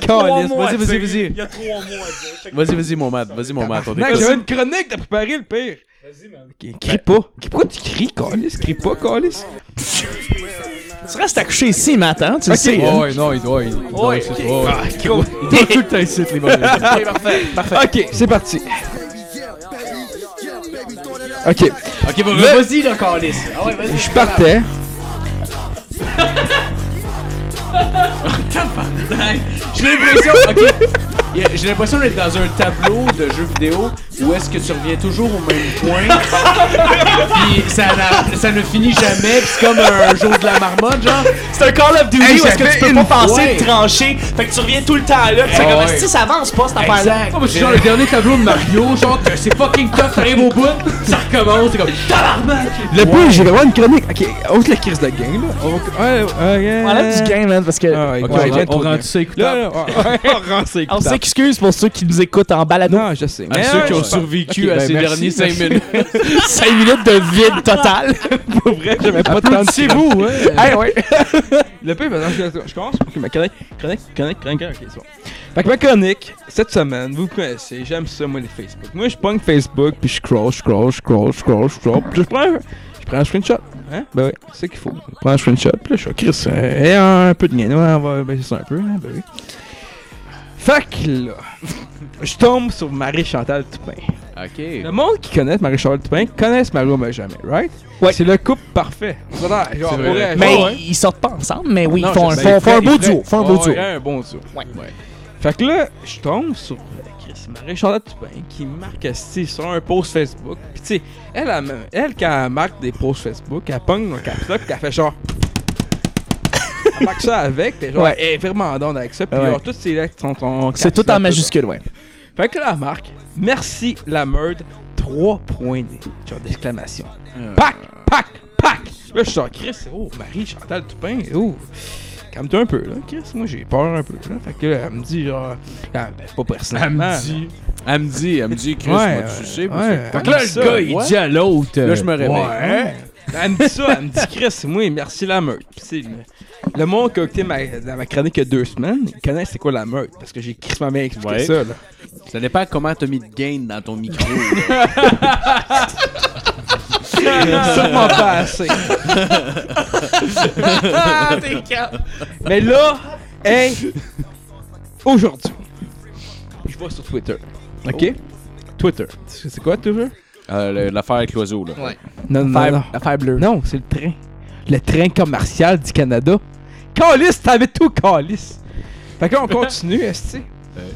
Vas-y, vas-y, vas-y, vas-y.
y a trois mots à dire.
Vas-y, vas-y, mon mat. Vas-y, mon mat. on
Non,
t'écoute.
j'avais une chronique, t'as préparé le pire. Vas-y, man. Crie pas. Crie- Pourquoi tu cries, Calis? Crie pas, Calis.
Tu restes accouché ici, Matt, hein, tu le sais.
Ouais,
hein.
ouais, non, il doit. Il doit c'est- ouais, ouais.
Tout le temps ici, les bonnes. Ok, c'est parti. Ok,
Ok, bon,
Le-
vas-y, là, Carlis.
je partais.
J'ai l'impression. ok. Il y a- J'ai l'impression d'être dans un tableau de jeux vidéo où est-ce que tu reviens toujours au même point. puis ça, n'a- ça ne finit jamais. Puis c'est comme un jour de la marmotte, genre.
C'est un Call of Duty
Hey,
où est-ce que
ça
tu
fait
peux pas
une
penser
fois.
de trancher. Fait que tu reviens tout le temps là. Tu fais
Ah
comme
ouais.
si ça avance pas cette affaire-là.
Exact.
Oh, moi, je suis genre le dernier tableau de Mario, genre que c'est fucking tough, t'arrives au bout, ça recommence, c'est comme.
Le pire, j'ai vraiment une chronique. Ok, ôte la crise de gang, là. On va- Ouais, ouais,
On enlève du game, man, parce que.
Ah, ouais,
Ok,
ouais,
on,
j'ai
on
trop de
rend
gang.
tout ça
Là,
écoutable.
là, ouais, on rend ça
On
écoutable.
s'excuse pour ceux qui nous écoutent en balado.
Non, je sais.
À
Mais
ceux
ouais,
qui ont
je-
survécu
Ok,
à
ben
ces
merci,
derniers 5
merci.
minutes.
5 minutes de vide total.
Pour vrai, j'avais pas tant de C'est vous, ouais.
hey, ouais.
Le pire, maintenant, je, je commence. Ok, ben, ma chronique, chronique, chronique, chronique, ok, c'est bon. Fait que ma chronique, cette semaine, vous connaissez, j'aime ça, moi, les Facebook. Moi, je pogne Facebook, puis je scroll, je scroll, je scroll, je scroll, je scroll, puis je prends, je prends un screenshot. Hein? Ben oui, c'est ça qu'il faut. Je prends un screenshot, puis là, je suis Chris, euh, eh, un peu de gain, ouais, on va baisser ça un peu, hein, ben oui. Fait que là, je tombe sur Marie-Chantal Toupin.
Ok.
Le monde qui connaît Marie-Chantal Toupin connaissent Mario mais jamais, right?
Ouais.
C'est le couple parfait. Genre,
C'est vrai.
pour vrai,
Mais
genre, ouais.
ils sortent pas ensemble, mais oui,
Non,
ils font, un,
je sais,
font- font un
Ben, il
beau
ferait-
duo. Font un beau
ouais,
duo.
ouais, un bon duo.
Ouais.
Fait que là, je tombe sur euh, Chris Marie-Charlotte Tupin qui marque esti sur un post Facebook. Puis tu sais, elle, elle, me- elle, quand elle marque des posts Facebook, elle pogne un caps lock, puis elle fait genre. elle marque ça avec, pis genre,
Ouais.
elle est vraiment d'onde avec ça. Puis
Ouais.
genre, toutes ses lettres sont en.
C'est tout en majuscule, ouais.
Fait que là, elle marque Merci la meute, 3 points d- genre d'exclamation. Pac, pac, pac. Là, je suis en Chris, oh, Marie, Chantal Toupin, oh. Calme-toi un peu, là, Chris. Moi, j'ai peur un peu, là. Fait que là, elle me dit, genre, ah, ben, pas
Hein?
personnellement. Elle me dit.
Elle me dit, elle me dit, Chris,
Ouais,
moi,
euh,
tu sais. moi,
ouais,
c'est-
elle me dit ça, ouais.
à l'autre. Là, je me réveille.
Ouais. Elle me dit ça, elle me dit Chris, c'est moi, merci la meute. Puis c'est le, le monde qui a écouté ma, dans ma chronique il y a deux semaines, ils connaissent c'est quoi la meute, parce que j'ai Chris m'a bien expliqué
Ouais.
ça. Là.
Ça dépend comment t'as mis de gain dans ton micro.
Sûrement pas assez.
Ah, t'es calme.
Mais là, hey, aujourd'hui, je vais sur Twitter. OK? Twitter. C'est c'est quoi, Twitter?
Euh, le- L'affaire avec l'oiseau, là.
Non, non, non.
Affaire bleue.
Non, c'est le train. Le train commercial du Canada. Calice, t'avais tout, Calice. Fait qu'on continue, est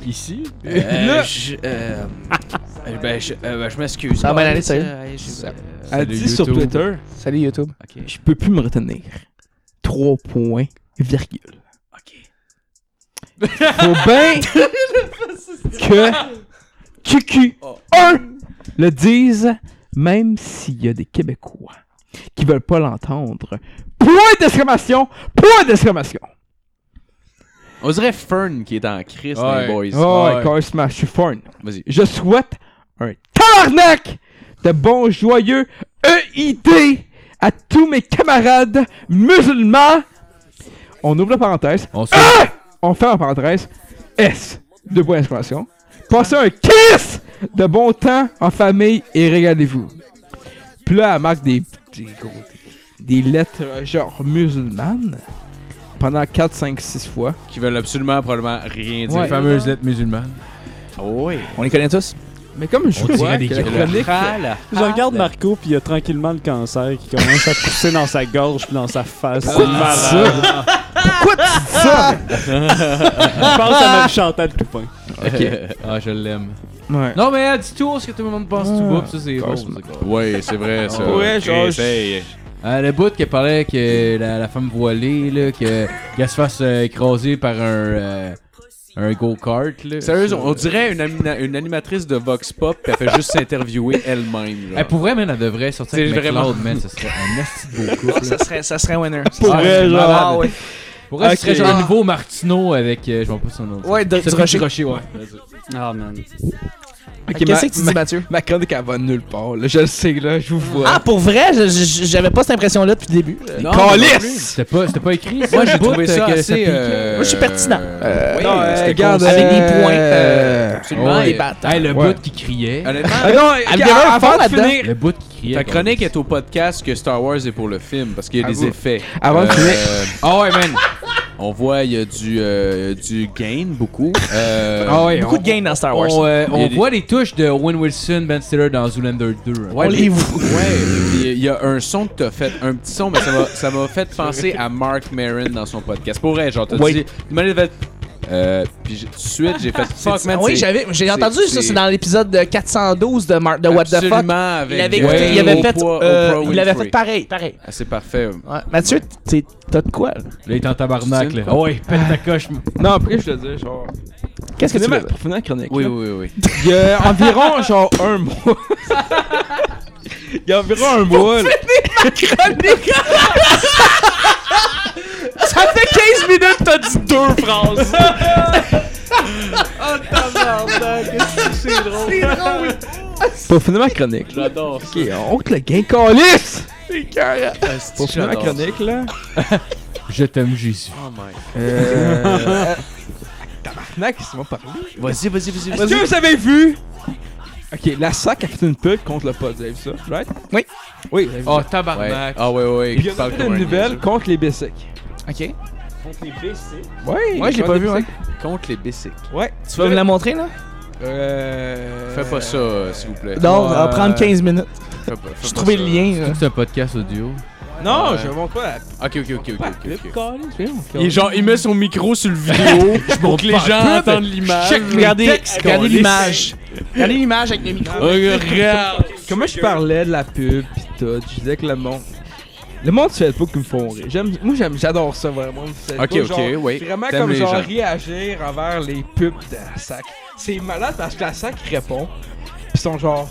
Ici.
Là.
Eh,
Euh, je, euh, euh, ben, je, euh, ben, je m'excuse.
Ah, bonne année,
ça.
salut.
Elle dit sur Twitter,
Salut YouTube.
je peux plus me retenir. 3 points, virgule. OK. Faut bien que QQ1 le dise, même s'il y a des Québécois qui veulent pas l'entendre. Point d'exclamation! Point d'exclamation!
On dirait Fern qui est en crise,
Ouais.
les boys.
Oh,
ouais.
Carl Smash, je suis fun.
Vas-y.
Je souhaite un tabarnak de bons joyeux EID à tous mes camarades musulmans. On ouvre la parenthèse.
On se-
Ah! On fait en parenthèse. S. Deux points d'exclamation. Passez un kiss de bon temps en famille et régalez-vous. Puis là, elle marque des, des, gros- des lettres euh, genre musulmanes pendant 4, 5, 6 fois.
Qui veulent absolument, probablement rien dire.
Les fameuses lettres musulmanes.
Oh, oui.
On les connaît tous.
Mais comme je
On dirait
vois
des
que la
gueules.
chronique-
Je regarde Marco, puis il y a tranquillement le cancer qui commence à pousser dans sa gorge, puis dans sa face. C'est malade.
Pourquoi tu dis ça?
Je pense à même Chantal Toupin.
Ah, je l'aime.
Ouais.
Non, mais elle dit tout haut ce que tout le monde pense tout bas, pis ça, c'est
course,
rose, Ah, c'est cool.
Ouais, c'est vrai, ça.
Ouais, genre,
Chris, hey.
Euh, le bout qu'elle parlait que la, la femme voilée, là, que- qu'elle se fasse euh, écraser par un, euh, un go-kart, là.
Sérieux,
Ça,
on on dirait une, amina- une animatrice de Vox Pop, puis elle fait juste s'interviewer elle-même.
Elle
genre.
pourrait, man, elle devrait sortir
C'est
avec
vraiment-
McLeod, man. Ce serait un esti de beau couple.
Ça serait, ça serait winner.
Pour
Ah,
vrai,
c'est
genre.
malade. Ah, ouais.
Pour elle, ce
Ok.
serait genre le nouveau Martino avec. euh, je vois pas son nom.
Ouais, de-
C'est
du
vrai,
Rocher.
du Rocher, ouais.
Ah, man.
Ah, Qu'est-ce que tu dis, Mathieu?
Ma chronique, elle va nulle part, là. Je le sais, là. Je vous vois. Ah,
Ah, pour vrai, je- je- j'avais pas cette impression-là depuis le début. Euh,
Non, mais non plus.
Calice!
C'était pas, c'était pas écrit. ça,
Moi,
le
j'ai
bout,
trouvé ça
euh, que
assez.
piquait.
euh,
Moi, je suis pertinent.
euh, oui,
non, euh,
c'était
regarde,
concis.
avec des
euh,
points.
euh,
Absolument.
ouais,
et-
les bâtards.
Hey, le
Ouais.
bout qui criait.
Honnêtement,
Ah non,
Avec un fond
avant de
là-dedans.
finir,
Le bout qui criait.
ta
bon.
chronique est au podcast que Star Wars est pour le film, parce qu'il y a
À
des
vous.
effets.
Avant de finir-
Euh,
Ah ouais, man.
On voit, il y a du, euh, du gain, beaucoup. Euh,
Ah ouais,
Beaucoup
on-
de gains dans Star Wars.
On, euh,
Il y
on
a des-
voit les touches de Owen Wilson, Ben Stiller dans Zoolander 2. hein.
Ouais, puis- ouais, puis il y a un son que t'as fait, un petit son, mais ça m'a- ça m'a fait penser à Mark Maron dans son podcast. Pour vrai, genre, t'as
Oui. Ah,
dit, il m'a dit, fait, euh, puis j'ai- tout de suite, j'ai fait, fuck, man,
oui,
c'est-
j'avais, j'ai
c'est-
entendu ça, c'est dans l'épisode de 412 de, Mar- de What the Fuck.
Absolument, avec,
Il avait,
euh,
écouté- il avait fait,
Oprah-
euh,
Oprah
il avait
Winfrey.
fait pareil, pareil.
Ah, c'est parfait.
Ouais. Mathieu, t'es- t'as de quoi? là?
Là, il est en tabarnak,
Tu
là.
sais,
Ah ouais, pète ta coche.
Non, après, je te dis, genre.
Qu'est-ce que tu
Finalement,
veux?
pour finir la chronique,
Oui,
là,
oui, oui.
il y a environ, genre, un mois. Il y a environ un mois, là.
Ça fait 15 minutes, t'as dit deux phrases.
Pour finir ma chronique, là. J'adore Ok, on honte le gain, calice! Pour finir ma chronique, là.
Je t'aime, Jésus.
Euh. Tabarnak, c'est moi parler.
Vas-y, vas-y, vas-y.
Est-ce que vous avez vu? Ok, la SAC a fait une pub contre le pod, vous avez vu ça, right?
Oui.
Oui, vous avez vu
Oh,
ça.
tabarnak.
Ah, ouais, ouais, ouais.
Il y en
parle
a fait
comme un
une nouvelle
niaiseux.
contre les Bessic.
ok.
Ouais,
Ouais, je l'ai
contre
pas
les
vu, ouais.
Bessic.
Contre les Bessic.
Ouais.
Tu vas me la montrer, là?
Euh.
Fais pas ça, euh, s'il vous plaît.
Non,
Ouais.
ça va prendre 15 minutes.
Fais pas- fais
J'ai
pas
trouvé
ça.
le lien. là.
C'est un podcast audio.
Non,
Ouais.
je montre pas la
Ok, ok, ok, ok, ok, ok.
pub.
Il, est genre, il met son micro sur le vidéo pour que les gens entendent l'image.
Regardez regardez l'image. Regardez l'image avec le micro.
Regarde.
Comment je parlais de la pub pis tout, je disais que le monde. Le monde sur Facebook qui me font rire. J'aime- Moi, j'aime, j'adore ça vraiment. le Facebook,
Ok, ok,
genre,
oui.
Vraiment
T'aimes
comme
les
genre
gens.
réagir envers les pubs de la SAC. C'est malade parce que la SAC répond. Pis ils sont genre.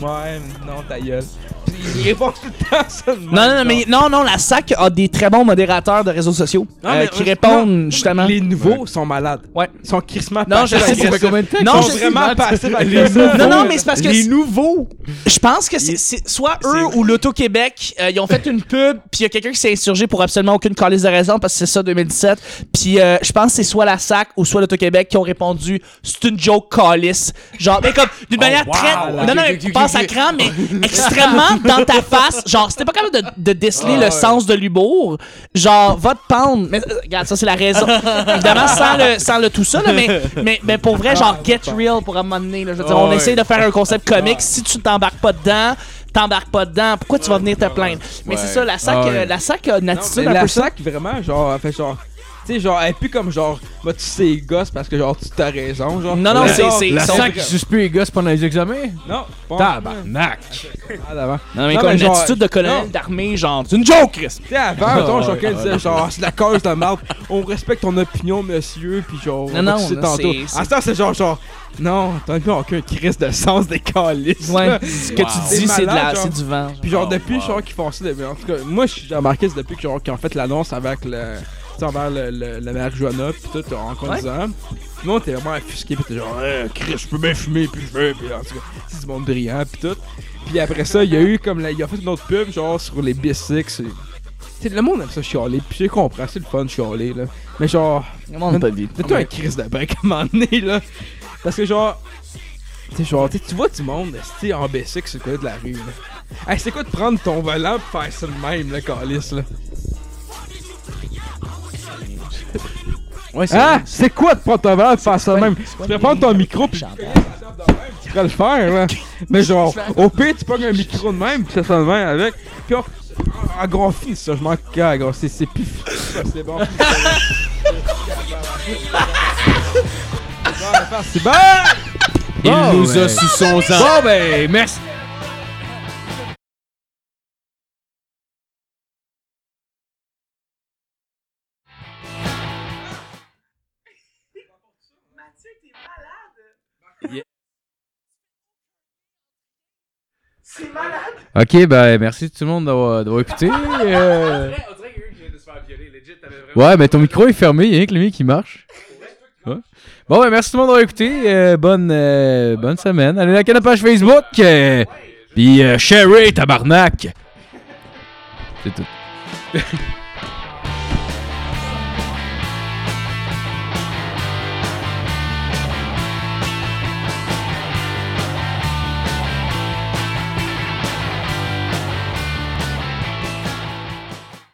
Ouais, non, ta gueule. Pis ils répondent tout le temps à ça. de même,
Non, non, non,
genre.
mais non, non, la SAC a des très bons modérateurs de réseaux sociaux
Non,
euh,
mais-
qui
non,
répondent justement.
Les nouveaux sont malades.
Ouais.
Ils sont crissement
Non, je sais
passifs-agressifs.
pourquoi.
combien de temps?
Non,
Ils
je
sont
sais.
vraiment passifs agressifs.
Non, non, mais c'est parce que
Les
c'est-
nouveaux.
je pense que c'est c'est soit eux ou l'Auto-Québec, euh, ils ont fait une pub, puis il y a quelqu'un qui s'est insurgé pour absolument aucune calice de raison, parce que c'est ça 2017. Puis euh, je pense que c'est soit la SAC ou soit l'Auto-Québec qui ont répondu c'est une joke calice. Genre, mais comme d'une manière très. Non, non, mais passe à cran, mais extrêmement dans ta face. Genre, c'était pas capable de, de déceler le sens de l'humour. Genre, va te pendre. Mais euh, regarde, ça, c'est la raison. Évidemment, sans le, sans le tout ça, là, mais, mais, mais pour vrai, genre, get real pour amener. Là, je veux dire, on essaye de faire un concept comique. Si tu t'embarques pas dedans, t'embarques pas dedans, pourquoi tu vas venir te plaindre? Mais c'est ça, la SAC,
Ah ouais.
euh, la SAC a une
Non,
attitude
mais
un
la
peu ça.
sac vraiment genre elle fait genre tu sais genre elle est plus comme genre bah tu sais les gosses parce que genre tu t'as raison genre
Non, non,
Ouais.
c'est-
Genre,
c'est-
ils
La
sont
sac qui
vra-
suspend les gosses pendant les examens?
non pas
Tabarnak.
Ah, d'avant
Non, mais
Non,
comme
mais
une
genre-
attitude de colonel
non.
d'armée, genre, c'est une joke, Chris.
tu sais avant mettons, genre qu'elle disait genre c'est la cause de marde on respecte ton opinion monsieur puis genre
Non,
on va
non,
te citer
non,
tantôt
c'est- c'est-
à ce temps c'est genre genre non t'as vu aucun crise de sens des calices
Ouais.
là.
Ce que tu
C'est
dis, c'est de la-
malade, genre.
c'est du vent.
puis genre depuis genre qu'ils font ça depuis- en tout cas moi j'ai remarqué c'est depuis que genre qu'ils ont fait l'annonce avec le tu sais, envers le, le, le marijuana pis tout en conduisant Tout le monde était vraiment affusqué, pis t'es genre, Eh, Chris, je peux bien fumer, pis je veux, pis en tout cas, c'est du monde brillant, pis tout. Pis après ça, il y a eu comme, la- il a fait une autre pub, genre, sur les B6. c'est- T'sais, le monde aime ça chialer, pis je comprends, c'est le fun chialer, là. Mais genre,
Le monde n'a pas vu.
mets-toi un Chris de break à un moment donné, là. Parce que genre, t'sais, genre, t'sais, tu vois du monde, t'sais, en B6, c'est quoi de la rue, là. Hey, c'est quoi de prendre ton volant pis faire ça de même, là, calice, là?
Ouais, c'est
Ah, c'est quoi de prendre ton volant pis faire ça de même? Tu peux prendre ton micro pis tu pourrais le faire, là. Mais genre, au pire, tu pognes un micro de même, pis ça sonne bien avec. Pis on- un grand fils, ça, je m'en cague, oh, c'est c'est pif. C'est bon. C'est bon.
Il nous
nous a sous son sang.
Bon, ben, merci. Ok, ben merci tout le monde d'avoir d'avoir écouté. euh. Ouais, mais ton micro est fermé, il y a rien que le mien qui marche. Ouais. Bon, ben merci tout le monde d'avoir écouté. euh, bonne, euh, bonne semaine. Allez liker la page Facebook. euh, Puis, euh, sharez, tabarnak. C'est tout.